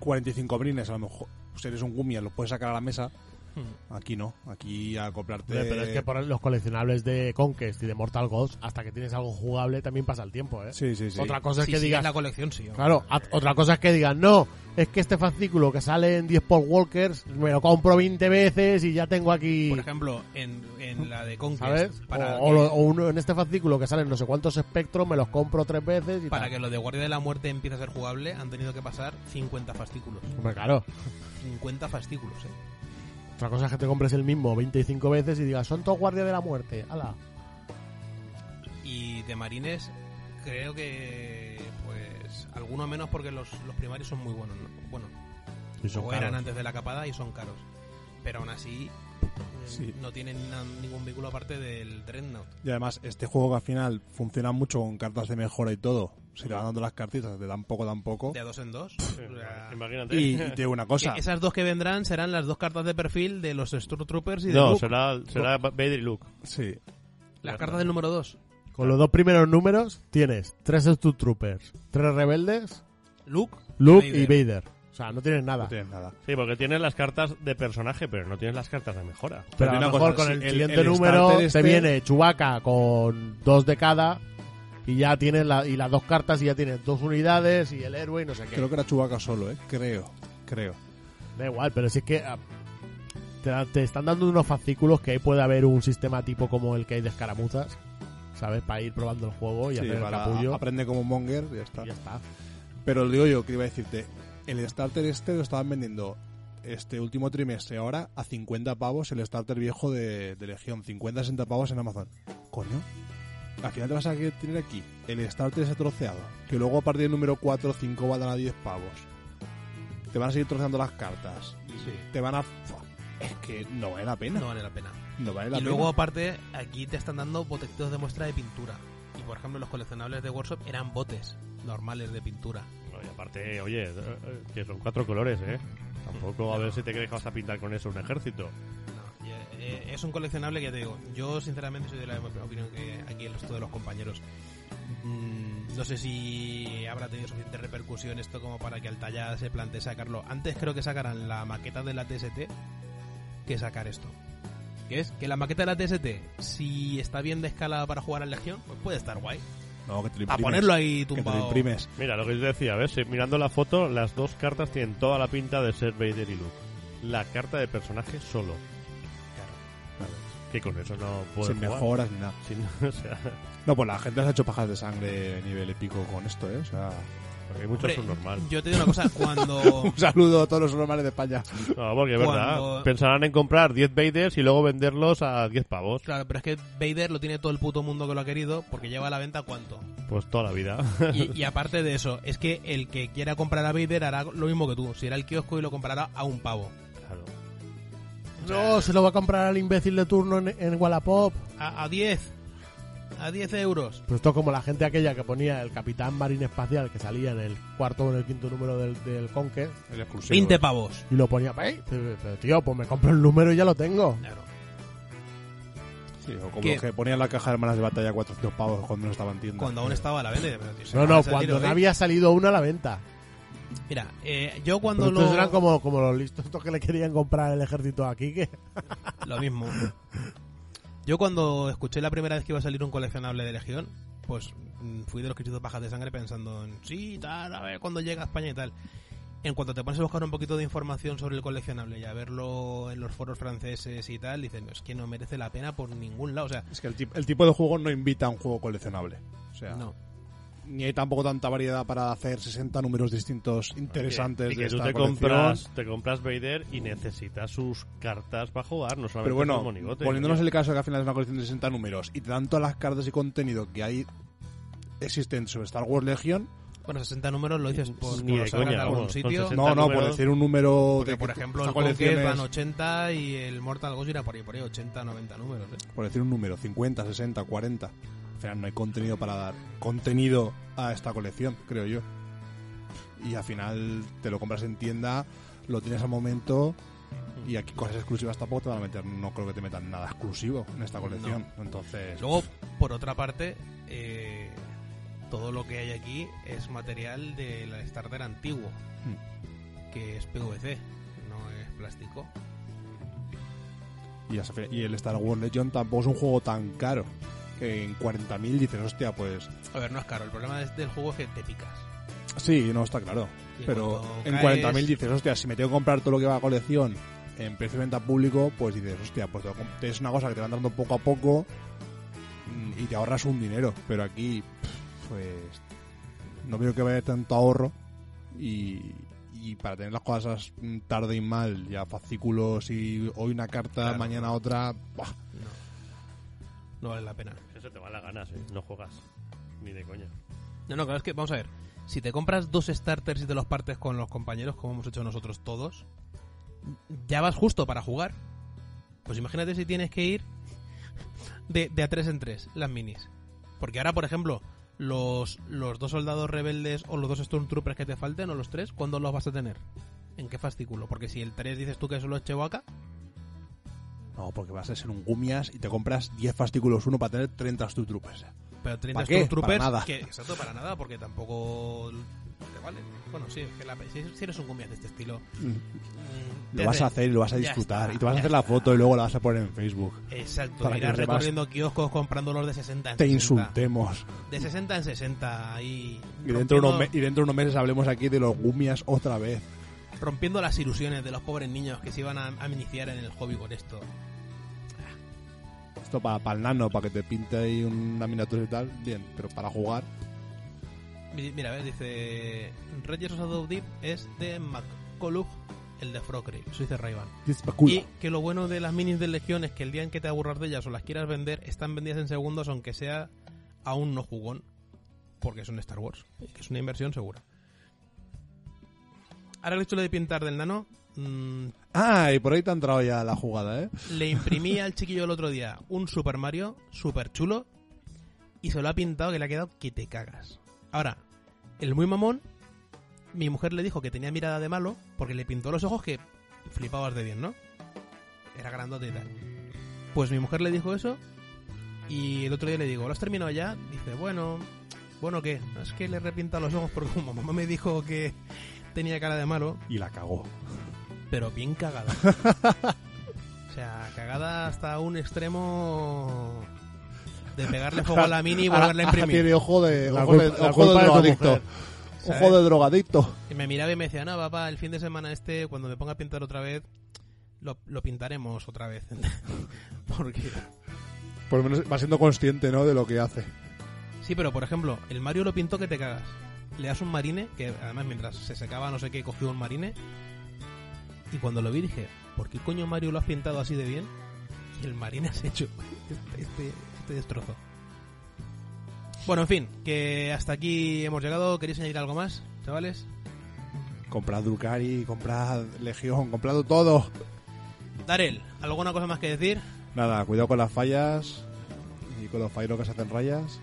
Speaker 2: 45 brines, a lo mejor. Si eres un gumia, lo puedes sacar a la mesa.
Speaker 7: Hmm.
Speaker 2: Aquí no, aquí acoplarte.
Speaker 8: Hombre, eh, Pero es que por los coleccionables de Conquest y de Mortal Ghost, hasta que tienes algo jugable también pasa el tiempo, ¿eh?
Speaker 2: Sí, sí, sí.
Speaker 8: Otra cosa es
Speaker 7: Si
Speaker 8: que
Speaker 7: sigues
Speaker 8: digas...
Speaker 7: la colección, sí. hombre.
Speaker 8: Claro, a- otra cosa es que digan, no, es que este fascículo que sale en 10 Paul Walkers me lo compro 20 veces y ya tengo aquí...
Speaker 7: Por ejemplo, en, en la de Conquest,
Speaker 8: ¿Sabes?
Speaker 7: Para,
Speaker 8: o o lo- o uno- en este fascículo que salen no sé cuántos espectros, me los compro tres veces y
Speaker 7: para
Speaker 8: tal.
Speaker 7: que lo de Guardia de la Muerte empiece a ser jugable, han tenido que pasar 50 fascículos.
Speaker 8: Hombre, claro.
Speaker 7: 50 fascículos, eh.
Speaker 8: Otra cosa es que te compres el mismo 25 veces y digas, son todos guardias de la muerte, ala.
Speaker 7: Y de Marines, creo que... Pues... Alguno menos porque los, los primarios son muy buenos, ¿no? Bueno,
Speaker 8: Y son
Speaker 7: o eran
Speaker 8: caros.
Speaker 7: antes de la capada y son caros. Pero aún así... eh,
Speaker 2: Sí.
Speaker 7: No tienen na- ningún vínculo aparte del Dreadnought.
Speaker 2: Y además, este juego que al final funciona mucho con cartas de mejora y todo. Si le van dando las cartitas de tan poco, tan poco.
Speaker 7: De a dos en dos. O sea,
Speaker 9: Imagínate.
Speaker 2: Y, y te
Speaker 7: [laughs]
Speaker 2: digo una cosa.
Speaker 7: que Esas dos que vendrán serán las dos cartas de perfil de los Stormtroopers y de
Speaker 9: No,
Speaker 7: Luke.
Speaker 9: será, será Vader y Luke.
Speaker 2: Sí.
Speaker 7: Las cartas del número 2.
Speaker 8: Con los dos primeros números tienes tres Stud Troopers, tres rebeldes,
Speaker 7: Luke,
Speaker 8: Luke
Speaker 9: Vader.
Speaker 8: y Vader. O sea, no tienes nada.
Speaker 9: Sí, porque tienes las cartas de personaje, pero no tienes las cartas de mejora.
Speaker 8: Pero a lo mejor con el, este siguiente número te
Speaker 9: este-
Speaker 8: viene Chewbacca con dos de cada y ya tienes la, y las dos cartas y ya tienes dos unidades y el héroe y no sé qué.
Speaker 2: Creo que era Chubaca solo, ¿eh? Creo, creo.
Speaker 8: Da igual, pero si es que ah, te, da- te están dando unos fascículos que ahí puede haber un sistema tipo como el que hay de escaramuzas, ¿sabes? Para ir probando el juego y
Speaker 2: Sí,
Speaker 8: hacer el
Speaker 2: para-
Speaker 8: capullo.
Speaker 2: aprende como Monger y ya está.
Speaker 8: Ya está.
Speaker 2: Pero digo yo que iba a decirte, el starter este lo estaban vendiendo este último trimestre ahora a 50 pavos el starter viejo de, de Legión, 50 60 pavos en Amazon. Coño. Al final te vas a querer tener aquí el starter ese troceado, que luego a partir del número 4 o 5 van a dar a 10 pavos. Te van a seguir troceando las cartas. Te van a... Es que no vale la pena.
Speaker 7: No vale la pena.
Speaker 2: No vale la
Speaker 7: y
Speaker 2: pena.
Speaker 7: luego, aparte, aquí te están dando botecitos de muestra de pintura. Y por ejemplo, los coleccionables de Workshop eran botes normales de pintura.
Speaker 9: No, y aparte, oye, eh, eh, que son cuatro colores, ¿eh? Tampoco a ver si te crees que vas a pintar con eso un ejército.
Speaker 7: Y, eh, es un coleccionable que ya te digo. Yo, sinceramente, soy de la misma opinión que aquí el resto de los compañeros. Mm, No sé si habrá tenido suficiente repercusión esto como para que Altaya se plantee sacarlo. Antes creo que sacaran la maqueta de la TST que sacar esto. Que es que la maqueta de la TST, si está bien de escala para jugar a Legión, pues puede estar guay.
Speaker 2: No, que te lo
Speaker 7: Pa'
Speaker 2: imprimes.
Speaker 7: ponerlo ahí
Speaker 2: Que te lo
Speaker 7: tumbado.
Speaker 2: imprimes.
Speaker 9: Mira, lo que yo decía, ¿ves? Si mirando la foto, las dos cartas tienen toda la pinta de ser Vader y Luke. La carta de personaje solo. Que con eso no puedes
Speaker 2: Sin
Speaker 9: jugar.
Speaker 2: mejoras ni nada.
Speaker 9: [laughs] Sí, no, o sea,
Speaker 2: No, pues la gente se ha hecho pajas de sangre de nivel épico con esto, ¿eh? O sea...
Speaker 9: Porque hay muchos
Speaker 7: Hombre,
Speaker 9: subnormales.
Speaker 7: Yo te digo una cosa, cuando...
Speaker 2: [laughs] Un saludo a todos los normales de España.
Speaker 9: No, porque es
Speaker 7: Cuando-
Speaker 9: verdad. Pensarán en comprar 10 Vaders y luego venderlos a 10 pavos.
Speaker 7: Claro, pero es que Vader lo tiene todo el puto mundo que lo ha querido porque lleva a la venta cuánto.
Speaker 9: Pues toda la vida. [laughs]
Speaker 2: [laughs]
Speaker 7: Y, y aparte de eso, es que el que quiera comprar a Vader hará lo mismo que tú. Si irá al kiosco y lo comprará a un pavo.
Speaker 9: Claro.
Speaker 8: No, se lo va a comprar al imbécil de turno en, en Wallapop.
Speaker 7: A, a 10. A 10 euros.
Speaker 8: Pues esto es como la gente aquella que ponía el Capitán Marine Espacial que salía en el cuarto o en el quinto número del, del Conquer.
Speaker 2: El exclusivo.
Speaker 7: 20 pavos.
Speaker 8: Y lo ponía, "Ey, pero, pero, tío, pues me compro el número y ya lo tengo.
Speaker 2: Sí, o como
Speaker 8: ¿Qué?
Speaker 2: los que ponían la caja de hermanas de batalla 400 pavos cuando no estaba en tienda.
Speaker 7: Cuando aún estaba a la venta. pero, tío, se
Speaker 8: No,
Speaker 7: acaba
Speaker 8: no,
Speaker 7: ese tiro,
Speaker 8: cuando no
Speaker 7: ¿eh?
Speaker 8: había salido una a la venta.
Speaker 7: Mira, eh, yo cuando
Speaker 8: Pero entonces
Speaker 7: lo...
Speaker 8: eran como, como los listos estos que le querían comprar el ejército aquí,
Speaker 7: [laughs]
Speaker 8: que
Speaker 7: Lo mismo. Yo cuando escuché la primera vez que iba a salir un coleccionable de Legión, pues mm, fui de los que hizo pajas de sangre pensando en sí, tal, a ver cuando llega a España y tal. En cuanto te pones a buscar un poquito de información sobre el coleccionable y a verlo en los foros franceses y tal, dices, "No, es que no merece la pena por ningún lado. O sea,
Speaker 2: Es que el, tip- el tipo de juego no invita a un juego coleccionable. O sea,
Speaker 7: No.
Speaker 2: ni hay tampoco tanta variedad para hacer 60 números distintos interesantes
Speaker 9: Y que
Speaker 2: de
Speaker 9: tú
Speaker 2: esta
Speaker 9: te
Speaker 2: colección.
Speaker 9: compras, te compras Vader y necesitas sus cartas para jugar, no solamente
Speaker 2: Pero
Speaker 9: el
Speaker 2: bueno,
Speaker 9: monigote.
Speaker 2: poniéndonos en el caso de que al final es una colección de 60 números y te dan todas las cartas y contenido que hay existen sobre Star Wars Legion. pues,
Speaker 7: bueno, 60 números lo dices por
Speaker 2: Ni
Speaker 7: que
Speaker 2: de
Speaker 7: lo sacan
Speaker 2: coña,
Speaker 7: en algún
Speaker 2: vamos, son
Speaker 7: sitio.
Speaker 2: 60 No, no, por números. decir un número
Speaker 7: Porque,
Speaker 2: de
Speaker 7: por
Speaker 2: que tú-
Speaker 7: ejemplo,
Speaker 2: esa
Speaker 7: el
Speaker 2: colección
Speaker 7: Conquest van
Speaker 2: es-
Speaker 7: 80 y el Mortal Ghost irá por ahí, por ahí, 80, 90 números. ¿eh?
Speaker 2: por decir un número, 50, 60, 40. Al final no hay contenido para dar contenido a esta colección, creo yo. Y al final te lo compras en tienda, lo tienes al momento y aquí cosas exclusivas tampoco te van a meter. No creo que te metan nada exclusivo en esta colección.
Speaker 7: No.
Speaker 2: Entonces,
Speaker 7: Luego, por otra parte, eh, todo lo que hay aquí es material del starter antiguo,
Speaker 2: Hmm.
Speaker 7: que es PVC, no es plástico.
Speaker 2: y, ya se fe- y el Star Wars Legion tampoco es un juego tan caro. Que en 40.000 dices, hostia, pues
Speaker 7: A ver, no es caro, el problema es- del juego es que te picas.
Speaker 2: Sí, no, está claro.
Speaker 7: Y
Speaker 2: Pero
Speaker 7: cuando
Speaker 2: en
Speaker 7: caes-
Speaker 2: 40.000 dices, hostia, si me tengo que comprar todo lo que va a colección en precio de venta público, pues dices, hostia, pues te lo comp- es una cosa que te van dando poco a poco mm, y te ahorras un dinero. Pero aquí, pff, pues, no veo que vaya tanto ahorro y, y para tener las cosas mm, tarde y mal, ya fascículos y hoy una carta,
Speaker 7: Claro.
Speaker 2: mañana otra, buah,
Speaker 7: No vale la pena.
Speaker 9: Eso te va las ganas, ¿eh? No juegas. Ni de coña.
Speaker 7: No, no, claro, es que vamos a ver. Si te compras dos starters y te los partes con los compañeros, como hemos hecho nosotros todos, ya vas justo para jugar. Pues imagínate si tienes que ir de, de a tres en tres, las minis. Porque ahora, por ejemplo, los, los dos soldados rebeldes o los dos Stormtroopers que te falten, o los tres, ¿cuándo los vas a tener? ¿En qué fascículo? Porque si el 3 dices tú que solo es Chewbacca,
Speaker 2: No, porque vas a ser un gumias y te compras 10 fastículos uno para tener 30 Stud Troopers.
Speaker 7: Pero
Speaker 2: ¿Para
Speaker 7: teniendo
Speaker 2: qué?
Speaker 7: Stormtroopers,
Speaker 2: Para nada.
Speaker 7: que exacto, para nada, porque tampoco te vale. Bueno, sí, es que la, si, si eres un cumbias de este estilo, mm,
Speaker 2: Lo
Speaker 7: te
Speaker 2: vas
Speaker 7: hace-
Speaker 2: a hacer y lo vas a
Speaker 7: ya
Speaker 2: disfrutar.
Speaker 7: está,
Speaker 2: y te vas a
Speaker 7: ya
Speaker 2: hacer la
Speaker 7: está.
Speaker 2: foto y luego la vas a poner en Facebook.
Speaker 7: Exacto,
Speaker 2: Para que
Speaker 7: irás
Speaker 2: los demás
Speaker 7: recorriendo kioscos comprando los de 60 en
Speaker 2: Te
Speaker 7: 60.
Speaker 2: insultemos.
Speaker 7: De 60 en 60, ahí.
Speaker 2: Y dentro, de unos me-
Speaker 7: rompiendo-
Speaker 2: y dentro de unos meses hablemos aquí de los gumias otra vez.
Speaker 7: rompiendo las ilusiones de los pobres niños que se iban a, a iniciar en el hobby con esto.
Speaker 2: Esto para, el nano, para que te pinte ahí una miniatura y tal, bien. Pero para jugar,
Speaker 7: Mi- Mira, a ver, dice. Rangers of the Deep es de McCulloch, el de Frockery, eso dice Rayban.
Speaker 2: Es Bakula.
Speaker 7: Y que lo bueno de las minis de Legión es que el día en que te aburras de ellas o las quieras vender, están vendidas en segundos, aunque sea aún no jugón, porque son Star Wars, que es una inversión segura. Ahora el hecho de pintar del nano, mm,
Speaker 2: Ah, y por ahí te ha entrado ya la jugada, ¿eh?
Speaker 7: le imprimí
Speaker 2: [laughs]
Speaker 7: al chiquillo el otro día un Super Mario super chulo y se lo ha pintado que le ha quedado que te cagas. Ahora, el muy mamón, mi mujer le dijo que tenía mirada de malo porque le pintó los ojos que flipabas de bien, ¿no? Era grandote y tal. Pues mi mujer le dijo eso y el otro día le digo, ¿lo has terminado ya? Dice, bueno, bueno, ¿qué? Es que le he repintado los ojos porque [laughs] como mamá me dijo que tenía cara de malo,
Speaker 2: Y la cagó.
Speaker 7: pero bien
Speaker 2: [laughs]
Speaker 7: cagada. o sea, cagada hasta un extremo de pegarle fuego a la mini y volverla a
Speaker 2: [laughs] Ah,
Speaker 7: imprimir.
Speaker 2: Tiene ojo de,
Speaker 8: La
Speaker 2: ojo
Speaker 8: culpa-
Speaker 2: de,
Speaker 8: la
Speaker 2: ojo de
Speaker 8: culpa de tu
Speaker 2: drogadicto.
Speaker 8: mujer.
Speaker 2: Ojo de
Speaker 7: ¿Sabes?
Speaker 2: drogadicto.
Speaker 7: Y me miraba y me decía, no, papá, el fin de semana este, cuando me ponga a pintar otra vez, lo, lo pintaremos otra vez. [laughs] Porque...
Speaker 2: Por lo menos va siendo consciente, ¿no? De lo que hace.
Speaker 7: Sí, pero por ejemplo, el Mario lo pintó que te cagas. Le das un marine, que además mientras se secaba no sé qué, cogió un marine. Y cuando lo vi dije, ¿por qué coño Mario lo has pintado así de bien? Y el marine [laughs] has hecho este, este- este destrozo. Bueno, en fin, que hasta aquí hemos llegado. ¿Queréis añadir algo más, chavales?
Speaker 2: Comprad Drucari, comprad Legión, comprado todo.
Speaker 7: Darel, ¿alguna cosa más que decir?
Speaker 2: Nada, cuidado con las fallas y con los fairos que se hacen rayas.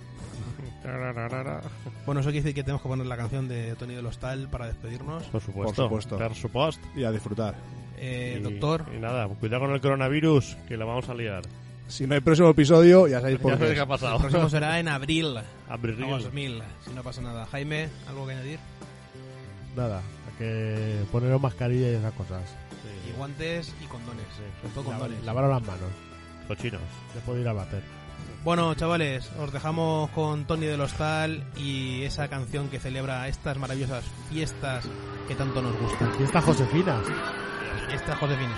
Speaker 7: Bueno, eso quiere decir que tenemos que poner la canción de Tony de los Tal para despedirnos.
Speaker 9: Por supuesto.
Speaker 2: Por supuesto.
Speaker 9: Por supuesto.
Speaker 2: Y a disfrutar.
Speaker 7: Eh,
Speaker 9: Y-
Speaker 7: doctor.
Speaker 9: Y nada, cuidado con el coronavirus, que la vamos a liar.
Speaker 2: Si no hay próximo episodio, ya sabéis por
Speaker 9: Ya
Speaker 2: qué.
Speaker 9: sabéis qué ha pasado.
Speaker 7: El próximo será en abril.
Speaker 9: Abril.
Speaker 7: 2000, si no pasa nada. Jaime, ¿algo que añadir?
Speaker 8: Nada, hay que poneros mascarilla y esas cosas.
Speaker 7: Y guantes y condones. Sobre todo condones.
Speaker 8: Lavaros las manos.
Speaker 9: Cochinos.
Speaker 8: Después de ir al váter.
Speaker 7: Bueno, chavales, os dejamos con Tony del Hostal y esa canción que celebra estas maravillosas fiestas que tanto nos gustan.
Speaker 8: Fiesta Josefina.
Speaker 7: Esta Josefina.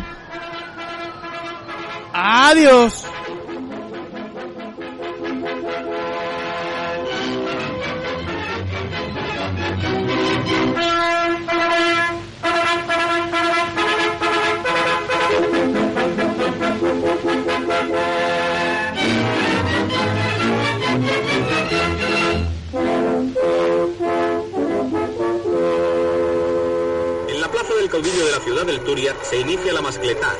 Speaker 7: ¡Adiós!
Speaker 1: En la plaza del caudillo de la ciudad del Turia se inicia la mascletá,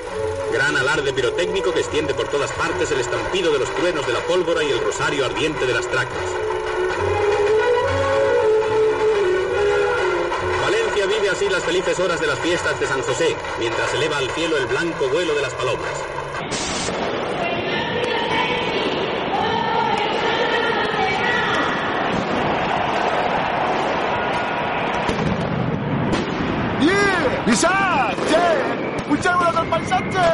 Speaker 1: gran alarde pirotécnico que extiende por todas partes el estampido de los truenos de la pólvora y el rosario ardiente de las tracas. Valencia vive así las felices horas de las fiestas de San José, mientras eleva al cielo el blanco vuelo de las palomas.
Speaker 18: ¡Yeah! ¡Isaac! ¡Yeah! ¡Puchadura del paisaje!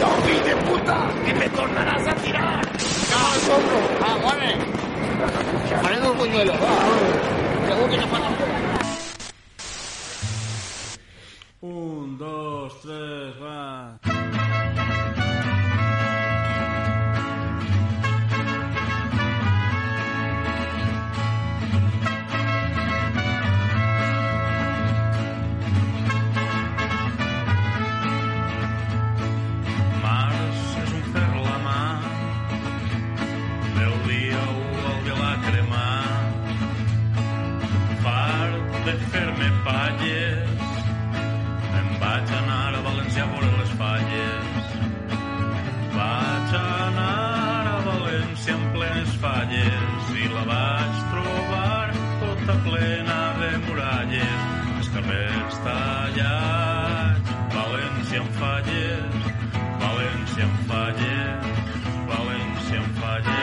Speaker 18: ¡Tommy de puta! ¡Que me tornarás a tirar! ¡No, sombro!
Speaker 4: ¡Aguane! ¡Parece un buñuelo! ¡Seguro que no pasa nada!
Speaker 5: Un, dos, tres, va.
Speaker 6: Març és un ferro a la mà, veu dia el de la cremar. Fart de fer-me palles, em vaig anar a València a veure les falles. Vaig anar a València en plenes falles i la vaig trobar tota plena de muralles. Els carrers tallats, València en falles. València em falla, València em falla.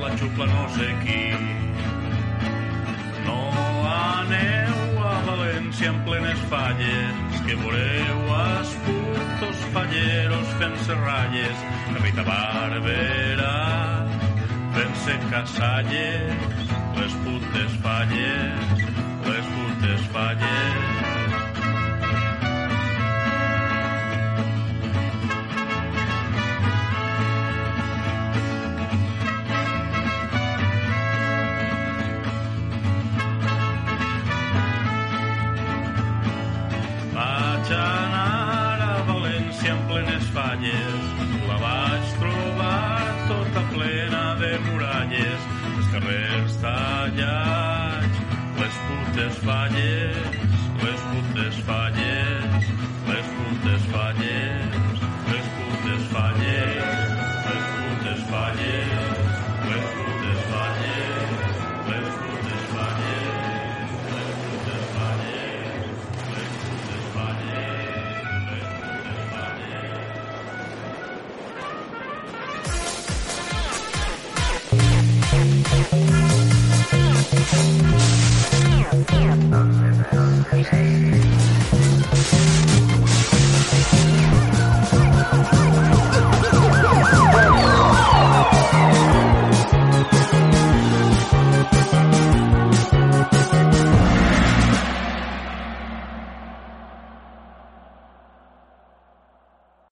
Speaker 6: la xucla no sé qui. No aneu a València en plenes falles, que veureu els putos falleros fent-se ratlles, la Rita Barberà fent-se casalles, les putes falles, les putes falles. Vaig anar a València en plenes falles, la vaig trobar tota plena de muralles, els carrers tallats, les putes falles,